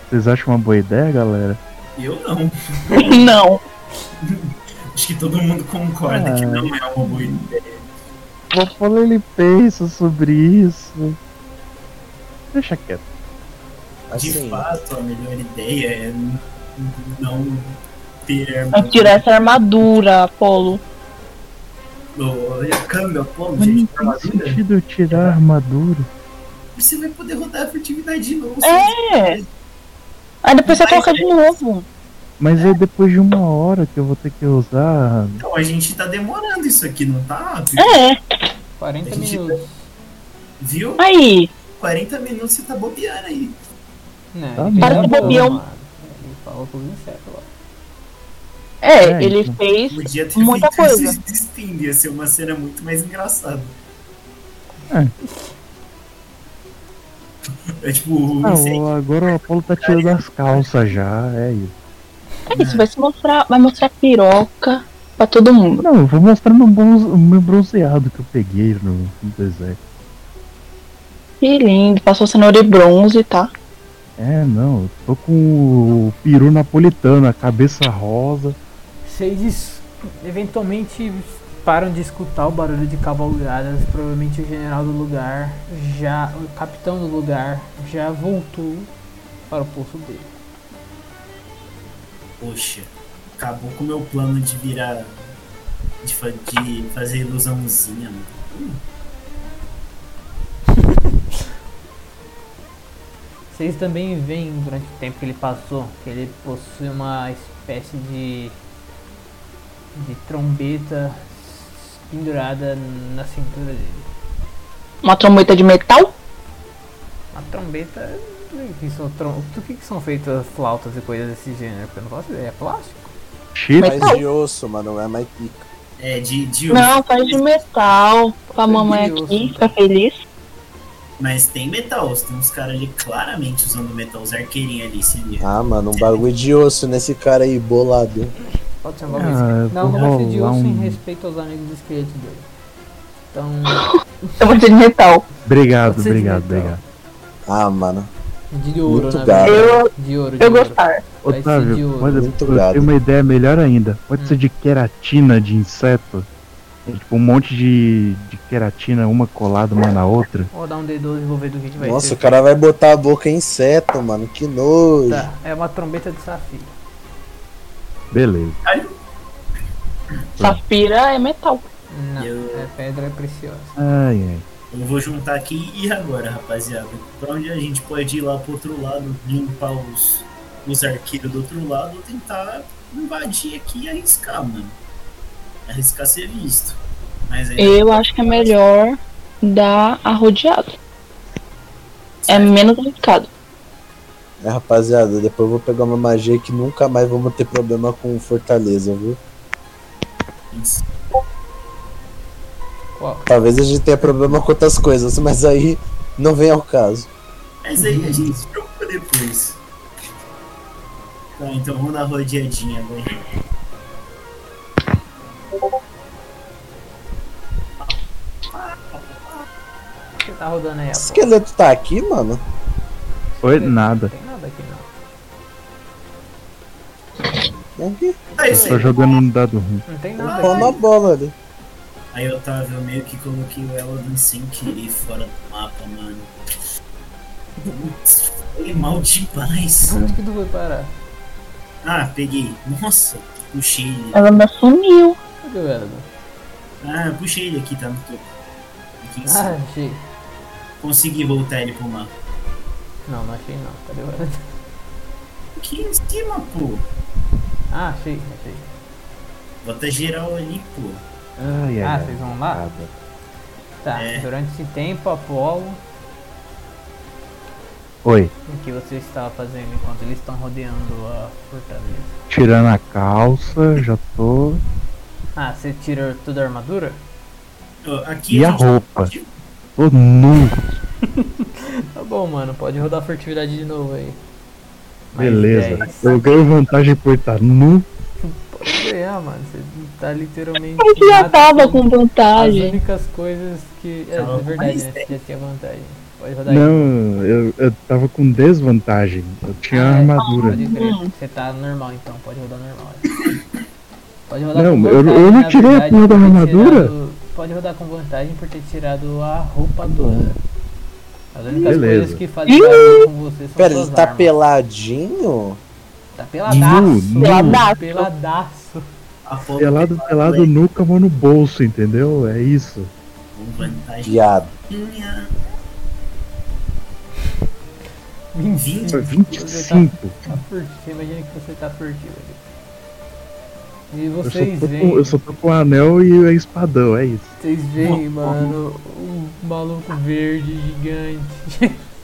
Vocês acham uma boa ideia, galera? Eu não. Não. Acho que todo mundo concorda Ah, que não é uma boa ideia. Vou falar ele pensa sobre isso. Deixa quieto. De Assim, fato, a melhor ideia é n- não ter Vai É tirar essa armadura, Apolo. Olha, câmbio, Hum. pô, Mas não gente, tem armadura. sentido eu tirar a armadura. Você vai poder rodar a furtividade de novo. É. Aí depois você coloca de novo. Mas é depois de uma hora que eu vou ter que usar. Então, a gente tá demorando isso aqui, não tá rápido? É. 40 A gente- minutos. Viu? Aí. 40 minutos você tá bobeando aí. Né? Tá ele bom. já Para com o falou, bobeão. mano. Ele falou com os insetos lá. É, É, ele então. fez. Podia ter Muita feito coisa. isso existindo, ia ser uma cena muito mais engraçada. É, tipo, o Ah, inseto o- agora o Apolo tá tirando as calças já, é isso. É isso, vai se mostrar. Vai mostrar piroca pra todo mundo. Não, eu vou mostrar meu, bronze- meu bronzeado que eu peguei no, no deserto. Que lindo. Passou cenoura e bronze, tá? É, não, eu tô com o peru napolitano, a cabeça rosa. Vocês es- eventualmente param de escutar o barulho de cavalgadas. Provavelmente o general do lugar já. O capitão do lugar já voltou para o posto dele. Poxa, acabou com o meu plano de virar. de, fa- de fazer ilusãozinha, mano. Vocês também veem durante o tempo que ele passou que ele possui uma espécie de de trombeta pendurada na cintura dele. Uma trombeta de metal. Uma trombeta, é o que são trom- do que, que são feitas flautas e coisas desse gênero? Porque eu não posso ideia, é plástico? Cheio Mas- Faz de osso, mano. É mais pica. É, de. de Não, faz de metal. Com a mamãe aqui, fica feliz. Mas tem metal, tem uns caras ali claramente usando metal, os arqueirinhos ali, se liga. Ah, mano, um bagulho de osso nesse cara aí, bolado. Pode ser um bagulho esquisito. eu Não, Ah, vou não se de rolar urso em um- respeito aos amigos do esqueleto dele. Então. Eu vou ter de metal. Obrigado, Pode ser de obrigado, metal. obrigado. Ah, mano. De ouro, Muito né? gado. velho? De ouro, de Eu ouro. gostar. Vai ser de Otávio, ouro. mas eu, Muito eu gado. tenho uma ideia melhor ainda. Pode ser de queratina de inseto. É tipo um monte de, de queratina, uma colada uma na outra. Vou dar um D12 e vou ver do que, que vai Nossa, ser. o cara vai botar a boca em inseto, mano. Que nojo. Tá, é uma trombeta de safira. Beleza. Safira é metal. Não, é pedra preciosa. Ai, ai. Eu vou juntar aqui e agora, rapaziada. Pra onde a gente pode ir lá pro outro lado, limpar os, os arqueiros do outro lado, tentar invadir aqui e arriscar, mano. Arriscar ser visto. Mas aí Eu acho que é melhor dar arrodeado. É menos arriscado. É, rapaziada, depois eu vou pegar uma magia que nunca mais vamos ter problema com fortaleza, viu? Qual? Talvez a gente tenha problema com outras coisas, mas aí não vem ao caso. Mas aí a gente se preocupa depois. Tá, então vamos na rodeadinha, né? velho. Você tá rodando aí, Apolo? O esqueleto tá aqui, mano? Foi Não nada. tem nada aqui não. Tá Aqui. É Aí, Eu tô jogando um dado ruim. Não tem nada Pô na aqui. bola ali. Aí, Otávio, eu meio que coloquei o Elden sem querer fora do mapa, mano. Putz, foi mal demais. Onde que tu foi parar? Ah, peguei. Nossa, puxei ele. Ela me assumiu. Cadê o Eldo? Ah, puxei ele aqui, tá no topo. Aqui em Ah, cima. achei. Consegui voltar ele pro mapa. Não, não achei não. Tá Cadê o Eldo? Aqui em cima, pô. Ah, achei, achei. Bota geral ali, pô. Ai, ai, Ah, ai. vocês vão lá? Nada. Tá, É. durante esse tempo, Apolo, Oi, o que você estava fazendo enquanto eles estão rodeando a fortaleza? tirando a calça, já tô. Ah, você tirou toda a armadura? Ó, Aqui E a gente- roupa? Tô nu. Tá bom, mano, pode rodar a furtividade de novo aí. é Mais Beleza. 10. Eu ganho vantagem por estar nu. Pode ganhar, mano, você tá literalmente. Como que já nada tava com- com As vantagem? únicas coisas que. É, Tava é com verdade, mais né? Você já tinha vantagem. Pode rodar aí. Não, eu, eu tava com desvantagem. Eu tinha Ah, é, armadura. pode crer. Você tá normal então, pode rodar normal. aí. Pode rodar Não, com eu- eu vantagem, né? não na tirei a verdade, porra da por ter armadura. tirado- pode rodar com vantagem por ter tirado a roupa toda. As únicas Beleza. coisas que fazem barulho com né? você são Pera, suas ele tá armas. peladinho? Tá peladaço. Nu, nu. Peladaço. Peladaço. Peladaço. Apolo Pelado, pelado, pelado, nuca, mão no bolso, entendeu? É isso. Com vantagem. Viado. Vinte. Foi 25. Tá furtivo. Você imagina que você tá furtivo ali. E Eu só, vocês tô veem. com, eu só tô com o anel e a espadão, é isso. Vocês veem, mano, o maluco verde gigante.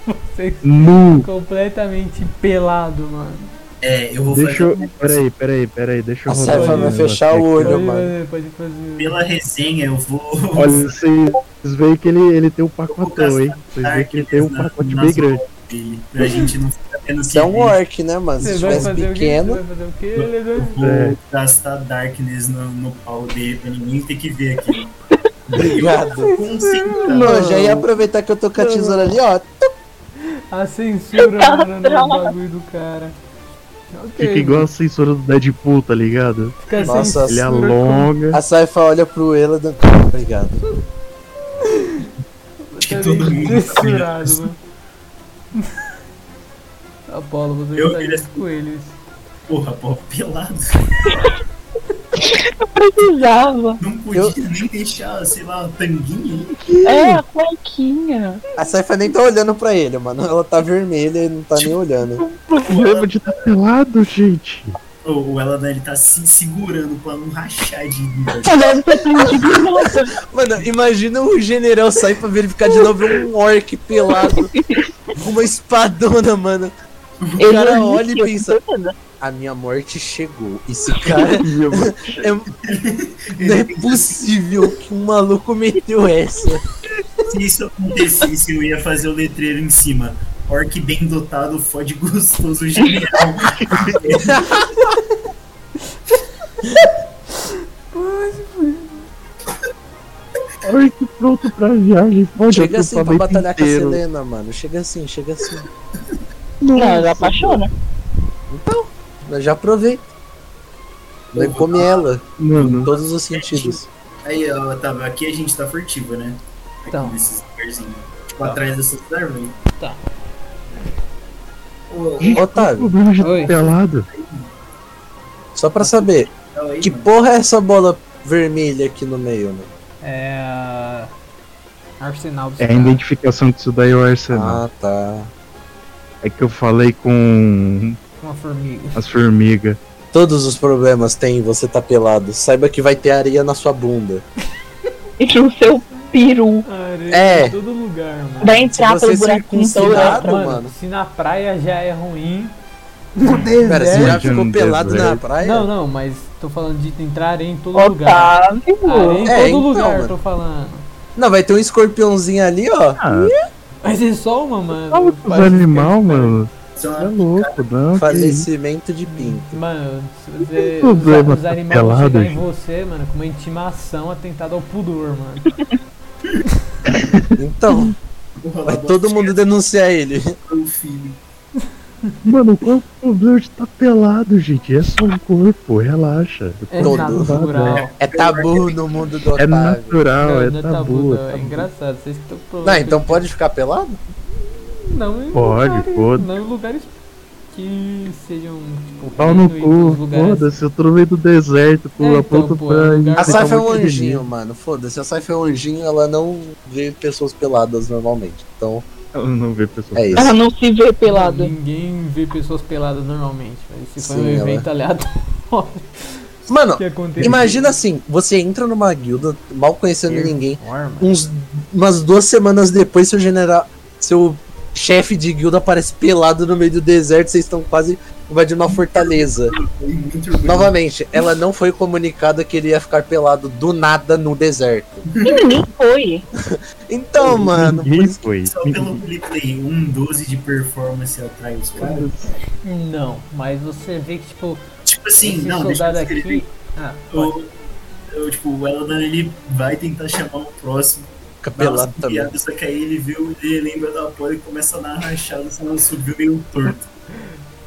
Vocês Nu. completamente pelado, mano. É, eu vou Deixa fazer. eu. Peraí, peraí, peraí, deixa eu A rodar. Saifa um vai negócio fechar o aqui. olho, Pode mano. fazer, pode fazer. Pela resenha, eu vou. Olha, vocês veem que ele, ele tem um pacotão, castar hein? Vocês veem que ele tem um na- pacote nas bem grande. Uhum. roupas dele, pra gente não ficar vendo Você é um vídeo. orc, né, mano? Se Você vai fazer tivesse o quê? Você pequeno. vai fazer o quê? Ele Eu vai- vou É. gastar Darkness no, no pau dele pra ninguém ter que ver aqui. um Obrigado. Concentra. Não, já ia aproveitar que eu tô com a tesoura ali, ó. A censura, mano, no bagulho do cara. Fica Ok, igual a censura do Deadpool, tá ligado? fica a Nossa, é Ele censura alonga. A Saifa olha pro Eladan. Obrigado. Tá todo bem mundo tá censurado, mano. Apolo, você Eu está tá queria- junto com eles. Porra, pau pelado. Precisava. Não podia nem deixar, sei lá, a tanguinha aí. É, a cuequinha. A Saifa nem tá olhando pra ele, mano. Ela tá vermelha e não tá nem olhando. O problema de estar pelado, gente. Ou o Eladan ele tá se segurando pra não rachar de vida. Aliás, foi sentido, nossa, Mano, imagina o general sair pra verificar de novo um orc pelado com uma espadona, mano. O ele cara não olha e existiu, pensa: com certeza. A minha morte chegou. Esse cara Meu, é. Não é possível que um maluco meteu essa. Se isso acontecesse, eu ia fazer o letreiro em cima. Orc bem dotado, fode gostoso general. Ai, que pronto pra viagem, pode Chega assim pra batalhar com a Selena, mano. Chega assim, chega assim. Não, ela apaixona. Então, eu já provei. Daí come ela. Mano. Em todos os sentidos. Aí, ó, Otávio, aqui a gente tá furtivo, né? Aqui Então. nesses lugarzinhos. Tipo, atrás dessas árvores. Tá. Ô, Hum. Gente, Otávio. O Bruno já Oi. tá pelado. Só pra saber, tá aí, que mano. porra é essa bola vermelha aqui no meio, né? É. ah, Arsenal dos É a caras. identificação disso daí é o arsenal. Ah, tá. É que eu falei com Uma formiga. as formigas. Todos os problemas tem, você tá pelado. Saiba que vai ter areia na sua bunda. Entre o seu peru. Areia É. em todo lugar, mano. Vai entrar Se pelo você buraquinho todo. circuncidar- né? Mano, mano. se na praia já é ruim. Pera, você já Onde é ficou um pelado na deserto? praia? Não, não, mas tô falando de entrar areia em todo lugar. Areia Otávio. em É, todo então, lugar, mano. tô falando. Não, vai ter um escorpiãozinho ali, ó. Ah, Mas é só uma, mano. fala com os Parece- animal, mano. Isso é Você é uma- louco, não. que isso. Falecimento de pinto. Mano, se você. Não tem problema, os animais vão pelado, chegar em gente. você, mano, com uma intimação atentado ao pudor, mano. Então, Porra, vai lá, todo você mundo denunciar ele. é o filho. Mano, qual o problema de tá pelado, gente? É só um corpo, relaxa. É Todo. natural. É tabu no mundo do É Otávio. natural, Não, é não é tá tabu. tabu, é não. É tabu. engraçado, vocês que estão com Não, problema. então pode ficar pelado? Não em Pode, lugares, pode. Não em lugares que sejam, tipo, Pau no reduídos, cu, lugares- foda-se, eu tô no meio do deserto, pula então, ponto pô, é um pra lugar- pra A Saif é um um monte de anjinho, mano. Foda-se, a Saif é um anjinho, ela não vê pessoas peladas normalmente. Então, gente. Eu não vejo pessoa. é Ela isso. não se vê pelada. Ninguém vê pessoas peladas normalmente, mas esse foi Sim, um ela- é. evento aleatório Mano, que aconteceu. imagina assim, você entra numa guilda, mal conhecendo ninguém, Forma. uns, umas duas semanas depois seu general. seu chefe de guilda aparece pelado no meio do deserto, vocês estão quase invadindo uma fortaleza. Foi muito orgulho. Novamente, ela não foi comunicada que ele ia ficar pelado do nada no deserto. E ninguém foi. Então, mano, por Ninguém isso foi. Só pelo roleplay, um 12 de performance atrai os caras. Não, mas você vê que, tipo, Tipo assim, esse não, deixa eu soldado escrever. aqui. Ah, pode. Eu, eu, tipo, o Eladan, ele vai tentar chamar o próximo. fica dá umas pelado também. piadas, Só que aí ele viu, ele lembra da porra e começa a dar uma rachada, senão ele subiu meio torto.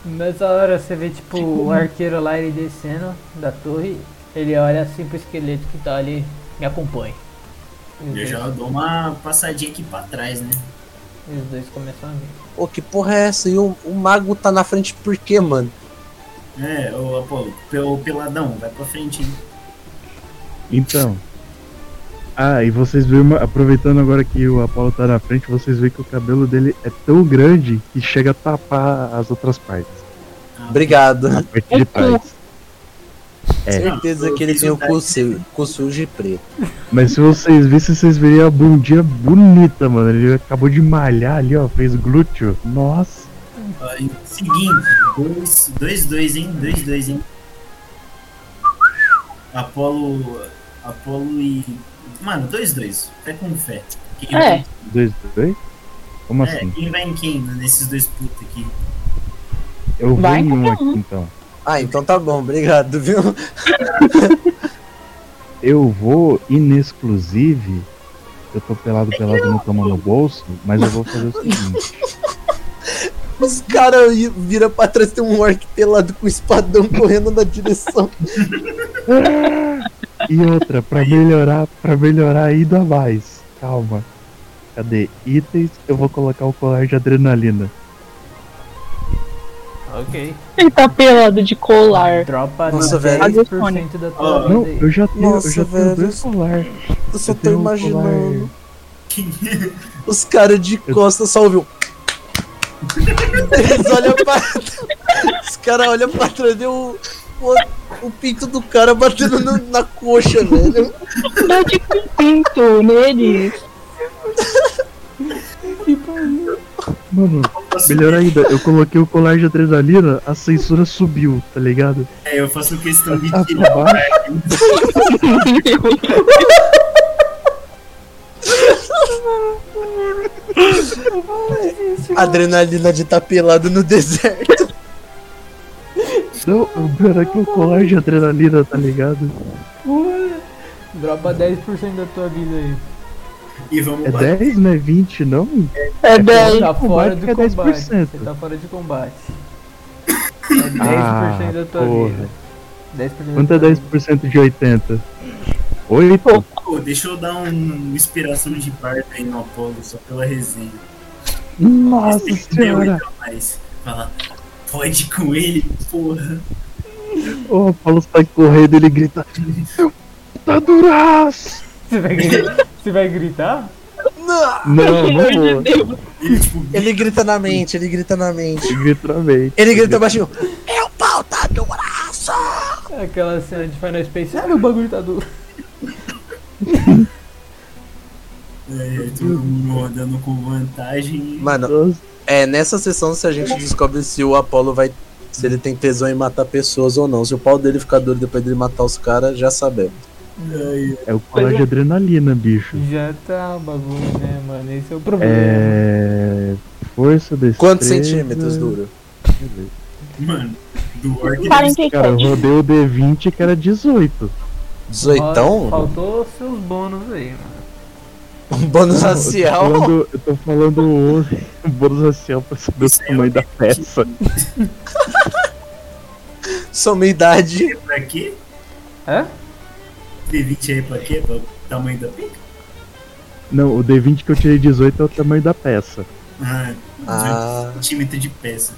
Nessa hora você vê, tipo, um o arqueiro lá ele descendo da torre, ele olha assim pro esqueleto que tá ali e acompanha. E Uhum. os Eu dois- já dou uma passadinha aqui pra trás, né? e os dois começam a vir. Pô, que porra é essa? E o, o mago tá na frente por quê, mano? É, ô Apolo, o peladão, vai pra frente, hein? Então. Ah, e vocês viram, uma- aproveitando agora que o Apollo tá na frente, vocês veem que o cabelo dele é tão grande que chega a tapar as outras partes. Obrigado. A parte de trás. É. Certeza que ele tem o cu, su- cu sujo e preto. Mas se vocês vissem, vocês veriam a bundinha bonita, mano. Ele acabou de malhar ali, ó, fez glúteo. Nossa. Ó, e Seguinte, 2 dois, dois, hein? 2 dois, dois, hein? Apolo. Apolo e. Mano, 2 dois, dois. Até com fé. Quem É. vai, Dois, dois? Como é, assim? quem vai em quem né, nesses dois putos aqui? Eu vou Vai em um qualquer aqui, um. então. Ah, então tá bom, obrigado, viu? Eu vou, inexclusive. Eu tô pelado, pelado, não tô no bolso, mas eu vou fazer o seguinte. Os caras i- viram pra trás, tem um orc pelado com espadão correndo na direção. E outra, pra melhorar, pra melhorar ainda mais. Calma. Cadê? Itens, eu vou colocar o colar de adrenalina. Ok. Ele tá pelado de colar. Dropa Nossa, velho. 10% da tua Ah, vida Não, aí. eu já tenho, Nossa, eu já tenho velho. dois colar. Eu só Eu tô tenho um imaginando. colar. Os caras de costas só ouviu. Eles olham pra. Os caras olham pra trás e o, o, o pinto do cara batendo no- na coxa, velho. Dá de com pinto neles. Mano, Eu faço, melhor ainda, eu coloquei o colar de adrenalina, a censura subiu, tá ligado? é, eu faço questão de Tá tirar. pra baixo. Adrenalina de estar pelado no deserto. Não, cara, que o colar de adrenalina, tá ligado? Dropa 10% da tua vida aí. E vamos É 10, não é 20, não? É Você 10. tá fora Combate que é do combate. 10%. Você tá fora de combate. É 10% Ah, da tua porra. vida. 10% Quanto da é tua vida. 10% de 80? 8? Pô, deixa eu dar um inspiração de bardo aí no Apolo, só pela resenha. Nossa Esse tem senhora! oito a mais. Fala, pode com ele, porra. O Apolo sai correndo ele grita: Tá duras! Você vai gritar? Você vai gritar? Não, não vou. Ele, tipo, Ele grita na mente, ele grita na mente. Literalmente. Ele grita baixinho. É Aquela cena de Final Space. Ah, meu bagulho tá duro. é, todo mundo rodando com vantagem. Mano, Nossa, é nessa sessão se a gente descobre se o Apollo vai. Se ele tem tesão em matar pessoas ou não. Se o pau dele ficar duro depois dele matar os caras, já sabemos. Ai, É o colar de adrenalina, bicho. Já tá o bagulho, né, mano? Esse é o problema. É. Força desse. Quantos né? centímetros duro? mano, do Orc eles 47. Cara, eu rodei o D20 que era 18. 18? Ó, Faltou seus bônus aí, mano. Um bônus Eu tô racial? falando, eu tô falando o- o bônus racial pra saber o tamanho da peça. Só minha idade. pra quê? Hã? D20 aí pra quê? Pra tamanho da pica? Não, o D20 que eu tirei 18 é o tamanho da peça. Ah, Ah. 18 centímetro de peça.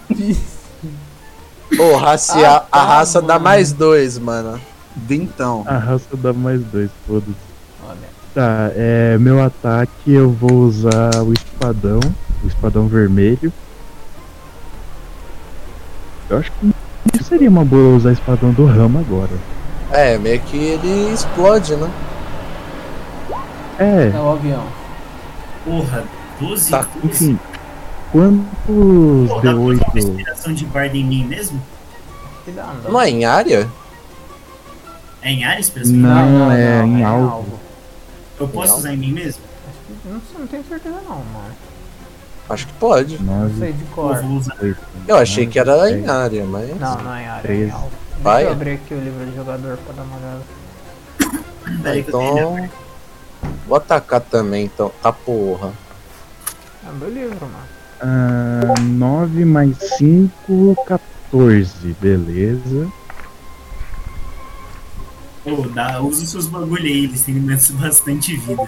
Ô, Ah, racial. tá, a raça dá mais dois, mano. Vintão. A raça dá mais dois, foda-se. Olha. Tá, é, meu ataque eu vou usar o espadão, o espadão vermelho. Eu acho que não seria uma boa eu usar o espadão do ramo agora. É, meio que ele explode, né? É, É o avião. Porra, 12? Tá, 12? enfim. Quantos Pô, dá pra botar uma D8? inspiração de bardo em mim mesmo? Que dá, não. Não é em área? É em área a inspiração Não. de bardo? é em alvo. Eu posso Não. usar em mim mesmo? Não, sei- não tenho certeza não, mano. Acho que pode. Não 9, sei de Ou cor. vou usar? Eu achei que era em área, mas. Não, não é área. Treze. É alvo. Deixa Vai. eu abrir aqui o livro de jogador pra dar uma olhada. Peraí que eu tenho. Então. Vou atacar também, então. Tá porra. É meu livro, mano. ah, 9 mais 5, 14, beleza. Pô, dá, usa os seus bagulho aí, eles têm bastante vida.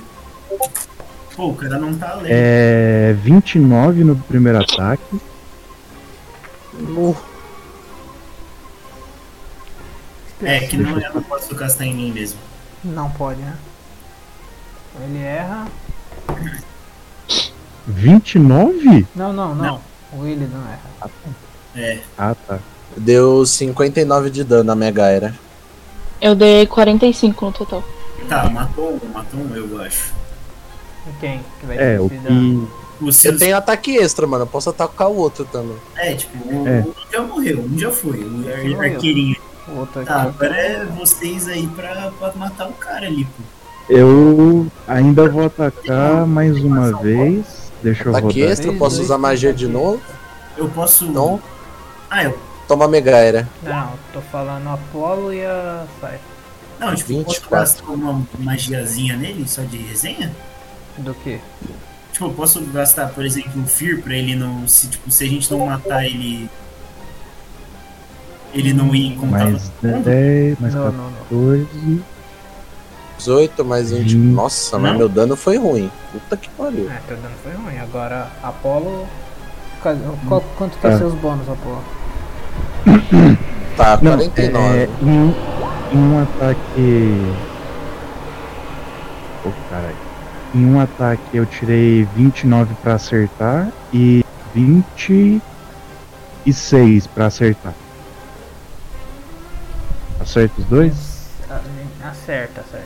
Pô, o cara não tá leve. É 29 no primeiro ataque. No- É, que não, eu não posso castar em mim mesmo. Não pode, né? Ele erra. 29? Não, não, não. O Willy não erra. É, Ah, tá. Deu 59 de dano na Mega Era. Eu dei 45 no total. tá, matou um, matou um, eu acho. E quem que vai É, o se dar? que. Os Eu seus, tenho ataque extra, mano. Eu posso atacar o outro também. É, tipo, o, É. o já morreu, um já foi, o ar- Morreu. arqueirinho. O outro aqui. Tá, agora é vocês aí pra, pra matar o cara ali, pô. Eu ainda vou atacar mais uma vez. Deixa eu Ataque rodar. extra, eu posso usar magia de novo. Eu posso. Então, Ah, eu. toma Mega Era. Não, tô falando Apolo e a Sai. Não, tipo, eu posso 24. gastar uma magiazinha nele, só de resenha? Do que? Tipo, eu posso gastar, por exemplo, um Fear pra ele não. Se, tipo, se a gente não matar ele. Ele não ir em contato Mais com o mundo? 10, mais Não, não, não. 14. 18 mais 20. Hum. Nossa, mas Não. meu dano foi ruim. Puta que pariu. É, teu dano foi ruim. Agora, Apolo. Ca- qual- quanto que é Tá. seus bônus, Apolo? Tá, Não, 49. é, em, um- em um ataque. Ô, caralho. Em um ataque eu tirei 29 pra acertar e 26 pra acertar. Acerta os dois? Ah, Acerta, acerta.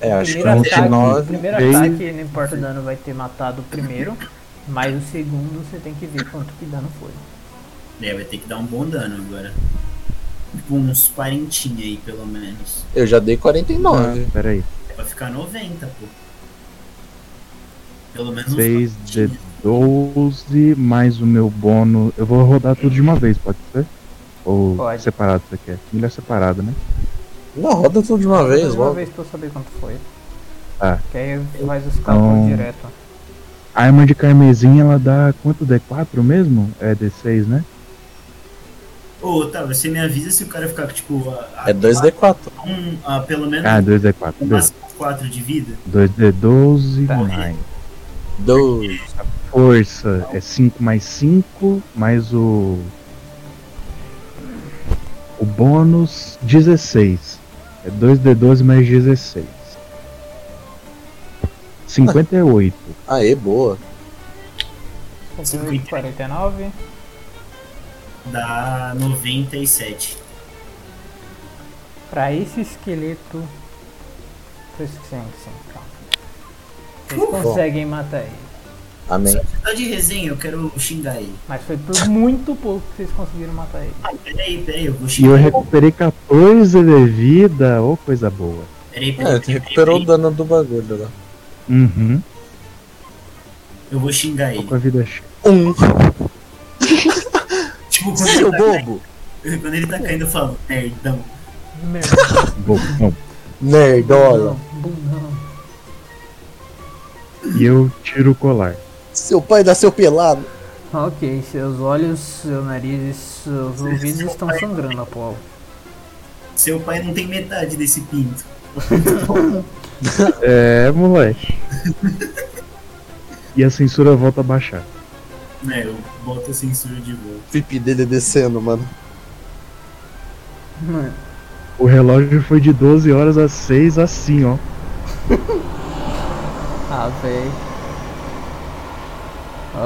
É, acho que Primeiro ataque, 29. primeiro bem- ataque, não importa o dano, vai ter matado o primeiro. Mas o segundo você tem que ver quanto que dano foi. É, vai ter que dar um bom dano agora. Tipo, uns 40 aí, pelo menos. Eu já dei Não, 49. peraí. É pra ficar 90, pô. Pelo menos uns 6 de 12 mais o meu bônus. Eu vou rodar tudo de uma vez, pode ser? Ou Pode. separado você quer? Melhor separado, né? Não, roda tudo de uma vez, Mais uma logo. vez pra eu saber quanto foi. Tá. Que aí faz os cálculos Então- direto. A arma de carmesim ela dá quanto? D4 mesmo? É D6, né? Ô, Otávio, você me avisa se o cara ficar, tipo, a, a, É 2D4. um, a pelo menos Ah, 2D4. no beleza. máximo 4 de vida. 2D12 mais. 2. Força é 5 mais 5, mais o. O bônus 16. É 2D12 mais 16. 58. Aê, boa. Sobrou 49. Dá 97. Pra esse esqueleto foi suficiente, sim. Pronto. Vocês Bom. conseguem matar ele. Amém. Tá de resenha, eu quero xingar ele. Mas foi por muito pouco que vocês conseguiram matar ele. Peraí, peraí, eu vou E eu xingar ele. recuperei 14 de vida, ô coisa boa. Peraí, É, peraí, tu recuperou o dano do bagulho lá. Uhum. eu vou xingar Tô ele. com a vida cheia. Um. Tipo, quando Seu ele, tá bobo. caindo, quando ele tá caindo, eu falo, merdão. Merda. Bom, bom. Nerdola. Bundão. E eu tiro o colar. Seu pai nasceu pelado. Ok, seus olhos, seu nariz e seus ouvidos estão sangrando, Apolo. Seu pai não tem metade desse pinto. É, moleque. e a censura volta a baixar. Né, eu boto a censura de volta. O pipi dele descendo, mano. Mano, O relógio foi de 12 horas às 6 assim, ó. ah, véi.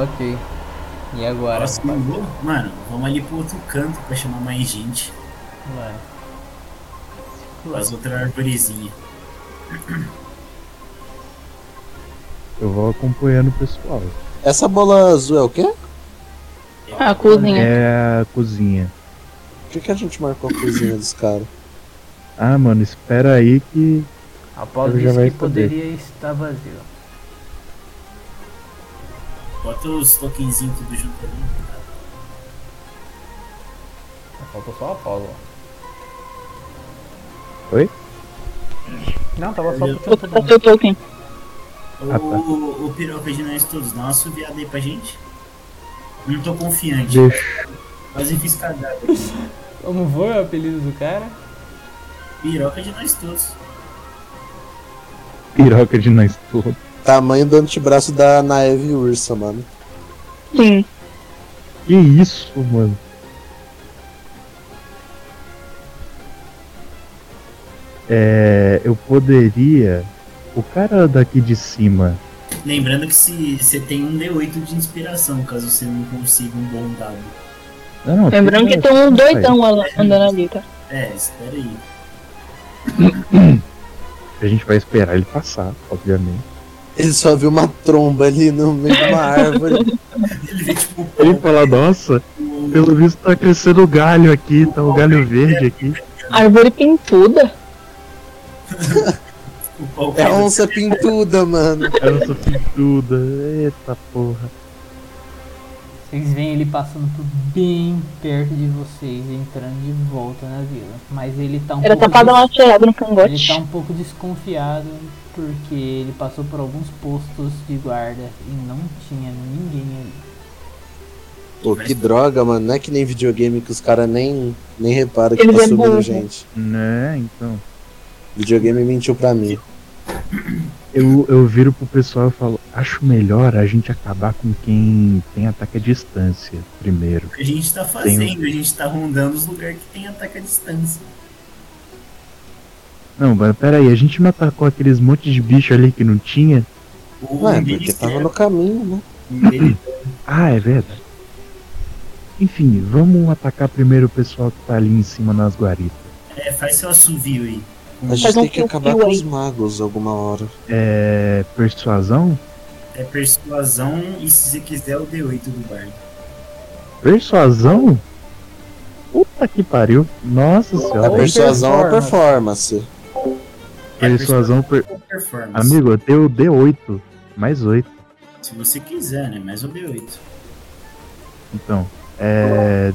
Ok. E agora? Nossa, mano, vamos ali pro outro canto pra chamar mais gente. Vai. As outras arvorezinhas. Eu vou acompanhando o pessoal. Essa bola azul é o quê? A cozinha. É a cozinha. Por que, que a gente marcou a cozinha dos caras? Ah, mano, espera aí que. Apolo Eu já disse vai que saber. poderia estar vazio. Bota os tokenzinhos tudo junto ali. Faltou só o Apolo. Oi? Não, tava só Eu- puxando todo mundo. Seu token. Ô, Ah, tá. ô, ô, piroca de nós todos, dá uma subiada aí pra gente. Não tô confiante. Deixa. Quase fiz cagada. Como foi é o apelido do cara? Piroca de nós todos. Piroca de nós todos. Tamanho do antebraço da Naeve Ursa, mano. Sim. Que isso, mano? É. Eu poderia. O cara daqui de cima. Lembrando que se você tem um D8 de inspiração, caso você não consiga um bom dado. Não, não, Lembrando que fica- tem um fica aí. doidão ala- andando ali, tá? É, espera aí. A gente vai esperar ele passar, obviamente. Ele só viu uma tromba ali no meio de uma árvore. Ele vê tipo Ele fala, nossa, pelo visto tá crescendo o galho aqui, tá o galho verde aqui. Árvore pintuda? o pau É a onça pintuda, mano. Eu sou pintuda, eita porra. Vocês veem ele passando por bem perto de vocês, entrando de volta na vila. Mas ele tá um Era pouco. só pra dar uma cheirada no Ele cangote. tá um pouco desconfiado porque ele passou por alguns postos de guarda e não tinha ninguém ali. Pô, que droga, mano. Não é que nem videogame que os caras nem, nem reparam que Ele tá é burro. subindo gente. Né, então. Videogame mentiu pra mim. Eu, eu viro pro pessoal e falo, acho melhor a gente acabar com quem tem ataque à distância primeiro. que a gente tá fazendo, a gente tá rondando os lugares que tem ataque à distância. Não, mas peraí, a gente não atacou aqueles monte de bicho ali que não tinha? é O Ué, um porque deles tava quer- no caminho, né? um deles- Ah, é verdade. Enfim, vamos atacar primeiro o pessoal que tá ali em cima nas guaritas. é, faz seu assovio aí. A gente Faz um tem que fio-fio acabar com aí. os magos alguma hora. É. Persuasão? É persuasão e se você quiser o D8 do É bardo. Persuasão? Puta que pariu. Nossa A senhora. persuasão é a performance. É Persuasão, per- persuasão ou performance. Amigo, eu tenho D8, mais 8. Se você quiser, né? Mais um D8. Então, é.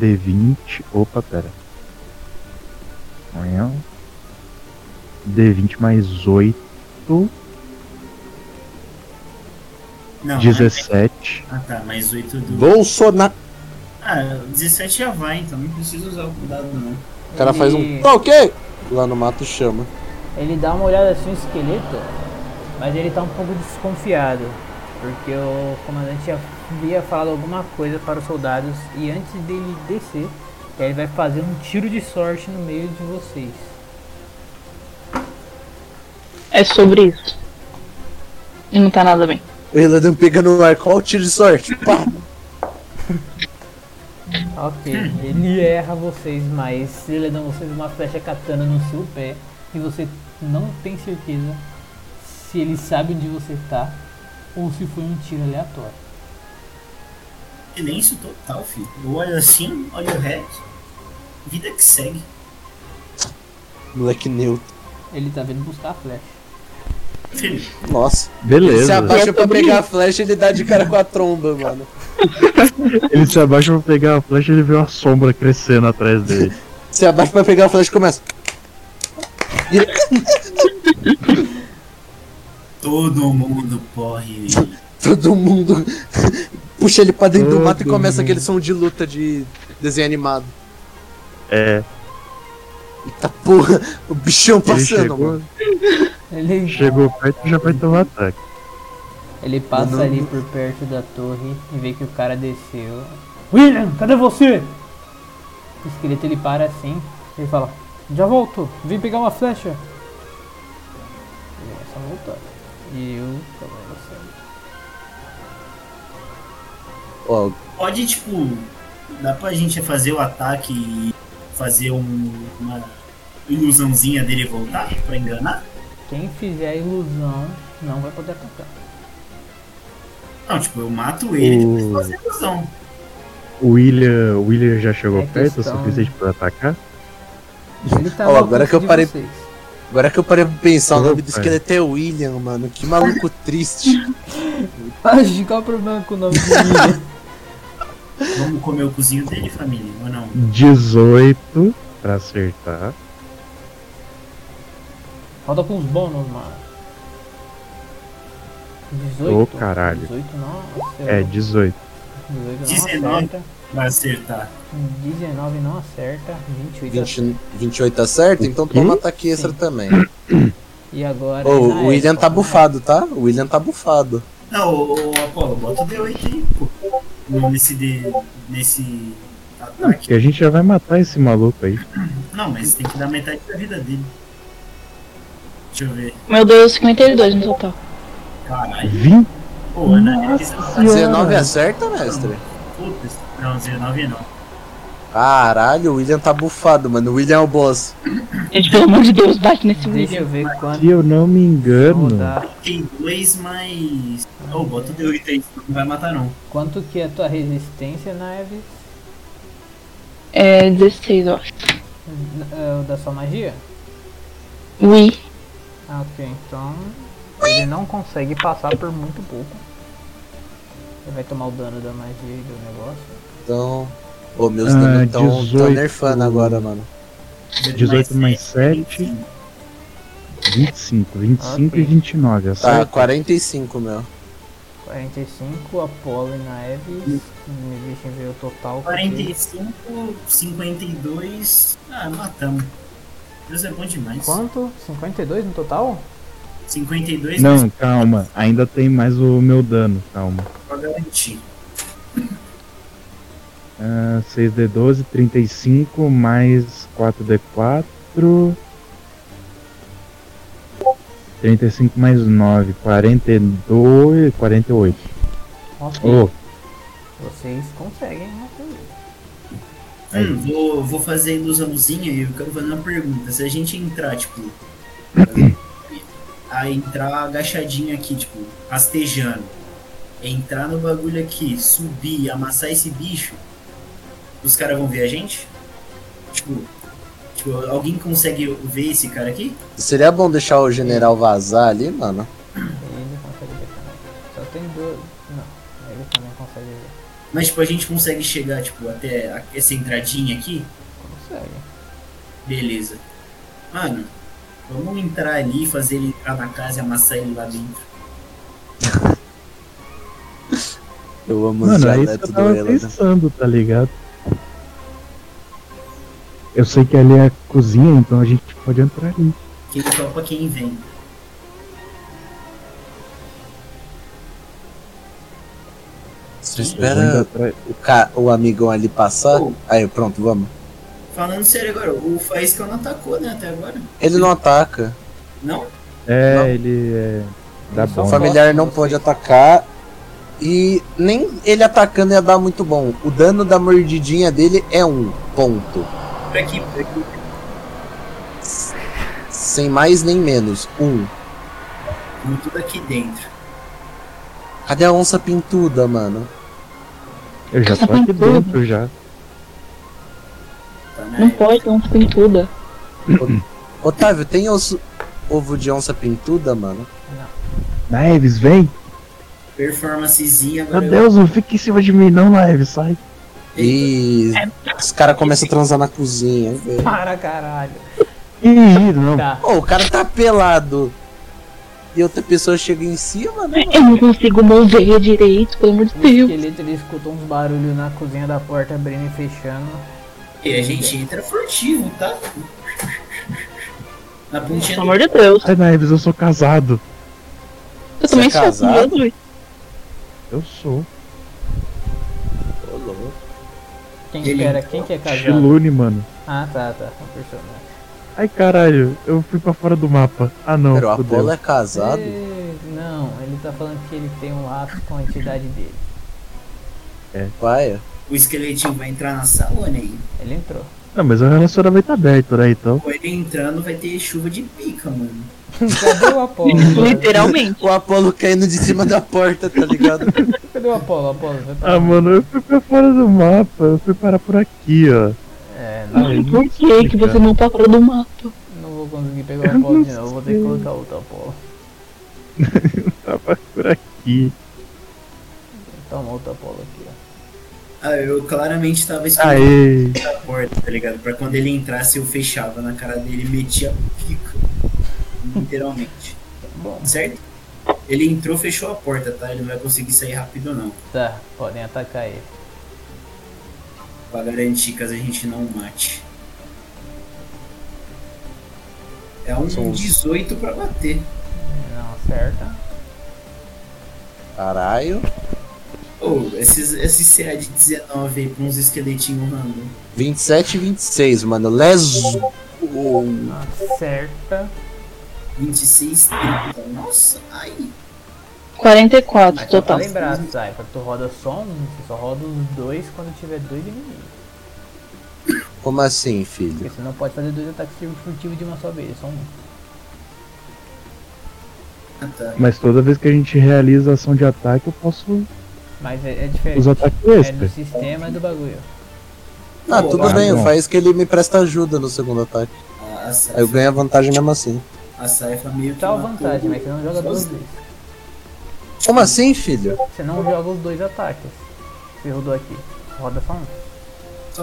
D20. Opa, pera. Amanhã. D20 mais 8. Ah, Não, né? 17. Ah, tá. Mais 8 do. Bolsonaro. Ah, 17 já vai, então não precisa usar o cuidado, não. O cara faz um. Tá ok! Lá no mato chama. Ele dá uma olhada assim no esqueleto, mas ele tá um pouco desconfiado, porque o comandante havia falado alguma coisa para os soldados e antes dele descer, ele vai fazer um tiro de sorte no meio de vocês. É sobre isso. E não tá nada bem. O Eladon pega no ar, qual o tiro de sorte? Pá! Ok, Hum. ele erra vocês, mas ele dá vocês uma flecha katana no seu pé e você não tem certeza se ele sabe onde você tá ou se foi um tiro aleatório. Silêncio total, filho. Eu olho assim, olho reto. Vida que segue. Moleque neutro. Ele tá vindo buscar a flecha. Nossa. Beleza. Ele se abaixa pra pegar a flecha e ele dá de cara com a tromba, mano. Ele se abaixa pra pegar a flecha e ele vê uma sombra crescendo atrás dele. Se abaixa pra pegar a flecha e começa. E ele- Todo mundo corre. Todo mundo puxa ele pra dentro do mato e começa aquele som de luta de desenho animado. É. Eita porra, o bichão passando, chegou. mano. Ele, Chegou perto e já vai tomar ataque. ele passa Não, não, ali não. por perto da torre e vê que o cara desceu. William, cadê você? O esqueleto ele para assim, ele fala, já volto, vim pegar uma flecha. Ele começa a voltar. E eu também não sei. Ó, Pode, tipo, dá pra gente fazer o ataque e fazer um- uma ilusãozinha dele voltar pra enganar? Quem fizer a ilusão não vai poder atacar. Não, tipo, eu mato ele O- depois de fazer a ilusão. O William, o William já chegou É perto o questão- suficiente pra atacar? Ele tá Ó, no agora alcance que eu de parei- vocês. agora que eu parei pra pensar, o nome do Opa. esqueleto é William, mano. Que maluco triste. Acho qual é o problema com o nome do William? Vamos comer o cozinho dele, família, ou não? 18 pra acertar. Falta com uns bônus, mano. 18? Ô caralho. 18 não acerta. É, 18. 18 não 19. acerta. Vai acertar. 19 não acerta. 28 acerta. 20, 28 acerta, então toma ataque extra também. E agora. Ô, na Ah, é. o William época, tá né? bufado, tá? O William tá bufado. Não, ô, ô, Apolo, bota o D8 aí, pô. No- Nesse D. Nesse. Que a gente já vai matar esse maluco aí. Não, mas tem que dar metade da vida dele. Deixa eu ver. Meu Deus, 52 no total. Caralho. 20. Pô, Ana, eles não Ah. fazem- 19 acerta, mestre? Putz, não, 19 não. Caralho, o William tá bufado, mano. O William é o boss. Gente, pelo amor de Deus, bate nesse vídeo. Deixa eu ver quanto. Se eu não me engano. Rodar. Tem dois mais. Ô, bota o D8 aí, senão não vai matar não. Quanto que é a tua resistência, Neves? É 16, eu acho. N- é, o Da sua magia? Ui. Ah, ok, então. Ele não consegue passar por muito pouco. Ele vai tomar o dano da magia e do negócio. Então. Ô, meus Ah, danos tão, tão 18. nerfando agora, mano. 18 mais 7. 25. 25 Ok. e 29. Tá, Acerta. 45, meu. 45, Apolo e Naeves. Me deixem ver o total. porque 45, 52. Ah, matamos. Deus é bom demais. Quanto? 52 no total? 52 mais Não, calma. Ainda tem mais o meu dano. Calma. pra garantir. Ah, 6D12, 35, mais 4D4. 35 mais 9, 42, 48. Ok. Oh, Vocês conseguem, né? Hum, vou, vou fazer a ilusãozinha e eu quero fazer uma pergunta. Se a gente entrar, tipo. a entrar agachadinho aqui, tipo, rastejando. Entrar no bagulho aqui, subir, amassar esse bicho. Os caras vão ver a gente? Tipo. Tipo, alguém consegue ver esse cara aqui? Seria bom deixar o general vazar ali, mano. Ele consegue detonar. Só tem dois consegue ver. Mas tipo, a gente consegue chegar, tipo, até a- essa entradinha aqui? Consegue. Beleza. Mano, vamos entrar ali, fazer ele entrar na casa e amassar ele lá dentro. Eu amo Mano, usar é isso que neto eu do tava Ela, né? pensando, tá ligado? Eu sei que ali é a cozinha, então a gente pode entrar ali. Que ele topa quem vem. Você Eu vou espera indo atrás. Oh. o, ca... o amigão ali passar. Aí, pronto, vamos. Falando sério agora, o Faísca não atacou, né, até agora? Ele não ataca. Não? É, ele é. Dá bom. O familiar não pode atacar. E nem ele atacando ia dar muito bom. O dano da mordidinha dele é um ponto. Por aqui, por aqui. Sem mais nem menos. Um. Vamos tudo aqui dentro. Cadê a onça pintuda, mano? Eu já tô aqui dentro já. tá, né? Não pode, não tem tudo. Otávio, tem osso- ovo de onça pintuda, mano? Naeves, vem! Performancezinha agora. Meu Deus, não fica em cima de mim não, Naeves, sai. E os caras começam a transar na cozinha. velho. Para caralho. Ih, não. Ô, o cara tá pelado. E outra pessoa chega em cima, né? Eu não consigo mover direito, pelo amor de O Deus. esqueleto ele escutou uns barulhos na cozinha da porta abrindo e fechando. E a gente Uhum. entra furtivo, tá? Na pontinha Pelo amor de Deus. Ai, Naeves, eu sou casado. Eu Você também é sou com casado? Jesus. Eu sou. Ô, louco. Quem Ele- espera? Quem que é casado? Chilune, mano. Ah, tá, tá. O né? personagem. Ai, caralho, eu fui pra fora do mapa. Ah, não, Pera, o fudeu. Apolo é casado? Eh, Não, ele tá falando que ele tem um laço com a entidade dele. Vai. O esqueletinho vai entrar na sala, olha aí. Ele entrou. Ah, mas o relacionamento é aberto, né, então. Ou ele entrando vai ter chuva de pica, mano. Cadê o Apolo? mano? Literalmente. O Apolo caindo de cima da porta, tá ligado? Cadê o Apolo? Apolo, tá- vai pra Ah, mano, eu fui pra fora do mapa. Eu fui parar por aqui, ó. É, não, Ai, Por é que, que você não tá fora do mapa? não vou conseguir pegar o Apolo de novo. Vou ter que colocar outro Apolo. tava por aqui. Toma outro Apolo aqui, ó. Ah, eu claramente tava escondendo Aê! a porta, tá ligado? Pra quando ele entrasse eu fechava na cara dele e metia a pica. Literalmente. Bom, Certo? Ele entrou, fechou a porta, tá? Ele não vai conseguir sair rápido não. tá. Podem atacar ele. Pra garantir caso a gente não mate. É um São os- 18 pra bater. Não acerta. Caralho. Ô, esses, esses CA de 19 aí com uns esqueletinhos random. 27 e 26, mano. Leso. O- Acerta. 26, 30. Nossa, ai. 44 Só pra total. lembrar, Saifa, Tá tu roda só um, tu só roda os dois quando tiver dois inimigos. Como assim, filho? Porque você não pode fazer dois ataques furtivos de uma só vez, só um. Ah, tá. Mas toda vez que a gente realiza ação de ataque, eu posso Mas é, é diferente. usar ataque É do extra. sistema e do bagulho. Ah, tudo Ah, bem, bom. faz que ele me presta ajuda no segundo ataque. A, a, Aí eu Saifa, ganho a vantagem mesmo assim. a Saifa meio que. Tá a matou vantagem, o- mas você não joga duas vezes. Como assim, filho? Você não joga os dois ataques. Você rodou aqui. Roda só um. Só-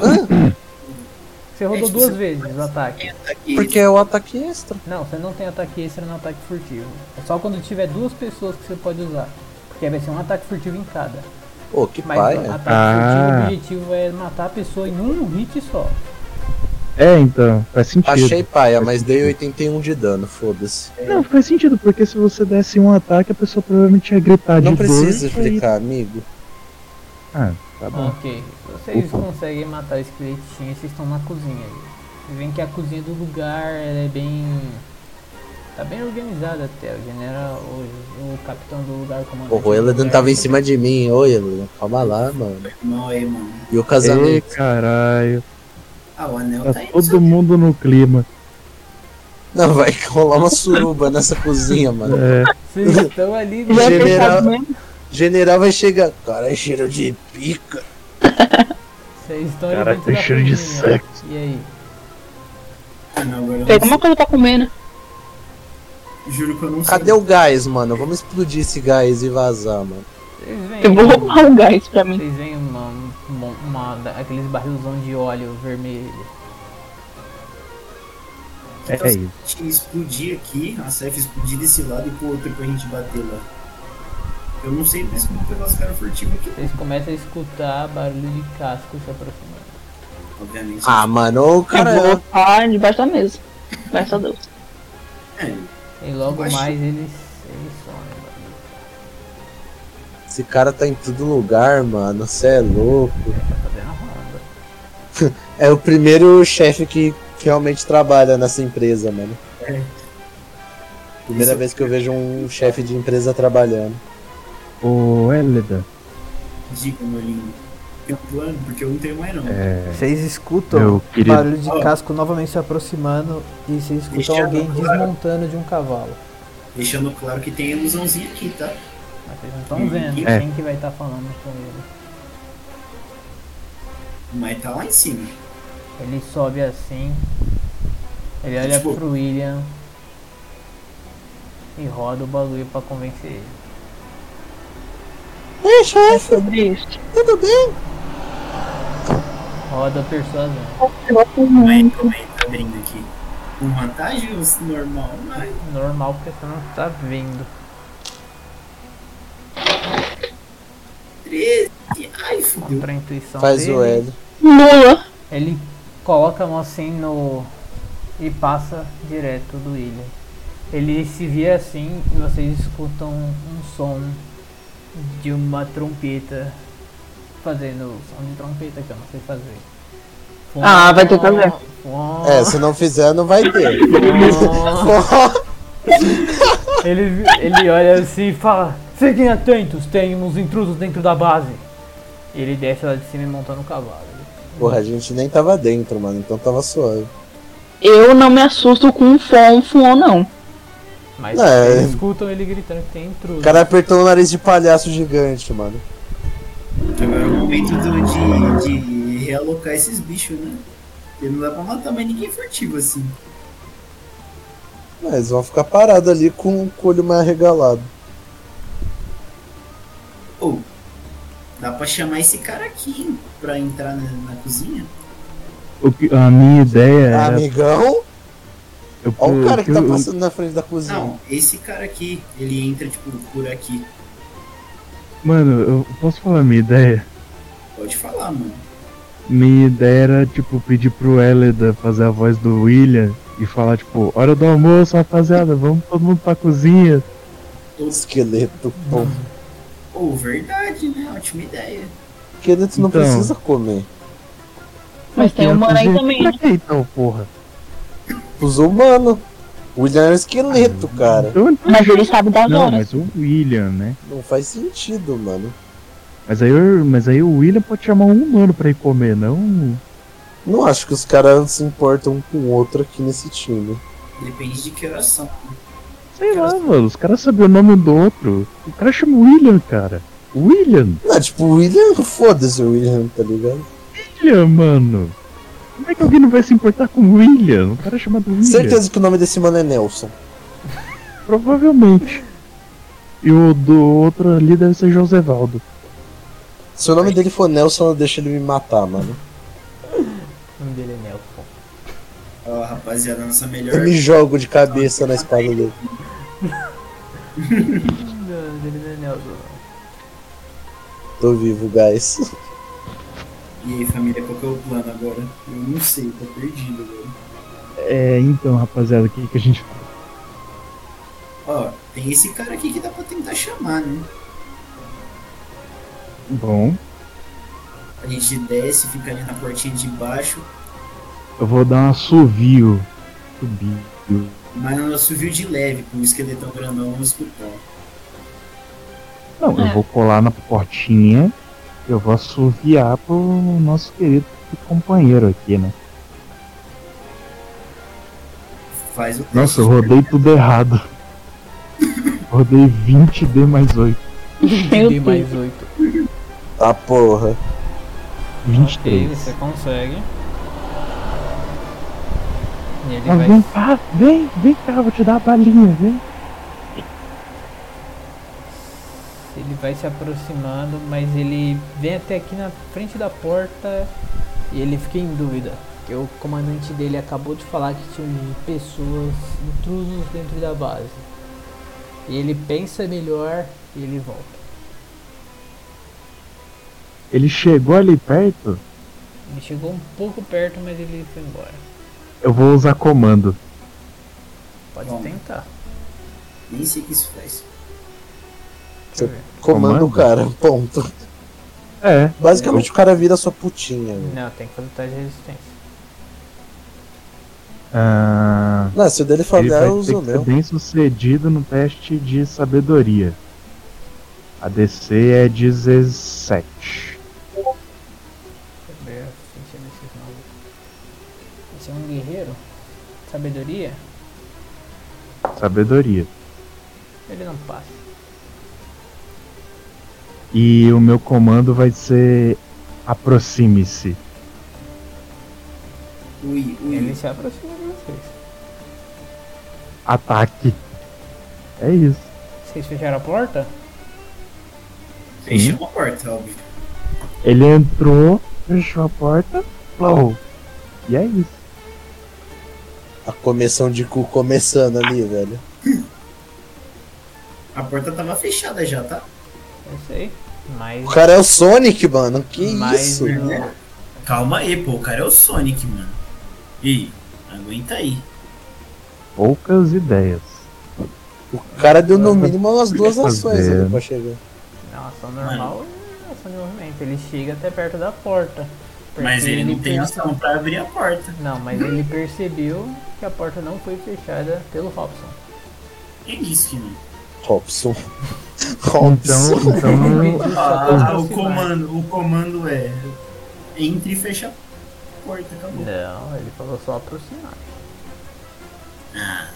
Você rodou tipo, duas você- vezes o ataque. Aqui. Porque é o ataque extra. Não, você não tem ataque extra no ataque furtivo. É só quando tiver duas pessoas que você pode usar. Porque vai ser um ataque furtivo em cada. Pô, que Mas pai. o ataque Ah. furtivo, o objetivo é matar a pessoa em um hit só. É, então, faz sentido. Achei paia, mas dei 81 de dano, foda-se. Não, faz sentido, porque se você desse um ataque, a pessoa provavelmente ia gritar Não Tá de dor. precisa e- explicar, amigo. Ah, tá bom. Ok, vocês Ufa. conseguem matar o esqueletinho, vocês estão na cozinha ali. Vocês veem que a cozinha do lugar ela é bem. tá bem organizada até. O general, o, o capitão do lugar comandante. Porra, o Eladan não tava em cima de mim. Ô, Eladan, calma lá, mano. Não, aí, mano. E o Ei, casamento? caralho, Ah, o anel tá tá indo. todo mundo no clima. Não, vai rolar uma suruba nessa cozinha, mano. É, Vocês estão ali O no Já é general, fechado mesmo. general vai chegar. Cara, é cheiro de pica. Vocês estão ali Caraca, dentro da tem cheiro de cozinha. sexo. E aí? Ah, não, agora eu Pega não uma coisa pra comer, né? sei. Juro que eu não sei. Cadê o gás, mano? Vamos explodir esse gás e vazar, mano. Vocês veem- Eu vou roubar um gás pra mim. Vocês veem uma, uma, uma- da- aqueles barrilzão de óleo vermelho. É, é isso. Se explodir aqui, a CF explodir desse lado e pro outro pra gente bater lá. Eu não sei mais como pegar os caras furtivos aqui. Vocês começam a escutar barulho de casco se aproximando. Obviamente. Ah, mano, o cara. Eu vou ah, debaixo da mesa. Graças a Deus. É, E logo Mas- mais eles, eles somem. Esse cara tá em todo lugar, mano. Você é louco. Tá fazendo ronda. É o primeiro chefe que realmente trabalha nessa empresa, mano. É. Primeira vez que eu vejo um chefe de empresa trabalhando. Ô, Elida, Diga, meu lindo. Tem um plano, porque eu não tenho mais não. é. Vocês escutam Meu o querido- barulho de Ó. casco novamente se aproximando e vocês escutam Deixa eu alguém ver. desmontando de um cavalo. Deixando claro que tem ilusãozinha aqui, tá? Mas vocês não Hum, estão vendo É. quem que vai estar falando com ele. Mas tá lá em cima. Ele sobe assim. Ele olha Tipo- pro William. E roda o bagulho pra convencer ele. Ei, chefe! É Sobre isso. Tudo bem? Roda a persuasão. Calma aí, calma aí, tá abrindo aqui. Com vantagem ou se normal? Ai, Normal porque você não tá vendo. 13. Ai, fudeu. Pra intuição Faz dele. o L. Lula. Ele coloca a mão assim no. e passa direto do William. Ele se vira assim e vocês escutam um som de uma trompeta. Fazendo som de trompeta que eu não sei fazer. Ah, vai tentar ver. Fuá, É, se não fizer, não vai ter. ele, ele olha assim e fala: Fiquem atentos, tem uns intrusos dentro da base. E ele desce lá de cima e monta no cavalo. Porra, a gente nem tava dentro, mano, então tava suave. Eu não me assusto com um fom, um fom, não. Mas Não, é- vocês escutam ele gritando que tem intruso. O cara apertou o nariz de palhaço gigante, mano. Agora é o momento do- de, de realocar esses bichos, né? Porque não dá pra matar mais ninguém furtivo assim. Mas vão ficar parados ali com o olho mais arregalado. Ou, dá pra chamar esse cara aqui, hein? Pra entrar na, na cozinha? O que- a minha ideia era. Ah. Amigão? É. eu- Olha o cara que tá eu- passando na frente da cozinha. Não, esse cara aqui, ele entra, tipo, por aqui. Mano, eu posso falar a minha ideia? Pode falar, mano. Minha ideia era, tipo, pedir pro Elida fazer a voz do William e falar, tipo, hora do almoço, rapaziada, vamos todo mundo pra cozinha. Esqueleto, pô. Ou, verdade, né? Ótima ideia. Esqueleto não Então. precisa comer. Mas tem um mano aí é Cozinha, também. Pra que então, porra? Os humanos. O William é um esqueleto, cara. Então, Mas ele é sabe das não, horas. mas o William, né? Não faz sentido, mano. Mas aí, eu- mas aí o William pode chamar um humano pra ir comer, não. Não acho que os caras se importam um com o outro aqui nesse time. Depende de que horas são. Sei lá, mano, os caras sabiam o nome um do outro. O cara chama William, cara. William? Não, tipo, o William, foda-se o William, tá ligado? William, mano. Como é que alguém não vai se importar com o William? Um cara chamado William. Certeza que o nome desse mano é Nelson. Provavelmente. E o do outro ali deve ser Josevaldo. Se o nome dele for Nelson, eu deixo ele me matar, mano. O nome dele é Nelson. Ó, rapaziada, nossa melhor. Eu me jogo de cabeça na espada dele. O nome dele não é Nelson. não. Tô vivo, guys. E aí, família, qual que é o plano agora? Eu não sei, tô perdido agora. É, então, rapaziada, o que, que a gente. Ó, tem esse cara aqui que dá pra tentar chamar, né? Bom, A gente desce, fica ali na portinha de baixo, eu vou dar um assovio. Subio. mas ela subiu de leve, com o esqueletão grandão não escutar. Não, É. eu vou colar na portinha. Eu vou assoviar pro nosso querido companheiro aqui, né? Faz o teste. Nossa, eu rodei tudo errado. Rodei 20D mais 8. Meu Dei Deus. mais 8. Ah, porra. 23. você consegue. E ele Ah, vai. vem cá, vem, vem cá, vou te dar a balinha, vem. Ele Ele vai se aproximando, mas ele vem até aqui na frente da porta e ele fica em dúvida. Porque o comandante dele acabou de falar que tinha pessoas intrusos dentro da base. E ele pensa melhor e ele volta. Ele chegou ali perto? Ele chegou um pouco perto, mas ele foi embora. Eu vou usar comando. Pode Bom. tentar. Nem sei o que isso faz. Você comanda o cara, ponto. É. Basicamente o cara vira sua putinha. velho. Não, tem que fazer o teste de resistência. Ah, Não, se o dele ele falhar, vai eu ter uso é o que ser meu. bem sucedido no teste de sabedoria. A DC é 17. Deixa eu ver a ficha desses malucos. Esse é um guerreiro? Sabedoria? Sabedoria. Ele não passa. E o meu comando vai ser aproxime-se. Ele se aproxima de vocês. Ataque. É isso. Vocês fecharam a porta? Fechou uma porta, óbvio. Ele entrou, fechou a porta, plou. E é isso. A começão de cu começando ali, velho. A porta tava fechada já, tá? Eu sei. Mas. O cara é o Sonic, mano. Que Mas isso? não. Calma aí, pô. O cara é o Sonic, mano. E aí, aguenta aí. Poucas ideias. O cara deu no mínimo umas duas ações ali pra chegar. É uma ação normal é uma ação de movimento. Ele chega até perto da porta. Mas Porque ele não tem perce- ação pra abrir a porta. Não, mas ele percebeu que a porta não foi fechada pelo Robson. É isso que não. Robson. Então, Robson. Ah, o comando, o comando é. Entre e fecha a porta, acabou. Não, ele falou só aproximar.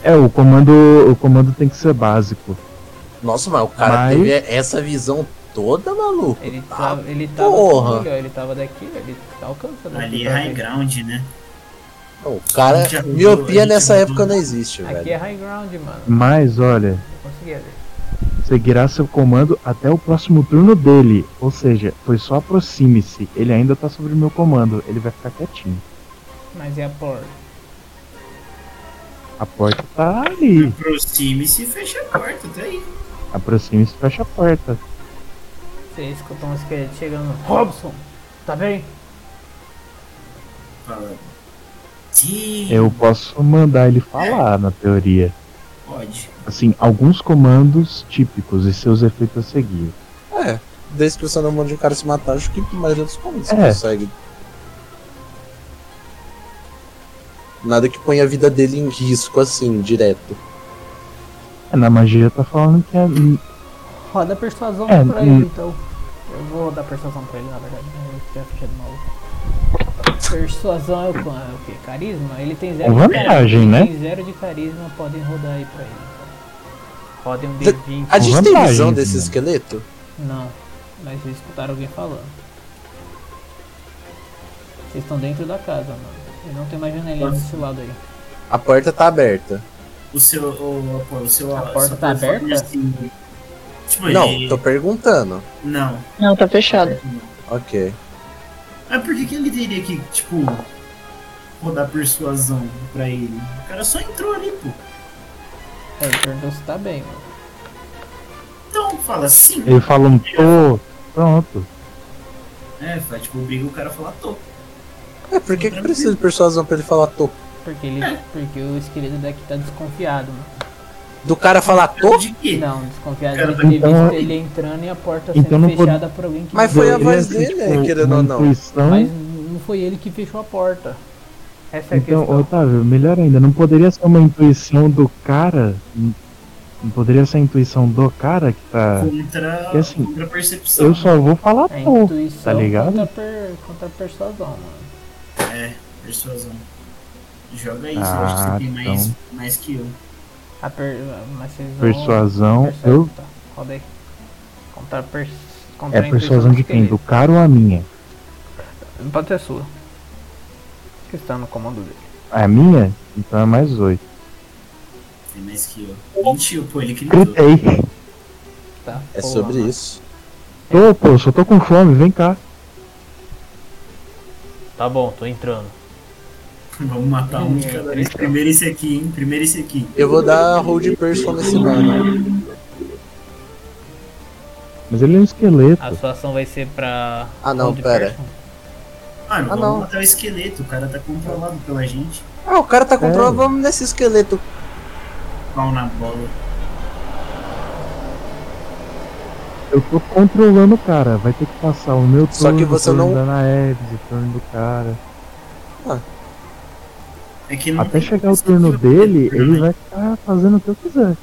É, o comando. O comando tem que ser básico. Nossa, mas o cara Mas- teve essa visão toda, maluco. Ele Ah, Tá tava, ele tava porra. aqui, ó, ele tava daqui, ó, ele tá alcançando. Ali aqui é pra high ver. ground, né? O cara, Já mudou, miopia a gente nessa mudou. época não existe, Aqui velho. é high ground, mano. Mas olha, Eu consegui ver. seguirá seu comando até o próximo turno dele. Ou seja, foi só aproxime-se. Ele ainda tá sobre o meu comando. Ele vai ficar quietinho. Mas é a porta. A porta tá ali. Aproxime-se e fecha a porta, tá aí. Aproxime-se e fecha a porta. Você escutou um esqueleto chegando. Robson, tá bem? Fala. Sim, Eu posso mandar ele falar, na teoria. pode. Assim, alguns comandos típicos e seus efeitos a seguir. É, desde que você não mande o um cara se matar, acho que a maioria dos comandos você É. consegue. Nada que ponha a vida dele em risco, assim, direto. É, Na magia tá falando que é. Roda a persuasão É, pra ele hum. então. Eu vou dar persuasão pra ele, na verdade. né? Eu tenho a ficha do maluco. Persuasão é o, quan- é o quê? Carisma? Ele tem zero Com vantagem, de carisma. né? Ele tem zero de carisma, podem rodar aí pra ele. então. Rodem um D20. A gente tem vantagem, né? visão desse mano. esqueleto? Não, mas vocês escutaram alguém falando. Vocês estão dentro da casa, mano. Eu não tenho mais janelinha Nossa. desse lado aí. A porta tá aberta. O seu. O, pô, o seu A porta seu tá telefone, aberta? assim, tipo, Não, ele- tô perguntando. Não. Não, tá fechado. Ok. Mas por que, que ele teria que, tipo, rodar persuasão pra ele? O cara só entrou ali, pô. É, ele perguntou se tá bem, mano. Então, fala sim. Ele fala um tô, pronto. É, fala, tipo, obriga o cara a falar tô. É, por que, que precisa de persuasão pra ele falar tô? Porque ele. Porque o esqueleto daqui tá desconfiado, mano. Do cara falar tô? De quê? Não, desconfiado. Cara, Ele teve então- visto ele entrando e a porta então sendo não pode- fechada por alguém que. Mas foi a Ele voz assim, dele, tipo, querendo uma ou não. intuição. Mas não foi ele que fechou a porta. Essa é a Então, questão. Otávio, melhor ainda, não poderia ser uma intuição do cara? Não poderia ser a intuição do cara que tá. Contra, Porque, assim, contra a percepção. Eu só vou falar É a pô, intuição tá Contra, ligado? a per... contra a persuasão, mano. É, persuasão. Joga isso, Ah, eu acho que você tem mais, então. mais que eu. A per... Mas vocês vão- Persuasão, Persuasão, eu. tá. Roda aí. Contra a pers... contra É a intuição persuasão do de quem? Do esqueleto. cara ou a minha? Pode ser sua. Que está no comando dele. A minha? Então é mais oito. Tem mais que eu. Mentiu, pô, ele gritou. Gritei. Tá? É Porra, sobre mano. isso. Tô, pô, só tô com fome, vem cá. Tá bom, tô entrando. Vamos matar um de cada vez. Primeiro esse aqui, hein? Primeiro esse aqui. Eu vou dar hold person nesse dano. Mas ele é um esqueleto. Ah. A sua ação vai ser pra. Ah, não, hold pera. person. Ah, não, Ah, não. vamos matar o esqueleto. O cara tá controlado pela gente. Ah, o cara tá É. controlando, vamos nesse esqueleto. Pau na bola. Eu tô controlando o cara, vai ter que passar o meu turno. Só que você o turno não- da Naeves, o turno do cara. É que não Até tem chegar o turno dele, né? ele vai ficar fazendo o que eu quiser.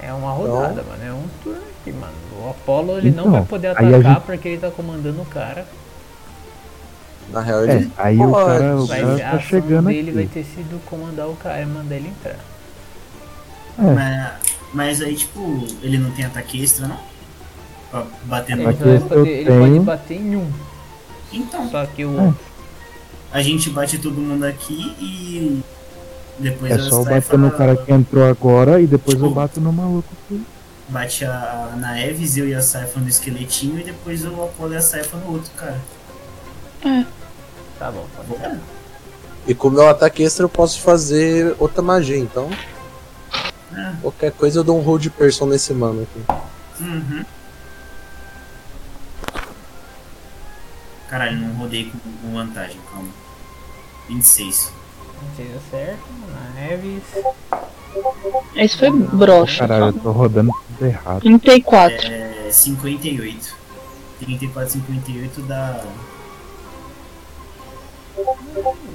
É uma rodada, Então? mano. É um turno aqui, mano. O Apollo ele não Então, vai poder aí a atacar gente- porque ele tá comandando o cara. Na real, É, ele. aí o Pode. cara- o Mas cara a tá ação chegando ah, dele aqui. vai ter sido comandar o cara e mandar ele entrar. Mas, mas aí, tipo, ele não tem ataque extra, não? Pra bater no Ele, Ataque vai extra eu poder, ele pode tenho. bater em um. Então. Só que o. É. A gente bate todo mundo aqui e. Depois É ela só eu sai e bater no fala- cara que entrou agora e depois eu bato no maluco que. Bate a, a Naeves, eu e a Saifa no esqueletinho e depois eu Apolo e a Saifa no outro, cara. Tá bom, pode ser. E com o meu ataque extra eu posso fazer outra magia, então. Ah. Qualquer coisa eu dou um hold person nesse mano aqui. Uhum. Caralho, não rodei com, com vantagem, calma. 26. Vocês acertam, na Neves. Esse foi broxa. tá? Caralho, eu tô rodando tudo errado. 34. É 58. 34, 58 dá.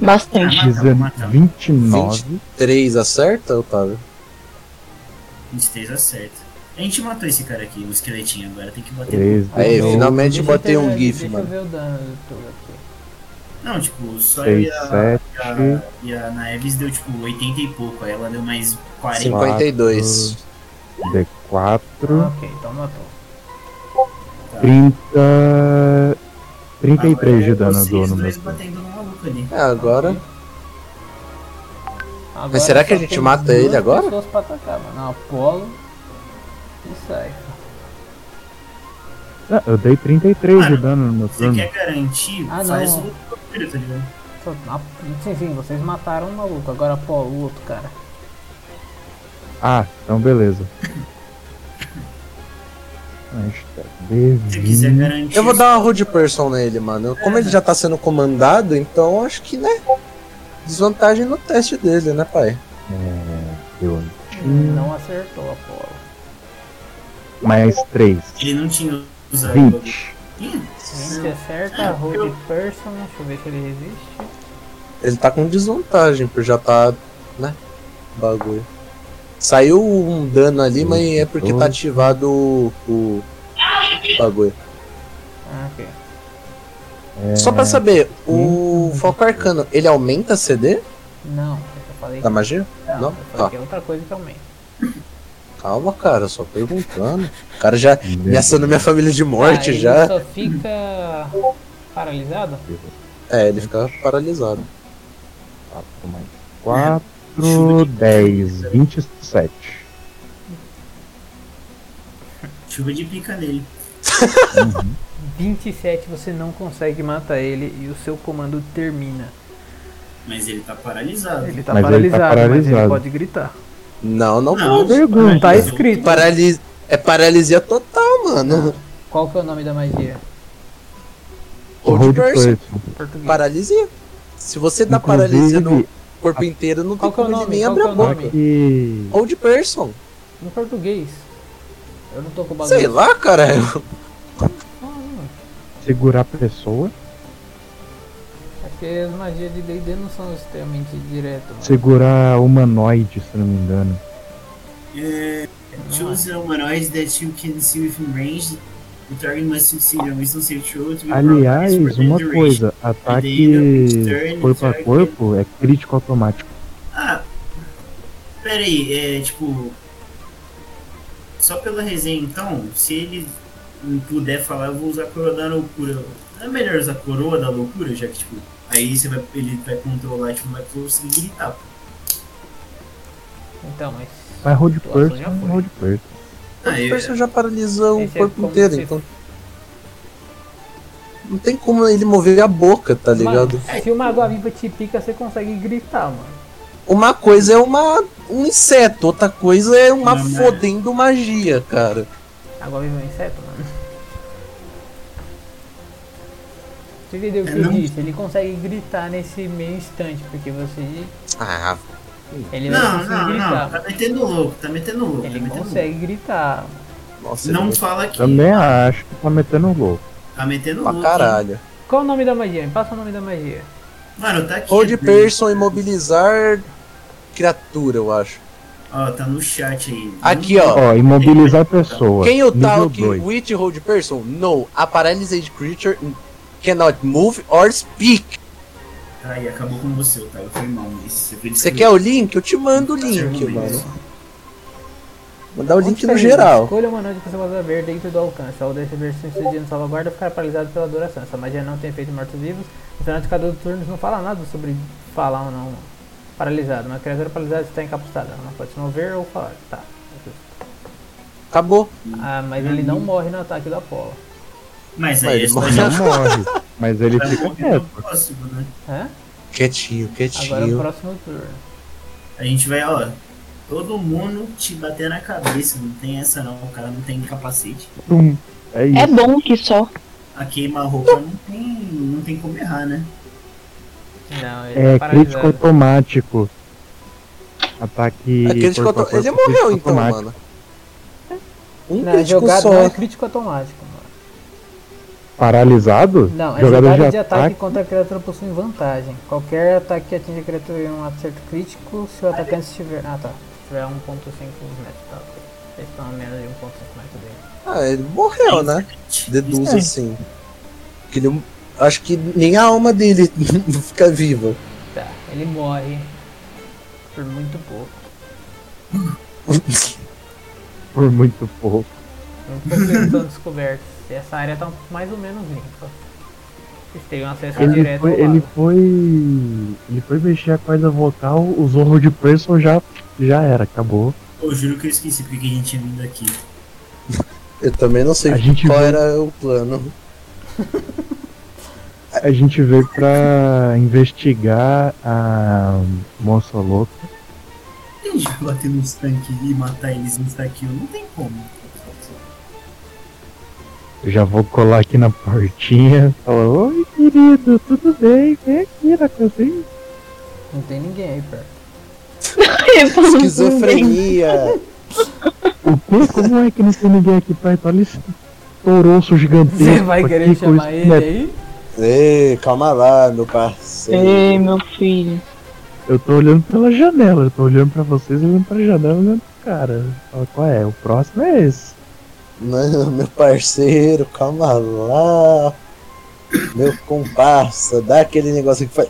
Bastante. Dezen- 29. 23 acerta, Otávio? 23 acerta. A gente matou esse cara aqui, o esqueletinho, agora tem que bater. Três, Aí, dezoito. finalmente botei um Deixa eu- GIF, deixa mano. eu ver o dano do Turo aqui. Não, tipo, só Seis, eu e a, sete. e a, e a Naeves deu tipo 80 e pouco, aí ela deu mais 40. 52. Ah, D4. ok, então matou. 30. 33 de Agora dano vocês do no meu. dois batendo no maluco ali. É, agora. Agora Mas será que a só gente tem mata duas ele agora? pessoas pra atacar, mano. Ah, Apolo e sai. Ah, eu dei 33 de Cara, dano no meu Você turno. quer garantir? Ah, faz não. o outro, tá ligado? Só- ah, Sim, sim, vocês mataram o maluco, agora Apolo, o outro cara. Ah, então beleza. Hashtag Se você quiser D20. garantir. Eu vou dar uma hold person nele, mano. Como ele já tá sendo comandado, então acho que, né? Desvantagem no teste dele, né, pai? É, deu Não acertou Apolo. mais 3. Ele não tinha usado. 20. Tinha? 20 acerta, hold person, deixa eu ver se ele resiste. Ele tá com desvantagem, porque já tá, né? Bagulho. Saiu um dano ali, mas é porque tá ativado o, o bagulho. Ah, ok. Só pra saber, o Foco Arcano, ele aumenta CD Não, eu só falei da magia? Não, Não? eu falei Tá. que é outra coisa que aumenta. Calma, cara, só perguntando. O cara já É. ameaçando minha família de morte Ah, ele já. só fica paralisado? É, ele fica paralisado. 4 mais 4, 10, 27. Chuva de pica nele. 27 você não consegue matar ele e o seu comando termina. Mas ele tá paralisado. Ele tá, Mas ele paralisado, tá mas ele paralisado. pode gritar. Não, não, Não, pode. Não tá paralisado. escrito. Paralisi... É paralisia total, mano. Qual que é o nome da magia? Hold person, person. Português. paralisia. Se você dá Inclusive, paralisia no corpo inteiro, não tem Qual que é o como ele nome? nem Qual abrir que é a o boca. nome? E Old person. No português. Eu não tô com o bagulho. É. Sei lá, cara. segurar a pessoa. É porque as magias de D&D não são extremamente direto. mano. Segurar humanoide, se não me engano. Choose a humanoid that you can see within range. The target must succeed a wisdom save throw Uhum. to be Aliás, paralyzed for uma the duration. coisa: ataque corpo a corpo é crítico automático. Ah, pera aí, é tipo. Só pela resenha então, se ele não puder falar, eu vou usar a coroa da loucura. Não é melhor usar a coroa da loucura, já que tipo, aí você vai, ele vai controlar, tipo, não vai conseguir gritar. Então, mas... Mas hold Tá a situação já person, foi. hold person. Ah, O disperso já paralisa É, o corpo inteiro, então. Não tem como ele mover a boca, tá ligado? Mano, se uma água-viva te pica, você consegue gritar, mano. Uma coisa é uma um inseto, outra coisa é uma fodendo magia, cara. Água-viva é um inseto, mano. Você entendeu o É que eu disse? Ele consegue gritar nesse meio instante, porque você. Ah, Ele vai Não, conseguir não, gritar. não. Tá metendo louco, tá metendo louco. Ele consegue gritar. Nossa, não ele- fala que Também acho que tá metendo louco. tá metendo Pra louco. caralho. Qual o nome da magia? Me passa o nome da magia. Mano, tá aqui. Hold person imobilizar criatura, eu acho. Ó, tá no chat aí. Aqui, ó. Ó, imobilizar pessoa. Can you nível talk dois. with hold person? No. A paralyzed creature cannot move or speak. Aí, acabou com você, Otávio. Foi mal, mas você Tá foi Você descrever. quer o link? Eu te mando o link, mano. Vou dar o link tá no geral. Escolha uma noite que você pode ver dentro do alcance. Ao receber sentido de salvaguarda, ficará paralisado pela duração. Essa magia não tem efeito em mortos-vivos. No final de cada turno, não fala nada sobre falar ou não. Paralisado. Uma criatura paralisada está encapuçada. Ela não pode se mover ou falar. Tá. Acabou. Ah, mas ele Uhum. não morre no ataque do Apolo. Mas aí esse morre. daí Não morre, mas ele fica quieto. Próximo, né? Hã? Quietinho, Agora é o quietinho. próximo turno. A gente vai, ó. Todo mundo te bater na cabeça, não tem essa não, o cara não tem capacete. Tum. É isso. É bom que só. A queima-roupa não tem, não tem como errar, né? Não, ele É tá crítico paralisado. automático. Ataque. É crítico corpo a auto- ele corpo, morreu, crítico então, automático. mano. Um Não, crítico jogada só. não é crítico automático, mano. Paralisado? Não, é Jogador tá jogada de de ataque, ataque. contra a criatura possui vantagem. Qualquer ataque que atinja a criatura em um acerto crítico, se o atacante estiver. Ah tá. Se tiver 1.5 metros, tá. ok. Eles estão a menos de 1.5 metros dele. Ah, ele morreu, né? Deduz É. assim. Que ele- acho que nem a alma dele fica viva. Tá, ele morre. Por muito pouco. Por muito pouco. Não poucos são descobertos. E essa área tá mais ou menos limpa. Vocês têm um acesso Ele direto foi, ao ele lago. foi. Ele foi mexer a corda vocal, usou o de person já, já era, acabou. Eu juro que eu esqueci porque a gente tinha vindo aqui. Eu também não sei A gente qual vê- era o plano. A gente veio pra investigar a moça louca. A gente vai bater nos tanques e matar eles no stakill, não tem como. Eu já vou colar aqui na portinha. Falar, oi querido, tudo bem? Vem aqui na cozinha. Não tem ninguém aí perto. Esquizofrenia! O quê? Como é que não tem ninguém aqui perto? Olha esse toroço gigantesco. Você vai querer aqui com chamar esse ele aí? Ei, calma lá, meu parceiro. Ei, meu filho. Eu tô olhando pela janela, eu tô olhando pra vocês, olhando pra janela, olhando pro cara. Fala, qual é? O próximo é esse. Não, meu parceiro, calma lá. Meu comparsa, dá aquele negócio que faz.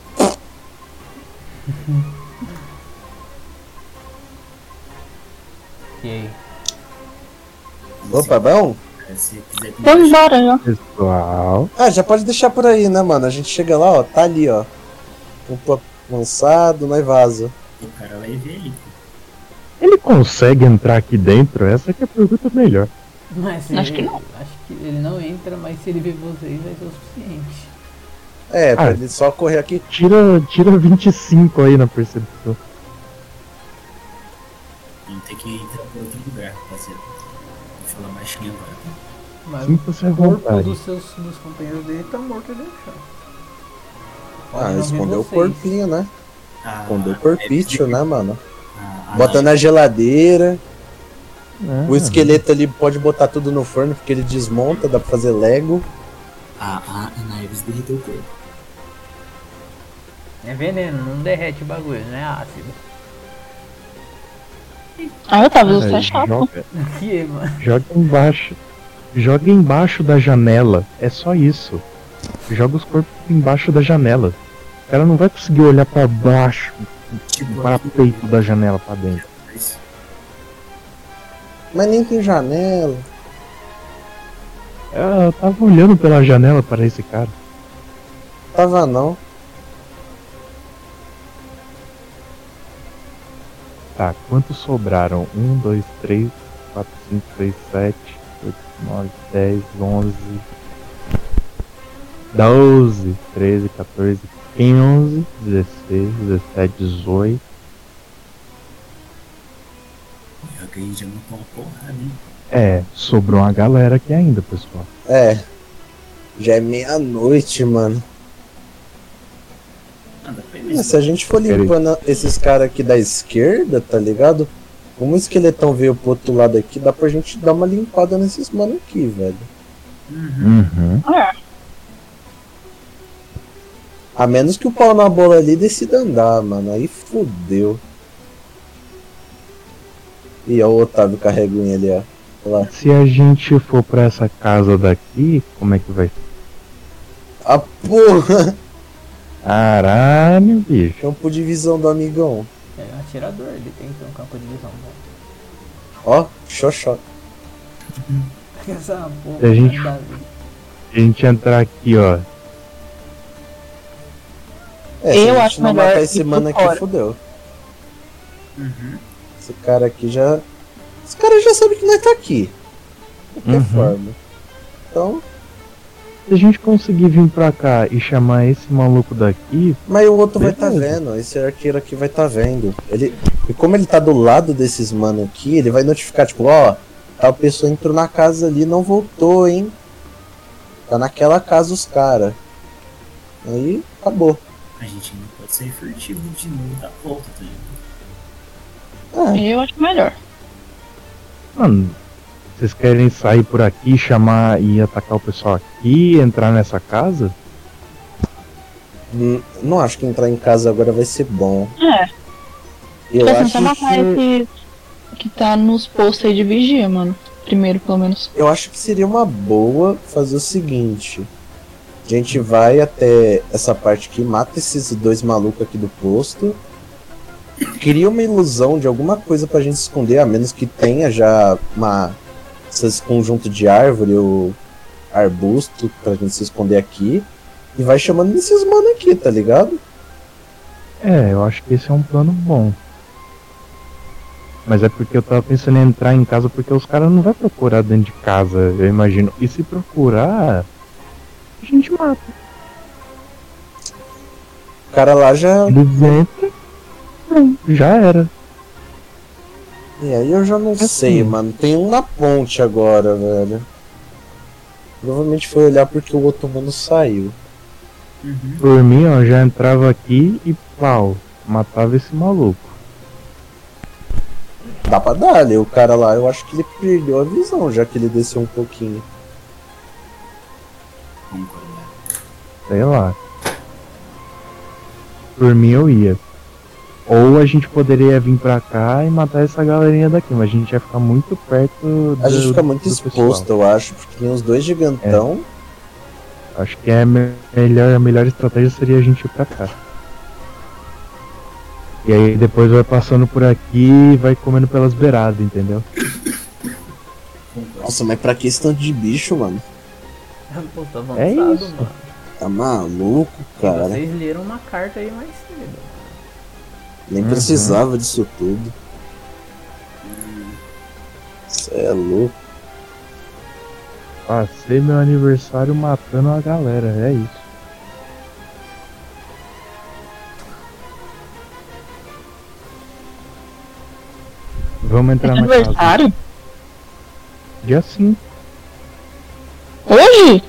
E aí? Opa, bom? Se quiser Tô embora já. Pessoal. Ah, já pode deixar por aí, né, mano? A gente chega lá, ó, tá ali, ó. Campo lançado, nós vaza. o cara vai ver ele. Ele consegue entrar aqui dentro? Essa que é a pergunta melhor. Mas se Acho ele, que não. Acho que ele não entra, mas se ele ver vocês vai ser o suficiente. É, pra Ah. ele só correr aqui. Tira, tira 25 aí na percepção. Não tem que entrar por outro lugar, rapaziada. Vou falar baixinho agora. tá? Mas Sinta-se é à o corpo vontade. dos seus dos companheiros dele tá morto ali no chão. Ah, não escondeu o vi vocês. corpinho, né? Ah, Escondeu o corpício, né, mano? ah, ah, Bota na geladeira. Ah, O esqueleto ali pode botar tudo no forno, porque ele desmonta, dá pra fazer Lego. Ah, ah, a Naives derreteu o corpo. É veneno, não derrete o bagulho, né? Ácido. Ah, eu tava, você cara, é chato. joga, Que, mano? joga embaixo. Joga embaixo da janela. É só isso. Joga os corpos embaixo da janela. O cara não vai conseguir olhar pra baixo, Tipo, pra aqui, Um peito da janela pra dentro. mas- Mas nem tem janela. Eu tava olhando pela janela para esse cara. Tava não. Tá, quantos sobraram? Um, dois, três, 4, 5, 6, 7, 8, 9, 10, 11, 12, 13, 14, 15, 16, 17, 18. Eu ganhei de anotar uma porrada, né? hein? É, sobrou uma galera aqui ainda, pessoal. É. Já é meia-noite, mano. É, se a gente for limpando esses caras aqui da esquerda, tá ligado? Como o esqueletão veio pro outro lado aqui, dá pra gente dar uma limpada nesses mano aqui, velho. Uhum. A menos que o pau na bola ali decida andar, mano. Aí fudeu. E ó, o Otávio carrega o ele, ó. Olha Lá. Se a gente for pra essa casa daqui, como é que vai ser? A porra! Caralho, bicho. Campo de visão do amigão. É um atirador, ele tem que ter um campo de visão bom. Ó, xoxó. Essa porra Se a gente, da- se a gente entrar aqui, ó. É, se Eu a gente acho não melhor matar ir esse por mano aqui, fora. fudeu. Esse cara aqui já. Esse cara já sabe que nós tá aqui. De qualquer Uhum. forma. Então. Se a gente conseguir vir pra cá e chamar esse maluco daqui. Mas o outro vai tá beleza. vendo, esse arqueiro aqui vai tá vendo. Ele, e como ele tá do lado desses mano aqui, ele vai notificar, tipo, ó, tal pessoa entrou na casa ali e não voltou, hein? Tá naquela casa os cara. Aí, acabou. A gente ainda pode sair furtivo de novo da volta, tá ligado? Eu acho melhor. Mano, vocês querem sair por aqui, chamar e atacar o pessoal aqui, entrar nessa casa? Hum, Não acho que entrar em casa agora vai ser bom. É. Tá Eu Tô acho tentando matar que, esse que tá nos postos aí de vigia, mano. Primeiro, pelo menos. eu acho que seria uma boa fazer o seguinte. A gente vai até essa parte aqui, mata esses dois malucos aqui do posto. Cria uma ilusão de alguma coisa pra gente esconder, a menos que tenha já uma esses conjunto de árvore ou arbusto pra gente se esconder aqui. E vai chamando esses mano aqui, tá ligado? É, eu acho que esse é um plano bom. Mas é porque eu tava pensando em entrar em casa porque os caras não vão procurar dentro de casa, eu imagino. E se procurar, a gente mata. O cara lá já Eles entram, pronto, já era. E aí eu já não sei, mano. Tem um na ponte agora, velho. Provavelmente foi olhar porque o outro mundo saiu. Por mim, ó, já entrava aqui e pau, matava esse maluco. Dá pra dar ali. O cara lá, eu acho que ele perdeu a visão, já que ele desceu um pouquinho. Sei lá. Por mim eu ia. Ou a gente poderia vir pra cá e matar essa galerinha daqui, mas a gente ia ficar muito perto A gente do- fica muito do exposto, eu acho, porque tem os dois gigantão. pessoal. Acho que é me- melhor, a melhor estratégia seria a gente ir pra cá. E aí depois vai passando por aqui e vai comendo pelas beiradas, entendeu? Nossa, mas pra que esse tanto de bicho, mano? Tá Pô, tô avançado, É isso. mano. Tá maluco, cara. Vocês leram uma carta aí mais cedo. Nem Uhum. precisava disso tudo. Cê é louco. Passei meu é aniversário matando a galera, é isso. Vamos entrar na casa. Aniversário? Dia 5. Hoje?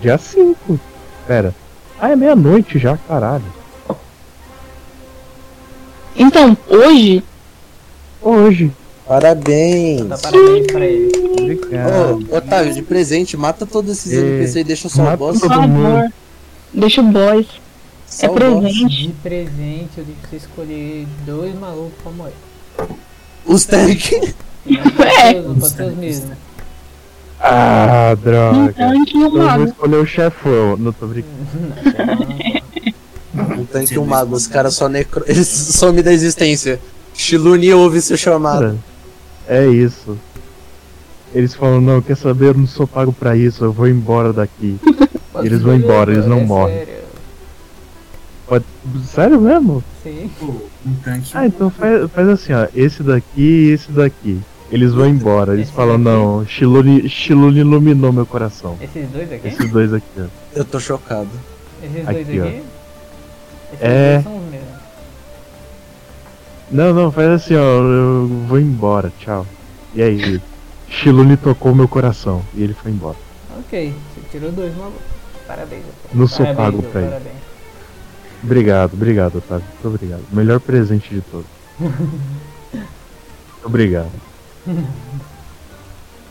Dia 5. Pera. Ah, é meia-noite já, caralho. Então, hoje? Hoje. Parabéns. Tá, Dá parabéns pra ele. Obrigado. Ô, Otávio, de presente, mata todos esses É, NPC e deixa só o mata boss. todo mundo. Deixa o boys. Só é o presente. De presente, eu deixo você escolher dois malucos pra morrer. Os tanques. É. Não pode ter os né? mesmos. Ah, droga. Então, em que eu eu vou mago? escolher o chefão. Não tô brincando. Um tanque e um mago, os caras só necro... Eles somem da existência. Shiluni ouve seu chamado. É isso. Eles falam, não, quer saber, eu não sou pago é pra isso, eu vou embora daqui. E eles vão embora, eles não morrem. Pode... Sério mesmo? Sim. Um tanque. Ah, então faz, faz assim, ó. Esse daqui e esse daqui. Eles vão embora. Eles falam, não, Shilune Shilune iluminou meu coração. Esses dois aqui? Esses dois aqui, ó. Eu tô chocado. Esses dois Aqui, ó. aqui? Esses É. dois são os mesmos. Não, não, faz assim, ó. Eu vou embora, tchau. E aí? Shilune tocou meu coração. E ele foi embora. Ok, você tirou dois, maluco. Parabéns. Otávio. Não sou Parabéns, pago Will, pra isso. Parabéns. Obrigado, obrigado, Otávio. Muito obrigado. Melhor presente de todos. Muito obrigado.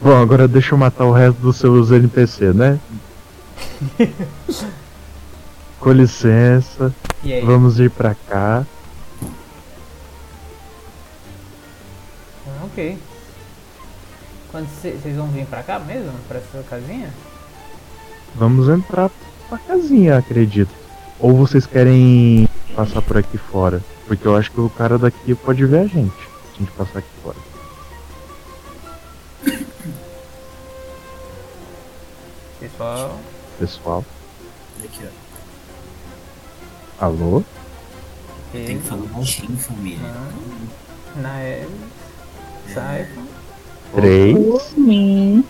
Bom, agora deixa eu matar o resto dos seus NPC, né? Com licença. E aí? Vamos ir pra cá. Ah, Ok. Quando cê- vocês vão vir pra cá mesmo? Pra sua casinha? Vamos entrar pra casinha, acredito. Ou vocês querem passar por aqui fora? Porque eu acho que o cara daqui pode ver a gente. Se a gente passar aqui fora. Pessoal. Pessoal, Aqui, ó. alô? Tem que falar baixinho, família. Na L. Saifon. Três. Sim.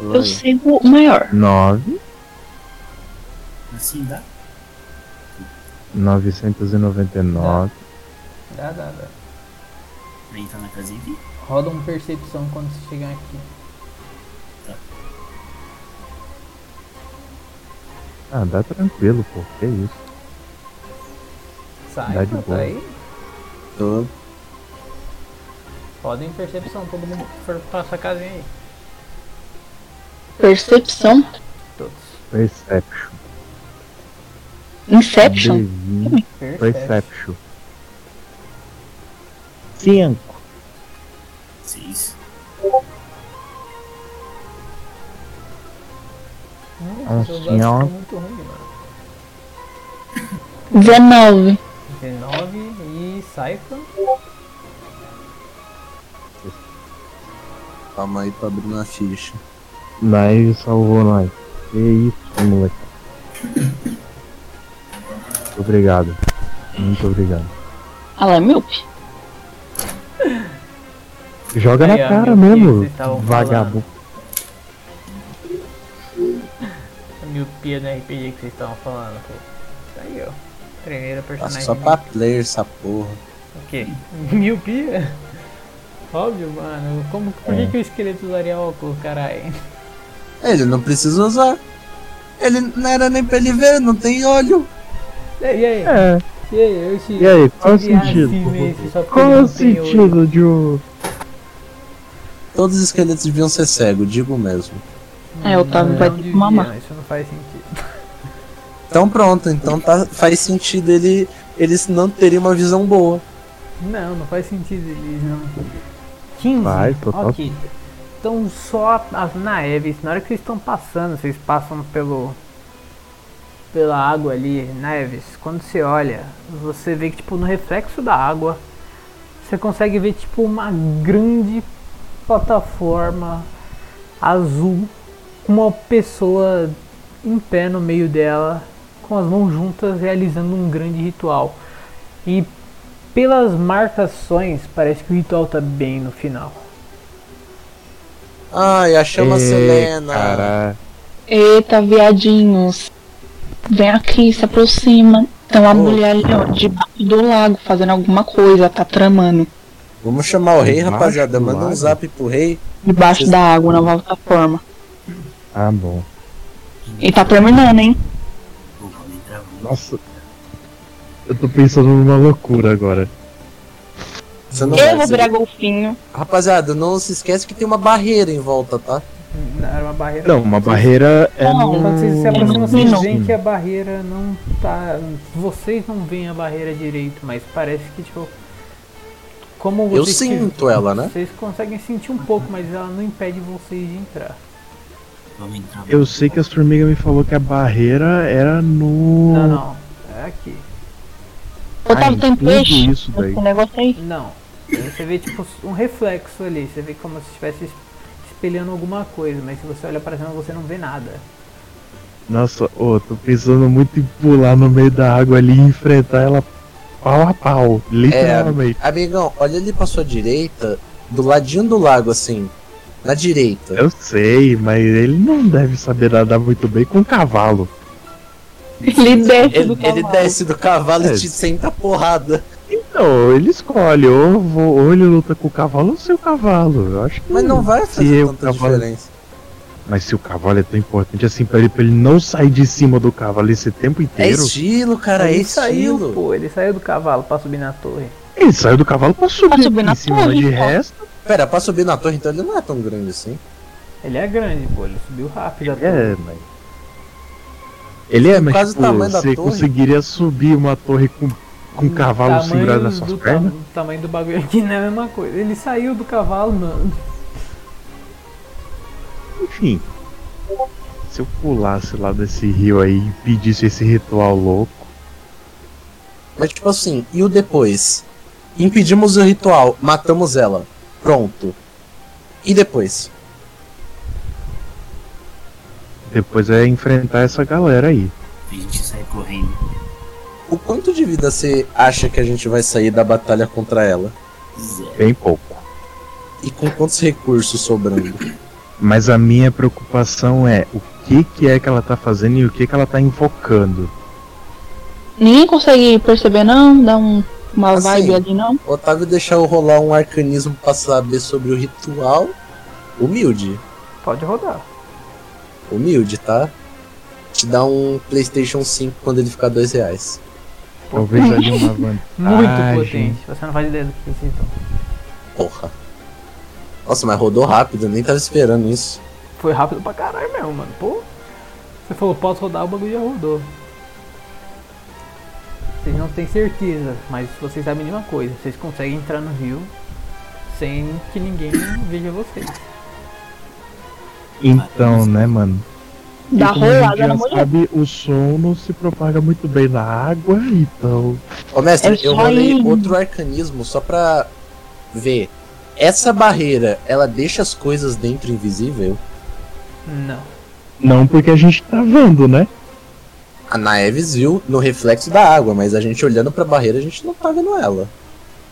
Eu sigo o maior. 9, Assim dá? 999. Dá, dá, dá. Pra entrar na casinha aqui? Roda um percepção quando vocês chegar aqui. Ah, dá tranquilo, pô. Que isso. Dá de Saifon, tá boa. aí? Tô. Roda em percepção, todo mundo que for pra sua casinha aí. Percepção. Perception. Inception. Adivinha. Perception. Perception. 5. Seis. Um seus dados senhor. estão muito ruim, mano. 19. 19 e Saifon. Calma aí pra abrir uma ficha. Nós salvou nós. Que isso, moleque. Muito Obrigado. Muito obrigado. Ela é míope. Joga Aí, na ó, cara meu, o que mesmo, vocês estavam vagabundo. A miopia do RPG que vocês estavam falando, pô. Tá aí, ó. Primeiro Passa personagem. só pra player essa porra. O quê? Miopia? Óbvio, mano. Como, por É. que, que o esqueleto usaria óculos, caralho? É, Ele não precisa usar. Ele não era nem pra ele ver, não tem olho. E aí? É. E aí? Eu te, E aí, qual o te vi sentido? assim nesse, só porque Qual ele é o não tem olho. sentido de um. Todos os esqueletos deviam ser cegos, digo mesmo. É, o Otávio vai ter que mamar. Não, Isso não faz sentido. Então pronto, então tá, faz sentido ele eles não terem uma visão boa. Não, não faz sentido eles não. 15? Faz, total. Ok. Então só as naves, na hora que vocês estão passando, vocês passam pelo. pela água ali, naves, quando você olha, você vê que tipo no reflexo da água você consegue ver tipo uma grande plataforma azul com uma pessoa em pé no meio dela, com as mãos juntas realizando um grande ritual. E pelas marcações, parece que o ritual tá bem no final. Ai, Ah, a chama Ei, Selena. Cara, Eita, viadinhos. Vem aqui, se aproxima. Tem uma mulher ali, ó, debaixo do lago, fazendo alguma coisa, tá tramando. Vamos chamar o rei, Embaixo rapaziada. do Manda um lago? zap pro rei. Debaixo Vocês- da água, na plataforma. Ah, bom. E tá terminando, hein? Nossa. Eu tô pensando numa loucura agora. Você não Eu vai vou dizer- virar golfinho. Rapaziada, não se esquece que tem uma barreira em volta, tá? Não, né, Era uma barreira. Não, uma barreira é. Não, Quando vocês se no- aproximam, vocês no- veem que é- a barreira não tá. Vocês não veem a barreira direito, mas parece que, tipo. Como Eu vocês sinto ela, né? Vocês conseguem sentir um pouco, mas ela não impede vocês de entrar. Vamos entrar. Eu sei que as formigas me falou que a barreira era no. Não, não. É aqui. Otávio, tem tudo peixe? isso daí. Esse negócio aí. Não. Você vê tipo um reflexo ali. Você vê como se estivesse espelhando alguma coisa, mas se você olha pra cima você não vê nada. Nossa, ô, tô pensando muito em pular no meio da água ali e enfrentar ela pau a pau, É, literalmente. amigão, olha ali pra sua direita, do ladinho do lago, assim. Na direita. Eu sei, mas ele não deve saber nadar muito bem com um cavalo. Ele desce do cavalo. Ele desce do cavalo É. e te senta a porrada. Então, ele escolhe, ou, eu vou- ou ele luta com o cavalo ou sem o cavalo. Eu acho que. Mas não vai se fazer Hum, eu- tanta cavalo- diferença. Mas se o cavalo é tão importante assim pra ele, pra ele não sair de cima do cavalo esse tempo É inteiro. estilo, cara, ele é saiu, estilo. pô, ele saiu do cavalo pra subir na torre. Ele saiu do cavalo pra subir, em cima mas de pô. resto. Pera, pra subir na torre, então ele não é tão grande assim. Ele é grande, pô, ele subiu rápido. a É, torre. mas. Ele é, Por mas causa do tipo, tamanho da você torre? conseguiria subir uma torre com, com um cavalo Hum, Tamanho segurado nas suas do ta- pernas? o tamanho do bagulho aqui não é a mesma coisa. Ele saiu do cavalo, mano. Enfim. Se eu pulasse lá desse rio aí e pedisse esse ritual louco. Mas tipo assim, e o depois? Impedimos o ritual, matamos ela. Pronto. E depois? Depois é enfrentar essa galera aí. A gente sai correndo. O quanto de vida você acha que a gente vai sair da batalha contra ela? Bem pouco. E com quantos recursos sobrando? Mas a minha preocupação é o que, que é que ela tá fazendo e o que, que ela tá invocando. Ninguém consegue perceber, não? Dá um, uma Assim, vibe ali, não? O Otávio deixar eu rolar um arcanismo pra saber sobre o ritual. Humilde. Pode rodar. Humilde, tá? Te dá um PlayStation 5 quando ele ficar dois reais. Talvez ali uma Muito vantagem. potente. Você não faz ideia do que vocês estão. Porra. Nossa, mas rodou rápido, eu nem tava esperando isso. Foi rápido pra caralho mesmo, mano. Pô. Você falou, posso rodar, o bagulho já rodou. Vocês não têm certeza, mas vocês sabem de uma coisa, vocês conseguem entrar no rio sem que ninguém veja vocês. Então, né, mano? E Dá como a gente rolada já na mulher. sabe, o som não se propaga muito bem na água, então. Ô mestre, eu rolei outro arcanismo só pra ver. Essa barreira, ela deixa as coisas dentro invisível? Não. Não porque a gente tá vendo, né? A Naeves viu no reflexo da água, mas a gente olhando pra barreira, a gente não tá vendo ela.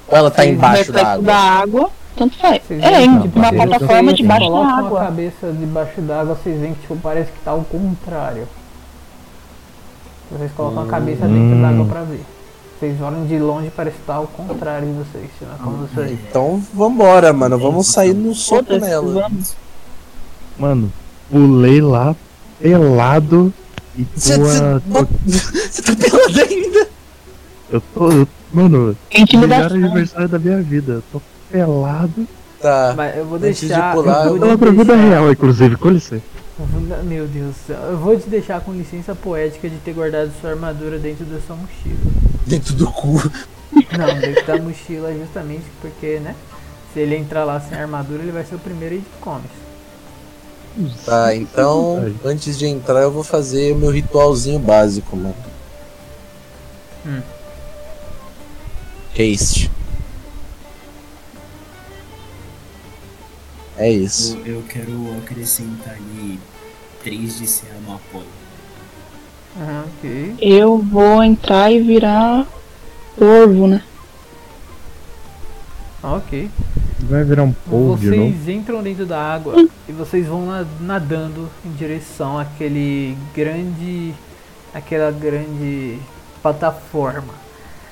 Ou ela tá Vocês- embaixo da reflexo água? É, Da água, tanto faz. Vocês É, veem em que tá né? uma vocês- plataforma vocês debaixo da colocam a água. cabeça debaixo d'água, vocês veem que tipo, parece que tá ao contrário. Vocês colocam a cabeça dentro Hum. d'água pra ver. Vocês olham de longe parece que tá ao contrário de vocês, sei lá como vocês. Então vambora, mano. Vamos sair no soco Foda-se, nela. Mano, pulei lá, pelado e Cê- com cê- a. Você tá pelado ainda? Eu tô. eu- mano, melhor Intimidação. tá aniversário da minha vida. Eu tô pelado. Tá. Mas eu vou Antes de deixar. eu pular, eu- vou Pela te pergunta deixar- real, inclusive, com licença. Meu Deus do céu. Eu vou te deixar com licença poética de ter guardado sua armadura dentro da sua mochila. Dentro do cu. Não, dentro da mochila justamente porque, né? Se ele entrar lá sem armadura, ele vai ser o primeiro e come. Tá, então, antes de entrar, eu vou fazer o meu ritualzinho básico, mano. Hum. Haste. É isso. Eu, eu quero acrescentar ali 3 de ser no apoio. Aham, ok. Eu vou entrar e virar corvo, né? Ok. Vai virar um povo de novo. Vocês entram dentro da água e vocês vão na- nadando em direção àquele grande. aquela grande plataforma.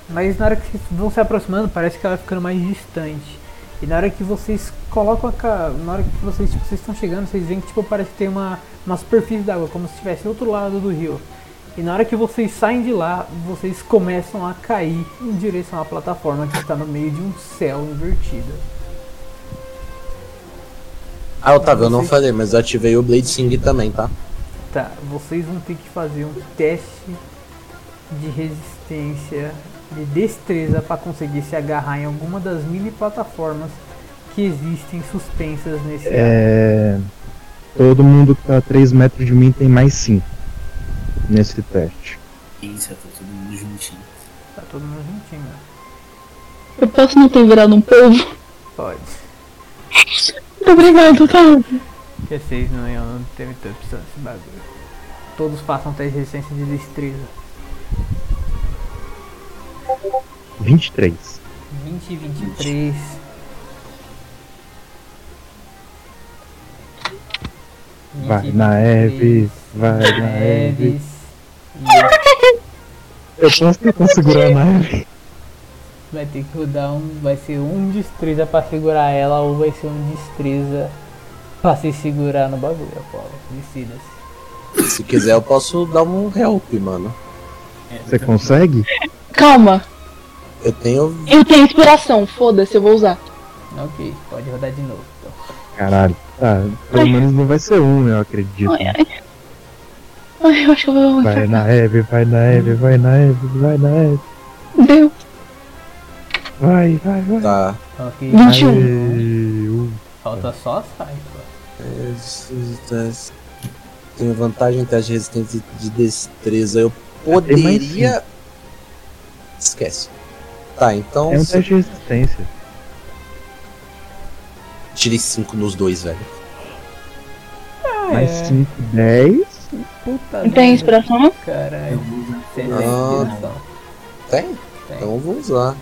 Mas na hora que vocês vão se aproximando, parece que ela vai ficando mais distante. E na hora que vocês colocam a ca... na hora que vocês tipo, vocês estão chegando, vocês veem que tipo parece que tem uma uma superfície d'água, como se estivesse do outro lado do rio. E na hora que vocês saem de lá, vocês começam a cair em direção à plataforma que está no meio de um céu invertido. Ah, Otávio, eu não Vocês- falei, mas eu ativei o Blade Sing também, tá? Tá, vocês vão ter que fazer um teste de resistência, de destreza para conseguir se agarrar em alguma das mini plataformas que existem suspensas nesse É. Todo mundo que tá a 3 metros de mim tem mais 5 nesse teste. Isso, tá todo mundo juntinho. Tá todo mundo juntinho, né? Eu posso não ter virado um polvo? Pode. Muito obrigado, tá? Porque vocês não iam ter muita opção nesse bagulho. Todos um façam teste de resistência de destreza. 23. 20 e 23. Vai na Eve, vai na Eve. Eves. Eu posso tentar segurar na Eve. Vai ter que rodar um. Vai ser um destreza pra segurar ela ou vai ser um destreza pra se segurar no bagulho, Apolo. Decida-se. Se quiser, eu posso dar um help, mano. Você consegue? Calma, Eu tenho. eu tenho inspiração, foda-se, eu vou usar. Ok, pode rodar de novo. Então. Caralho. Tá, pelo menos não vai ser um, eu acredito. Ai, ai. Ai, eu acho que eu vou Vai na Eve, vai na Eve, vai na Eve, vai na Eve. Deu. Vai, vai, vai. Tá. Ok. 21. Falta só a Saifa. É, esses testes- Tenho vantagem em teste de resistência de destreza. Eu poderia. Esquece. Tá, então. É um teste de resistência. Tirei 5 nos dois, velho. Mais 5, 10. Puta Não tem inspiração? Caralho. Você tem Ah. inspiração. Tem? Tem. Então eu vou usar.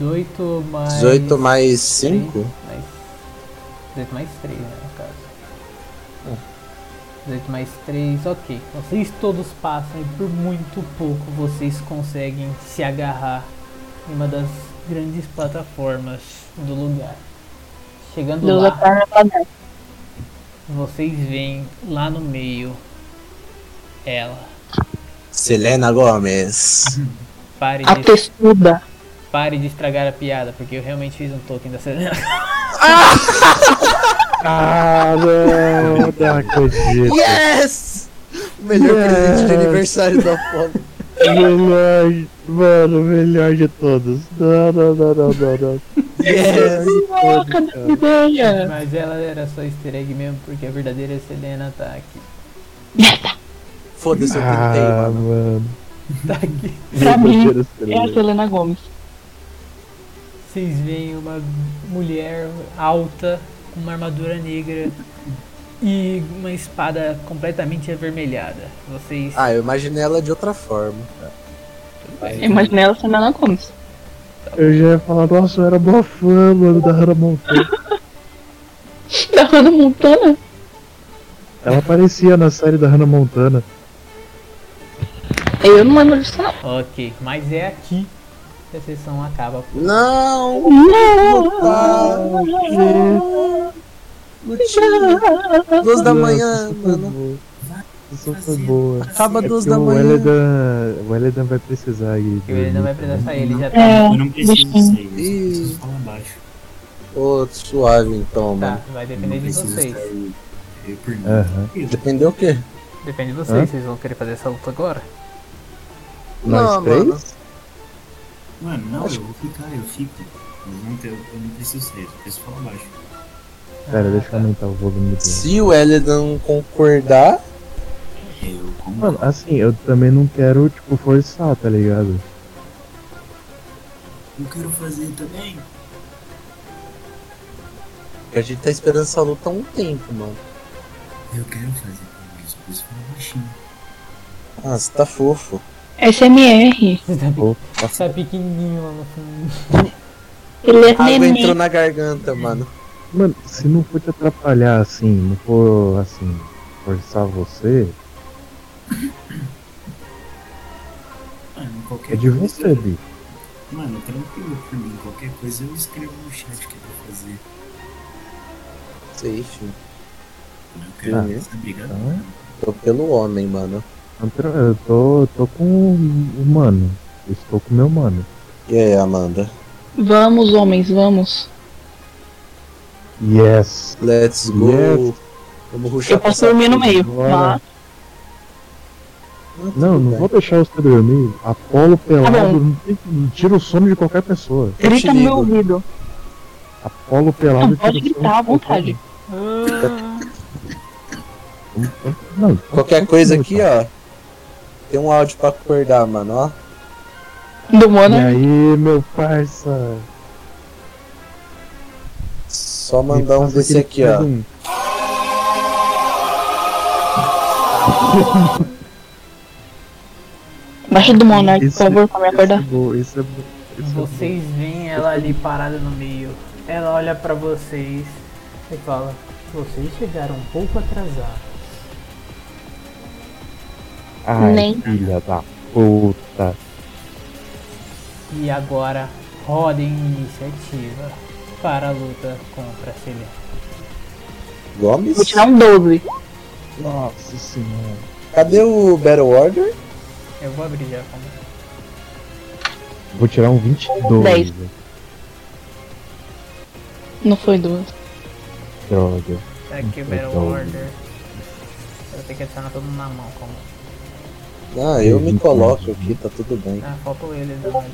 18 mais. 18 mais 5? Mais... 18 mais 3, né, no caso. Hum. 18 mais 3, ok. Vocês todos passam e por muito pouco vocês conseguem se agarrar em uma das grandes plataformas do lugar. Chegando Deus lá. a perna pra dar. Vocês veem lá no meio ela. Selena Gomes. Pare A de, textuda. pare de estragar a piada, porque eu realmente fiz um token da Selena. Ah, não, não acredito. Yes! O melhor presente de aniversário da foda. Melhor, mano, melhor de todos. Não, não, não, não, não, não. Yes! Caraca, que ideia. Mas ela era só easter egg mesmo, porque a verdadeira Selena tá aqui. Foda-se, eu tentei, Ah, um, mano. mano. Tá aqui. Pra mim, Verdadeira é a estrela. Selena Gomes. Vocês veem uma mulher alta, com uma armadura negra e uma espada completamente avermelhada. Vocês. Ah, eu imaginei ela de outra forma. Eu É imaginei ela Selena Gomes. Eu já ia falar, nossa, eu era mó fã, mano, da Hannah Montana. Da Hannah Montana? Ela aparecia na série da Hannah Montana. Eu não lembro disso, não. Ok, mas é aqui que a sessão acaba. Não! Não! Duas da manhã, mano. Isso foi boa. Acaba duas Porque da o manhã. Eledan, o Eledan vai precisar aí. Que ele não vai precisar sair, ele já tá. É, Eu não preciso bichinho. disso aí. Eu Ih, preciso falar baixo. ô, suave então, Tá, mano. vai Eu não depender de preciso vocês. estar aí. eh, Eu pergunto. Aham. Depender o quê? Depende de Hã? vocês, vocês vão querer fazer essa luta agora? Nós Não, três? mano. Mano, não, eu vou ficar, eu fico. Eu não, tenho, eu não preciso sair, eu preciso falar baixo. Pera, Ah, tá. deixa eu aumentar o volume dele. Se o Eledan concordar, Eu como. Mano, assim, eu também não quero, tipo, forçar, tá ligado? Eu quero fazer também. a gente tá esperando essa luta há um tempo, mano. Eu quero fazer também, eu só preciso falar baixinho. Ah, você tá fofo. SMR. Você é pequenininho lá no fundo. Ele é A água entrou neném. na garganta, mano. Mano, se não for te atrapalhar, assim, não for, assim, forçar você, Mano, qualquer é de coisa- você, bicho. Mano, tranquilo por mim, qualquer coisa eu escrevo no chat que eu vou fazer. Sei, filho. Eu quero Ah, mesmo, obrigado. então é. Tô pelo homem, mano. Eu tra- Eu tô, tô com o mano. Eu Estou com o meu mano. E aí, Amanda? Vamos, homens, vamos. Yes! Let's go. Yes. Vamos ruxar Eu posso dormir no meio, Bora. mas pra- Não, não vou deixar você dormir. Apolo Tá pelado não tem- não tira o sono de qualquer pessoa. Eu te grita no meu ligo. ouvido. Apolo pelado tira Não, o pode sono gritar à de qualquer vontade. pessoa. Não, Tá Qualquer coisa aqui, ó. Tem um áudio pra acordar, mano, ó. Do E Mona. aí, meu parça? Só mandar um desse aqui, ó. Faz um- Embaixo do Monark, por Esse- favor, pra me acordar. Isso é bom. Vocês veem ela ali parada no meio. Ela olha pra vocês e fala: Vocês chegaram um pouco atrasados. Ai, Nem. filha da puta. E agora rodem iniciativa para a luta contra a Selene. Gomes? Vou tirar um doble. Nossa senhora. Cadê o Battle Order? Eu vou abrir já. calma. Vou tirar um 22. Dez. Não foi duas. Droga. Tá aqui o Battle Então, Order. Eu tenho que adicionar todo mundo na mão. Como? Ah, eu me coloco aqui, tá tudo bem. Ah, falta o né? ele não, ele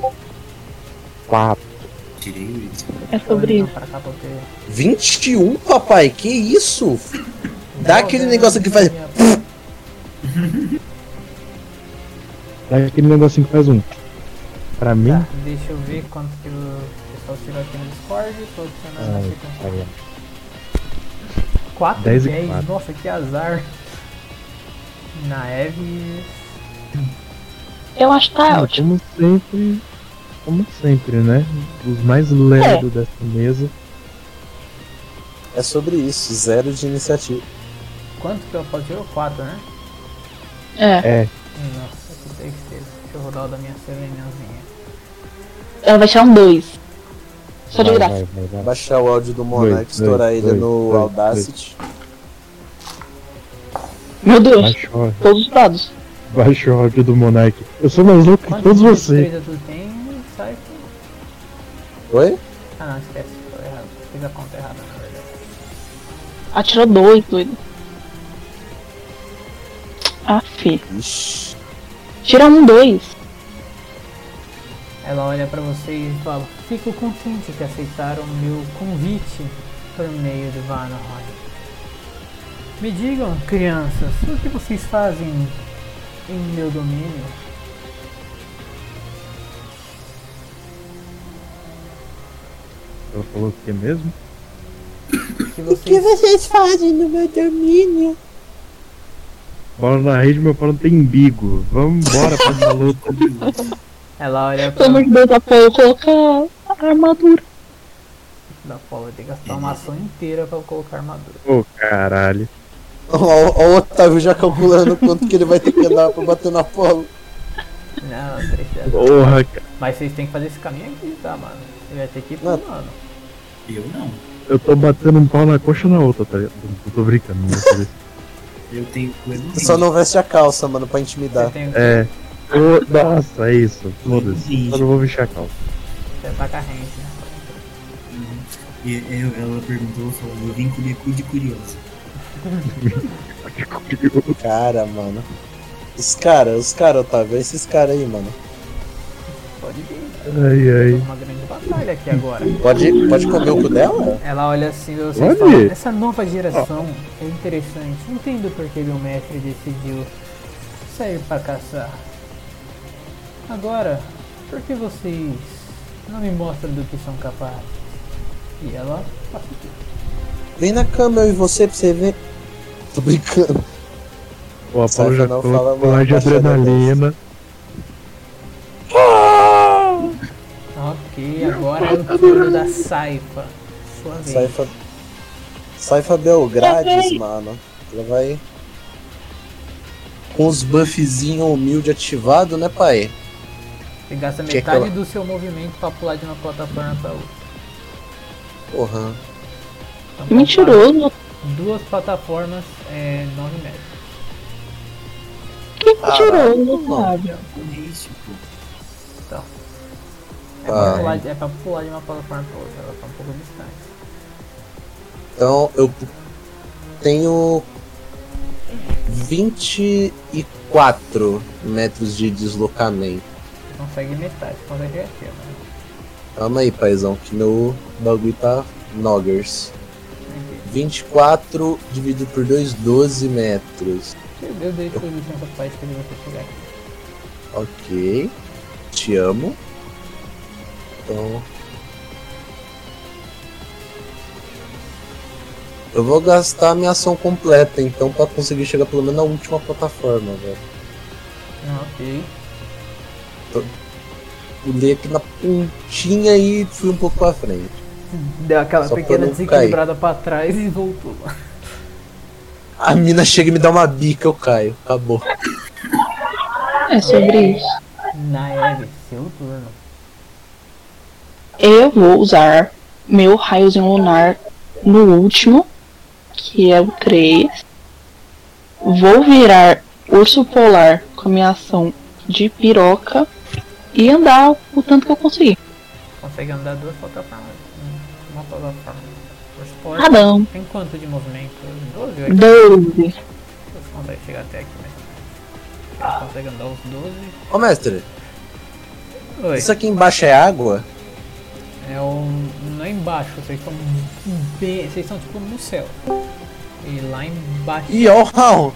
não. 4. É sobre isso. Então, Pra cá, pra eu ter- 21, papai, que isso? Dá aquele negócio que faz. Tá aquele negocinho que faz um. Pra mim. Tá. Deixa eu ver quanto que o pessoal tirou aqui no Discord. Tô adicionando Ai, aqui com ai, 4 Dez dez É e 10, quatro. nossa, que azar. Na Eve. Eu acho que Ah, tá ótimo. Como sempre. Como sempre, né? Os mais lerdos dessa mesa. É sobre isso, zero de iniciativa. Quanto que eu posso tirou? 4, né? É. É. Nossa, que tristeza. Deixa eu rodar o da minha selenãozinha. Ela vai tirar um dois. Só de graça. Baixar o áudio do Monark, Dois, estourar dois, ele dois, no dois, Audacity. Meu Deus. Baixou, Todos os lados. baixou o áudio do Monark. Eu sou mais louco que todos vocês. Tristeza tu tem, sai. Oi? Ah não, esquece, tô errado. Fiz a conta errada na verdade. Ela tirou dois, doido. Ah, fi. Tira um dois. Ela olha pra vocês e fala: Fico contente que aceitaram o meu convite por meio do Vanaheim. Me digam, crianças, o que vocês fazem em meu domínio? Ela falou o que mesmo? O que vocês fazem no meu domínio? Bola na rede, meu pau não tem umbigo. Vamos embora tá pra essa luta. Ela olha pra. Pelo amor de Deus, Apolo, coloca a armadura. Da Paula tem que gastar uma ação inteira pra colocar armadura. Ô, caralho. Ó, o Otávio já calculando quanto que ele vai ter que andar pra bater na Apolo. Não, tristeza. Porra, cara. Mas vocês têm que fazer esse caminho aqui, tá, mano? Você vai ter que ir pro mano. Eu não. Eu tô batendo um pau na coxa na outra, tá ligado? Eu tô brincando, né? não vou fazer isso. Eu tenho Tu só não veste a calça, mano, pra intimidar. É. Eu- nossa, é isso. Foda-se. Eu não vou mexer a calça. Você tá carrente, né? E eu- ela perguntou, falou, eu vim comer cu de curioso. Cara, mano. Os cara, os cara, Otávio, esses caras aí, mano. Pode vir. Ai, ai. É Uma grande batalha aqui agora. Pode, pode comer o cu dela? Ela olha assim pra vocês Olha. e fala, essa nova geração é interessante. Entendo por que meu mestre decidiu sair pra caçar. Agora, por que vocês não me mostram do que são capazes? E ela passa aqui. Vem na cama eu e você pra você ver. Tô brincando. O Apolo Sai, já não, colocou fala com ar de uma baixada adrenalina. Ok, agora é o turno da Saifa. Sua vez. Saifa. Saifa Belgrades, Também. mano. Ela vai. Com os buffzinho humilde ativado, né, pai? Você gasta Que que metade ela- do seu movimento pra pular de uma plataforma pra outra. Porra. Então, pra Mentiroso. pular Duas plataformas é 9 metros. Que Caralho, mentiroso, não. é Fábio. Então. É, pra Ah. pular, de- é pra pular de uma plataforma pra outra, ela tá um pouco distante. Então eu tenho 24 metros de deslocamento. Você consegue metade, você consegue reagir, né? mano. Calma aí, paizão, que meu bagulho tá noggers. Aqui. 24 dividido por 2, 12 metros. Eu- Eu dei tudo isso nessa parte que ele vai chegar aqui. Ok. Te amo. Então. Eu vou gastar a minha ação completa, então, pra conseguir chegar pelo menos na última plataforma, velho. Ah, Ok. Pulei aqui na pontinha e fui um pouco pra frente. Deu aquela Só pra pequena não desequilibrada pra trás e voltou. A mina chega e me dá uma bica, eu caio. Acabou. É sobre isso. Naeve, seu turno. Eu vou usar meu raiozinho lunar no último, que é o 3. Vou virar urso polar com a minha ação de piroca e andar o tanto que eu conseguir. Consegue andar duas plataformas. né? Uma plataforma. Você pode- Ah, não. Tem quanto de movimento? 12 ou 8? 12. Você consegue chegar até aqui, né? Você consegue andar os 12. Ô, mestre. Oi. Isso aqui embaixo é água? É um. Não é embaixo, vocês estão. bem- Vocês estão tipo no céu. E lá embaixo. Ih, ó o Raul.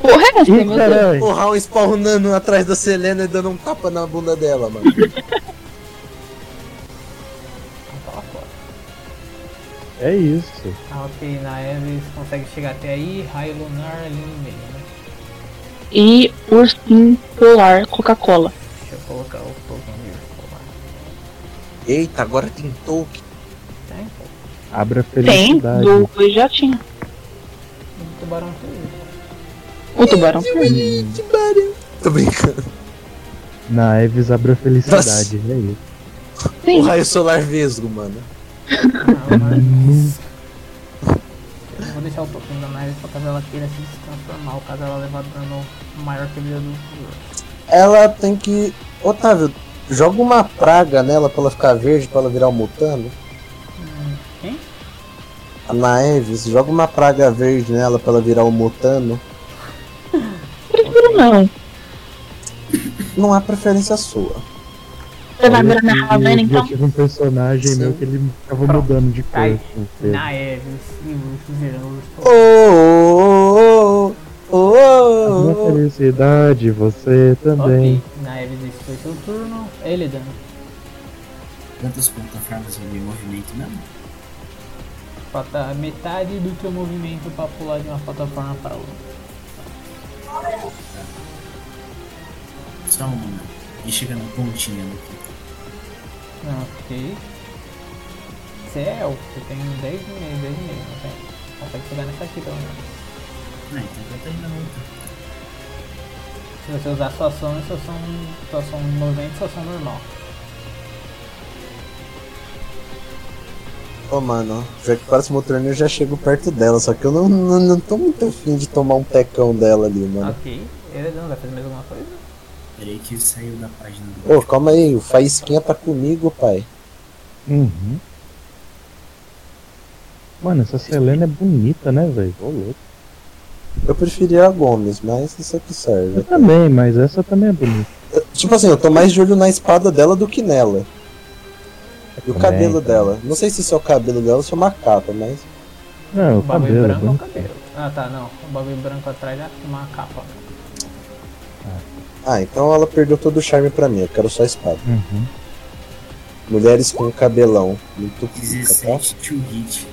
Porra, é essa, Ih, meu Deus? caralho. O Raul spawnando atrás da Selena e dando um tapa na bunda dela, mano. É isso. Ah, ok, na Eves consegue chegar até aí, raio lunar ali no meio, né? E ursinho polar Coca-Cola. Deixa eu colocar o token de colar. Eita, agora tem token. Tem? Abre a Tem, felicidade. do dois já tinha. O tubarão fez. O tubarão. Tô brincando. Na Eves abre a felicidade, é isso. O raio solar vesgo, mano. Eu vou deixar o token da Naeve só caso ela queira se transformar, ou caso ela levar dano maior que a vida do furor. Ela tem que. Otávio, joga uma praga nela pra ela ficar verde, pra ela virar um mutano. Quem? A Naeves, joga uma praga verde nela pra ela virar um mutano. Prefiro não. Não há preferência sua. Você vai Olha virar minha que Ravena então? Eu tive um personagem meu que ele ficava mudando de cor. Cai com o tempo. na Eves e o urso virando o urso. Ô, ô, ô, ô, Minha ô, ô, ô. felicidade, você também. Ok, na Eves esse foi seu turno. Ele dano. Quantas plataformas eu vi em movimento mesmo? Falta metade do teu movimento pra pular de uma plataforma pra outra. Só uma, né? E chega na pontinha né? aqui. Ah, Ok. Você é elfo, você tem 10 e meio, 10 e meio, não tem? Consegue chegar nessa aqui pelo menos. Ah, então já tá indo na outra. Se você usar sua ação, sua ação, sua ação de movimento, sua ação normal. Ô, mano, já que parece meu turno eu já chego perto dela, só que eu não, não, não tô muito afim de tomar um tecão dela ali, mano. Ok. Ele não vai fazer mais alguma coisa? Peraí que saiu da página do. Ô, calma aí, o Faísquinha tá comigo, pai. Uhum. Mano, essa Selena é bonita, né, velho? Ô louco. Eu preferia a Gomes, mas isso aqui serve. Eu também, mas essa também é bonita. Tipo assim, eu tô mais de olho na espada dela do que nela. E o Também, cabelo também. dela. Não sei se isso é o cabelo dela ou se é uma capa, mas. Não, O o bagulho cabelo. é branco é o bonito. cabelo. Ah tá, não. O bagulho branco atrás é uma capa. Ah, então ela perdeu todo o charme pra mim, eu quero só a espada. Uhum. Mulheres com cabelão. Muito pica, tá? 17 to hit.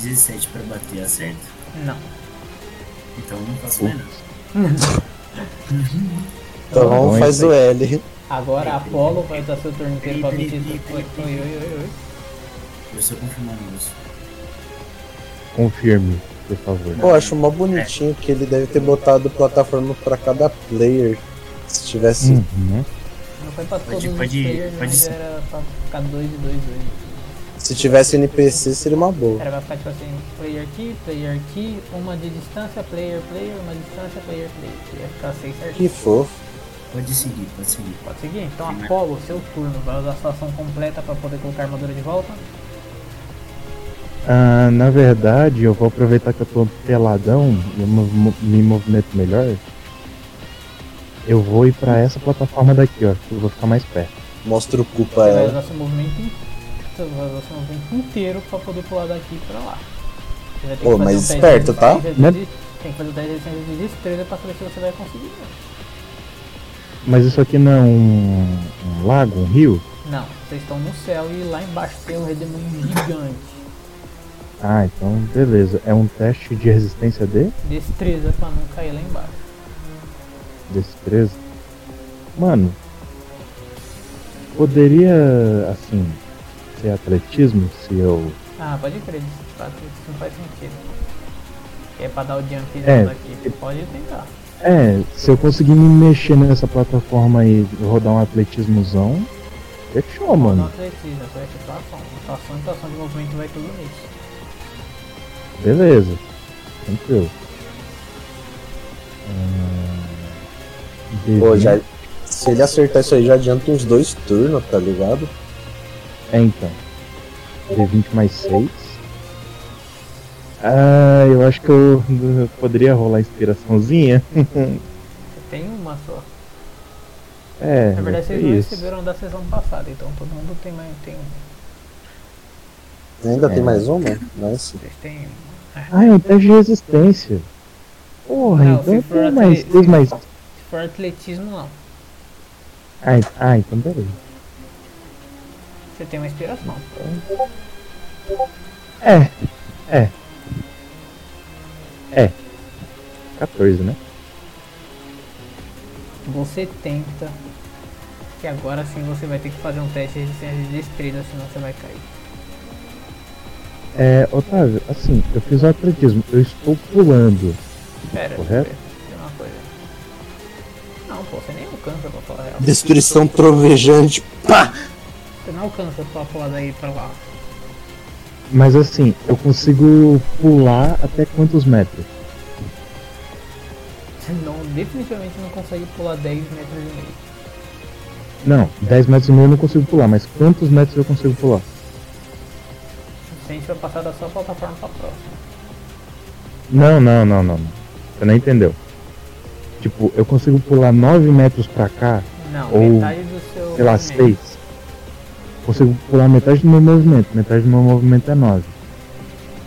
17 pra bater, acerta? Não. Então eu não faço menos. Então vamos faz o L. Agora Apolo vai usar seu turno inteiro pra Peraí, medir. peraí, Oi, oi, oi, oi. Eu só confirmando isso. Confirme, por favor. Pô, acho mó bonitinho que ele deve ter botado plataforma pra cada player. Se tivesse. Uhum. Não foi pra todos Pode- os pode- players, pode mas ser. era pra ficar 2 e 2 2. Se tivesse NPC seria uma boa. Era pra ficar tipo assim, player aqui, player aqui, uma de distância, player, player, uma distância, player, player. Ia ficar 6 Que certinho. fofo. Pode seguir, pode seguir. Pode seguir? Então né? Apolo, seu turno, vai usar sua ação completa pra poder colocar a armadura de volta. Ah, na verdade, eu vou aproveitar que eu tô peladão e eu mo- mo- me movimento melhor. Eu vou ir pra essa plataforma daqui, ó. Que eu vou ficar mais perto. Mostra o cu pra Você vai ela. usar seu movimento, in- você vai usar seu movimento inteiro pra poder pular daqui pra lá. Você vai ter que Pô, fazer mas um teste esperto, de tá? destreza Né? de- Tem que fazer o teste de destreza de destreza pra saber se você vai conseguir. Mas isso aqui não é um, um lago, um rio? Não, vocês estão no céu e lá embaixo tem um redemoinho gigante. Ah, então beleza. É um teste de resistência de Destreza pra não cair lá embaixo. destreza. Mano, poderia, assim, ser atletismo se eu. Ah, pode crer, isso tá, isso não faz sentido. É pra dar o jump É. daqui. Você pode tentar. É, se eu conseguir me mexer nessa plataforma e rodar um atletismozão, fechou, Não mano. atletismo, só é tipo ação. Então, ação e ação de movimento vai tudo nisso. Beleza. Tranquilo. Ah, Pô, já, D20. se ele acertar isso aí, já adianta uns dois turnos, tá ligado? É então. D20 mais 6. Ah, eu acho que eu eu poderia rolar inspiraçãozinha. Você tem uma só. é, Na verdade, é vocês não isso. receberam da sessão passada, então todo mundo tem mais. Tem, um, Ainda É. tem mais uma? Nossa. tem Ah, é um teste de resistência. Porra, Não, então se for tem mais atle- 3 mais. se for atletismo, não. Ah, en- ah, então peraí. Você tem uma inspiração. É, é. É. 14, né? Você tenta. Que agora sim você vai ter que fazer um teste de resistência de destreza, senão você vai cair. É, Otávio, assim, eu fiz o atletismo, eu estou pulando. Pera, Correto? Tem uma coisa. Não, pô, você nem alcança pra falar a real. Destruição trovejante. Pá! Você não alcança pra pular daí pra lá. Mas assim, eu consigo pular até quantos metros? Você não, definitivamente não consegue pular 10 metros e meio. Não, 10 metros e meio eu não consigo pular, mas quantos metros eu consigo pular? A gente vai passar da sua plataforma pra próxima. Não, não, não, não. não. Você não entendeu. Tipo, eu consigo pular 9 metros pra cá. Não, ou, metade do seu Sei lá, movimento. 6. Consigo pular metade do meu movimento. Metade do meu movimento é 9.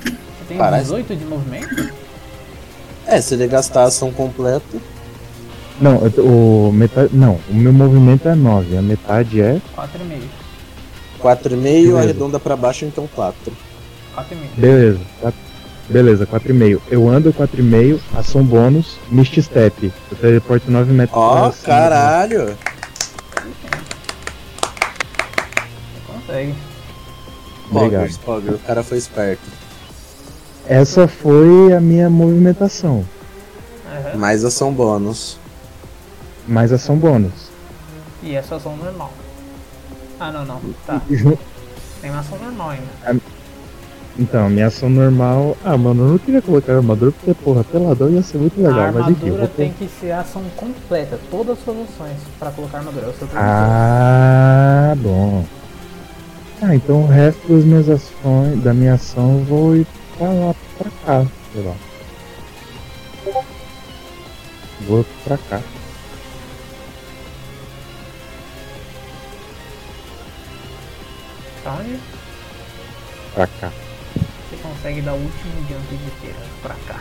Você tem Parece- 18 de movimento? É, se ele gastar a ação completa. Não, eu, tô- o metade, não, o meu movimento é 9. A metade é. 4,5. 4,5, Beleza. arredonda pra baixo, então 4. 4,5. Beleza. quatro- Beleza, 4,5. Eu ando 4,5, ação bônus, Mist Step. Eu teleporto 9 metros Ó, pra cima. caralho! Consegue. Obrigado. Poggers, Poggers, o cara foi esperto. Essa foi a minha movimentação. Mais ação bônus. Mais ação bônus. E é sua ação normal. Ah, não, não. Tá. Ju- Tem uma ação normal ainda. Então, minha ação normal. Ah, mano, eu não queria colocar armadura porque, porra, peladão ia ser muito a legal, É, mas enfim. eu armadura Vou... tem que ser a ação completa. Todas as suas ações pra colocar armadura. É o seu turno Ah, bom. Ah, então o resto das minhas ações, da minha ação, eu vou ir pra lá, pra cá, sei lá. Vou pra cá. todo. Tá onde? Pra cá. Você consegue dar o último jump de feira pra cá.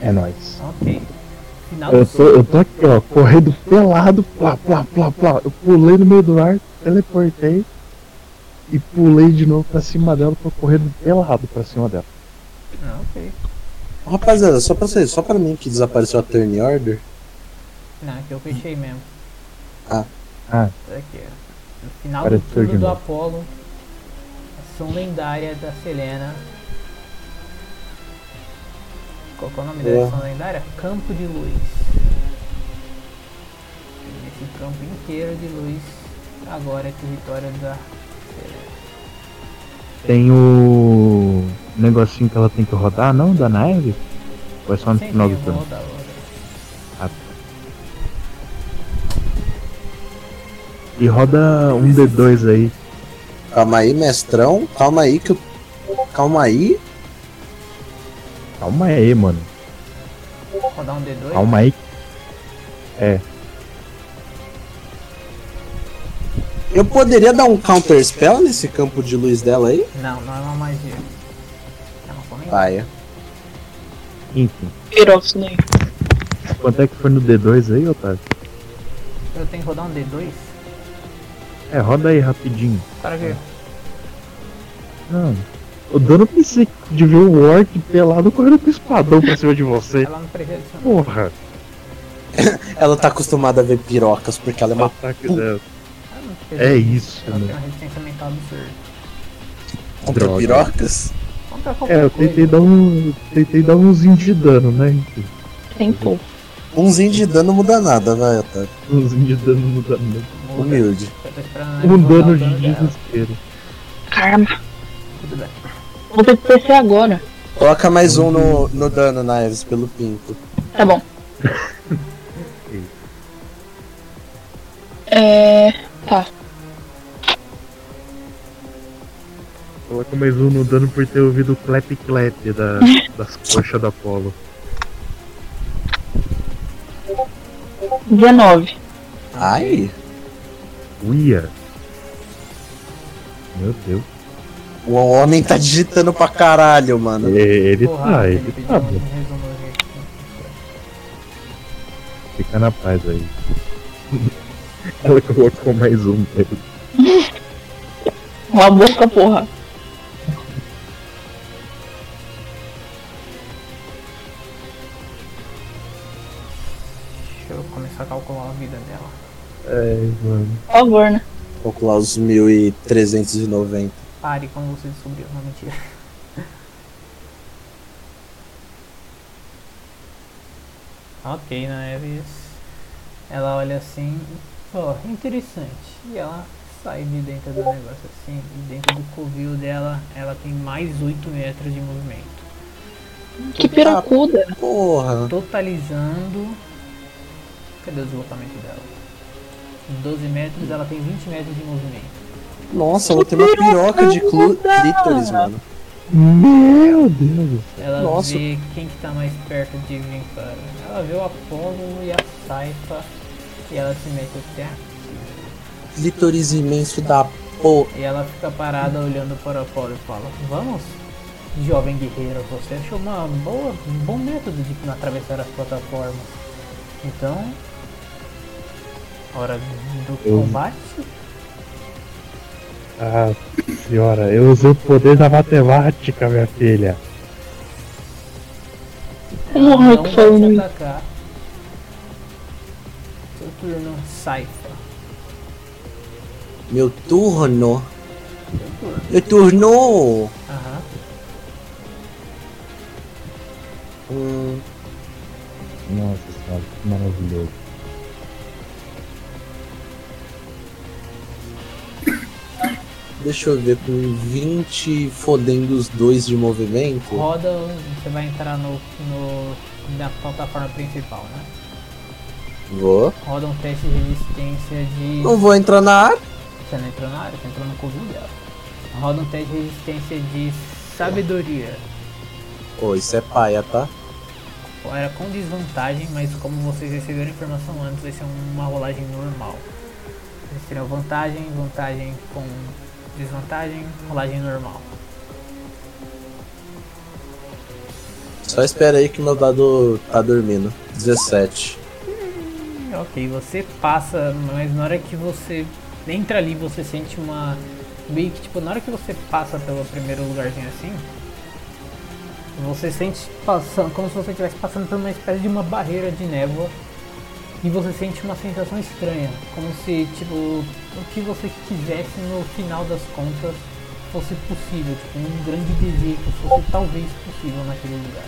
É nóis. Ok. Final Eu do tô, eu tô aqui, ó, correndo pelado, plá, plá, plá, plá. Eu pulei no meio do ar, teleportei e pulei de novo pra cima dela, tô correndo pelado pra cima dela. Ah, ok. Rapaziada, só pra vocês, só pra mim que desapareceu a turn order. Não, que eu fechei mesmo. Ah. Ah. né? Aqui, ó. No final Apareceu do turno de do novo. Apollo, ação lendária da Selena. Qual que é o nome da Boa. ação lendária? Campo de Luz. Esse campo inteiro de luz agora é território da Selena. Tem o negocinho que ela tem que rodar, não? Da nave? Ou é só no Sem final do fio, turno? vou rodar, vou rodar. Ah, tá. E roda um D2 aí. Calma aí, mestrão. Calma aí que eu. Calma aí. Calma aí, mano. Vou rodar um D2. Calma aí. É. Eu poderia dar um counter spell nesse campo de luz dela aí? Não, não é uma magia. É uma forma Paia. Enfim. Virou isso daí. Quanto é que foi no D2 aí, Otávio? Eu tenho que rodar um D2? É, roda aí rapidinho. Para quê? Não. Ah, O dano precisa de ver um orc pelado correndo com espadão pra cima de você. Ela não precisa disso, não. Porra. ela tá acostumada a ver pirocas porque ela é uma. puta Ela não precisa É disso. isso, Ela tem né? uma resistência mental absurda. Contra Droga. pirocas? Compra É, qualquer eu tentei coisa. dar um. Tentei dar umzinho de dano, né? Tem pouco. Umzinho de dano muda nada, vai, Otário. Umzinho de dano não dá nada. Muda. Humilde. Eu tô esperando ela Um rodar o dano de dela. desespero. Karma. Tudo bem. Vou ter que PC agora. Coloca mais um no, no dano, Naves, pelo pinto. Tá bom. é. Tá. Coloca mais um no dano por ter ouvido o clap clap da, das coxas da Polo. 19. Ai, Uia! Meu Deus. o homem tá digitando pra caralho, mano. Ele Porra, tá, ele Felipe, de tá. novo, bom. um resumo aqui. Fica na paz aí. Ela colocou mais um dele. Uma boca, porra. Deixa eu começar a calcular a vida dela. É, mano. Por favor, né? Calcular os 1390. Pare quando você descobriu, não mentira. ok, Naeves. Ela olha assim, ó, interessante. E ela sai de dentro do negócio assim, e dentro do covil dela, ela tem mais 8 metros de movimento. Que piracuda. Porra. Totalizando. Cadê o deslocamento dela? 12 metros, ela tem 20 metros de movimento. Nossa, ela tem uma piroca de clu- clítoris, mano. Meu Deus. Ela Nossa. vê quem que tá mais perto de vir para. Ela vê o Apolo e a Saifa e ela se mete até aqui. Clítoris imenso da porra. E ela fica parada olhando para o Apolo e fala, vamos? Jovem guerreiro, você achou uma boa, um bom método de atravessar as plataformas. Então. Hora do Eu- combate? Ah, senhora, eu usei o poder da matemática, minha filha. Ela Porra, não que um- vai falou te isso. atacar. Seu turno, Saifa. Meu turno. Meu turno. Aham. Hum, Nossa senhora, que maravilhoso. deixa eu ver, com 20 fodendo os dois de movimento. roda, um, você vai entrar no, no- na plataforma principal, né? Vou. Roda um teste de resistência de. Não vou entrar na área. Você não entrou na área, você entrou no covil dela. Roda um teste de resistência de sabedoria. Ô, isso é paia, tá? Era com desvantagem, mas como vocês receberam a informação antes, vai ser uma rolagem normal. Vocês terão vantagem, vantagem com desvantagem, rolagem normal. Só espera aí que meu dado tá dormindo. 17. Ok, você passa, mas na hora que você entra ali, você sente uma. Meio que tipo, na hora que você passa pelo primeiro lugarzinho assim, você sente passando, como se você estivesse passando por uma espécie de uma barreira de névoa. E você sente uma sensação estranha, como se tipo, o que você quisesse no final das contas fosse possível, tipo, um grande desejo fosse talvez possível naquele lugar.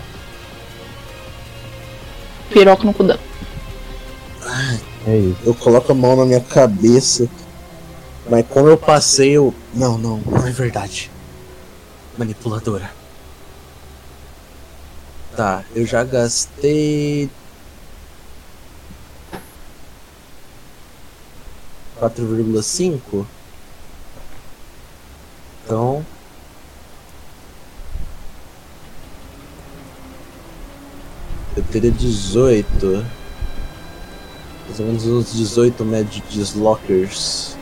Piroca no cudão. É isso. Eu coloco a mão na minha cabeça. Mas como eu passei, eu. Não, não, não é verdade. Manipuladora. Tá, eu já gastei. 4,5? Então. Eu teria 18. Mais ou menos uns 18 Magic Dislockers.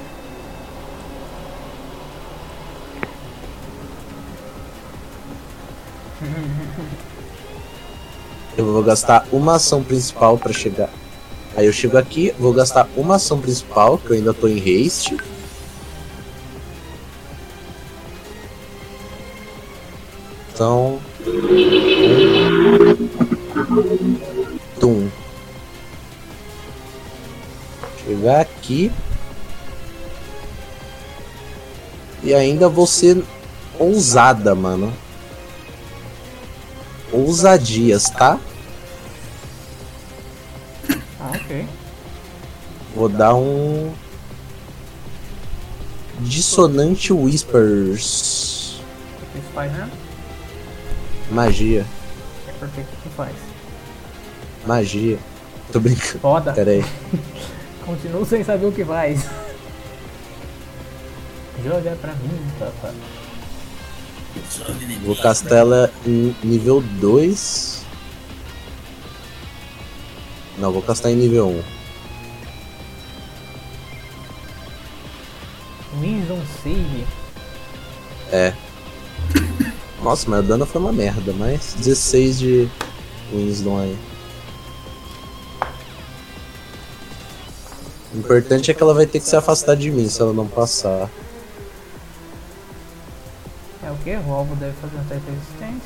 Eu vou gastar uma ação principal pra chegar. Aí eu chego aqui, vou gastar uma ação principal, que eu ainda tô em haste. Então. um, Tum. Chegar aqui. E ainda vou ser ousada, mano. Ousadias, tá? Ah, ok. Vou dar um. Dissonante Whispers. O que isso faz, né? Magia. É porque o que que faz? Magia. Tô brincando. Foda. Pera aí. Continuo sem saber o que faz. Joga pra mim, Tata. Vou castar ela em nível 2. Não, vou castar em nível um. 1. Wisdom Save. É. Nossa, mas o dano foi uma merda, mas 16 de é. Winston aí. O importante é que ela vai ter que se afastar de mim se ela não passar. É o que? O alvo deve fazer um teste de resistência.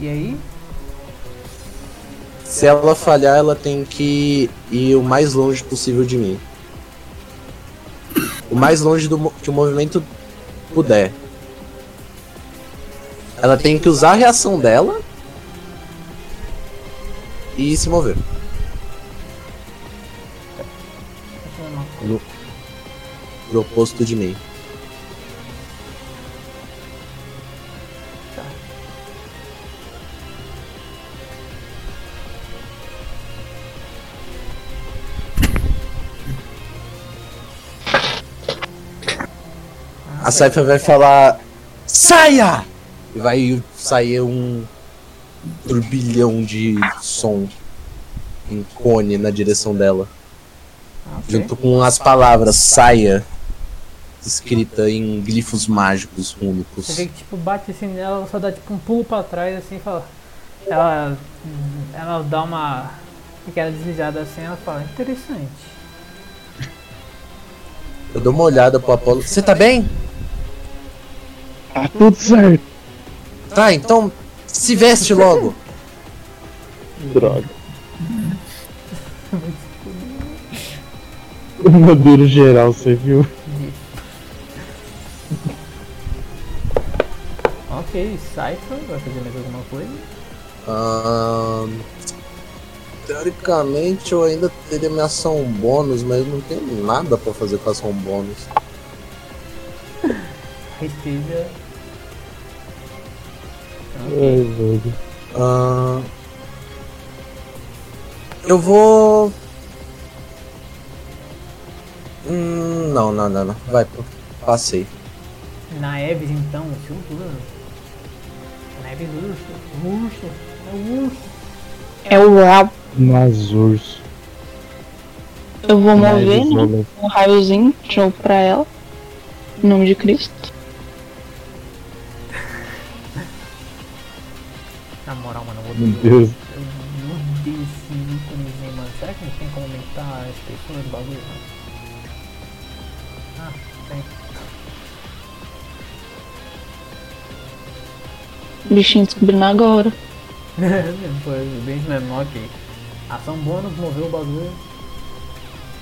E aí? Se ela falhar, ela tem que ir o mais longe possível de mim. O mais longe do mo- que o movimento puder. Ela tem que usar a reação dela e se mover. Deixa eu ver uma- No, pro oposto de mim. A Saifa vai falar: Saia! E vai sair um turbilhão de som em cone na direção dela. Ah, Junto com as palavras saia, escrita em glifos mágicos Você únicos. vê que tipo, bate assim nela, ela só dá tipo um pulo pra trás assim e fala. Ela. Ela dá uma. Aquela deslizada assim, ela fala, interessante. Eu dou uma olhada pro Apolo. Você tá bem? Tá tudo certo. Tá, então se veste logo. Droga. O modelo geral, você viu? Ok, Cypher, vai fazer mais alguma coisa? Ahn, teoricamente eu ainda teria minha ação bônus, mas eu não tenho nada pra fazer com a ação bônus. Respira. Ahn, Ah, eu vou. Hum, não, não, não, não. Vai, pô. passei. Na Eves então, o seu turno. Na Eves urso, urso, é o urso. É o rabo. Nas urso. Eu vou Mas mover né? isola. um raiozinho de novo pra ela. Em nome de Cristo. Na moral, mano, eu Meu odeio. Deus. Eu eu odeio esse íconezinho, mano. Será que não tem como aumentar as pessoas do bagulho, mano? Ah, tem. Bichinho descobrindo agora. Foi bem menor que ação bônus, moveu o bagulho.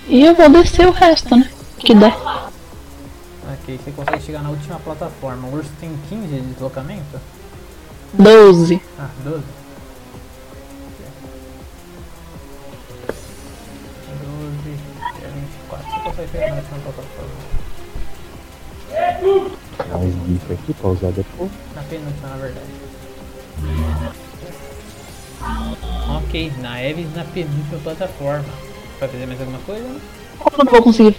E eu vou descer o resto, né? Que der. Ok, você consegue chegar na última plataforma. O urso tem 15 de deslocamento? 12. Ah, 12. 12, é 24. Você consegue chegar na última plataforma. Mais bico aqui pra usar depois. Na penúltima, na verdade. Ok, na Eves na penúltima plataforma. Vai fazer mais alguma coisa? Como eu não vou conseguir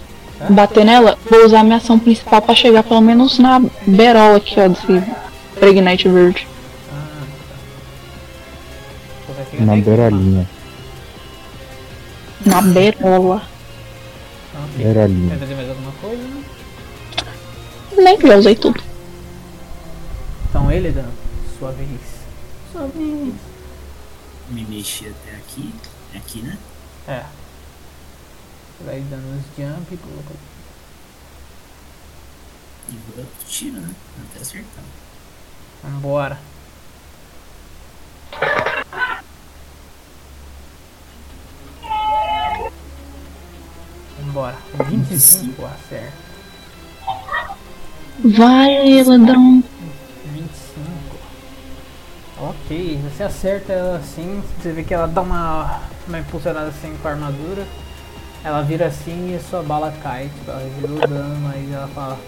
bater nela, vou usar a minha ação principal pra chegar pelo menos na berola aqui, ó, desse Pregnite Verde. Ah, tá. Consegue chegar Na até aqui? beirolinha. Na berola. Ok. Era lindo. Vai fazer mais alguma coisa? Nem que já usei tudo. Então, Elidan, sua vez. Sua vez. Me mexi até aqui. É aqui, né? É. Vai dando uns jump e coloca. E vou dar outro tiro, né? Até acertar. Vambora. Vambora. 25, acerta. Vai, ladrão. 25. Ok, você acerta ela assim, você vê que ela dá uma, uma impulsionada assim com a armadura. Ela vira assim e a sua bala cai, tipo, ela virou dano, mas ela fala.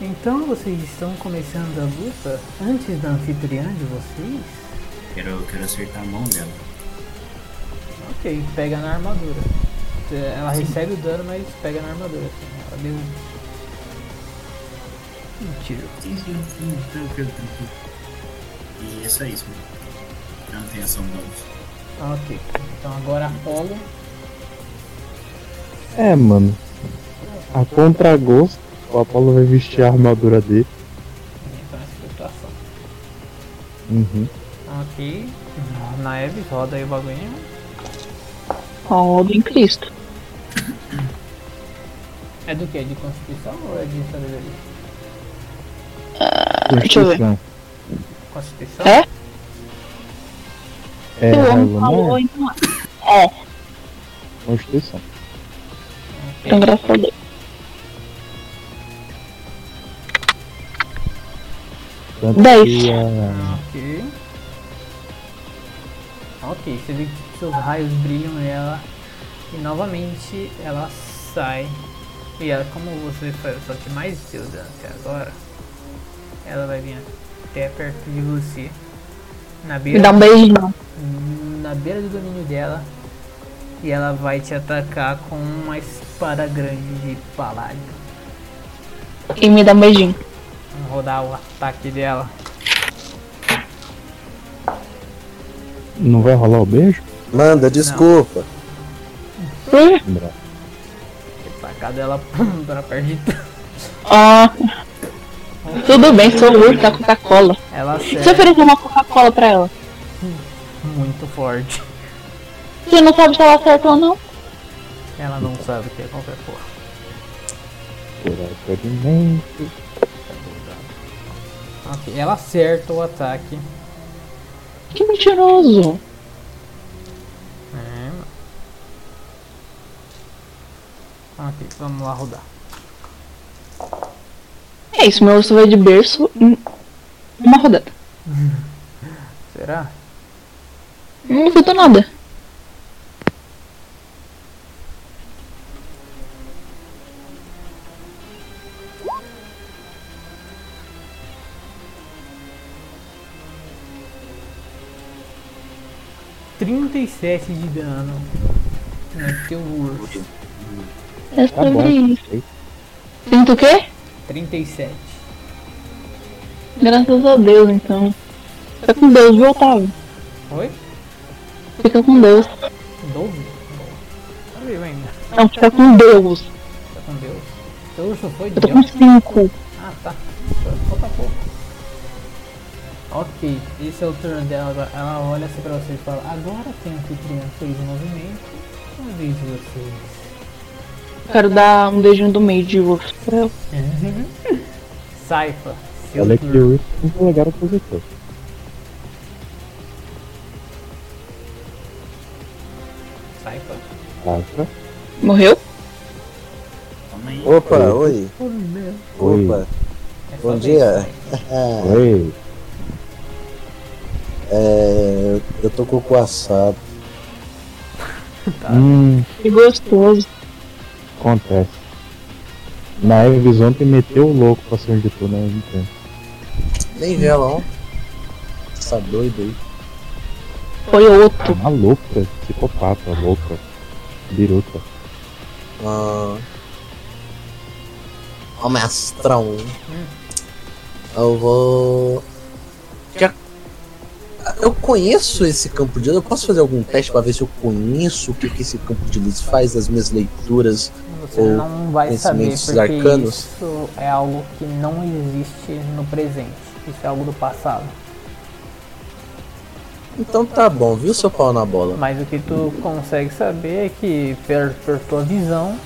Então vocês estão começando a luta antes da anfitriã de vocês? Quero, quero acertar a mão dela. Ok, pega na armadura. Ela recebe o dano, mas pega na armadura. assim. Ela deu um um tiro. Sim, sim, sim, tranquilo, tranquilo. E é só isso mesmo. Eu não tenho ação bônus. Ok, então agora Apolo. É, mano. A contragosto, o Apolo vai vestir a armadura dele. Então essa é a situação. Uhum. Ok, na Eve, roda aí o bagulhinho. Rodo em Cristo. É do que? É de Constituição ou é de sabedoria? Ah, deixa eu ver. Constituição? É? É, o homem Hylon, falou, né? então. É, Constituição. então graças a Deus. Tanto Dez. que é, a- Ok. Ok, você vê que seus raios brilham nela. E novamente ela sai. E ela, como você foi só que mais deu dano até agora, ela vai vir até perto de você. Na beira Me dá um beijinho. na beira do domínio dela e ela vai te atacar com uma espada grande de paládio. E me dá um beijinho. Vamos rodar o ataque dela. Não vai rolar o beijo? Manda, desculpa. Bra- Tacar dela pum, pra perto de tu. Ah. Tudo bem, sou louco da Coca-Cola. Ela Você acerta ofereceu uma Coca-Cola pra ela. muito forte. Você não sabe se ela acerta ou não? Ela não sabe o que é qualquer porra. Coragem. Ok, ela acerta o ataque. Que mentiroso. É, mano. Ok, vamos lá rodar. É isso, meu urso vai de berço em uma rodada. Será? Não faltou nada. trinta e sete de dano no teu urso. É Tá bom. sobre isso. Sinto o quê? 37. Graças a Deus, então. Fica com Deus, viu, Otávio? Oi? Fica com Deus. 12? Tá vivo ainda. Não, fica com Deus. Tá com Deus. Teu urso foi de Eu tô com Deus? cinco. Ah, tá. Falta pouco. Ok, esse é o turno dela agora. Ela olha assim pra você e fala, agora que a anfitriã fez o movimento, eu vejo vocês. Quero dar um beijinho do meio de urso pra ela. Saifa, seu Olha que turno. o muito legal posição. Saifa. Saifa. Morreu? Opa, oi. Oh, meu. Oi. Opa. É só Bom vez, dia. Saifa. Oi. É, eu tô com o cu assado. Tá. Hum, Que gostoso. acontece. Na Eves ontem meteu o louco pra cima de tu, né? Eu entendo. Nem vê ela, ó. Tá doido aí. Foi É outro. uma louca, psicopata, louca, biruta. Ah. Ó, mestrão. um. Eu vou. Já- Eu conheço esse campo de luz. Eu posso fazer algum teste pra ver se eu conheço o que, que esse campo de luz faz, as minhas leituras? Você ou não vai saber conhecimentos porque arcanos? isso é algo que não existe no presente. Isso é algo do passado. Então tá bom, viu, seu pau na bola? Mas o que tu consegue saber é que, per, per tua visão,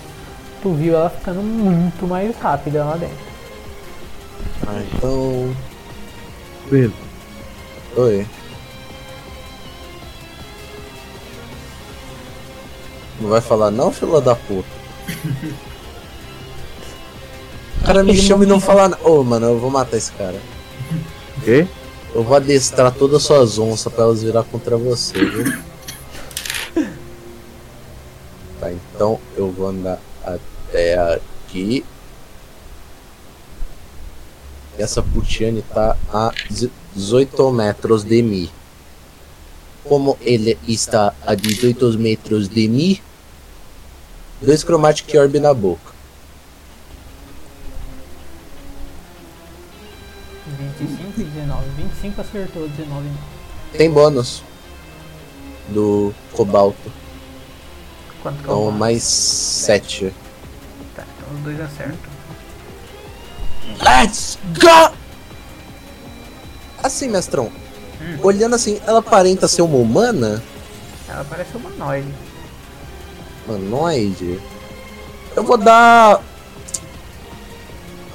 tu viu ela ficando muito mais rápida lá dentro. Ah, então. Beleza. Oi. Não vai falar não, fila da puta? O cara me chama e não fala nada. Ô, mano, eu vou matar esse cara. Quê? Eu vou adestrar todas as suas onças pra elas virar contra você, viu? Tá, então eu vou andar até aqui. Essa Putiane tá a 18 metros de mim. Como ele está a 18 metros de mim, dois Chromatic Orb na boca. 25 e 19. 25 acertou, 19 não. Tem bônus do Cobalto. Quanto que é o Então, bônus? mais 7. Tá, então os dois acertam. Let's go! Assim, mestrão. Olhando assim, ela aparenta ser uma humana? Ela parece humanoide. Humanoide. Eu vou dar.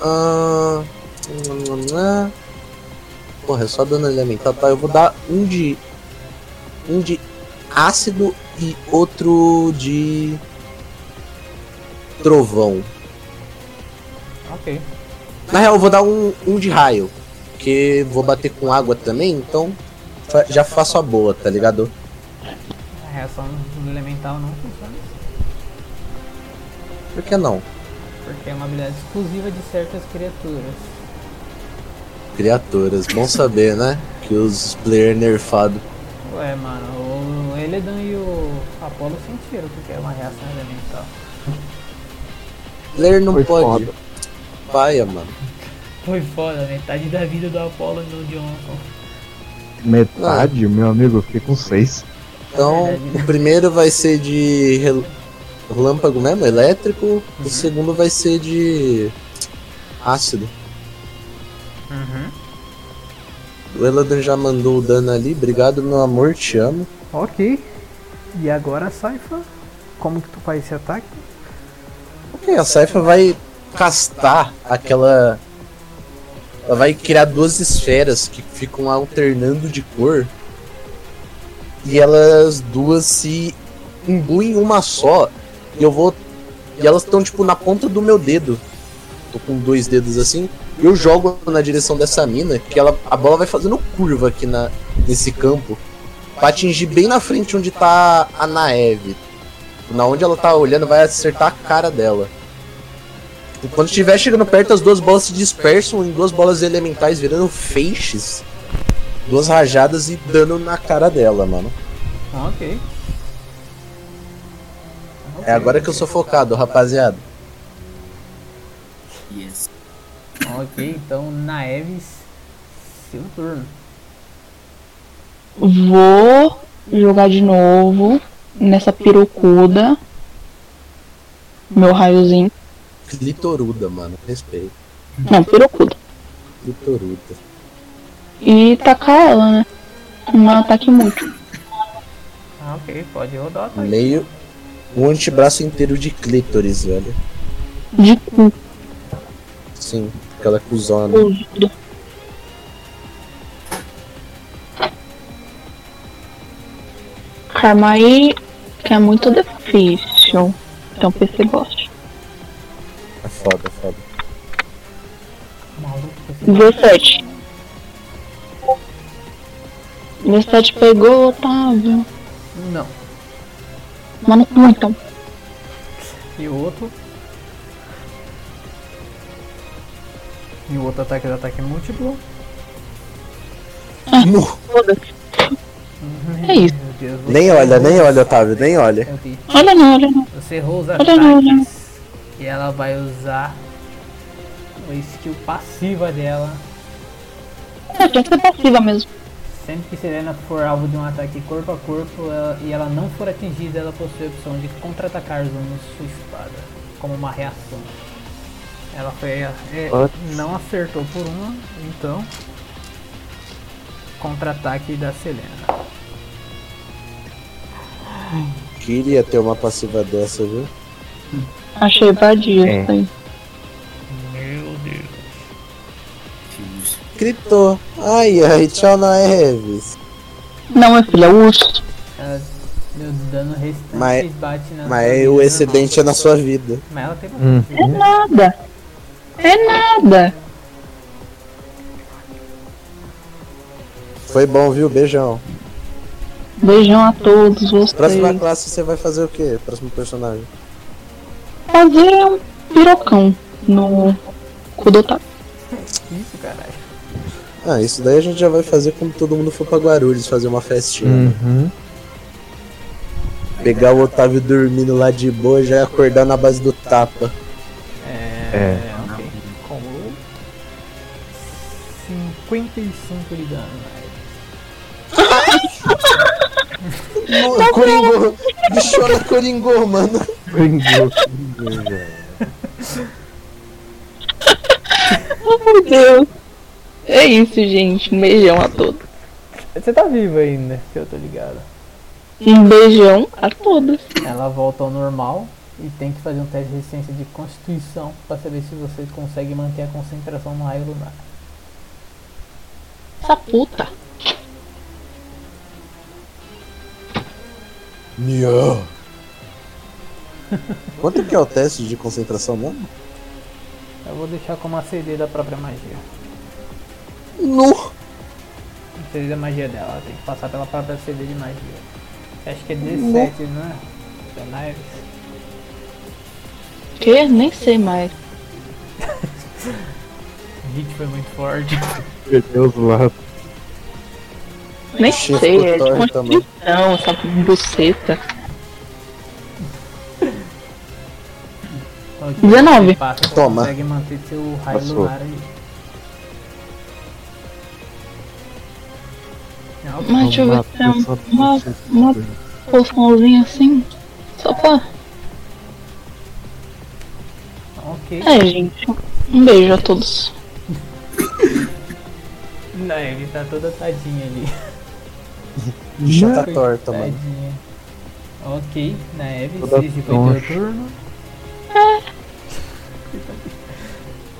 Ah, Porra, é só dano elemental, tá? Eu vou dar um de. Um de ácido e outro de. Trovão. Ok. Na real, eu vou dar um, um de raio. Porque vou bater com água também, então fa- já faço a boa, tá ligado? A reação do elemental não funciona assim. Por que não? Porque é uma habilidade exclusiva de certas criaturas. Criaturas, bom saber, né? Que os player nerfado. Ué, mano, o Eledan e o Apollo sentiram que é uma reação elemental. Player não pode. Paia, mano. Foi foda, metade da vida do Apollo no Johnson. Metade, meu amigo, eu fiquei com 6. Então, o primeiro vai ser de rel- relâmpago mesmo, elétrico. O segundo vai ser de ácido. Uhum. O Eladan já mandou o dano ali. Obrigado, meu amor, te amo. Ok. E agora, Saifa, como que tu faz esse ataque? Ok, a Saifa vai castar aquela. Ela vai criar duas esferas que ficam alternando de cor. E elas duas se imbuem em uma só. E eu vou. E elas estão tipo na ponta do meu dedo. Tô com dois dedos assim. Eu jogo na direção dessa mina, que ela, a bola vai fazendo curva aqui na, nesse campo. Pra atingir bem na frente onde tá a Naeve. Na onde ela tá olhando, vai acertar a cara dela. E quando estiver chegando perto, as duas bolas se dispersam em duas bolas elementais, virando feixes. Duas rajadas e dano na cara dela, mano. Ah, ok. É agora que eu sou focado, rapaziada. Yes. Ok, então Naeves, seu turno. Vou jogar de novo nessa pirocuda. Meu raiozinho. Clitoruda, mano. Respeito. Não, pirocuda. Clitoruda. E tacar ela, né? Um ataque múltiplo. Ah, ok, pode rodar. Meio. Um antebraço inteiro de clítoris, velho. De cu. Sim, aquela cuzona. Usudo. Calma aí, que é muito difícil. Então PC gosta. É foda, é foda. Maluco, 17. 17 pegou, Otávio. Não. Mano, não, então. E o outro. E o outro ataque é do ataque múltiplo. É isso. Meu Deus, você Nem olha, errou- nem olha, Otávio, nem olha. Olha não, olha não. Você errou os Olha não, olha não. ataques. E ela vai usar a skill passiva dela. É, tinha que ser passiva mesmo. Sempre que Serena for alvo de um ataque corpo a corpo ela- e ela não for atingida, ela possui a opção de contra-atacar usando sua espada como uma reação. Ela foi a- é, Putz. não acertou por uma, então contra-ataque da Selena. Queria ter uma passiva dessa, viu? Achei vadia isso aí. Meu Deus. urso. Gritou. Ai, ai, tchau na Eves. Não, meu filho, é o urso. Ela deu dano restante Mas, bate na. mas o excedente é na sua vida. Mas ela tem É nada. É nada. Foi bom, viu? Beijão. Beijão a todos vocês. Próxima classe você vai fazer o quê? Próximo personagem. Fazer um pirocão no cu do Otávio. Isso, caralho. Ah, isso daí a gente já vai fazer quando todo mundo for pra Guarulhos fazer uma festinha. né? Uhum. Pegar o Otávio dormindo lá de boa e já acordar na base do tapa. É. Ok. Combo. 55 de dano, Tá Mo- Coringô! Bichona Coringô, mano! Coringô, Coringô, velho. Oh, meu Deus. É isso, gente. Um beijão a todos. Você tá vivo ainda, se eu tô ligado. Um beijão a todos. Ela volta ao normal e tem que fazer um teste de resistência de constituição pra saber se você consegue manter a concentração no raio lunar. Essa puta. Nio. Quanto que é o teste de concentração mesmo? Eu vou deixar como a CD da própria magia. No! A CD da magia dela, ela tem que passar pela própria CD de magia. Acho que é 17, né? Da Nives. Que? Nem sei mais. O hit foi muito forte. Meu Deus, lá. Nem Achei sei. É ficou de torta, mano. constituição, essa buceta. Então, 19. você Passa, você Toma. Consegue manter seu raio Passou. lunar aí. Não, Mas deixa eu ver se tem uma, uma poçãozinha assim. Só pra. Ok. É, gente. Um beijo a todos. Não, ele tá toda tadinha ali. Bicha tá torta, É. mano. Tadinha. É Ok, na Eve, Toda Cisne foi teu troncha. turno.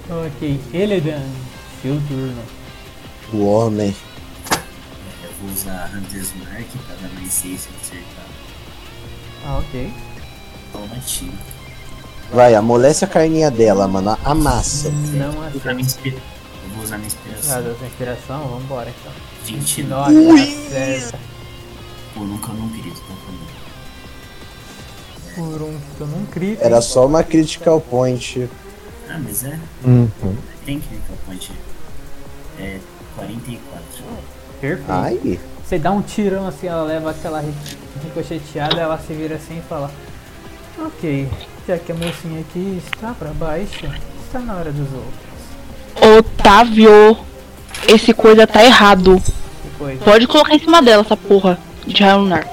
ok, Eledan, seu turno. O homem. Eu vou usar Hunter's Mark pra dar mais 6 se eu acertar. Ah, ok. Toma tiro. Vai, amolece a carninha dela, mano. Amassa. Não Eu vou usar Tá minha inspira- Eu vou usar minha inspiração. Ah, deu sua inspiração? Vambora então. 29. 29, acerta. Pô, nunca não queria isso pra mim. Por um que tu não crítico. Era só uma critical point. Ah, mas é. Uhum. Tem que ver com a ponte. É 44. Perfeito. Ai. Você dá um tirão assim, ela leva aquela ri- ricocheteada, ela se vira assim e fala: Ok, já que a mocinha aqui está pra baixo, está na hora dos outros. Otávio, esse coisa tá errado. Que coisa. Pode colocar em cima dela essa porra de raio lunar.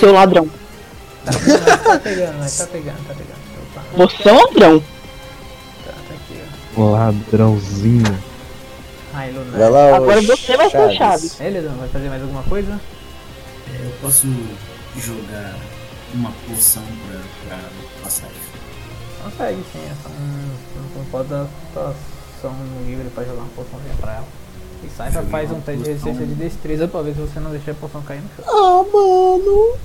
Seu ladrão. Tá pegando, mas tá pegando, tá pegando. Opa, Você é um ladrão. tá aqui, ó. um Ladrãozinho. Ai, Lunar. Vai lá, ô Agora você vai ser o Chaves. É, Leandro, vai fazer mais alguma coisa? É, eu posso jogar uma poção pra, pra passar isso. Consegue sim, é só um, não- não pode dar tua ação livre pra jogar uma poçãozinha pra ela. E Saiba Joguei faz uma um teste de poção. resistência de destreza pra ver se você não deixa a poção cair no chão. Ah, mano.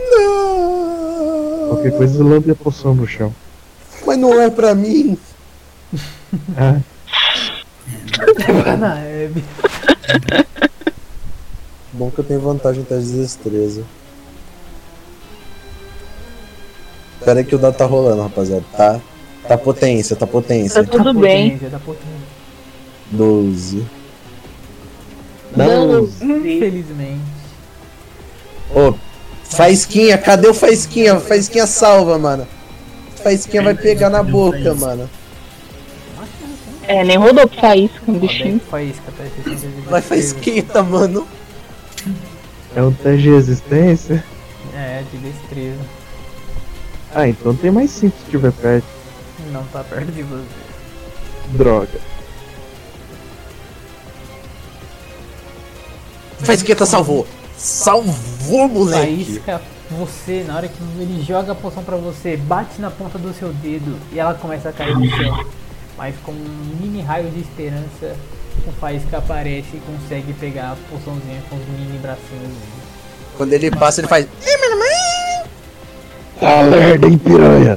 Não. Qualquer coisa, lambe a poção no chão. Mas não é pra mim. Ah, Na Hebe. Bom que eu tenho vantagem em teste de destreza. Pera aí que o dado tá rolando, rapaziada. Tá, tá potência, tá potência. Tá tudo bem. Potência, tá potência. 12. Não. Não, infelizmente. Ô, Faisquinha, cadê o Faisquinha? Faisquinha salva, mano. Faisquinha vai pegar na boca, mano. É, nem rodou pra isso com o Bem bichinho. faísca, tá resistência de Vai destreza. Faisquinha, mano. é um teste de resistência? É, de destreza. Ah, então tem mais 5 se tiver perto. Não tá perto de você. Droga. Faisquinha tá salvou. Salvou, moleque. Faísca, você, na hora que ele joga a poção pra você, bate na ponta do seu dedo e ela começa a cair no chão. mas com um mini raio de esperança, o Faísca aparece e consegue pegar a poçãozinha com os mini bracinhos dele. Quando ele passa, ele faz. Tá Alerta, hein, piranha!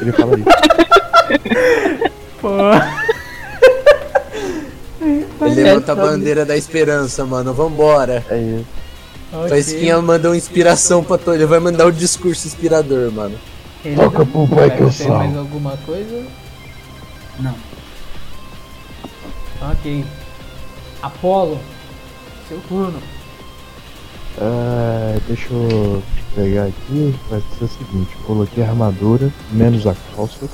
Ele fala Pô. Ele levanta a bandeira da esperança, mano. Vambora. É isso. Ok. Faísquinha manda uma inspiração pra todo. Ele vai mandar um discurso inspirador, mano. Ele Toca pro pai que eu Tem mais salvo. alguma coisa? Não. Ok. Apolo, seu turno. Ah, deixa eu pegar aqui. Vai ser o seguinte: coloquei a armadura, menos a calça.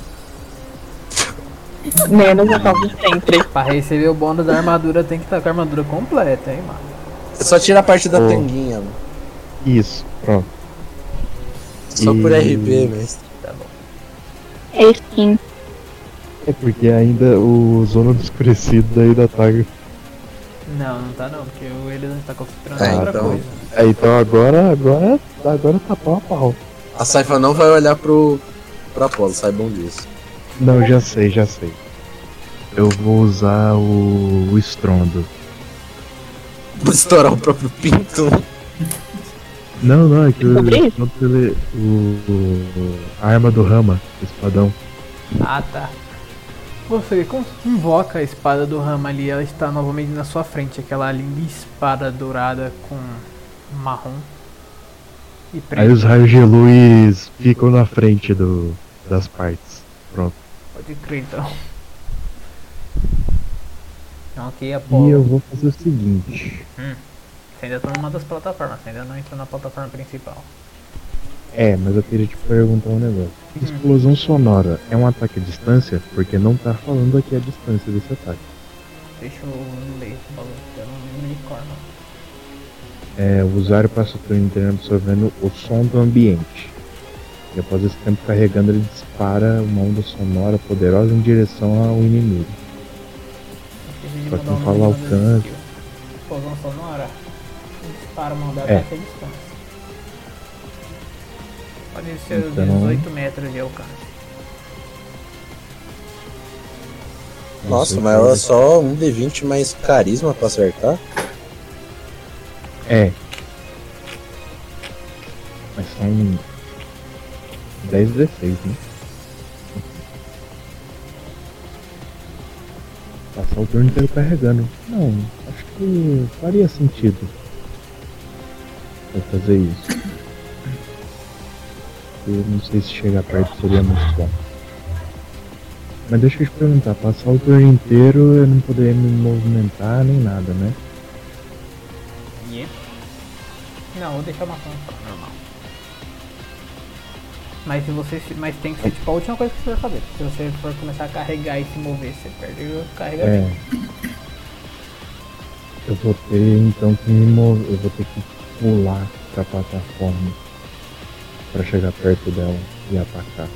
Menos a calça sempre. Pra receber o bônus da armadura tem que estar com a armadura completa, hein, mano. É só tirar a parte da Ô. tanguinha, mano. Isso, pronto. Só por RP, mestre. É skin. É porque ainda o Zona do Escurecido ainda tá. Não, não tá não, porque o Elidan tá concentrando em Ah, outra então. coisa. É, então agora, agora, agora tá pau a pau. A Saifa não vai olhar pro. pro Apolo, saibam disso. Não, já sei, já sei. Eu vou usar o, o estrondo. Vou estourar o próprio pinto. Não, não, é que o, Sobre estrondo, ele- o, o- a arma do Rama, o espadão. Ah, tá. Você con- invoca a espada do Rama ali, ela está novamente na sua frente, aquela linda espada dourada com marrom. E Aí os raios de luz ficam na frente do, das partes. Pronto. Pode crer então. Ok, E eu Apolo. vou fazer o seguinte. Hum, você ainda tá numa das plataformas, você ainda não entrou na plataforma principal. É, mas eu queria te perguntar um negócio. Explosão sonora é um ataque à distância? Porque não tá falando aqui a distância desse ataque. Deixa eu ler esse bagulho, porque eu não lembro de cor, não. É, o usuário passa o turno inteiro absorvendo o som do ambiente. E após esse tempo carregando, ele dispara uma onda sonora poderosa em direção ao inimigo. Só um que não fala alcance. Explosão sonora. Disparo mandado É. é. essa distância. Pode ser Então- 18 metros de alcance. Nossa, mas ela é só um D20 mais carisma pra acertar. É. Mas são 10, 16, né? Passar o turno inteiro carregando. Não, acho que faria sentido. Eu fazer isso. Eu não sei se chegar perto seria muito bom. Mas deixa eu te perguntar, passar o turno inteiro eu não poderia me movimentar nem nada, né? Yep. Não, vou deixar uma conta normal. Mas se você. se- Mas tem que ser tipo a última coisa que você vai fazer. Se você for começar a carregar e se mover, você perde o carregamento. É. Eu vou ter então que me mover, eu vou ter que pular pra plataforma pra chegar perto dela e atacar.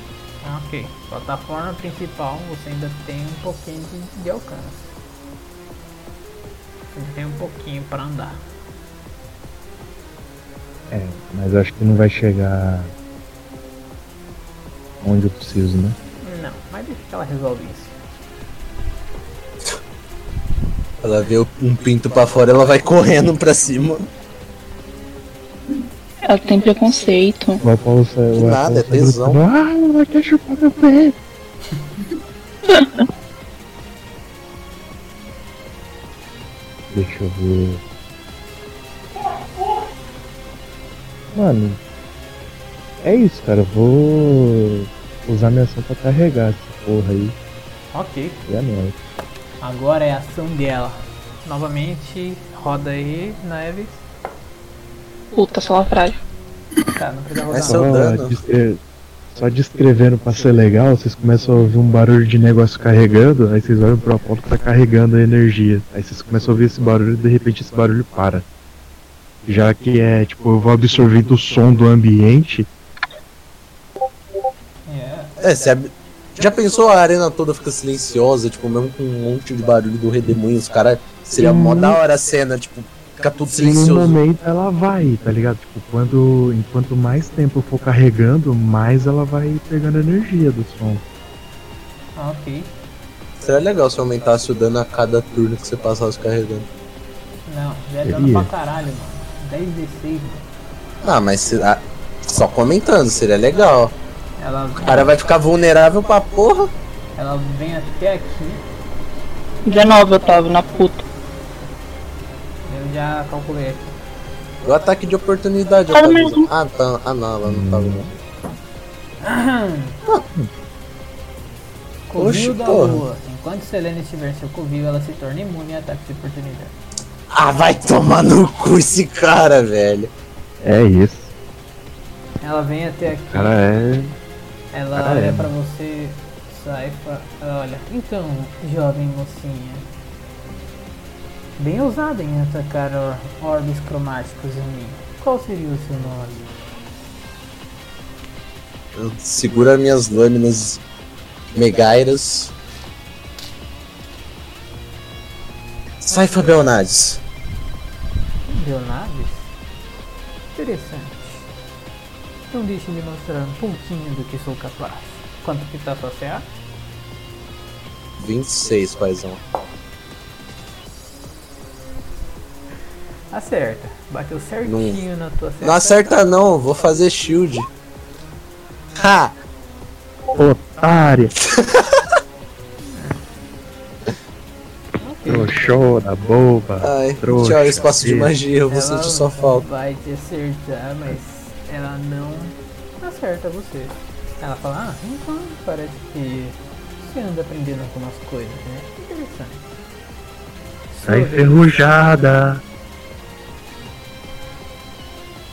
Ah, Ok. Plataforma principal, você ainda tem um pouquinho de, de alcance. Você ainda tem um pouquinho pra andar. É, mas acho que não vai chegar onde eu preciso, né? Não, mas deixa que ela resolve isso. Ela vê um pinto pra fora, ela vai correndo pra cima. Ela tem preconceito. O Apolo saiu. Que o nada, Apolo é saiu tesão. gritando, Ah, ela quer chupar meu pé! Deixa eu ver. Mano, é isso, cara. Eu vou usar minha ação pra carregar essa porra aí. Ok. E é a merda. Agora é a ação dela. Novamente, roda aí, Neves. Puta, salafrário. Tá, não precisa Mas rodar. seu não. dano. descre- só descrevendo pra ser legal, vocês começam a ouvir um barulho de negócio carregando, aí vocês olham pro Apolo que tá carregando a energia. Aí vocês começam a ouvir esse barulho e de repente esse barulho para. Já que é tipo, eu vou absorvendo o som do ambiente. É, se ab- Já pensou a arena toda fica silenciosa, tipo, mesmo com um monte de barulho do redemoinho, os caras. Seria mó da hora a cena, tipo, fica tudo E no silencioso. momento ela vai, tá ligado? Tipo, quando. Enquanto mais tempo eu for carregando, mais ela vai pegando energia do som. É, Ok. Seria legal se aumentasse o dano a cada turno que você passasse carregando. Não, já é dano Seria. pra caralho, mano. 10 D6, mano. Ah, mas se- ah, só comentando, seria legal. Ela, O cara vai ficar vulnerável pra porra. ela vem até aqui. 19, Otávio, na puta. Eu já calculei aqui. é O ataque de oportunidade. Fala ela tá mesmo. usando. Ah, tá. Ah, não, ela não tava. usando. Covil Oxe, da porra. lua. Enquanto Selene estiver em seu covil, ela se torna imune a ataques de oportunidade. Ah, vai tomar no cu esse cara, velho. É isso. Ela vem até aqui. O cara é. Ela Cara, olha é. pra você, sai pra. Ela olha. Então, jovem mocinha. Bem ousada em atacar or- orbes cromáticos em mim. Qual seria o seu nome? Eu seguro as minhas lâminas megairas. Saifa Belnades. Leonardo? Interessante. Então deixe-me mostrar um pouquinho do que sou capaz. Quanto que tá sua CA? 26, paizão. Acerta. Bateu certinho na tua CA. Não acerta não, vou fazer shield. Ha! Otária! Trouxona, boba. Ai, trouxa, tchau, espaço de besta. magia, eu vou Ela sentir sua falta. vai te acertar, mas ela não acerta você. Ela fala, ah, então parece que você anda aprendendo algumas coisas, né? Interessante. Tá enferrujada.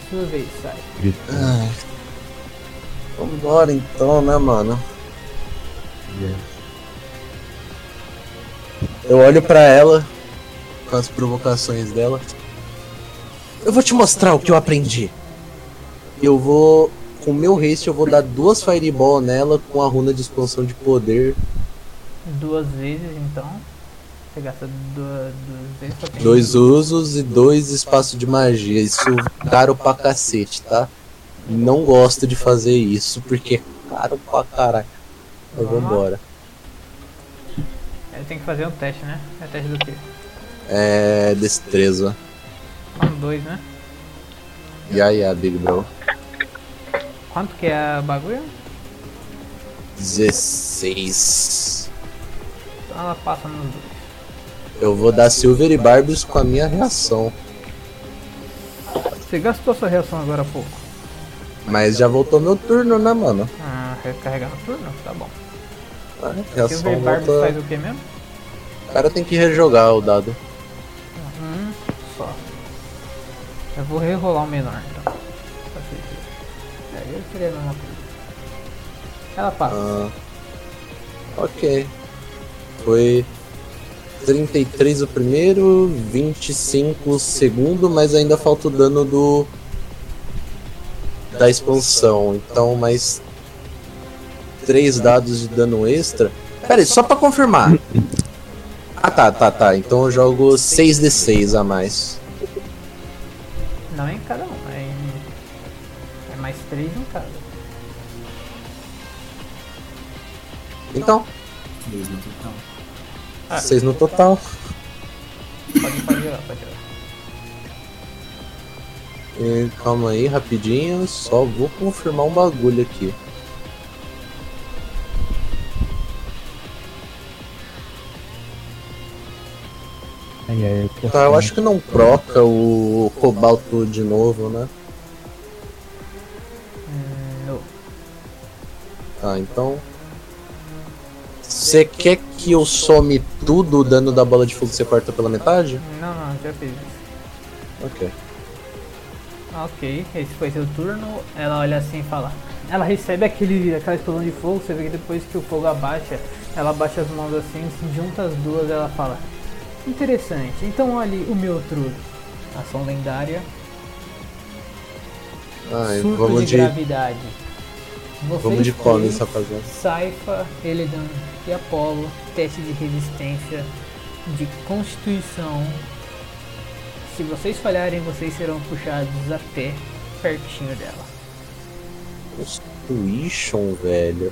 Sua vez, sai. Ai. Vambora então, né, mano? Eu olho pra ela com as provocações dela. Eu vou te mostrar o que eu aprendi. Eu vou. Com o meu haste, eu vou dar duas fireball nela com a runa de expansão de poder. Duas vezes, então. Você gasta duas, duas vezes só tem Dois usos e dois espaços de magia. Isso caro pra cacete, tá? Não gosto de fazer isso porque é caro pra caralho. Mas vambora. Ela tem que fazer um teste, né? É teste do quê? É. Destreza. Um, dois, né? Ya, ya, ah, Big Bro. Quanto que é a bagulho? 16. Então ela passa nos dois. Eu vou dar Silver e Barbius com a minha reação. Você gastou sua reação agora há pouco. Mas já voltou meu turno, né, mano? Ah, recarregar no turno? Tá bom. A Silver reação Barb volta. faz o que mesmo? O cara tem que rejogar o dado. Um só. Eu vou rerolar o menor então. Pra ser justo. Aí eu tirei a mesma coisa. Ela passa. Ah, ok. Foi 33 o primeiro, 25 o segundo, mas ainda falta o dano do. da expansão. Então, mais. 3 dados de dano extra. Pera aí, só pra confirmar. Ah tá, tá, tá. Então eu jogo 6d6 a mais. Não é em cada um, é em. É mais três em cada. Então, Três no total. 6 no total. Ah, Pode, pode jogar, pode jogar. E, calma aí, rapidinho. Só vou confirmar um bagulho aqui. Ai, ai, eu tô Tá, eu assim. acho que não proca o cobalto de novo, né? É, Não. Tá, então. Você quer que eu some tudo o dano da bola de fogo que você corta pela metade? Não, não, já fiz isso. Ah, Ok. Ok, esse foi seu turno. Ela olha assim e fala. Ela recebe aquele, aquela explosão de fogo. Você vê que depois que o fogo abaixa, ela baixa as mãos assim, se junta as duas. Ela fala: Interessante, então olhe o meu truque. Ação lendária. Ai, surto vamos de, de. gravidade. Vocês Vamos de três, cones, rapaziada. Saifa, Eledan e Apollo, teste de resistência de constituição. Se vocês falharem, vocês serão puxados até pertinho dela. Constitution, velho.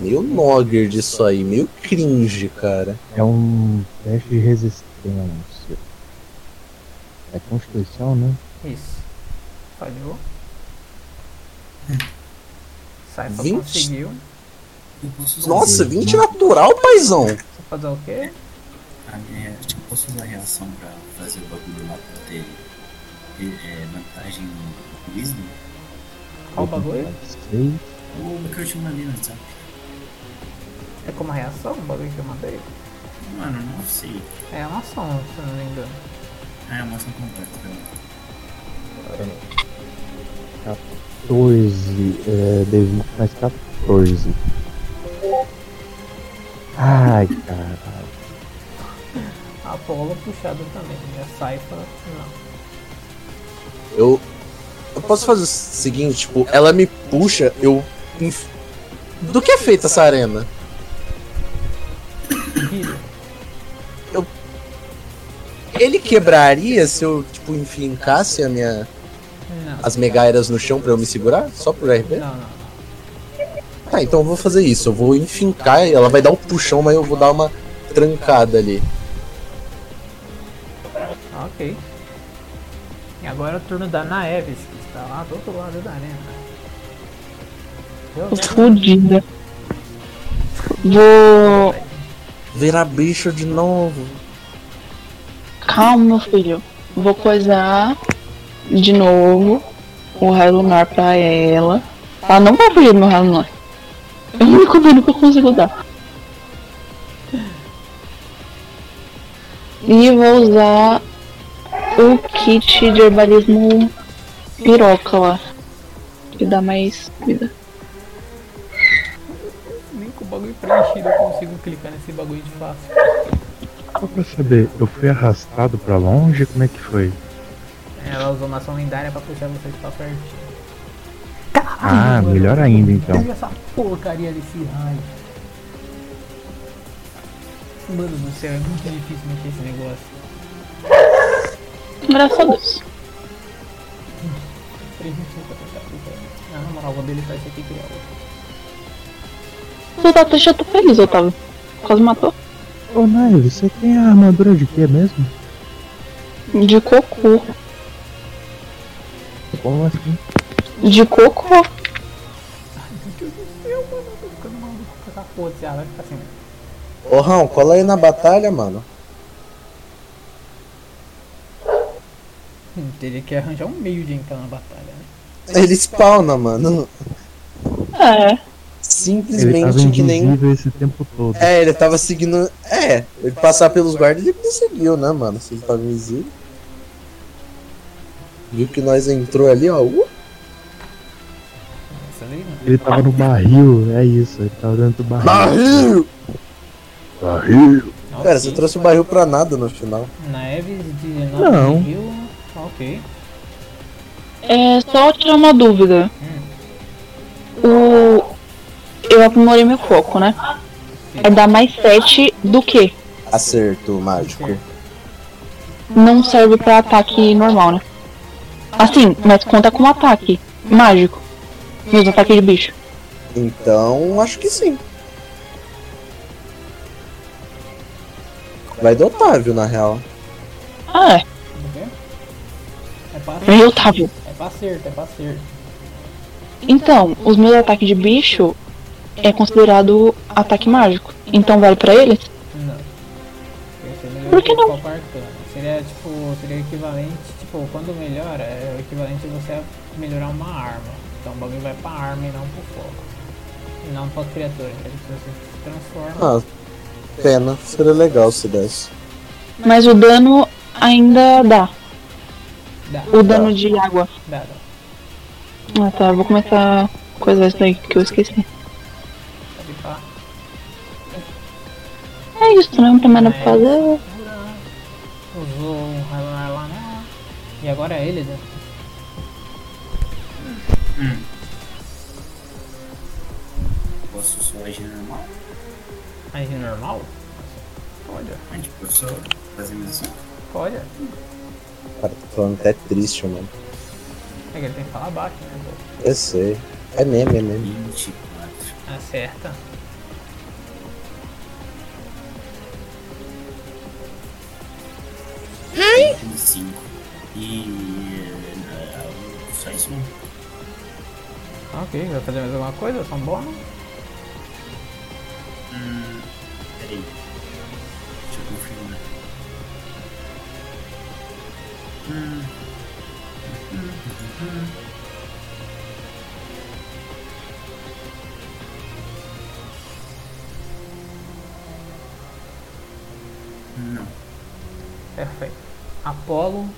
Meio nogger disso aí, meio cringe, cara. É um teste de resistência. É Constituição, né? Isso. Falhou. Saifa 20? conseguiu. Nossa, 20 natural, paizão. Fazer o quê? A minha, acho que eu posso usar é, tipo, a reação pra fazer o bagulho lá pra ter eh, vantagem no Wisdom? Qual o bagulho? O que eu tinha ali no WhatsApp. É como reação o bagulho que eu mandei? Mano, não sei. É uma ação, se eu não me engano. Ah, é uma ação completa também. 14. É, D20 mais 14. Ai, caralho. A Apolo puxada também. A Saifa, não. Eu. Eu posso fazer o seguinte, tipo, ela me puxa, eu. enf- Do que é feita essa arena? Eu. Ele quebraria se eu, tipo, enfincasse a minha. Não. as megairas no chão pra eu me segurar? Só por RP? Não, não. Tá, então eu vou fazer isso. Eu vou enfincar, ela vai dar um puxão, mas eu vou dar uma trancada ali. Ah, Ok. E agora é o turno da Naeves, que está lá do outro lado da arena. Eu Tô fodida. Vou. Virar bicho de novo. Calma, meu filho. Vou coisar de novo o raio lunar pra ela. Ela não vai fugir do meu raio lunar. É o único dano que eu consigo dar. E vou usar o kit de herbalismo piroca lá. Que dá mais vida. Nem com o bagulho preenchido eu consigo clicar nesse bagulho de fácil. Só pra saber, eu fui arrastado pra longe? Como é que foi? Ela usou uma ação lendária pra puxar vocês pra pertinho. Ah, melhor ainda então. Olha essa porcaria desse raio. Mano do céu, é muito difícil mexer esse negócio. Graças a Deus. 3 minutos pra tentar clicar. Ah, na moral, vou deletar esse aqui e criar outro. Tu tá deixa eu tô feliz, Otávio. Quase matou. Ô Nair, você tem a armadura de quê mesmo? De cocô. Como assim? De cocô. Eu, mano, eu tô ficando maluco com essa porra desse ar, vai ficar assim. Ô Rão, cola aí na batalha, mano. Hum, Teria que arranjar um meio de entrar na batalha, né? Ele spawna, mano. É. Ele tava Simplesmente que nem. invisível esse tempo todo. É, ele tava seguindo. É, ele passar pelos guardas ele conseguiu, né, mano? Se ele tava invisível. Viu que nós entrou ali, ó. Uh, Essa daí, mano. Ele tava no barril, é isso, ele tava dentro do barril. barril! Barril! Cara, você trouxe o barril pra nada no final. Naeves de 19 Não. mil. Ah, Ok. É só tirar uma dúvida. O. Eu aprimorei meu foco, né? É dar mais 7 do que? Acerto mágico. Não serve pra ataque normal, né? Assim, mas conta com ataque mágico. Mesmo ataque de bicho. Então, acho que sim. Vai do Otávio, na real. Ah, é. É pra Meu Otávio. É pra acerto, é pra acerto. Então, os meus ataques de bicho é considerado ataque mágico. Então vale pra eles? Não. Porque Você melhorou Por que o não? copo arcano. Seria tipo. Seria equivalente, tipo, quando melhora, é o equivalente a você melhorar uma arma. Então o bagulho vai pra arma e não pro foco. E não pra criatura. Então se você se transforma. Ah, pena. Seria legal se desse. Mas o dano ainda dá. Dá. O dano de água. Dá, dá. Ah tá, eu vou começar a coisar isso daí que eu esqueci. Pode ir pra. É isso, né? Não tem mais nada pra fazer. Usou um raio lunar lá, né? E agora é ele, né? Posso só agir normal? Mas é normal? Pode, Ah, tipo, eu só fazer assim, minhas ações. pode. É Cara, tô falando até triste, mano. que ele tem que falar baixo, né? é Eu sei. É meme, é meme. 24. Acerta. cinco. E. é, Só isso mesmo. Ok, vai fazer mais alguma coisa? São bônus? Hum, peraí. Deixa eu confirmar. Hum. Hum, hum, hum. Não. Perfeito. Apolo,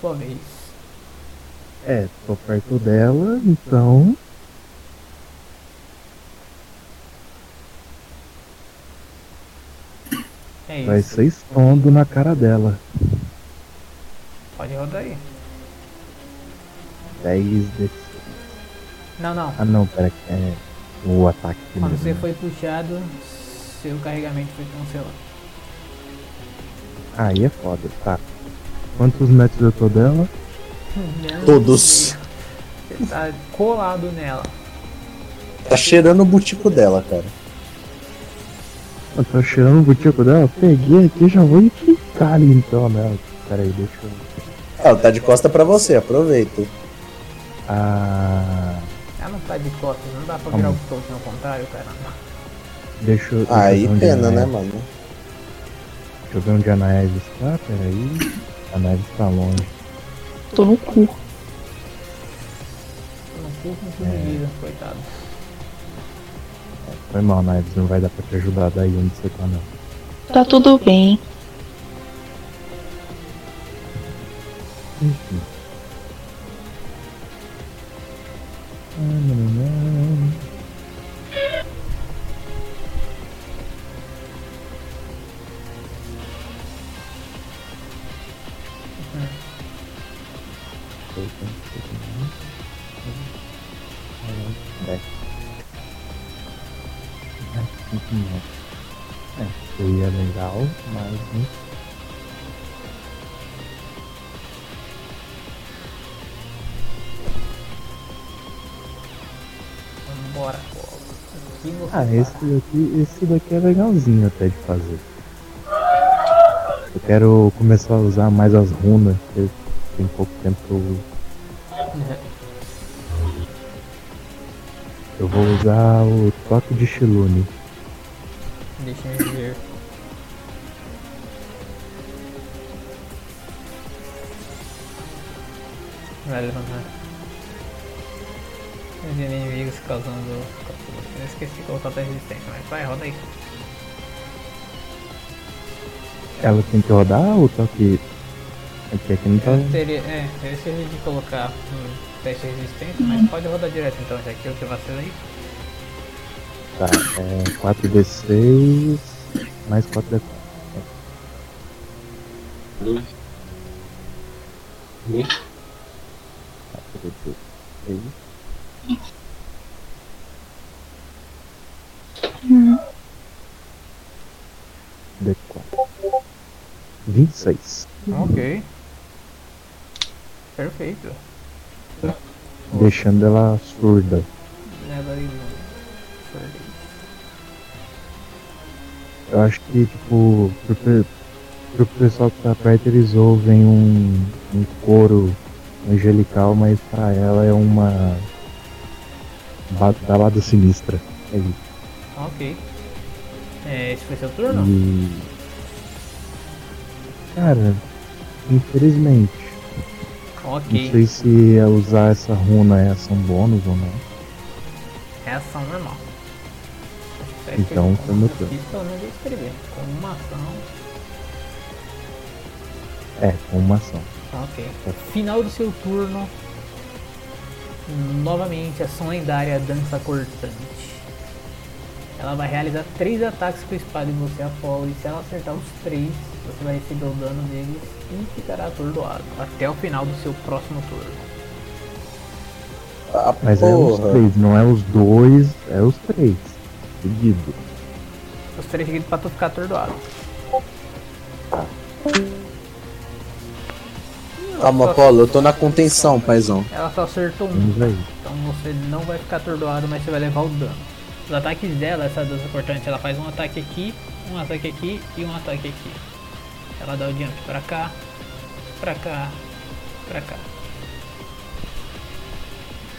sua vez. É, tô perto dela, então. É Vai isso. ser estondo na cara dela. Pode rodar aí. 10 de... Não, não. Ah não, pera que é o ataque Quando primeiro. você né? foi puxado, seu carregamento foi cancelado. Aí é foda, tá. Quantos metros eu tô dela? Não, Todos. Você tá colado nela. Tá cheirando o butico dela, cara. Eu tô cheirando o botico dela, peguei aqui já vou enficar ali então nela. Pera aí, deixa eu. Ela tá de costa pra você, aproveita. Ah. Ela não tá de costas, não dá pra Calma. virar o token ao contrário, caramba. Deixa eu. Aí deixa eu ver onde a pena, né, Anaev- mano? Deixa eu ver onde a Naev está, peraí. A Naev está longe. Tô no cu. Não curto muito É. de vida, coitado. Foi mal, Naev, não vai dar pra te ajudar daí onde você tá não. Tá tudo bem. Enfim. Ah, não, não, não. É, seria legal, mas. né? Vambora, Apolo. O que você Ah, esse daqui, esse daqui é legalzinho até de fazer. Eu quero começar a usar mais as runas, que tem pouco tempo que eu uso. Eu vou usar o toque de Shilune. Deixa eu ver. Vai levantar. Os inimigos causando. Eu esqueci de colocar a resistência, mas vai, roda aí. Ela tem que rodar o toque. Aqui, aqui não tá. Eu teria. É, eu esqueci de colocar um teste de resistência, mas pode rodar direto então, já que eu que vacilei. Tá, é 4d6 mais 4d4. Dois. Um. 4d6. Hum. D4. 26. Ok. Perfeito. Deixando ela surda. Nela e no. Foi ali. Eu acho que, tipo, pro, pe- pro pessoal que tá perto, eles ouvem um, um coro angelical, mas pra ela é uma. ba- balada sinistra. É isso. Ah, Ok. É, esse foi seu turno? Hum, E. Cara, infelizmente. Não sei Ok. se é usar essa runa é ação bônus ou não. É ação normal. Então foi meu turno. Isso eu não vou escrever. Como uma ação. É, com uma ação. Tá, Ok. Tá. Final do seu turno. Novamente, ação lendária Dança Cortante. Ela vai realizar três ataques com a espada em você, Apolo. E se ela acertar os três, você vai receber o dano deles e ficará atordoado. Até o final do seu próximo turno. Ah, Mas é os porra. três, não é os dois, é os três. Seguido. Os três seguidos pra tu ficar atordoado. Calma, Apolo, eu tô na contenção, paizão. Ela só acertou um. Uhum. Vamos aí. Então você não vai ficar atordoado, mas você vai levar o dano. Os ataques dela, essa dança cortante, ela faz um ataque aqui, um ataque aqui e um ataque aqui. Ela dá o jump pra cá, pra cá, pra cá.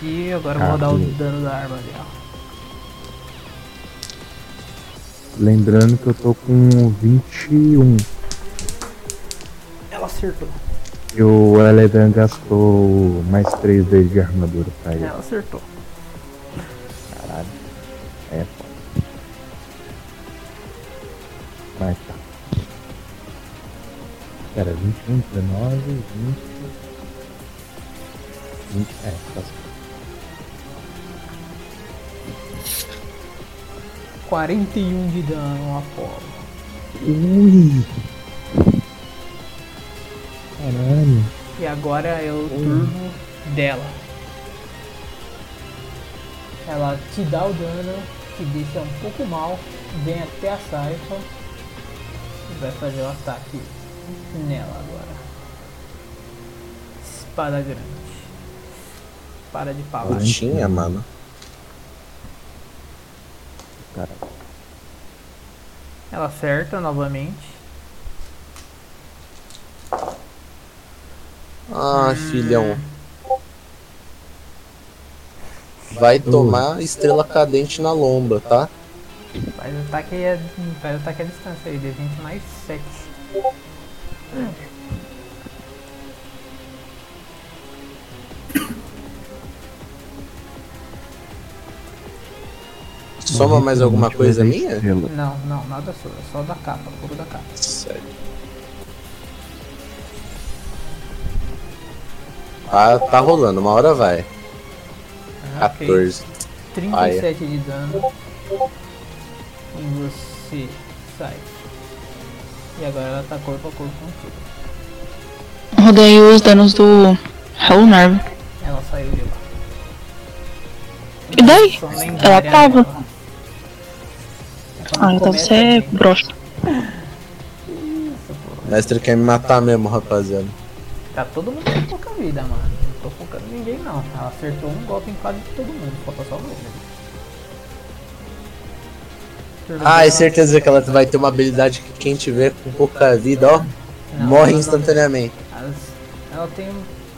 E agora eu vou dar o Aqui. dano da arma dela. Lembrando que eu tô com 21. Ela acertou. E o Eleven gastou mais 3 d de armadura pra ele. Ela acertou. Caralho. É foda. Mas tá. Pera, 21, 19, 20. 20. É, tá certo. 41 de dano, Apolo. Ui! Caralho. E agora é o turno dela. Ela te dá o dano, te deixa um pouco mal, vem até a Saifa e vai fazer o ataque nela agora. Espada grande. Espada de Ah, então. pau. Lutinha, mano. Caralho. Ela acerta novamente. Ah, filhão. Vai tomar estrela cadente na lomba, tá? Faz o ataque, a- faz o ataque à distância aí, D20 mais 7. Soma Uhum. mais alguma coisa minha? Não, não, nada sua, é só da capa, couro da capa. Sério. Tá, tá rolando, uma hora vai. Ah, ok. 14. Paia. 37 de dano. E você sai. E agora ela tá corpo a corpo contigo. Rodei os danos do Hello Nerve. Ela saiu de lá. E daí? Só Ela lendária tava. dela. Ah, então você é broxa. Mestre quer me matar mesmo, rapaziada. Tá todo mundo com pouca vida, mano. Não tô focando em ninguém não. Ela acertou um golpe em quase todo mundo, falta só um você. Ah, é certeza que ela vai ter uma habilidade que quem tiver com pouca vida, ó, Não, morre não, não. instantaneamente. As- Ela tem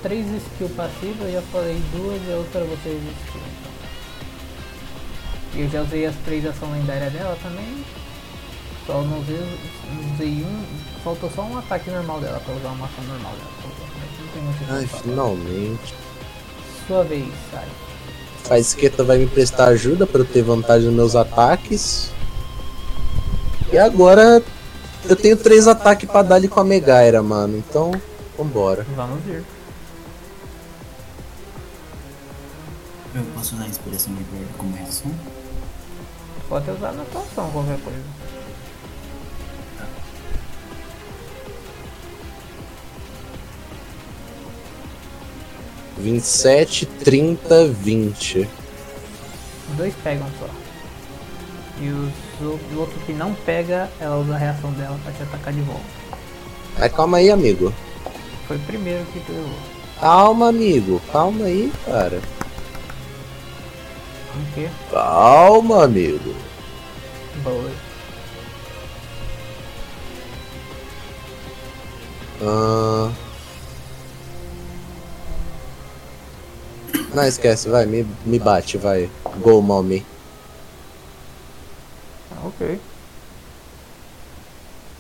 três skills passivas, eu já falei duas e a outra você existiu. E eu já usei as três ação lendária dela também. Só não usei, não usei um. Faltou só um ataque normal dela pra usar uma ação normal dela. Mas Não tem muito o que Ai, falar. finalmente. Sua vez, sai. A esquerda vai me prestar ajuda pra eu ter vantagem nos meus ataques. E agora eu tenho três ataques pra dar ali com a Megaira, mano. Então, vambora. Vamos ver. Eu posso usar a inspiração de verde como reação? Pode usar na tua ação qualquer coisa. vinte e sete, trinta, vinte. Dois pegam só. E os o- o outro que não pega, ela usa a reação dela pra te atacar de volta. Mas calma aí, amigo. Foi o primeiro que pegou. Calma, amigo. Calma aí, cara. O quê? Calma, amigo. Boa. Ahn. Não, esquece, vai, me, me bate, vai. Go, mommy. Ah, Ok.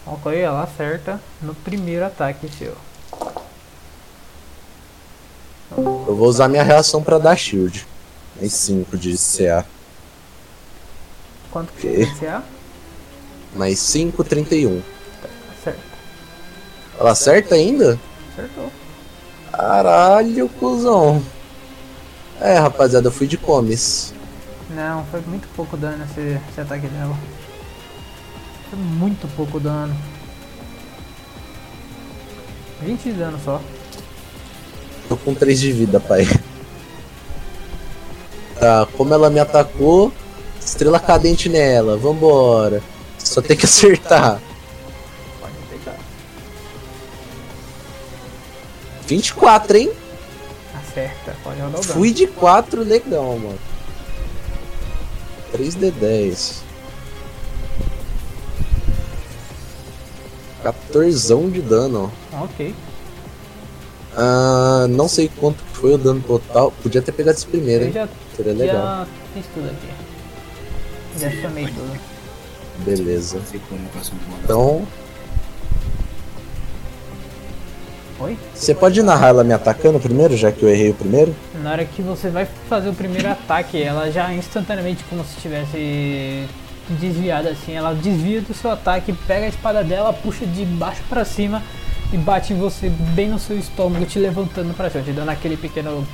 Ok, ela acerta no primeiro ataque seu. Eu vou usar minha reação pra dar shield. Mais 5 de CA. Quanto que Ok. você CA? Mais 5, 31. Acerta. Ela acerta ainda? Acertou. Caralho, cuzão. É, rapaziada, eu fui de comes. Não, foi muito pouco dano esse, esse ataque dela. Foi muito pouco dano. 20 de dano só. Tô com 3 de vida, pai. Tá, como ela me atacou, estrela cadente nela, vambora. Só tem que acertar. Pode pegar. 24, hein? Acerta, pode rodar o dano. Fui de 4, legal, mano. 3D10. 14 de dano. Ok. Ah, não sei quanto foi o dano total. Podia ter pegado esse primeiro, Eu hein? já, Seria É legal. já fiz tudo aqui. Já chamei tudo. Beleza. Então, Oi? você pode narrar ela me atacando primeiro, já que eu errei o primeiro? Na hora que você vai fazer o primeiro ataque, ela já instantaneamente, como se tivesse desviada assim, ela desvia do seu ataque, pega a espada dela, puxa de baixo pra cima e bate em você bem no seu estômago, te levantando pra cima, te dando aquele pequeno.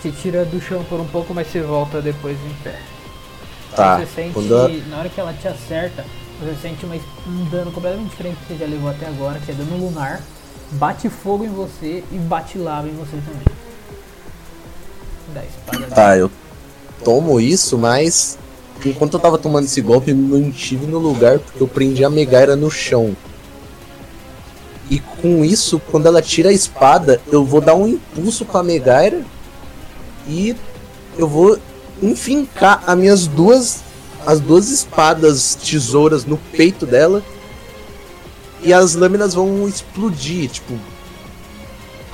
Te tira do chão por um pouco, mas você volta depois em pé. Tá. Você sente, Quando ela- na hora que ela te acerta, você sente uma- um dano completamente diferente que você já levou até agora, que é dano lunar. Bate fogo em você e bate lava em você também. Da espada Tá, eu tomo isso, mas enquanto eu tava tomando esse golpe, eu me mantive no lugar porque eu prendi a Megaira no chão. E com isso, quando ela tira a espada, eu vou dar um impulso pra Megaira e eu vou enfincar as minhas duas as duas espadas tesouras no peito dela e as lâminas vão explodir, tipo,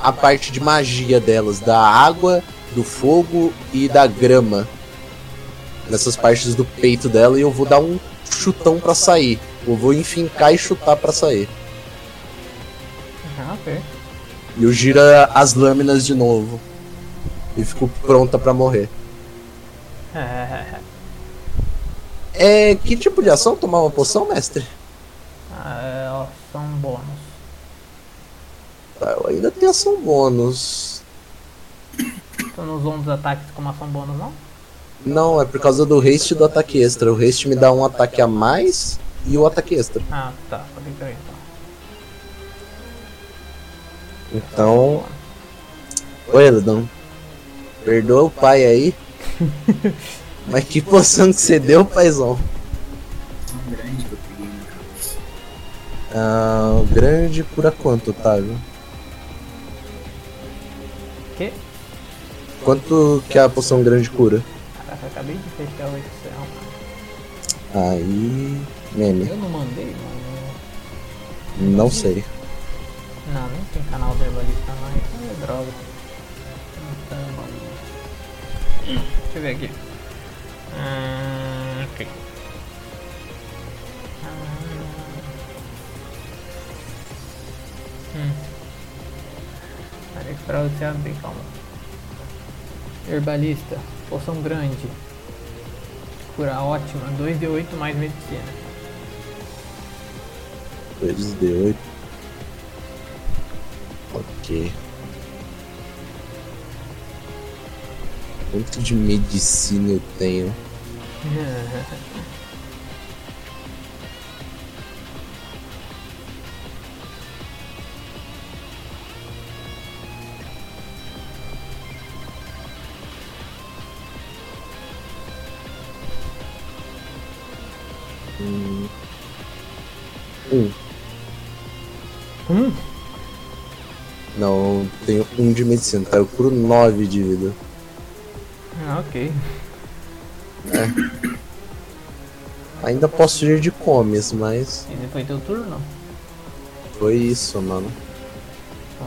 a parte de magia delas, da água, do fogo e da grama. Nessas partes do peito dela e eu vou dar um chutão pra sair. Eu vou enfincar e chutar pra sair. Ah, ok. E eu giro as lâminas de novo. E fico pronta pra morrer. é, É, que tipo de ação tomar uma poção, mestre? Ah, é, são bônus. Tá, eu ainda tenho ação bônus. Tu não usou um dos ataques como ação bônus, não? Não, é por causa do haste e do ataque extra. O haste me dá um ataque a mais e o ataque extra. Ah, tá. Pode crer, então. Então. Oi, Eldon. Perdoa o pai aí. Mas que poção que você deu, paizão? Tão grande que eu peguei na cabeça. Ah, grande cura quanto, Otávio? Que? Quanto que a poção grande cura? Caraca, eu acabei de fechar o Excel. Aí. Meme. Eu não mandei, mano. Não sei. Não, nem tem canal do Herbalista mais. É droga. Então, vamos. Deixa eu ver aqui. Hum, ok. Hum. Peraí, que esperar você abrir, calma. Herbalista, poção grande. Cura ótima, 2d8 mais medicina. 2D8. Ok. Quanto de medicina eu tenho? Hum. Um. Hum? Não, eu tenho um de medicina, tá? Eu curo nove de vida. Ah, ok. Ainda posso ir de comes, mas Esse foi teu turno? foi isso, mano.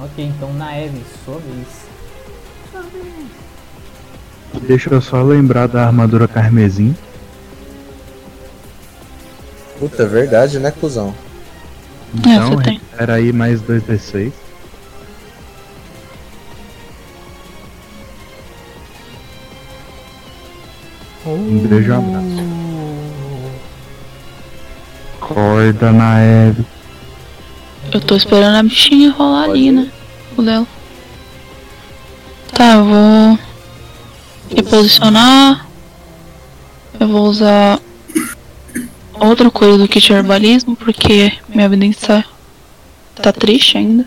Ok, então na Eve, sua vez. Deixa eu só lembrar da armadura carmesim. Puta, é verdade, né, cuzão? É, Então, era aí mais 2d6. Um beijo e um abraço. Corda na Eve. Eu tô esperando a bichinha rolar ali, né? O Léo. Tá, eu vou. Reposicionar. Eu vou usar. Outra coisa do kit herbalismo, porque minha vida está. tá triste ainda.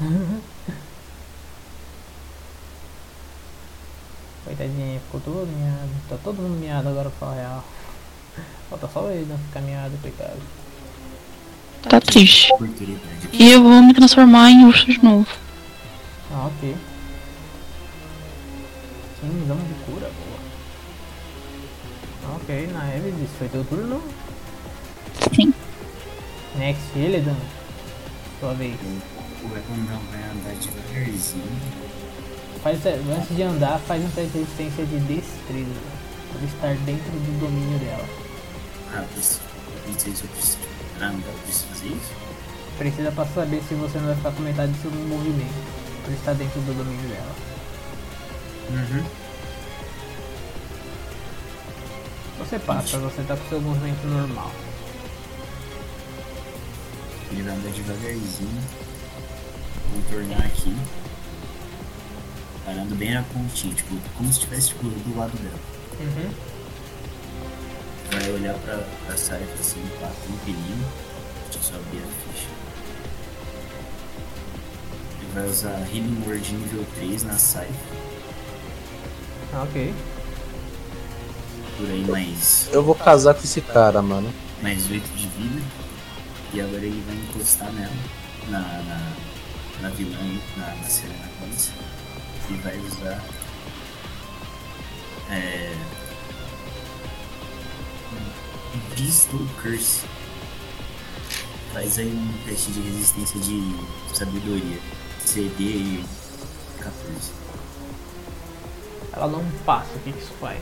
Coitadinha, ficou todo miado. Tá todo mundo miado agora pra falar a real. Falta só ele não ficar miado, coitado. Tá triste. E eu vou me transformar em urso de novo. Ah, ok. 15 de cura, boa. Ah, Ok, na Evidis, foi teu turno? Sim. Next, Illidan. Sua vez. O Evandão vai andar devagarzinho. Faz, antes de andar, faz um teste de resistência de destreza. Por estar dentro do domínio dela. Ah, preciso. Não sei se eu preciso. Ah, não, eu preciso fazer isso? Precisa pra saber se você não vai ficar com metade do seu movimento. Por estar dentro do domínio dela. Uhum. Você passa, você tá com seu movimento normal. Ele vai andar devagarzinho. Vou tornar aqui. Parando bem na pontinha, tipo, como se estivesse tipo, do lado dela. Uhum. Vai olhar pra, pra Sarah que tá sendo pá, com um perigo. Deixa eu só abrir a ficha. Ele vai usar Healing Word nível 3 na Sarah. Ah, Ok. Por aí mais, Eu vou casar com esse cara, mano. mais 8 de vida. E agora ele vai encostar nela. Na. na. na vilã, na, na Serena Coins. E vai usar. É. Beastal Curse. Faz aí um teste de resistência de sabedoria. CD e 14. Ela não passa, o que que isso faz?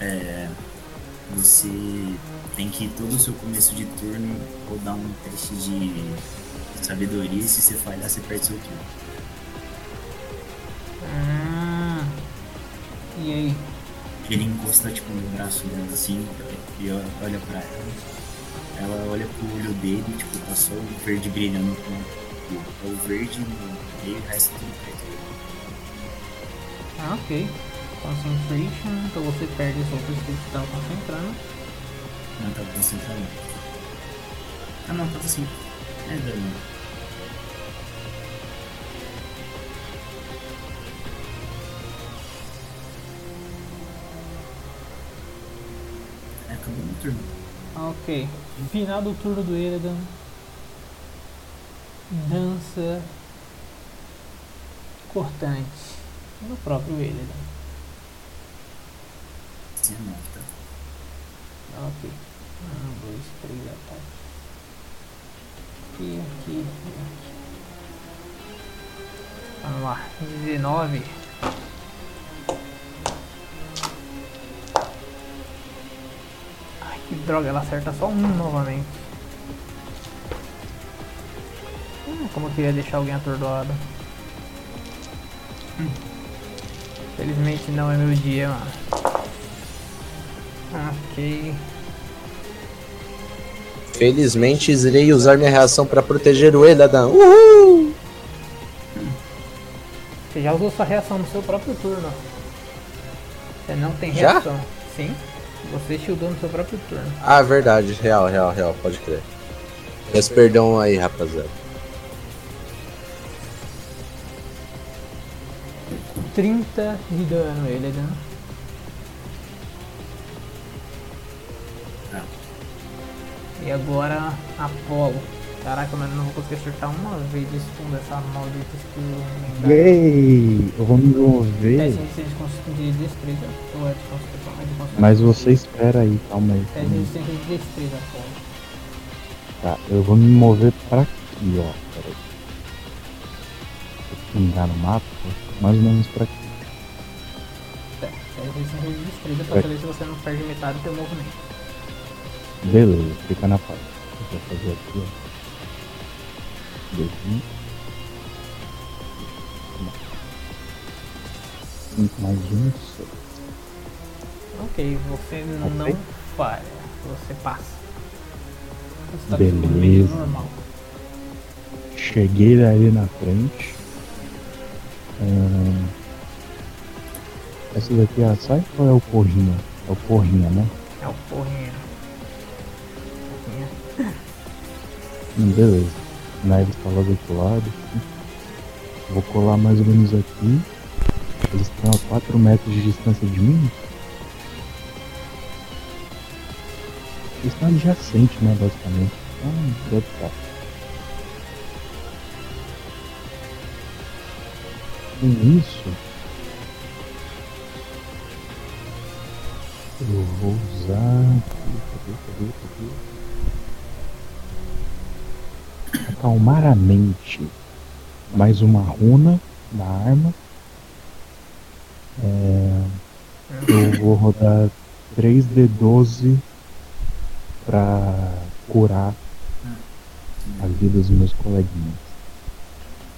É, você tem que todo o seu começo de turno rodar um teste de sabedoria e se você falhar você perde seu turno. Hum. E aí? Ele encosta tipo no braço dela assim e ela olha pra ela. Ela olha pro olho dele, tipo, tá só o verde brilhando com o- é o verde no meio e o resto tudo preto. Ah, ok. Concentration, então você perde os outros que estavam concentrando. Não tá concentrado. Ah não, tá assim. É dano. É, acabou meu turno. Ah, Ok. Final do turno do Illidan. Dança cortante no próprio Illidan. 19, tá? Ah, Ok. Um, dois, três ataques. Aqui, aqui, aqui. Vamos lá. 19. Ai, que droga, ela acerta só um novamente. Hum, como eu queria deixar alguém atordoado. Hum. Felizmente não é meu dia, mano. Ah, Ok. Felizmente, irei usar minha reação pra proteger o Eladan. Uhul! Você já usou sua reação no seu próprio turno. Você não tem Já? reação. Sim. Você shieldou no seu próprio turno. Ah, verdade. Real, real, real. Pode crer. Peço perdão aí, rapaziada. 30 de dano ele, né? Tá. E agora Apolo. Caraca, mas eu não vou conseguir acertar uma vez de stun dessa maldita skill. Véi, eu vou me mover. Teste de resistência de cons- de destreza. Ou é de construção? É de construção. Mas você espera aí, calma aí. Teste de resistência de destreza, Apolo. Tá, eu vou me mover pra aqui, ó. Pera aí. Vou pingar no mapa, mais ou menos pra aqui. Teste Tá, é de resistência de destreza pra É. saber se você não perde metade do seu movimento. Beleza, fica na paz. Eu vou fazer aqui, ó. Daqui. Cinco mais um, seis. Ok, você não Ok. falha, você passa. Você tá Beleza. completamente normal. Cheguei ali na frente. Ahn, Essa daqui é a sai ou é o Corrinha? É o Corrinha, né? É o porrinha. Porrinha. Hum, Beleza. Neves tá logo do lado. assim. Vou colar mais ou menos aqui. Eles estão a 4 metros de distância de mim. Eles estão adjacentes, né, basicamente. Então, deve estar. E nisso... Eu vou usar. Cadê, cadê, cadê? Acalmar a mente. Mais uma runa na arma. É, eu vou rodar 3D12 pra curar a vida dos meus coleguinhas.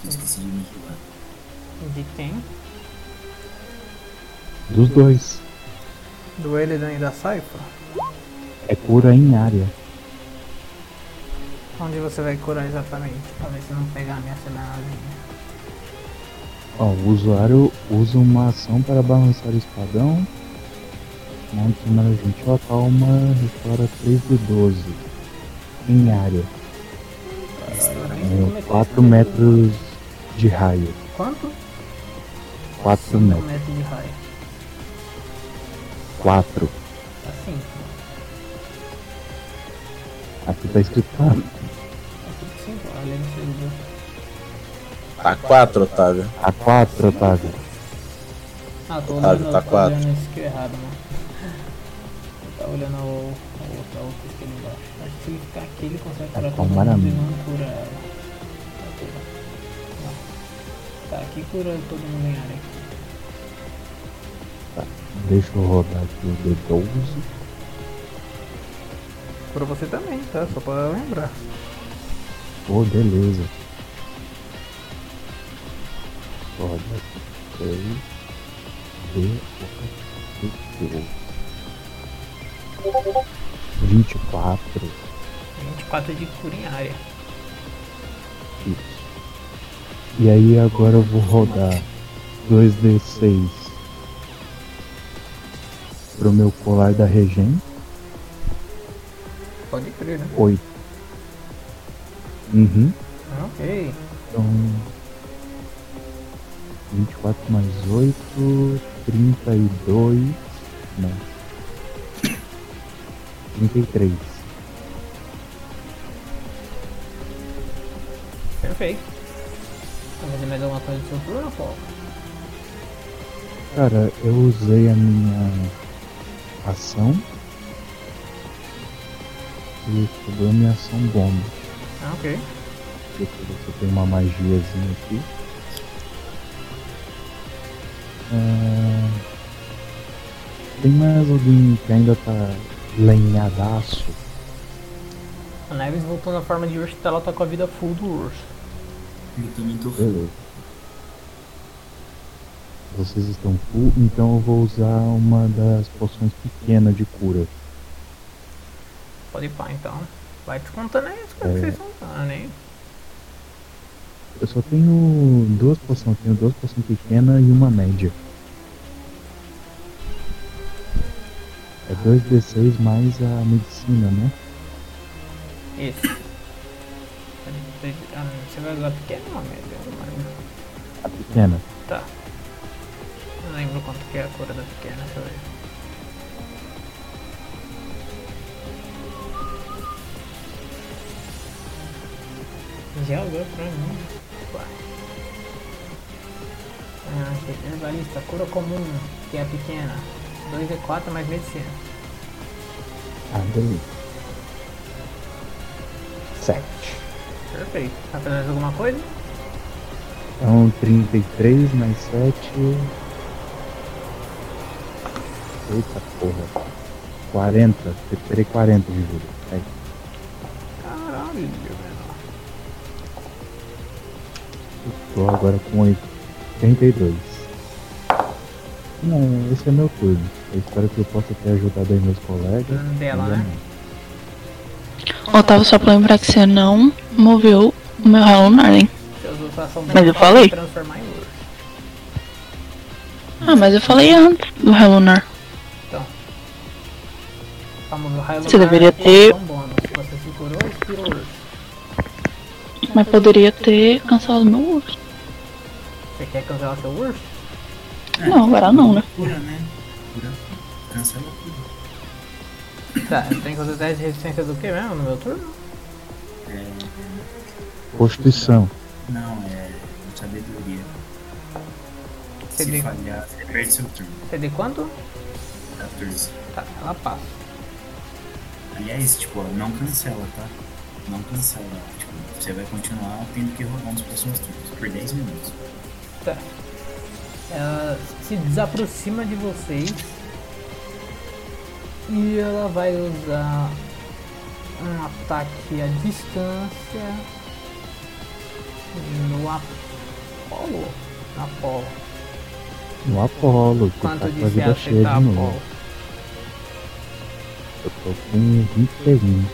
Esqueci de me ajudar. De quem? Dos dois. Do né, Elidan e da Saifa? É cura em área. Onde você vai curar exatamente? Pra ver se não pegar a minha cenazinha. Ó, o usuário usa uma ação para balançar o espadão. Não primeira gentil acalma, restaura 3 de 12 em área. como é É, que é 4 metros de raio. Quanto? 4 Um metros. metro de raio. 4. Assim. Aqui tá escrito 4. Sim, Tá olha, não sei o Tá 4, Otávio. A tá? 4, Otávio. Ah, tô Otávio, olhando, tá tô quatro. olhando esse que é errado, mano. Tá olhando o, o outro, a outra esquerda embaixo. Acho que se ele ficar aqui, ele consegue curar todo tomar a mundo e mão. não cura ela. Tá, cura. Tá, aqui cura todo mundo em área. Deixa eu rodar aqui o D12. Cura você também, tá? Só pra lembrar. Pô, beleza. Roda aqui. 3. D. D. 24. 24 de cura em área. Isso. E aí agora eu vou rodar 2D6 pro meu colar da Regen. Pode crer, né? 8. Uhum. Ah, Ok. Então. 24 mais 8. 32. Não. 33. Perfeito. Vai fazer mais alguma coisa do seu turno, Paulo? Cara, eu usei a minha ação. E sobrou minha ação bônus. Ah, ok. Deixa eu ver se eu tenho uma magiazinha aqui. Ah, tem mais alguém que ainda tá lenhadaço? A Neves voltou na forma de urso, tá ela tá com a vida full do urso. Eu também tô Beleza. Vocês estão full, então eu vou usar uma das poções pequenas de cura. Pode pá, então. Vai te contando aí as coisas É. que vocês estão falando, hein? Eu só tenho duas poções, tenho duas poções pequenas e uma média. É 2d6 mais a medicina, né? Isso. Você ah, você vai usar pequeno ou médio? Eu não lembro. A pequena. Tá. Não lembro quanto que é a cura da pequena, deixa eu ver. Já olhou pra mim. Vai. Ah, pequena da lista. Cura comum, que é a pequena. 2d4 mais medicina. Ah, beleza. Sete. Perfeito. Tá fazendo mais alguma coisa? Então, 33 mais 7. Eita porra. 40. Eu tirei 40 de vida. É, Aí. Caralho, Tô agora é com 82. Não, esse é meu turno. Eu espero que eu possa ter ajudado aí meus colegas. Dela, né? Otávio, só pra lembrar que você não moveu o meu round Narden. Você usou sua ação Mas dela eu um pra falei. se transformar em urso. Ah, mas eu falei antes do Relunar. Então. Famoso raio Você lunar deveria com ter- ação bônus. Você se curou e expira o urso. Mas poderia ter cancelado meu urso. Você quer cancelar seu urso? Não, agora não, né? Cura, né? Cura. Cancela a cura. Tá, eu tenho que fazer 10 de resistência do que mesmo no meu turno? Constituição. É. Não, é sabedoria. Você Se liga. falhar, você perde seu turno. CD quanto? 14. Tá, ela passa. Aliás, tipo, não cancela, tá? Não cancela. Tipo, você vai continuar tendo que rodar nos próximos turnos, por 10 minutos. Tá. Ela se desaproxima de vocês. E ela vai usar um ataque à distância no Apolo. Apolo. No Apolo, que Quanto tá de com a vida CA cheia você tá, de novo. Apolo? Eu tô com 21.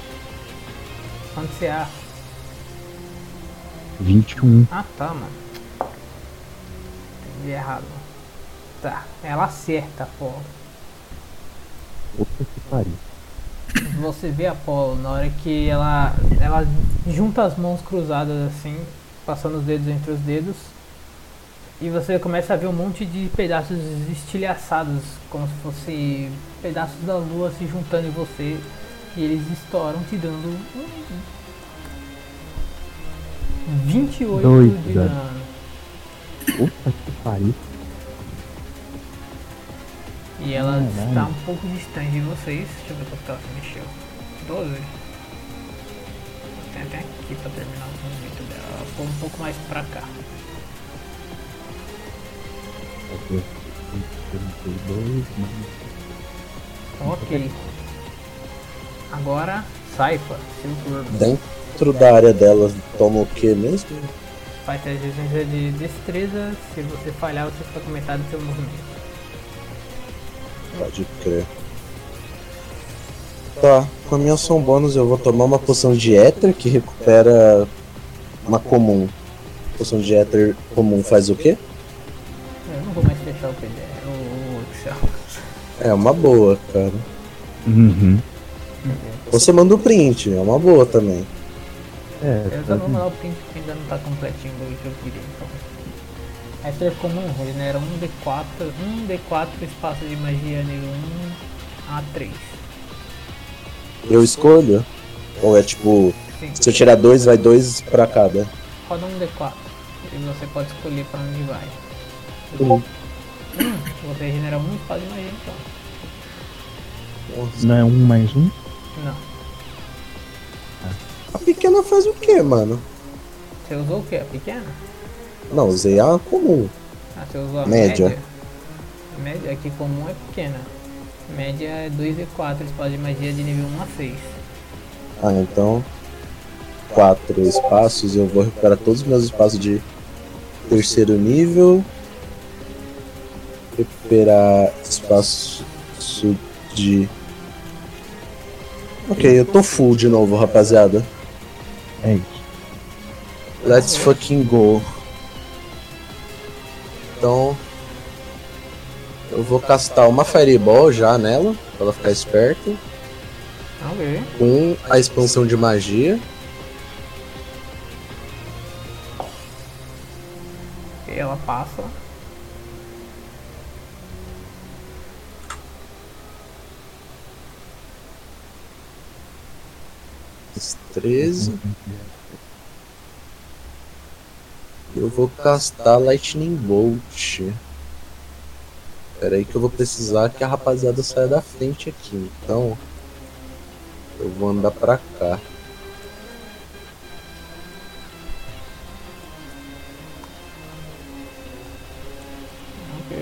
Quanto CA? 21. Ah tá, mano. Entendi errado. Tá, ela acerta, Apolo. Puta que pariu. Você vê a Apolo na hora que ela, ela junta as mãos cruzadas assim, passando os dedos entre os dedos. E você começa a ver um monte de pedaços estilhaçados, como se fosse pedaços da lua se juntando em você. E eles estouram te dando um- 28 de Doida. dano. Puta que pariu. E ela Caralho. está um pouco distante de vocês. Deixa eu ver quanto que ela se mexeu. 12. Tem até aqui pra terminar o movimento dela. Ela ficou um pouco mais pra cá. Cadê? 32, mano. Ok. Agora, Saifa, seu turno. Dentro da área delas toma o que mesmo? Faz teste de resistência de destreza. Se você falhar, você fica com metade do seu movimento. Pode crer. Tá, com a minha ação bônus eu vou tomar uma poção de éter que recupera uma comum. Poção de éter comum faz o quê? Eu não vou mais fechar o PDF. O o Excel. É uma boa, cara. Uhum. Você manda o print, é uma boa também. Eu só vou mandar o print É porque ainda não tá completinho do que eu queria, então. Éter comum regenera 1d4, 1d4 espaço de magia nível 1 a 3. Eu escolho? Ou é tipo, Sim. se eu tirar dois, vai dois pra cada? Roda 1d4 e você pode escolher pra onde vai. Hum. Você regenera 1 espaço de magia então. Não é um mais um? Não. A pequena faz o quê, mano? Você usou o que? A pequena? Não, usei a comum. Ah, você usou a Média. média? Média aqui comum é pequena. Média é 2d4 espaço de magia de nível 1 a 6. Ah, então. Quatro espaços, eu vou recuperar todos os meus espaços de terceiro nível. Recuperar espaço de. Ok, eu tô full de novo, rapaziada. É isso. Let's fucking go. Então. Eu vou castar uma Fireball já nela, pra ela ficar esperta. Ok. Com a expansão de magia. E ela passa. Esses 13. Eu vou castar Lightning Bolt. Pera aí que eu vou precisar que a rapaziada saia da frente aqui. Então, eu vou andar pra cá. Ok.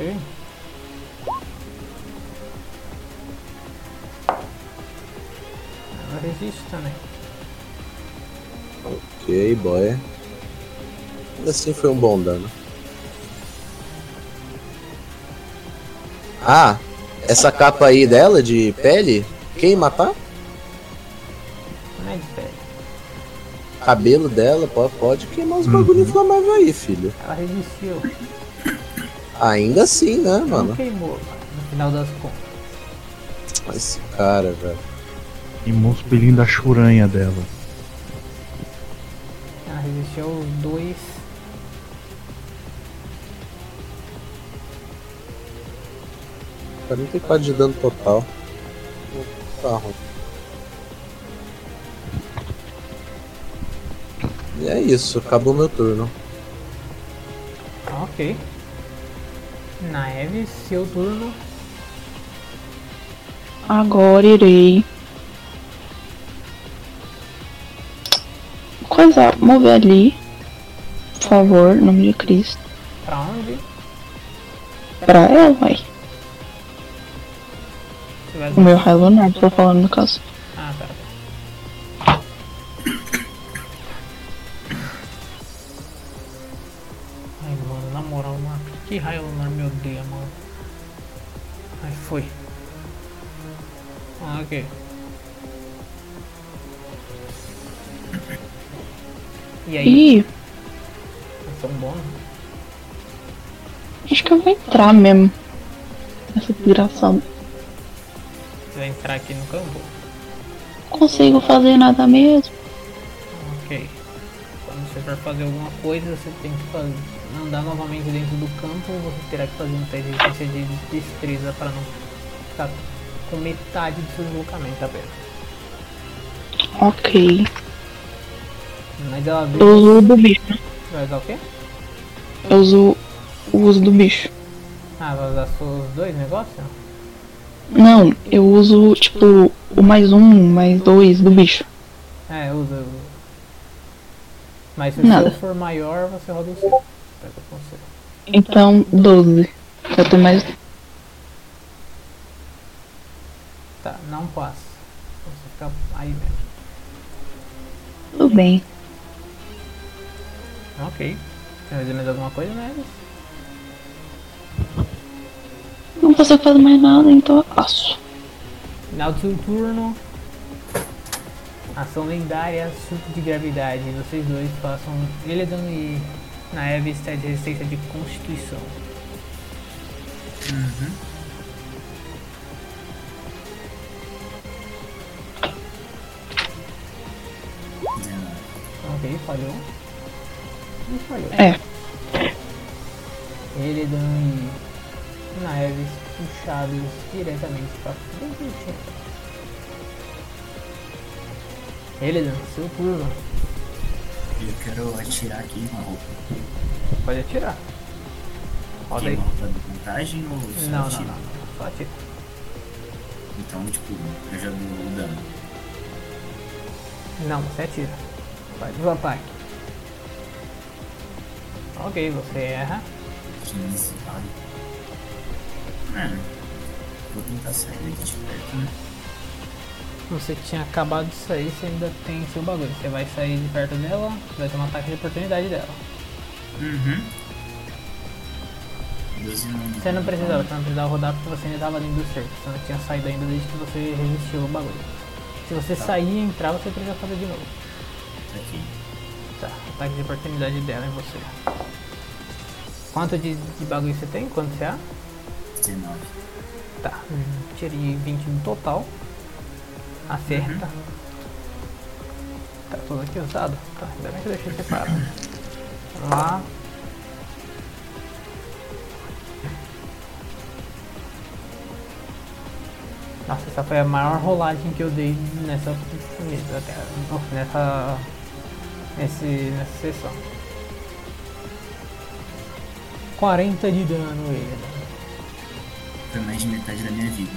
Ela né? resiste também. Ok, boy. Ainda assim foi um bom dano. Ah, essa capa aí dela de pele, tá? quem matar? Não é de pele. Cabelo dela, pode, pode queimar os bagulho inflamável aí, filho. Ela resistiu. Ainda assim, né, Não mano? queimou, no final das contas. Esse cara, velho. E os pelinhos da churanha dela. Ela resistiu aos dois. Pra mim tem 4 de dano total. Tá ruim. E é isso, acabou meu turno. Ah, ok. Na Eve, seu turno. Agora irei. Coisa, mover ali. Por favor, em nome de Cristo. Pra onde? Pra ela, vai. Você vai O meu raio lunar, tô falando no caso. Ah, tá. Ai, mano, na moral, mano. Que raio lunar me odeia, mano. Ai, foi. Ah, ok. E aí? Ih, Esse é um bônus? acho que eu vou entrar mesmo. Essa desgraçada. Você vai entrar aqui no campo? Não consigo fazer nada mesmo. Ok. Quando você for fazer alguma coisa, você tem que fazer, andar novamente dentro do campo. Você terá que fazer um teste de resistência de destreza para não ficar com metade do seu deslocamento aberto. Ok. Mas ela vê. Eu uso do bicho. Vai usar o quê? Eu uso o uso do bicho. Ah, vai usar seus dois negócios? Não, eu uso, tipo, o mais um, mais dois do bicho. É, usa. usa. Mas se o Nada. seu for maior, você roda o seu. Pega com o seu. Então, 12. Eu tenho mais. Tá, não passa. Você fica aí mesmo. Tudo bem. Ok. Tem mais mais alguma coisa, né? Alice? Não consigo fazer mais nada, então eu passo. Final do seu turno. Ação lendária, surto de gravidade. Vocês dois passam. Illidan e Naeve está de resistência de constituição. Ok, falhou. Não falhou. É. Illidan e Naeve puxados diretamente para frente do chão. Illidan, seu turno. Eu quero atirar aqui uma roupa. Pode atirar. Roda Tem aí. uma roupa de vantagem ou só Não, não, atira? não. Só atira. Então, tipo, eu já dou o dano. Não, você atira. Faz o ataque. Ok, você erra. 15, vale. Mano, vou tentar sair daqui de perto, né? Você tinha acabado de sair, você ainda tem seu bagulho. Você vai sair de perto dela, vai tomar um ataque de oportunidade dela. Uhum. 12 não. tá Você não precisava, você não precisava rodar porque você ainda estava dentro do cerco. Você não tinha saído ainda desde que você resistiu ao bagulho. Se você Tá. sair e entrar, você precisa fazer de novo. Aqui. Tá, ataque de oportunidade dela em você. Quanto de, de bagulho você tem? Quanto você é? há? 19. Tá, hum, tirei 20 no total. Acerta. Tá tudo aqui usado? Tá, ainda bem que eu deixei separado. Vamos lá. Nossa, essa foi a maior rolagem que eu dei nessa mesa até. Nessa. Nesse, nessa sessão. 40 de dano ele. Foi mais de metade da minha vida.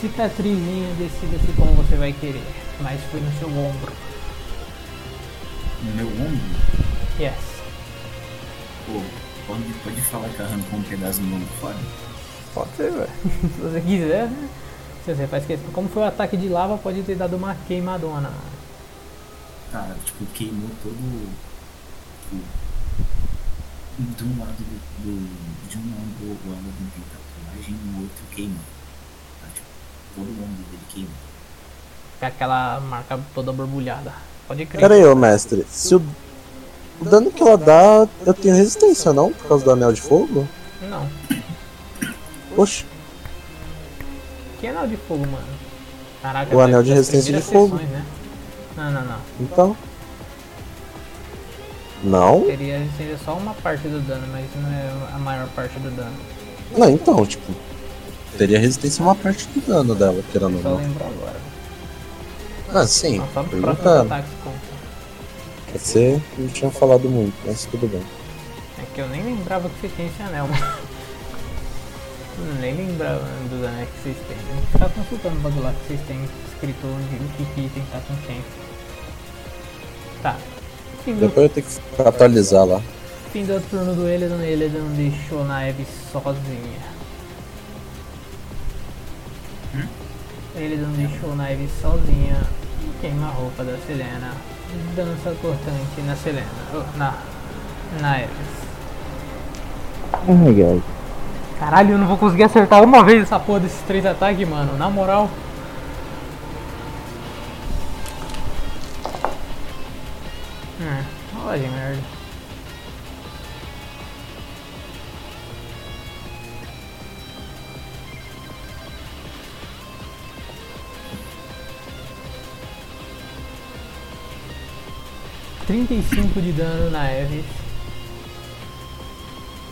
cicatrizinha decida-se assim como você vai querer, mas foi no seu ombro. No meu ombro, Yes. pô, pode, pode falar que arrancou um pedaço do meu ombro fora? Pode ser, velho. Se você quiser, né? Se você faz questão. Como foi o ataque de lava, pode ter dado uma queimadona. Cara, tipo, queimou todo. o- de um lado do. do- de um ombro o ombro não tem tatuagem e o um outro queimou. Tá, tipo, todo o ombro dele queimou. Com aquela marca toda borbulhada. Pode crer. Pera aí, ô mestre. Se o... o dano que ela dá, eu tenho resistência, não? Por causa do anel de fogo? Não. Oxe, Que anel de fogo, mano? Caraca, O anel de das resistência de primeiras fogo. sessões, né? Não, não, não. então. Não? Seria, seria só uma parte do dano, mas não é a maior parte do dano. Não, então, tipo. Teria resistência a uma parte do dano dela, querendo ou Só não. lembro agora. Ah, sim. Não, só nos próximos Pergunta. ataques conta. Você não tinha falado muito, mas tudo bem. É que eu nem lembrava que você tinha esse anel, mano. Nem lembrava dos anéis que vocês têm. Tem que ficar consultando o bagulho lá que vocês têm escrito onde o que que item tá com quem. Tá. Fim do, Depois eu tenho que atualizar lá. fim do turno do Eledon, Eledon deixou na Eve sozinha. Eledon deixou na Eve sozinha. Queima a roupa da Selena. Dança cortante na Selena. oh, Na. Na Eve. Ai, ai. Caralho, eu não vou conseguir acertar uma vez essa porra desses três ataques, mano. Na moral. Hum, olha de merda. Trinta e cinco de dano na Eves.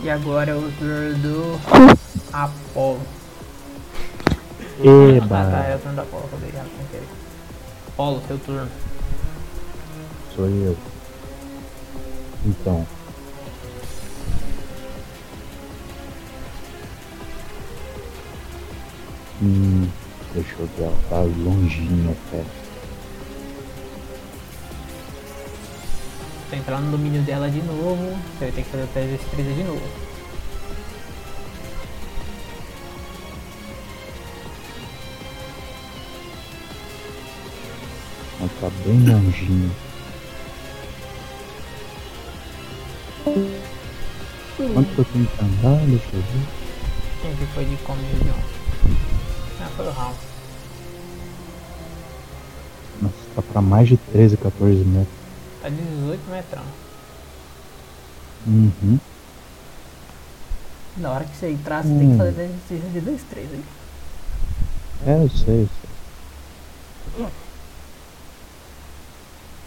E agora é o turno do Apolo. Eba. Ah, tá, é o turno do Apolo, acabei de errar sem querer. Apolo, seu turno. Sou eu. Então. Hum, deixa eu ver, ela tá longinho até. Pra entrar no domínio dela de novo, você vai ter que fazer o teste de destreza de novo. Ela tá bem longinho. Quanto que eu tenho que andar? Deixa eu ver. Quem que foi de como de Ah, foi o Raul. Nossa, tá pra mais de 13, 14 metros. Tá 18 metrão. Uhum. Na hora que você entrar, você tem que Hum. fazer a destreza de 2, 3 aí. É, eu sei, eu sei.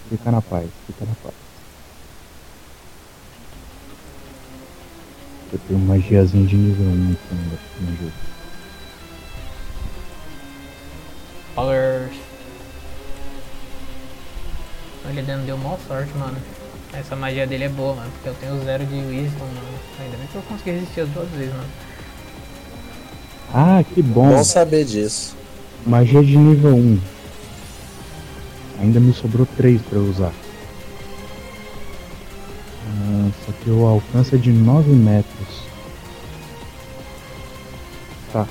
Fica na paz, fica na paz. Eu tenho magiazinha de nível 1 aqui ainda no jogo. Poggers. Ele dando deu mal sorte, mano. Essa magia dele é boa, mano, porque eu tenho zero de wisdom, mano. Ainda bem que eu consegui resistir as duas vezes, mano. Ah, que bom! Bom saber disso. Magia de nível 1. Ainda me sobrou 3 pra eu usar. Ah, só que o alcance é de 9 metros. Tá.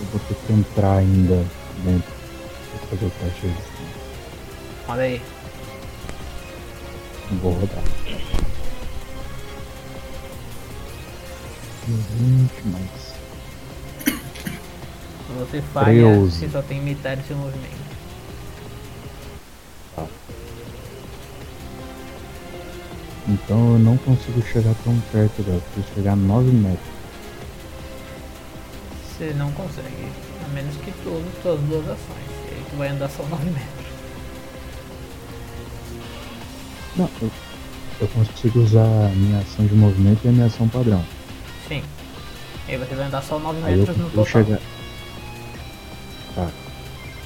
Eu vou ter que entrar ainda dentro. Vou fazer o teste aí. Olha aí. Vou rodar. 20 mais. Se você falha, Deus. você só tem metade do seu movimento. Então eu não consigo chegar tão perto dela. Preciso chegar a 9 metros. Você não consegue. A menos que tu use suas duas ações. E aí tu vai andar só 9 metros. Não, eu, eu consigo usar a minha ação de movimento e a minha ação padrão. Sim. E aí você vai andar só 9 Aí eu é metros no consigo total. chegar. Tá.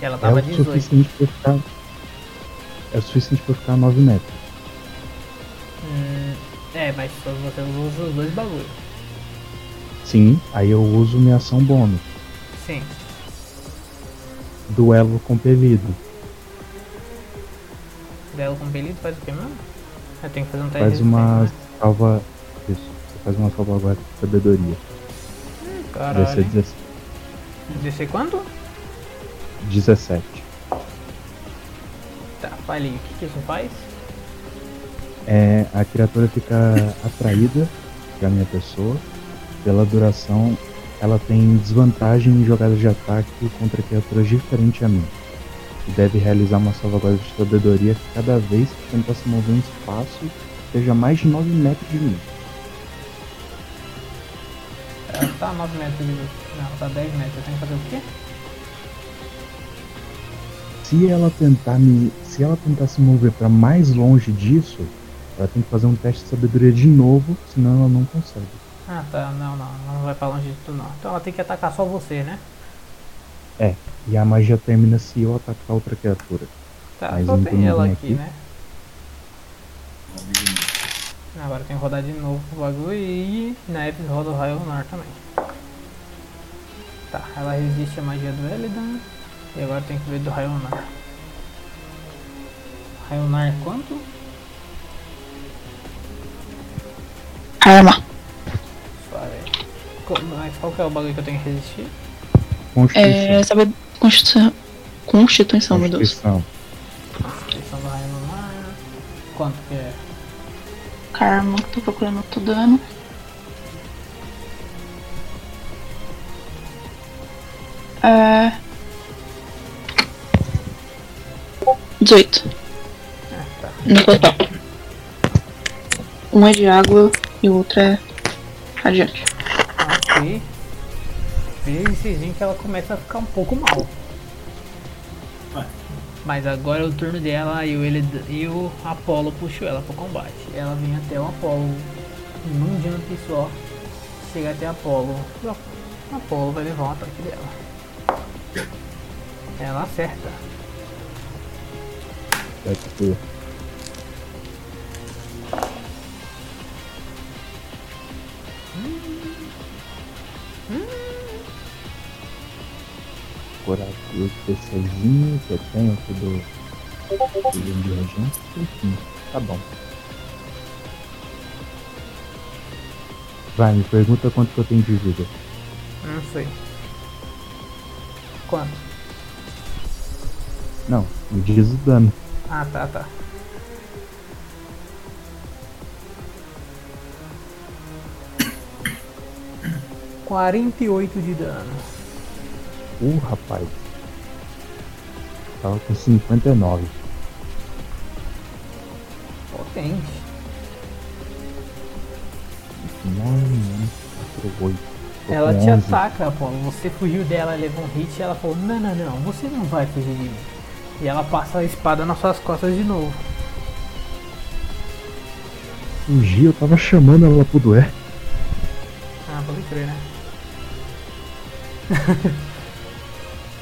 E ela É tava o 18. suficiente pra eu ficar. É o suficiente pra eu ficar a 9 metros. Hum, é, mas só você usa os dois bagulhos. Sim, aí eu uso minha ação bônus. Sim. Duelo compelido. Duelo compelido faz o que mesmo? Eu tenho que fazer um teste Faz de resistência, uma né? salva. Isso, você faz uma salvaguarda de sabedoria. Caralho. Vai ser 17. DC quanto? 17. Tá, falei. O que, que isso faz? É, a criatura fica atraída pra minha pessoa. Pela duração, ela tem desvantagem em jogadas de ataque contra criaturas diferentes a mim. E Deve realizar uma salvaguarda de sabedoria cada vez que tentar se mover um espaço que seja mais de 9 metros de mim. Ela tá a 9 metros de você. Não, ela tá a 10 metros. Eu tenho que fazer o quê? Se ela tentar me, se ela tentar se mover pra mais longe disso, ela tem que fazer um teste de sabedoria de novo, senão ela não consegue. Ah, tá. Não, não. Não vai pra longe de tu, não. Então ela tem que atacar só você, né? É, e a magia termina se eu atacar outra criatura. Tá, Mas só não tem ela ninguém aqui, né? Agora tem que rodar de novo o bagulho e na Epic roda o Raio Lunar também. Tá, ela resiste à magia do Elidan. E agora tem que ver do Raionar. Raionar é quanto? Arma. Suave. Co- Mas qual que é o bagulho que eu tenho que resistir? É, sabe, Constituição. Constituição, meu Deus. Constituição. Constituição do Raionar. Quanto que é? Karma, tô procurando outro dano. É... 18. No total. Um é de água e o outro é radiante. Ok. Vocês veem um que ela começa a ficar um pouco mal. Mas agora é o turno dela e o, ele, e o Apolo puxou ela pro combate. Ela vem até o Apolo num jump só. Chega até o Apolo. E o Apolo vai levar um ataque dela. Ela acerta. É tipo. Corajoso, pessoalzinho que eu tenho aqui do. do de regente. Enfim, tá bom. Vai, me pergunta quanto que eu tenho de vida. Não sei. Quanto? Não, me diz o dano. Ah, tá, tá. Quarenta e oito de dano. Uh, rapaz. Tava com 59. Potente. 9 menos 4, 8. Ela te ataca, Apolo. Você fugiu dela, levou um hit e ela falou: Não, não, não, você não vai fugir de mim. E ela passa a espada nas suas costas de novo. Um dia eu tava chamando ela pro dué. Ah, pode crer, né?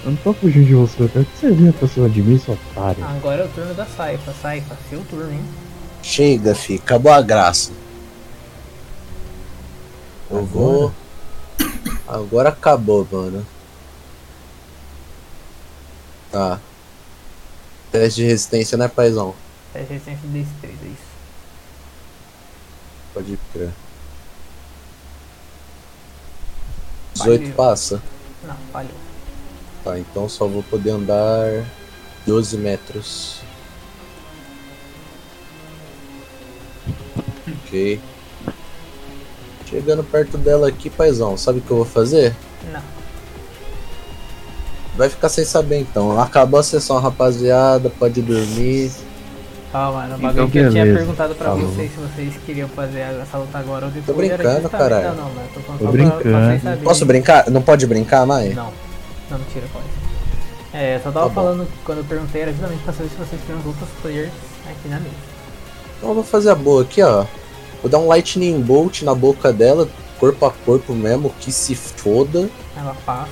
Eu não tô fugindo de você, eu quero que você venha pra cima de mim, seu otário. Agora é o turno da Saifa. Saifa, seu turno, hein? Chega, fi, acabou a graça. Eu vou. Agora acabou, mano. Tá. Teste de resistência, né, paizão? É resistência de destreza, isso. Pode crer. 18 passa. Não, falhou. Tá, então só vou poder andar 12 metros. Ok. Chegando perto dela aqui, paizão, sabe o que eu vou fazer? Não. Vai ficar sem saber então. Acabou a sessão, rapaziada. Pode dormir. Calma, mano, o Então, bagulho que eu tinha beleza. perguntado pra Falou. vocês se vocês queriam fazer essa luta agora ou depois. Tô era brincando, justamente- caralho. Não, não, mas tô falando Tô só pra- pra vocês brincando. saberem. Posso brincar? Não pode brincar, mais? Não, não, mentira, pode. É, só Tá tava falando que quando eu perguntei era justamente pra saber se vocês queriam os outros players aqui na mesa. Então eu vou fazer a boa aqui, ó. Vou dar um lightning bolt na boca dela, corpo a corpo mesmo, que se foda. Ela passa.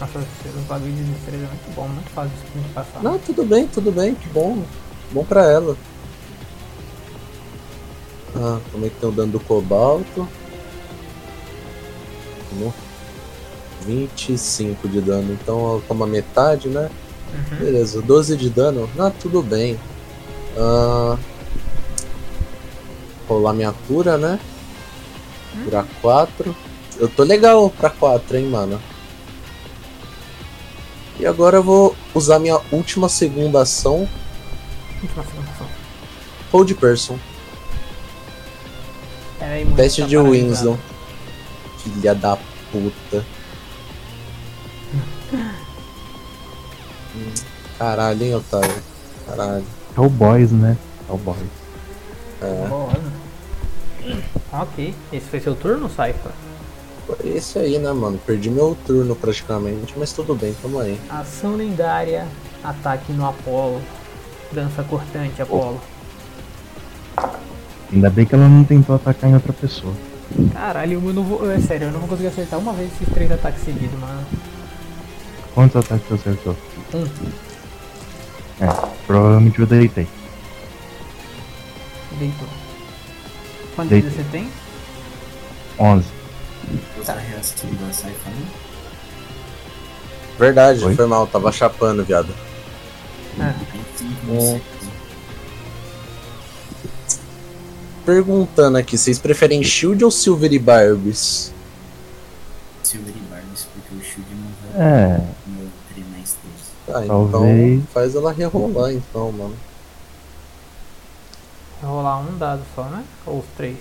Nossa, os bagulhos de destreza é muito bom, muito fácil de de passar. Não, tudo bem, tudo bem, que bom. Bom pra ela. Ah, como é que tem o dano do cobalto? Hum. No- 25 de dano, então ela toma metade, né? Beleza, 12 de dano. Ah, tudo bem. Ah, rolar minha cura, né? Cura 4. Eu tô legal pra 4, hein, mano. E agora eu vou usar minha última segunda ação, Última segunda Hold Person. Ela é imune, Teste tá de paralisada. Winslow. Filha da puta. Hum, Caralho, hein, Otávio? Caralho. É o boys, né? É o boys. É. Boa. né? Ok, esse foi seu turno, Saifa? Foi esse aí, né, mano? Perdi meu turno praticamente, mas tudo bem, tamo aí. Ação lendária, ataque no Apolo. Dança cortante, Apolo. Ainda bem que ela não tentou atacar em outra pessoa. Caralho, eu não vou. É sério, eu não vou conseguir acertar uma vez esses três ataques seguidos, mano. Quantos ataques você acertou? Um, É, provavelmente eu deitei. deitou. Quanto Deitou. você tem? 11. Tá. reação da Saifana. Verdade, foi mal, tava chapando, viado. É. Perguntando aqui, vocês preferem Shield ou Silver e Barbies? Silver e Barnes, porque o Shield não vai. É. Não vai ter mais três. Ah, Talvez. então faz ela rerolar então, mano. Vai rolar um dado só, né? Ou os três?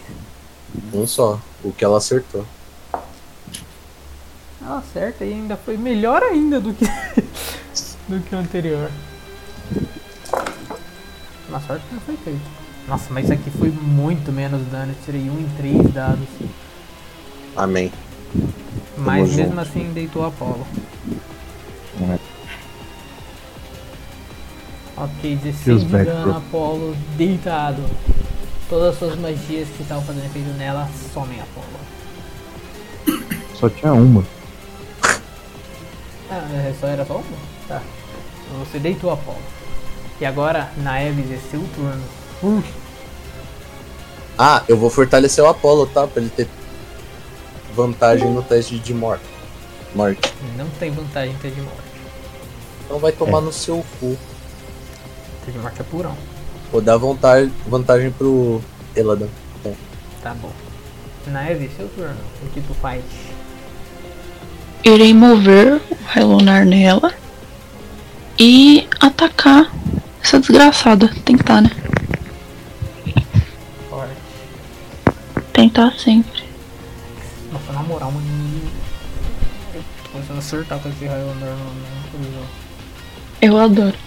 Um só, o que ela acertou. Ela Ah, acerta e ainda foi melhor ainda do que do que o anterior. Na sorte que não foi feito. Nossa, mas isso aqui foi muito menos dano. Eu tirei um em três dados. Amém. Mas Tamo mesmo junto. é. assim deitou a Apolo. Ok, 16 de Feels bad, dano, bro. Apolo deitado. Todas as suas magias que estavam fazendo efeito nela somem, Apolo. Só tinha uma. Ah, é, só era só uma? Tá. Então Você deitou a pau. E agora, Naeves, é seu turno. Ah, eu vou fortalecer o Apollo, tá? Pra ele ter vantagem no teste de morte. Morte. Não tem vantagem em ter de morte. Então vai tomar no seu cu. Ter de morte é purão. Vou dar vontade, vantagem pro Eladan. Então, Tá bom. Naeves, seu turno. O que tu faz? Irei mover o Relonar nela e atacar essa desgraçada. Tentar, né? Forte. Tentar sempre. Nossa, na moral, mano. Eu tô começando a surtar com esse raio normal, não por jogo. Eu adoro.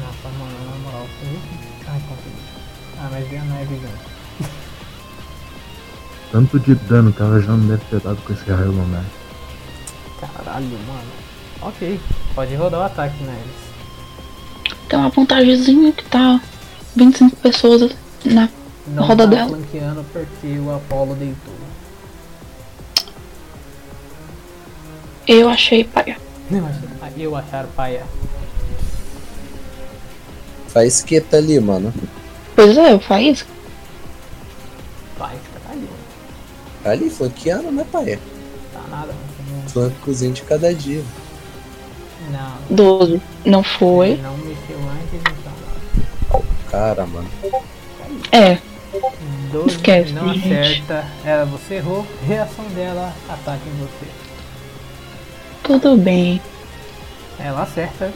Nossa, mano, na moral. eu- Ai, consegui. Ah, mas deu a Naeves antes. Tanto de dano que ela já não deve ter dado com esse raio né? lunar. Caralho, mano. Ok, pode rodar o ataque, né? Naeves. Tem uma vantagemzinha que tá 25 pessoas na Não roda tá dela. flanqueando porque o Apollo deitou. Eu achei paia. Não, achei- eu achar paia. faz quieta ali, mano. Pois é, eu faço. Pai, caralho. Tá ali, flanqueando, né, pai? Tá nada. mano. Flancozinho de cada dia. Não. 12. Não foi. Ele não mexeu antes, então. Cara, mano. É. 12 Esquece, né? não gente. acerta. Ela, você errou. Reação dela, ataque em você. Tudo bem. Ela acerta.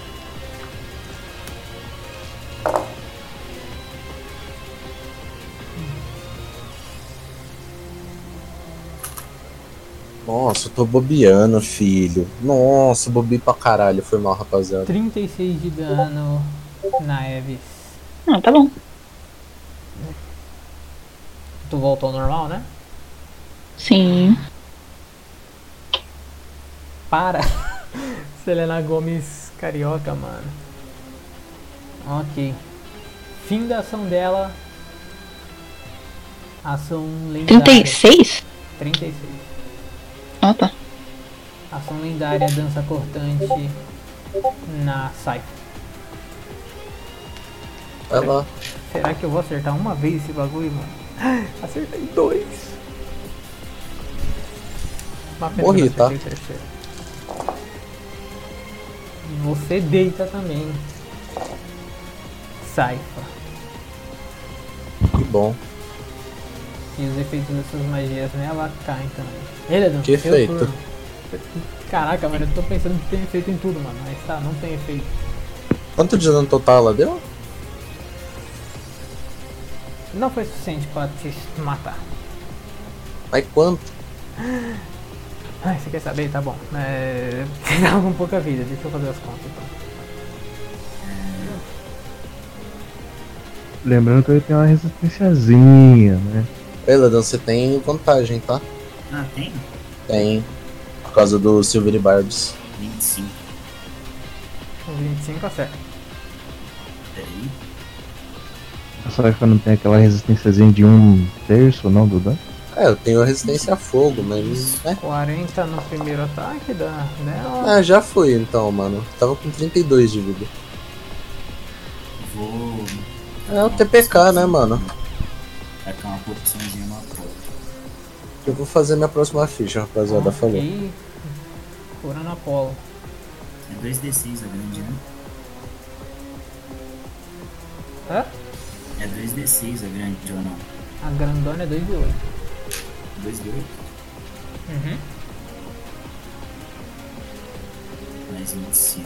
Nossa, eu tô bobeando, filho. Nossa, bobei pra caralho. Foi mal, rapaziada. 36 de dano na Eves. Ah, tá bom. Tu voltou ao normal, né? Sim. Para! Selena Gomes carioca, mano. Ok. Fim da ação dela. Ação lendária. 36? 36. Ah, tá. Ação lendária, dança cortante na Cypher. Vai Tá lá. Será que eu vou acertar uma vez esse bagulho, mano? Acertei dois. Uma pena que eu Morri, não tá? acertei o terceiro. E Você deita também. Saifa. Que bom. E os efeitos das suas magias né? nela caem também. Ele não Que efeito? Caraca, mano, eu tô pensando que tem efeito em tudo, mano. Mas tá, não tem efeito. Quanto de dano total ela deu? Não foi suficiente pra te matar. Mas quanto? Ai, você quer saber? Tá bom. É... Você tava com pouca vida, deixa eu fazer as contas então. Lembrando que ele tem uma resistênciazinha, né? Eladan, você tem vantagem, tá? Ah, tem? Tem. Por causa do Silver e Barbs. 25. O 25 acerta. Peraí. A Saifa não tem aquela resistênciazinha de um terço, não, do dano? É, eu tenho resistência a fogo, mas. Né? 40 no primeiro ataque da dela. Ah, já fui então, mano. Tava com 32 de vida. Vou É o TPK, né, mano? tacar uma porçãozinha na prova. Eu vou fazer minha próxima ficha, rapaziada, falou. E. Corando Apolo. É 2D6 a grande, né? Hã? É 2D6 a grande ou não? A grandona é 2 de 8. 2D8 Uhum. mais medicina.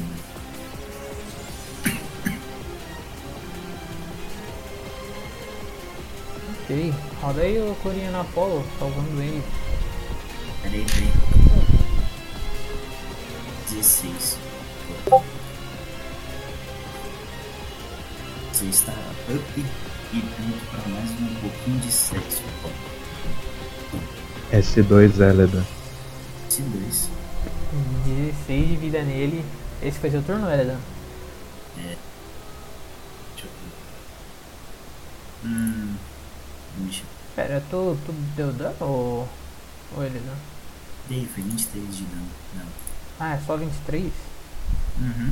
Ok. Roda aí o Corinha na Apolo, salvando ele. Peraí, peraí. 16. Você está up e pronto para mais um pouquinho de sexo. S2 Eleda. Esse 2. 16 de vida nele. Esse foi seu turno, Eledan? É. Deixa eu ver. Hum. Deixa eu Pera, tu, tu deu dano ou. Ou Eledan? Dei, foi 23 de dano. Não. Ah, é só 23? Uhum.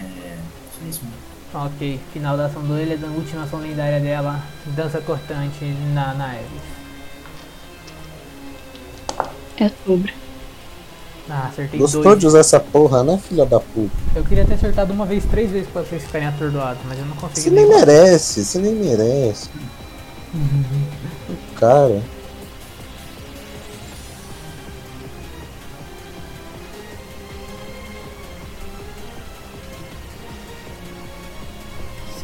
É. É. Só isso mesmo. Ok, final da ação do Eledan, última ação lendária dela. Dança cortante na, na Ares. É sobre. Ah, acertei Gostou dois. de usar essa porra, né, filha da puta? Eu queria ter acertado uma vez, três vezes pra vocês ficarem atordoados, mas eu não é. consegui. Você nem merece, você nem merece. Cara,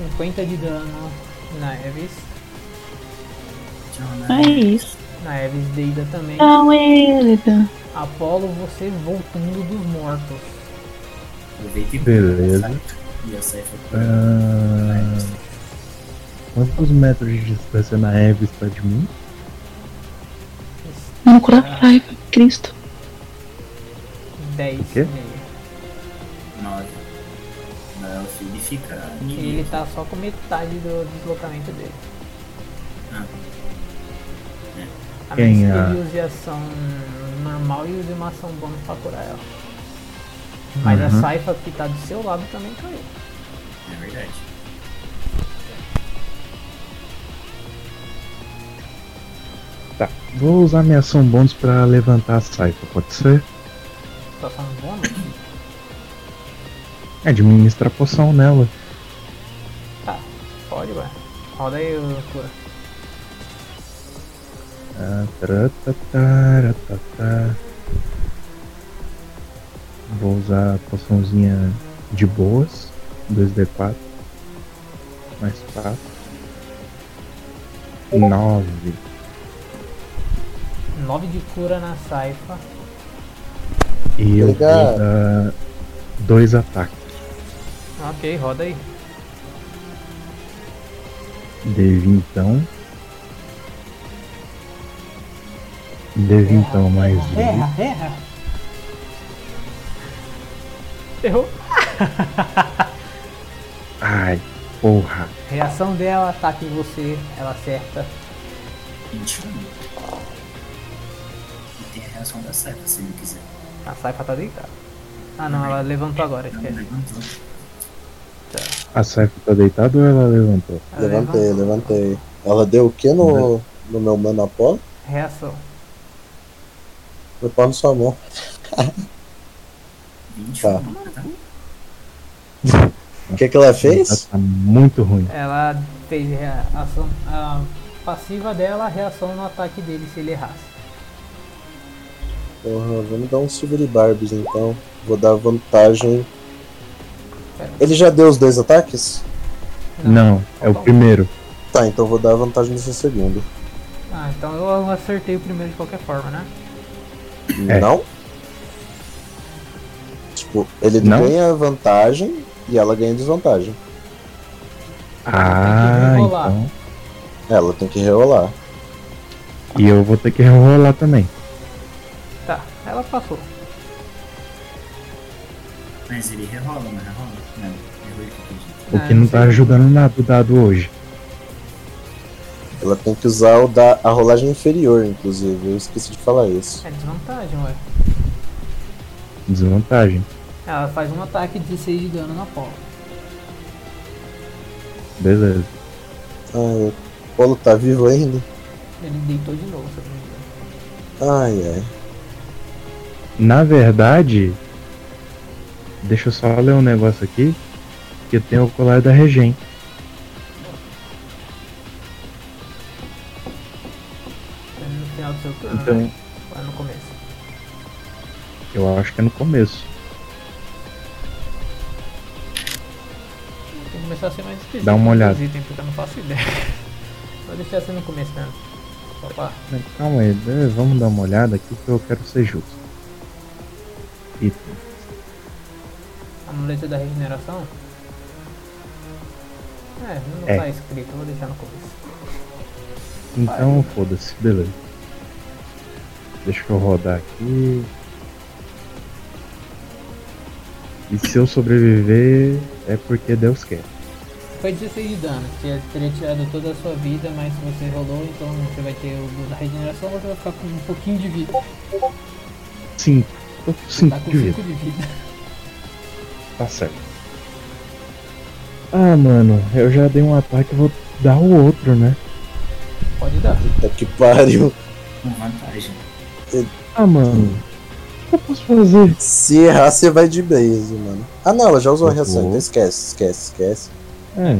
nem- 50 de dano na Eves. né? É isso. Na Eves Deida também. Não, Elida. Apolo, você voltando dos mortos. Aproveita e Beleza. É. E a Cypher. Ah, quantos metros de distância na Eve está de mim? Não cura raiva, Cristo. 10 O quê? nele. 9. Não, ela ele fica. Ele tá só com metade do deslocamento dele. Ah. A Quem menos que é? ele use ação normal e use uma ação bônus pra curar ela. Mas a Uhum. Saifa que tá do seu lado também caiu. É verdade. Tá. Vou usar minha ação bônus pra levantar a saifa, pode ser? Tá só no bônus? Administra a poção nela. Tá, pode, ué. Roda aí, ô, cura. Ah, tra, ta, ta, ra, ta, ta. Vou usar a poçãozinha de boas. 2D4. Mais 4. 9. 9 de cura na Saifa. E eu vou Legal. dar dois ataques. Ok, roda aí. D20 então. D20 então mais um. Erra, erra. Errou. Ai, porra. Reação dela, ataque em você, ela acerta. 21. E um. tem a reação da Cypher se ele quiser. A Saifa tá deitada. Ah não, ela levantou agora, esquece. A Saifa tá deitada ou ela levantou? Tá levantei, levantei. Ela deu o que no, no meu mano Apolo? Reação. Meu pau na sua mão. tá. O que, que ela fez? Tá muito ruim. Ela fez rea- ação a passiva dela, a reação no ataque dele se ele errasse. Porra, vamos dar um super Barbies então. Vou dar vantagem. Ele já deu os dois ataques? Não, é o primeiro. Tá, então vou dar vantagem nesse segundo. Ah, então eu acertei o primeiro de qualquer forma, né? É. Não? Tipo, ele Não? ganha vantagem e ela ganha desvantagem. Ah, rolar. então. Ela tem que rerolar. E eu vou ter que rolar também. Tá, ela passou. Mas ele rerola, não rerola? Não, errou ele que acredita. O que não tá ajudando nada o dado hoje. Ela tem que usar o da, a rolagem inferior, inclusive. Eu esqueci de falar isso. É desvantagem, ué. Desvantagem. Ela faz um ataque de 16 de dano na Paula. Beleza. Ah, o Polo tá vivo ainda? Ele deitou de novo, se eu não me engano. Ai, ai. Na verdade, deixa eu só ler um negócio aqui, que tem o colar da Regen. Foi no final do seu Ah. turno, Então- né? Foi no começo. Eu acho que é no começo. Tem que começar a ser mais né? específico. Dá uma olhada. com os itens, porque eu não faço ideia. Vou deixar assim no começo mesmo. Só pra- Mas Calma aí, né, vamos dar uma olhada aqui que eu quero ser justo. E Amuleto da regeneração? É, não É. tá escrito, eu vou deixar no começo. Então, foda-se, beleza. Deixa eu rodar aqui. E se eu sobreviver, é porque Deus quer. Foi 16 de dano. Você teria tirado toda a sua vida, mas você rolou, então você vai ter o do da regeneração, você vai ficar com um pouquinho de vida. Sim, tô com Você tá 5 com de vida. 5 de vida. Tá certo. Ah, mano, eu já dei um ataque, eu vou dar o outro, né? Pode dar. Puta que pariu. Com vantagem. Ah, mano. O que eu posso fazer? Se errar, você vai de base, mano. Ah, não, ela já usou a reação, Uhum. então esquece, esquece, esquece. É,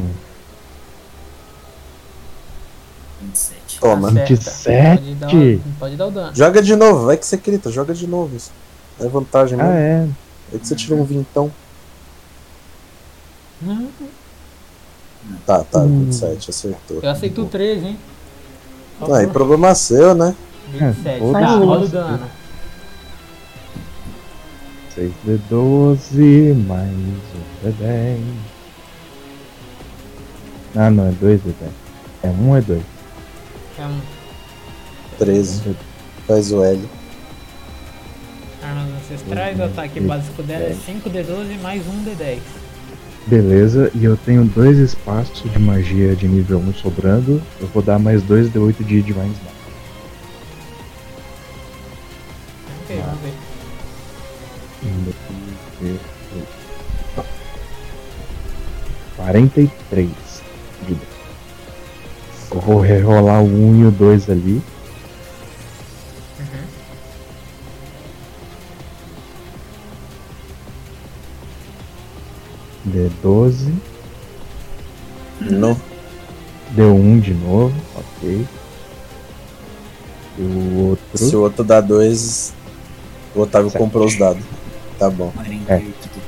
27. Toma. Acerta. 27. tá Pode dar, o- pode dar o dano. Joga de novo, vai que você grita, joga de novo. isso É vantagem, ah, né? é. É que você tirou um vintão. Não, Tá, tá, Hum. 27, acertou. Eu aceito o 3, hein? Só Ah, e pra- problema seu, né? É, 27. outro Tá, rola o lance. dano. 6 de 12 mais é 1 de 10. Ah, não, é 2 de 10. É 1 é 2. É um 13. Faz o L. Armas ancestrais, o ataque básico dela é 5 D12 mais 1 D10. Beleza, e eu tenho dois espaços de magia de nível 1 sobrando. Eu vou dar mais 2 de 8 de Divine Smite. Ok, vamos ver. Um, dois, três, quatro. 43 de dano. Eu vou rerolar o 1 e o 2 ali. D12. Não. Deu um de novo, ok. E o outro. Se o outro dá 2, o Otávio Sete. comprou os dados. Tá bom. 48 do dano.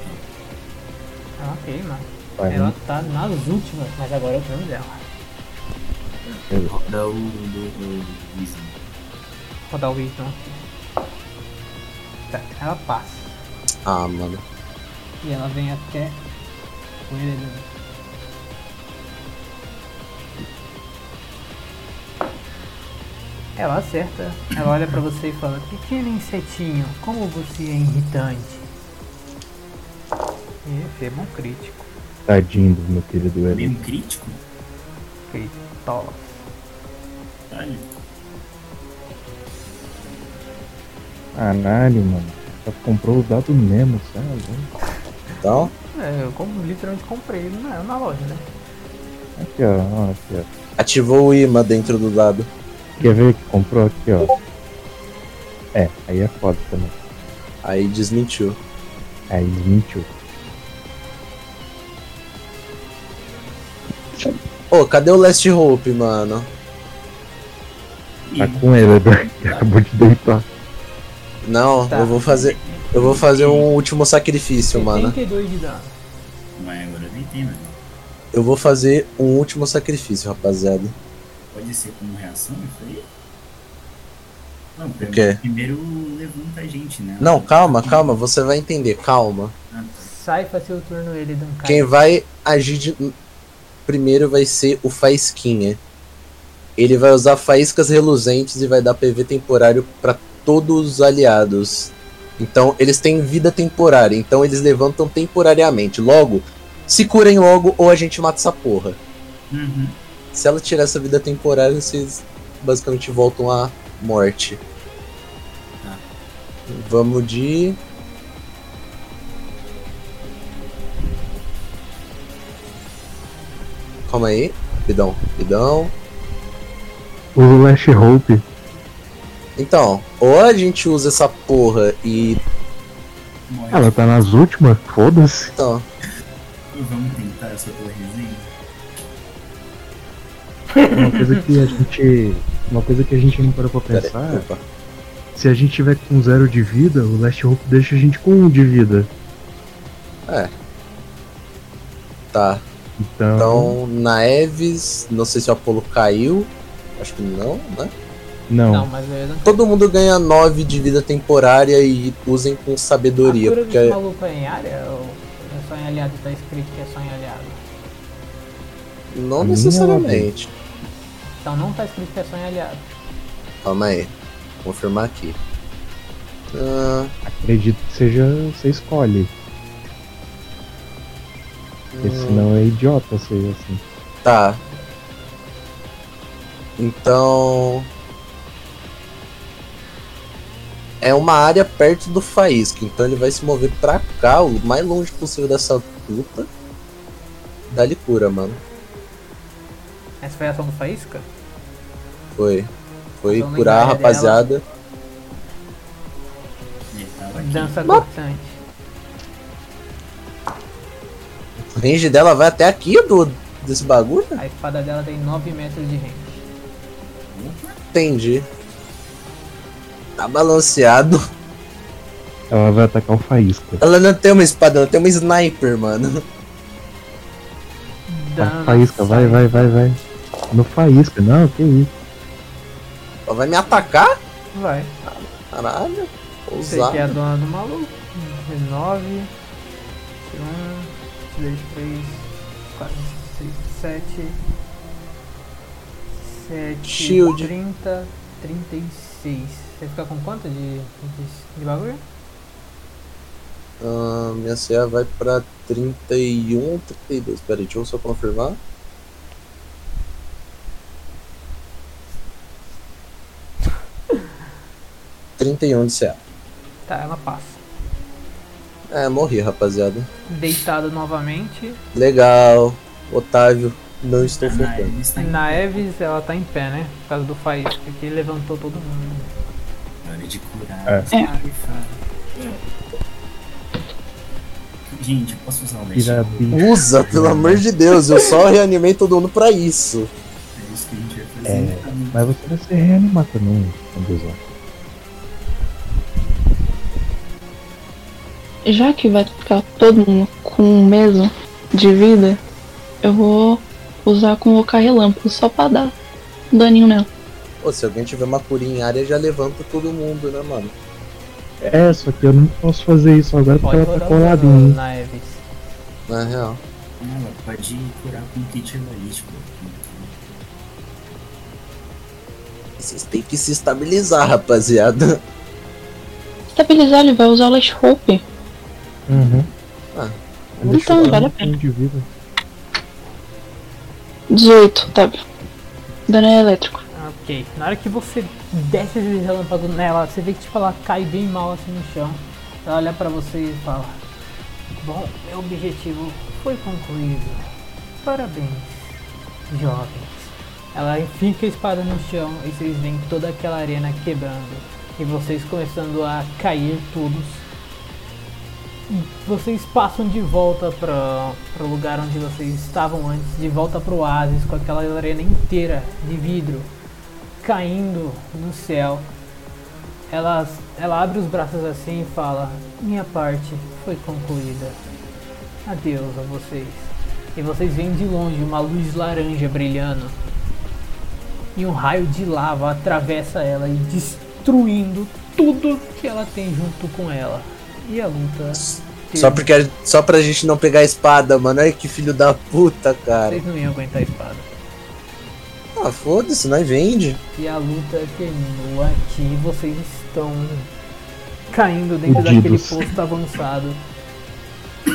Ah, ok, mano. Vai, Ela tá nas últimas, mas agora é o turno dela. Roda o do Wisdom. Vou dar o Wisdom aqui. Tá, ela passa. Ah, mano. E ela vem até o né? Eredon. Ela acerta, ela olha pra você e fala: Pequeno insetinho, como você é irritante. E receba um crítico. Tadinho do meu querido Eli. Meio crítico? Critola. Caralho. Caralho, mano. Só comprou o dado mesmo, sabe? Então, É, eu como, literalmente comprei ele na, na loja, né? Aqui, ó, ó, aqui, ó. ativou o imã dentro do dado. Quer ver que comprou aqui, ó? É, aí é foda também. É Aí desmentiu. Aí mentiu. Ô, cadê o Last Hope, mano? Tá com ele, Eber, que acabou de deitar. Não, Tá. eu vou fazer. Eu vou fazer um último sacrifício, mano. 72 de dano. Mas agora nem tem, né? mano. Eu vou fazer um último sacrifício, rapaziada. Pode ser como reação isso aí? Não, quê? primeiro, primeiro levanta a gente, né? Não, calma, calma, você vai entender, calma. Sai, faz seu turno, um Eredon. cai. Quem vai agir de- primeiro vai ser o Faisquinha. Ele vai usar faíscas reluzentes e vai dar PV temporário pra todos os aliados. Então, eles têm vida temporária, então eles levantam temporariamente. Logo, se curem logo ou a gente mata essa porra. Uhum. Se ela tirar essa vida temporária, vocês basicamente voltam à morte. Tá. Vamos de. Calma aí, rapidão, rapidão. O Usa o Last Hope. Então, ou a gente usa essa porra e. Ela tá nas últimas, foda-se. Então. Vamos tentar essa pela resenha. Uma coisa que a gente. Uma coisa que a gente não parou pra Pera aí, é? pensar. opa. se a gente tiver com zero de vida, o Last Hope deixa a gente com um de vida. É. Tá. Então. Então, Naeves, não sei se o Apolo caiu. Acho que não, né? não. Não, mas é, eu não Todo mundo ganha 9 de vida temporária e usem com sabedoria, Cura porque desse maluco é em área ou é só em aliado? Tá escrito que é só em aliado. não necessariamente. Então não tá escrito que é só em aliado. Calma aí. Vou confirmar aqui. Ah, Acredito que seja. Você escolhe. Porque Hum. senão é idiota ser assim. tá. Então. É uma área perto do Faísca, então ele vai se mover pra cá, o mais longe possível dessa puta. Dá-lhe cura, mano. Essa foi a ação do Faísca? Foi. Foi Então, curar a lembrar dela. rapaziada. Dança cortante. O range dela vai até aqui do, desse bagulho? A espada dela tem 9 metros de range. Entendi. Tá balanceado. Ela vai atacar o Faísca. Ela não tem uma espada, ela tem uma sniper, mano. Vai, faísca, vai, vai, vai, vai. No Faísca, não, que isso. Ela vai me atacar? Vai. Caralho. Sei que é a Ousado. dona do maluco. 9, 1, 2, 3, 4, 5, 7, 7, Shield. 30, 36. Você fica com quanto de, de, de bagulho? Ah, minha CA vai pra 31, 32. Pera aí, deixa eu só confirmar. Trinta e um de CA. Tá, ela passa. É, morri, rapaziada. Deitado novamente. Legal. Otávio, não estou focando. Na Eves ela tá em pé, né? Por causa do faísca, que levantou todo mundo. Hora de curar. É. sabe, fala. Gente, eu posso usar o Last Tira a Hope? bicha. Usa, pelo amor de Deus, eu só reanimei todo mundo pra isso. É isso que a gente vai fazer. É, mas você vai ser reanimado também, Andrezão. Já que vai ficar todo mundo com o mesmo de vida, eu vou usar com o Relâmpago só pra dar um daninho nela. Pô, se alguém tiver uma curinha em área, já levanta todo mundo, né, mano? É, só que eu não posso fazer isso agora porque Pode ela tá rodar colada em o mim. na Eves. Na real. Ela pode curar com kit analítico. Vocês têm que se estabilizar, rapaziada. Estabilizar, ele vai usar o Last Hope. Uhum. Ah, Ela deixou Então, vale a um ponto de vida. 18, tá. Dano elétrico. Ah, Ok. Na hora que você desce esse relâmpago nela, você vê que tipo, ela cai bem mal assim no chão. Ela olha pra você e fala: Bom, meu objetivo foi concluído. Parabéns, jovens. Ela fica a espada no chão e vocês veem toda aquela arena quebrando. E vocês começando a cair todos. E Vocês passam de volta para o lugar onde vocês estavam antes, de volta para o oásis, com aquela arena inteira de vidro caindo no céu. Ela, ela abre os braços assim e fala: Minha parte foi concluída. Adeus a vocês. E vocês veem de longe uma luz laranja brilhando. E um raio de lava atravessa ela e destruindo tudo que ela tem junto com ela. E a luta. Só, porque a- só pra gente não pegar a espada, mano. Ai, que filho da puta, cara. Vocês não iam aguentar a espada. Ah, foda-se, nós vende. E a luta terminou aqui. Vocês estão caindo dentro Fudidos. daquele posto tá avançado.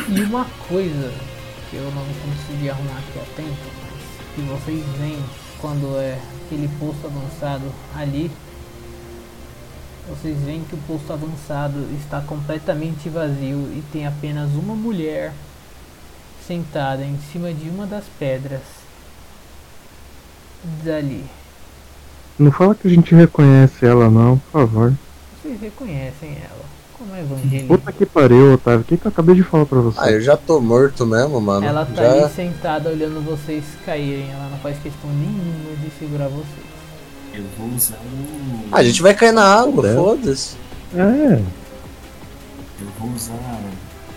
E uma coisa que eu não consegui arrumar aqui a tempo, mas que vocês veem quando é aquele posto avançado ali. Vocês veem que o posto avançado está completamente vazio e tem apenas uma mulher sentada em cima de uma das pedras dali. Não fala que a gente reconhece ela não, por favor. Vocês reconhecem ela como é a Evangeline. Puta que pariu, Otávio. O que, que eu acabei de falar pra você? Ah, eu já tô morto mesmo, mano. Ela tá já... é. ali sentada olhando vocês caírem. Ela não faz questão nenhuma de segurar vocês. Eu vou usar o. Ah, a gente vai cair na água, É. foda-se. É. Eu vou usar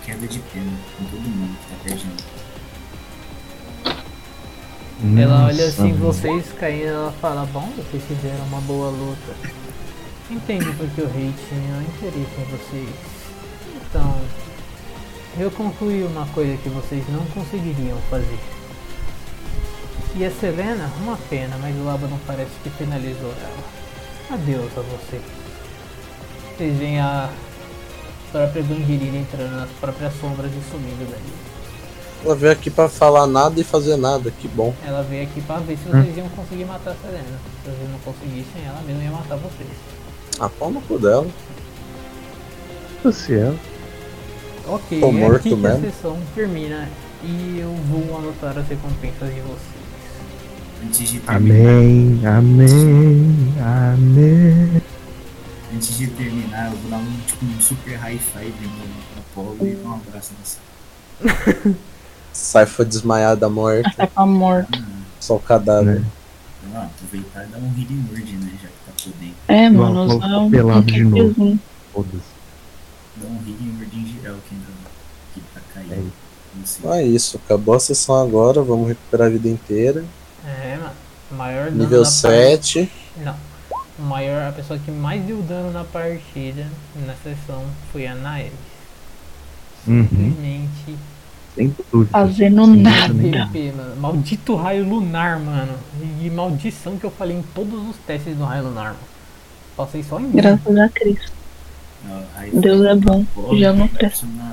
queda de pena com todo mundo que tá perto de mim. Ela Nossa, olha assim, mano. vocês caindo, ela fala, bom, vocês fizeram uma boa luta. Entendo porque o rei tinha interesse em vocês. Então, eu concluí uma coisa que vocês não conseguiriam fazer. E a Selena, uma pena, mas o Laba não parece que finalizou ela. Adeus a você. Vocês veem a própria Evangelina entrando nas próprias sombras e sumindo dali. Ela veio aqui pra falar nada e fazer nada, que bom. Ela veio aqui pra ver se Hum. vocês iam conseguir matar a Selena. Se vocês não conseguissem, ela mesma ia matar vocês. Ah, pau no cu dela. Você é. Ok, Tô é morto aqui que a mesmo. sessão termina né? e eu vou anotar as recompensas de vocês. Antes de terminar, Amém, amém, amém. antes de terminar, eu vou dar um, tipo, um super high five no no Apollo e dar um abraço nessa. Sai foi desmaiada morta, Tá morto. só o cadáver. Ah, aproveitar e dar um healing word, né? Já que tá podendo. É, Não, mano, vou usar ficar um- pelado um de novo. kitzinho. Foda-se. Dar um healing word em geral que ainda que tá caindo. Não sei. Então é isso, acabou a sessão agora, vamos recuperar a vida inteira. É, mano. Maior dano Nível na 7. Não. O maior, a pessoa que mais deu dano na partida, na sessão, foi a Naeve. Hum? Uhum. Simplesmente Sem dúvida. Fazendo Sem dúvida nada. nenhuma. PP, mano. Maldito raio lunar, mano. E, e maldição que eu falei em todos os testes do raio lunar, mano. Passei só em um. Graças a Cristo. Não, high five Deus é bom. no Apollo, Já não abraço na,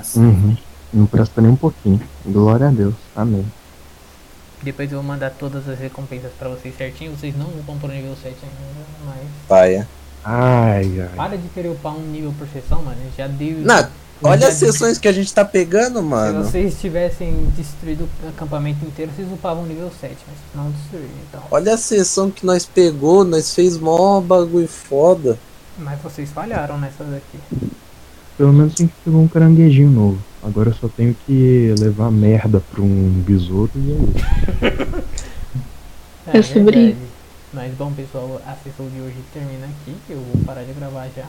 na Uhum. Não presta nem um pouquinho. Glória a Deus. Amém. Depois eu vou mandar todas as recompensas pra vocês certinho. Vocês não vão pro nível 7 ainda, mas. Paia. Ai, ai. Para de querer upar um nível por sessão, mano. Eu Já dei. Não, eu olha já as sessões que a gente tá pegando, Se mano. vocês tivessem destruído o acampamento inteiro, vocês upavam o nível 7, mas não destruíram, então. Olha a sessão que nós pegou, nós fez mó bagulho foda. Mas vocês falharam nessas aqui. Pelo menos a gente pegou um caranguejinho novo. Agora eu só tenho que levar merda pra um besouro e é isso. É sobre verdade. isso. Mas bom, pessoal, a sessão de hoje termina aqui. Eu vou parar de gravar já.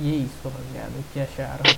E é isso, rapaziada. O que acharam?